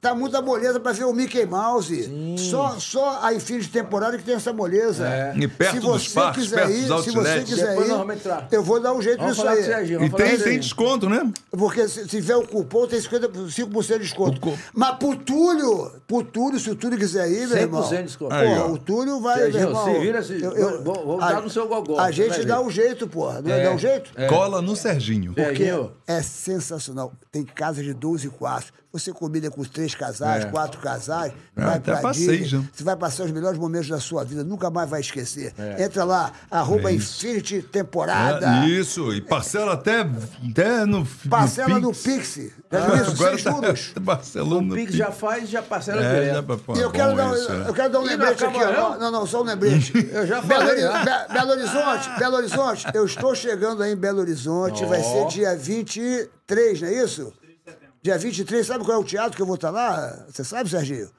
S2: tá muita moleza pra ver o Mickey Mouse. Só, só a Infinity temporada que tem essa moleza.
S1: É. E perto
S2: se
S1: dos
S2: você
S1: parques,
S2: quiser
S1: perto
S2: ir,
S1: dos
S2: se você
S1: outlets.
S2: quiser
S3: Depois
S2: ir,
S3: nós vamos entrar.
S2: eu vou dar um jeito
S3: Vamos
S2: nisso
S3: falar
S2: aí.
S3: com o Serginho.
S1: E
S3: vamos falar
S1: tem,
S3: com o
S1: tem
S3: Serginho.
S1: desconto, né?
S2: Porque se se tiver o cupom, tem 50%, 5% de desconto.
S1: O cu-
S2: Mas pro Túlio, pro Túlio, se o Túlio quiser ir, meu irmão.
S3: 100% de desconto.
S2: Porra,
S1: Aí, ó.
S2: o Túlio vai,
S3: Serginho,
S2: meu irmão.
S3: se vira, se- vamos- vamos dar no seu gogó,
S2: A
S3: você
S2: gente
S3: vai
S2: dá
S3: ver.
S2: um jeito, porra. Não é,
S3: É.
S2: dar um jeito?
S1: Cola no Serginho.
S2: Porque
S3: Serginho.
S2: é sensacional. Tem casa de 12 quartos. Você combina com três casais, quatro casais,
S1: É,
S2: vai
S1: até
S2: pra
S1: pra
S2: Disney,
S1: seis, né?
S2: Você vai passar os melhores momentos da sua vida, nunca mais vai esquecer.
S1: É.
S2: Entra lá, arroba Infinity Temporada.
S1: Ah, É isso, e parcela até, até no
S2: Parcela no
S1: no Pix.
S2: Pix.
S1: Ah,
S2: Já viu isso?
S1: agora
S2: Sem
S1: tá-
S2: juros.
S1: tá parcelando
S3: O
S1: no
S3: Pix
S1: Pix.
S3: já faz, já parcela
S1: É,
S3: direto.
S1: já pra- pô,
S2: E eu quero,
S1: bom
S2: dar, um-
S1: isso, né?
S2: eu quero dar um
S3: E não
S2: lembrete aqui,
S3: acaba
S2: ó.
S3: não?
S2: Não, não, só um lembrete.
S3: Eu já
S2: Belo,
S3: falei,
S2: Hori-
S3: ah.
S2: Be- Belo Horizonte, Belo Horizonte, eu estou chegando aí em Belo Horizonte, vai ser dia 23, não é isso? Dia 23, sabe qual é o teatro que eu vou estar lá? Você sabe, Serginho?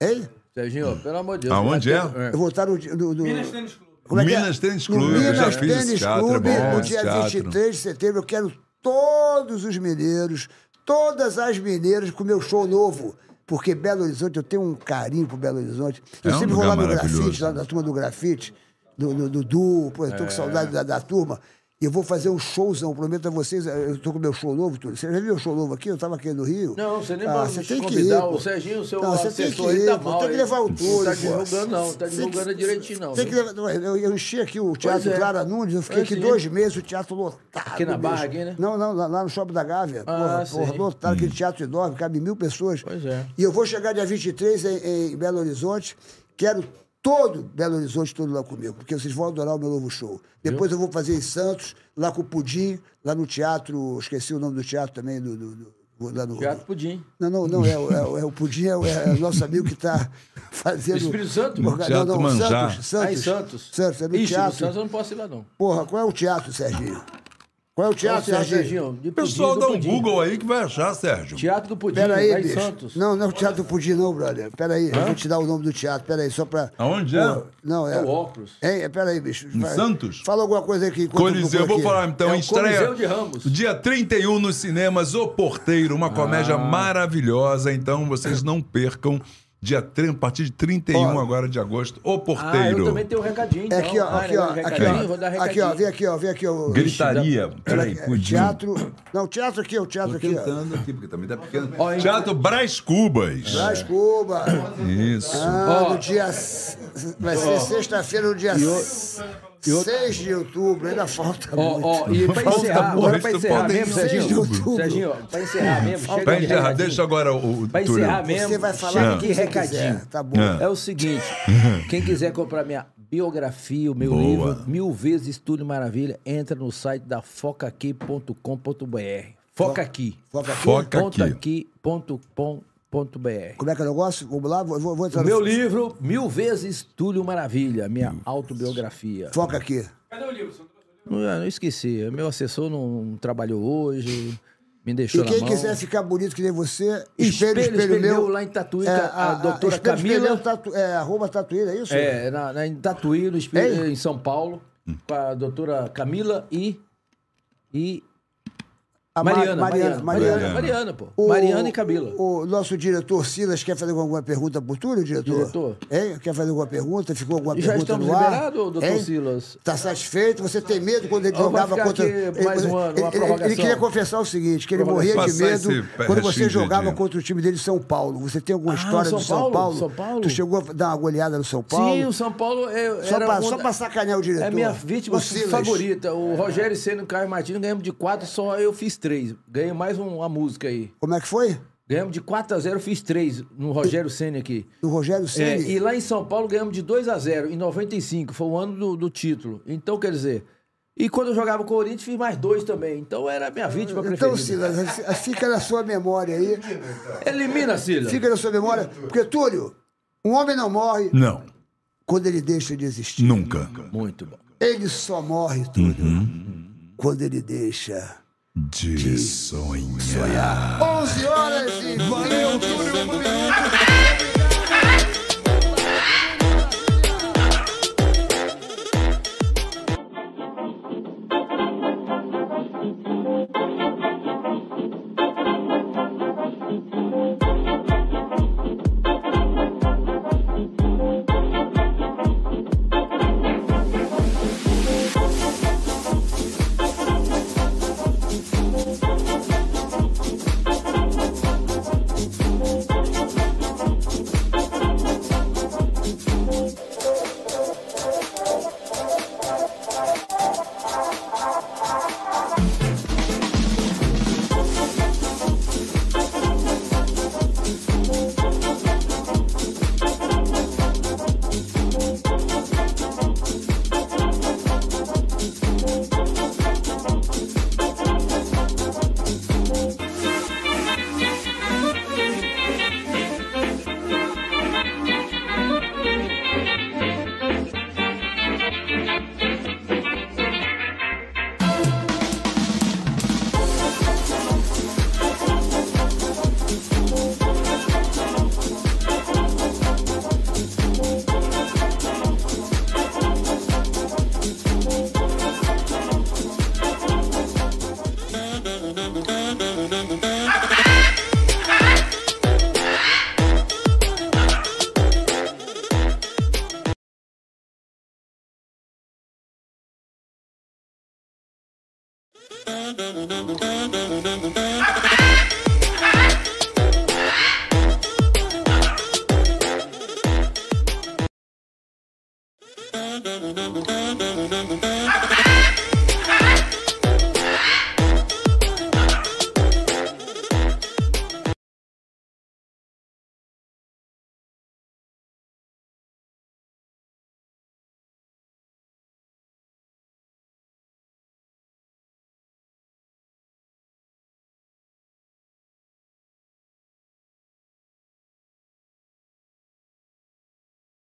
S2: Hein?
S3: Serginho, pelo amor de Deus.
S1: Aonde
S3: já
S1: é?
S3: tem-
S2: Eu vou estar no. no, no-
S4: Minas Tênis Clube.
S2: como é que é?
S1: Minas Tênis
S2: No
S1: Clube, eu já
S2: Minas
S1: fiz esse
S2: Tênis
S1: teatro, é
S2: Clube,
S1: bom
S2: no
S1: esse
S2: dia
S1: teatro.
S2: 23 de setembro. Eu quero todos os mineiros, todas as mineiras com o meu show novo. Porque Belo Horizonte, eu tenho um carinho por Belo Horizonte. Eu
S1: É um
S2: sempre vou lá
S1: lugar
S2: no
S1: maravilhoso. né? É.
S2: grafite, lá na turma do grafite, do, do Dudu, pô, eu tô com saudade da, da turma. E eu vou fazer um showzão, prometo a vocês. Eu tô com meu show novo, Túlio. Você já viu o show novo aqui? Eu tava aqui no Rio.
S3: Não, você nem
S2: Ah,
S3: vai
S2: você
S3: nos
S2: tem que
S3: convidar.
S2: ir, pô.
S3: O Serginho, o seu
S2: Não, você tem que
S3: assessor, ele
S2: ir,
S3: tá
S2: pô.
S3: mal,
S2: Tem que
S3: hein?
S2: levar o
S3: Não
S2: Túlio,
S3: tá
S2: pô.
S3: divulgando, não. Tá divulgando direitinho, não,
S2: Tem
S3: né?
S2: que levar- não, Eu, eu enchi aqui o Teatro
S3: Pois é.
S2: Clara Nunes, eu fiquei
S3: Pois
S2: aqui
S3: é.
S2: dois meses, o teatro lotado.
S3: Aqui na
S2: bicho.
S3: Barra, aqui, né?
S2: Não, não, lá, lá no Shopping da Gávea.
S3: Ah,
S2: porra, porra,
S3: sim.
S2: lotado, aquele teatro enorme, cabe mil pessoas.
S3: Pois é.
S2: E eu vou chegar dia 23 em, em Belo Horizonte, quero todo Belo Horizonte todo lá comigo, porque vocês vão adorar o meu novo show. Depois eu vou fazer em Santos, lá com o Pudim, lá no teatro, esqueci o nome do teatro também, do... do- do- lá no,
S3: Teatro Pudim.
S2: não, não, não, é, o- é o- é o Pudim, é, o- é o nosso amigo que está fazendo.
S3: Espírito Santo?
S2: Orga- Não,
S1: Teatro Ah,
S2: não,
S1: Manjar.
S2: Santos, Santos.
S3: Aí, Ah, Santos.
S2: Santos, é no
S3: Ixi,
S2: teatro.
S3: no Santos um- eu não posso ir lá, não.
S2: Porra, qual é o teatro, Serginho? Qual é o
S3: Não,
S2: teatro, Serginho?
S3: de
S1: O pessoal
S3: pudim,
S1: dá
S3: do
S1: um
S3: pudim.
S1: Google aí que vai achar, Sérgio.
S3: Teatro do Pudim,
S2: Pera aí,
S3: lá em
S2: bicho.
S3: Santos.
S2: Não, não é o teatro do Pudim, não, brother. Pera aí, eu vou te dar o nome do teatro, pera aí, só pra.
S1: Aonde é?
S2: Pô, Não, é.
S3: É o Óculos.
S2: Hein, É, pera aí, bicho.
S1: Em Santos?
S2: Fala alguma coisa aqui. enquanto eu
S1: Coliseu, eu
S2: procuro
S1: vou
S2: aqui.
S1: falar então,
S3: É o
S1: estreia.
S3: Coliseu de Ramos.
S1: Dia 31 nos cinemas, O Porteiro, uma comédia maravilhosa. Então vocês não percam. Dia 3, a partir de 31
S2: Ó.
S1: agora de agosto, O
S3: Ah, eu
S1: Porteiro.
S3: também tenho um recadinho, então.
S2: É aqui, ó,
S3: Ah,
S2: aqui, ó,
S3: né,
S2: aqui,
S3: recadinho,
S2: ó.
S3: Vou dar
S2: Aqui,
S3: recadinho.
S2: ó, vem aqui, ó, vem aqui, ó.
S1: Gritaria. É, Peraí,
S2: um Peraí,
S1: pudim.
S2: Teatro. Não, teatro aqui, o teatro
S1: Tô
S2: aqui, ó.
S1: tentando aqui, porque também tá pequeno.
S3: Ó, hein?
S1: Teatro Brás Cubas.
S2: Traz Cuba.
S1: Isso.
S2: Ah,
S3: Ó.
S2: no dia. s- Vai ser sexta-feira, no dia s- 6 de outubro, ainda falta
S3: Ó,
S2: muito.
S3: ó, e pra
S1: Falta
S3: encerrar, agora
S1: muito,
S3: pra encerrar
S1: falta
S3: mesmo,
S1: seis de
S3: Serginho.
S2: outubro.
S3: Serginho, ó, pra encerrar mesmo, chega
S1: Pra
S3: de
S1: encerrar,
S3: recadinho.
S1: deixa agora o. o
S3: então, Pra
S1: Túlio.
S3: encerrar mesmo,
S2: Você vai falar
S3: chega
S2: o
S3: de
S2: que você
S3: recadinho.
S2: quiser, Tá bom.
S3: É o seguinte, quem quiser comprar minha biografia, o meu
S1: Boa.
S3: livro, Mil Vezes Estúdio Maravilha, entra no site da focaqui.com.br. Foca aqui.
S2: Foca aqui.
S1: Foca
S3: Ponto
S1: aqui.
S3: aqui ponto com ponto BR.
S2: Como é que é o negócio? Vamos lá, vou, vou, vou entrar
S3: O
S2: no-
S3: meu livro, Mil Vezes Túlio Maravilha, minha autobiografia.
S2: Foca aqui.
S4: Cadê o livro? Você não trouxe o livro?
S3: Não, eu esqueci, meu assessor não trabalhou hoje, Me deixou
S2: E
S3: na
S2: quem
S3: mão.
S2: quiser ficar bonito que nem você,
S3: Espelho,
S2: espelho, espelho,
S3: espelho meu,
S2: meu. É,
S3: lá em Tatuí, a- a doutora
S2: espelho, espelho
S3: Camila.
S2: meu, tatu, é, arroba tatuíra, é isso?
S3: É, na, na, em Tatuí, no Espírito,
S2: Ei.
S3: em São Paulo, com a doutora Camila e. e
S2: A Ma-
S3: Mariana,
S2: Mariana,
S3: Mariana, Mariana, Mariana,
S2: Mariana.
S3: pô.
S2: O-
S3: Mariana e Camila.
S2: O nosso diretor Silas quer fazer alguma pergunta pro Túlio, diretor?
S3: Diretor.
S2: Hein? Quer fazer alguma pergunta? Ficou alguma
S3: E já
S2: pergunta
S3: estamos
S2: no ar?
S3: liberados, doutor
S2: Hein?
S3: Silas?
S2: Tá satisfeito? Você tem medo quando ele
S3: Ou vai
S2: jogava
S3: ficar
S2: contra...
S3: aqui mais um ano, uma
S2: ele, ele- ele
S3: prorrogação?
S2: queria confessar o seguinte, que ele morria de
S1: Passar
S2: medo
S1: esse pé-
S2: quando você
S1: restinho de-
S2: jogava
S1: de-
S2: contra o time dele São Paulo. Você tem alguma
S3: Ah,
S2: história
S3: São
S2: do São
S3: Paulo,
S2: Paulo?
S3: São Paulo?
S2: Tu chegou a dar uma goleada no São Paulo?
S3: Sim, o São Paulo é,
S2: Só
S3: era
S2: pra-
S3: um-
S2: só pra sacanear o diretor.
S3: É minha vítima
S2: O Silas. É.
S3: favorita. O Rogério Senna e o Caio Martins ganhamos de 4, só eu fiz 3. Ganhei mais um- uma música aí.
S2: Como é que foi?
S3: Ganhamos de 4 a 0, eu fiz 3 no Rogério Senna aqui.
S2: Do Rogério Ceni?
S3: É, e lá em São Paulo ganhamos de 2 a 0 em 95, foi o ano do, do título. Então, quer dizer, e quando eu jogava com o Corinthians, fiz mais dois também. Então era a minha vítima preferida.
S2: Então, Silas, fica na sua memória aí.
S3: Elimina, Silas.
S2: Fica na sua memória. Porque, Túlio, um homem não morre
S1: Não,
S2: quando ele deixa de existir.
S1: nunca.
S3: Muito bom.
S2: Ele só morre, Túlio,
S3: Uhum.
S2: quando ele deixa.
S1: De sonhar.
S2: 11 horas e. Valeu, Túlio!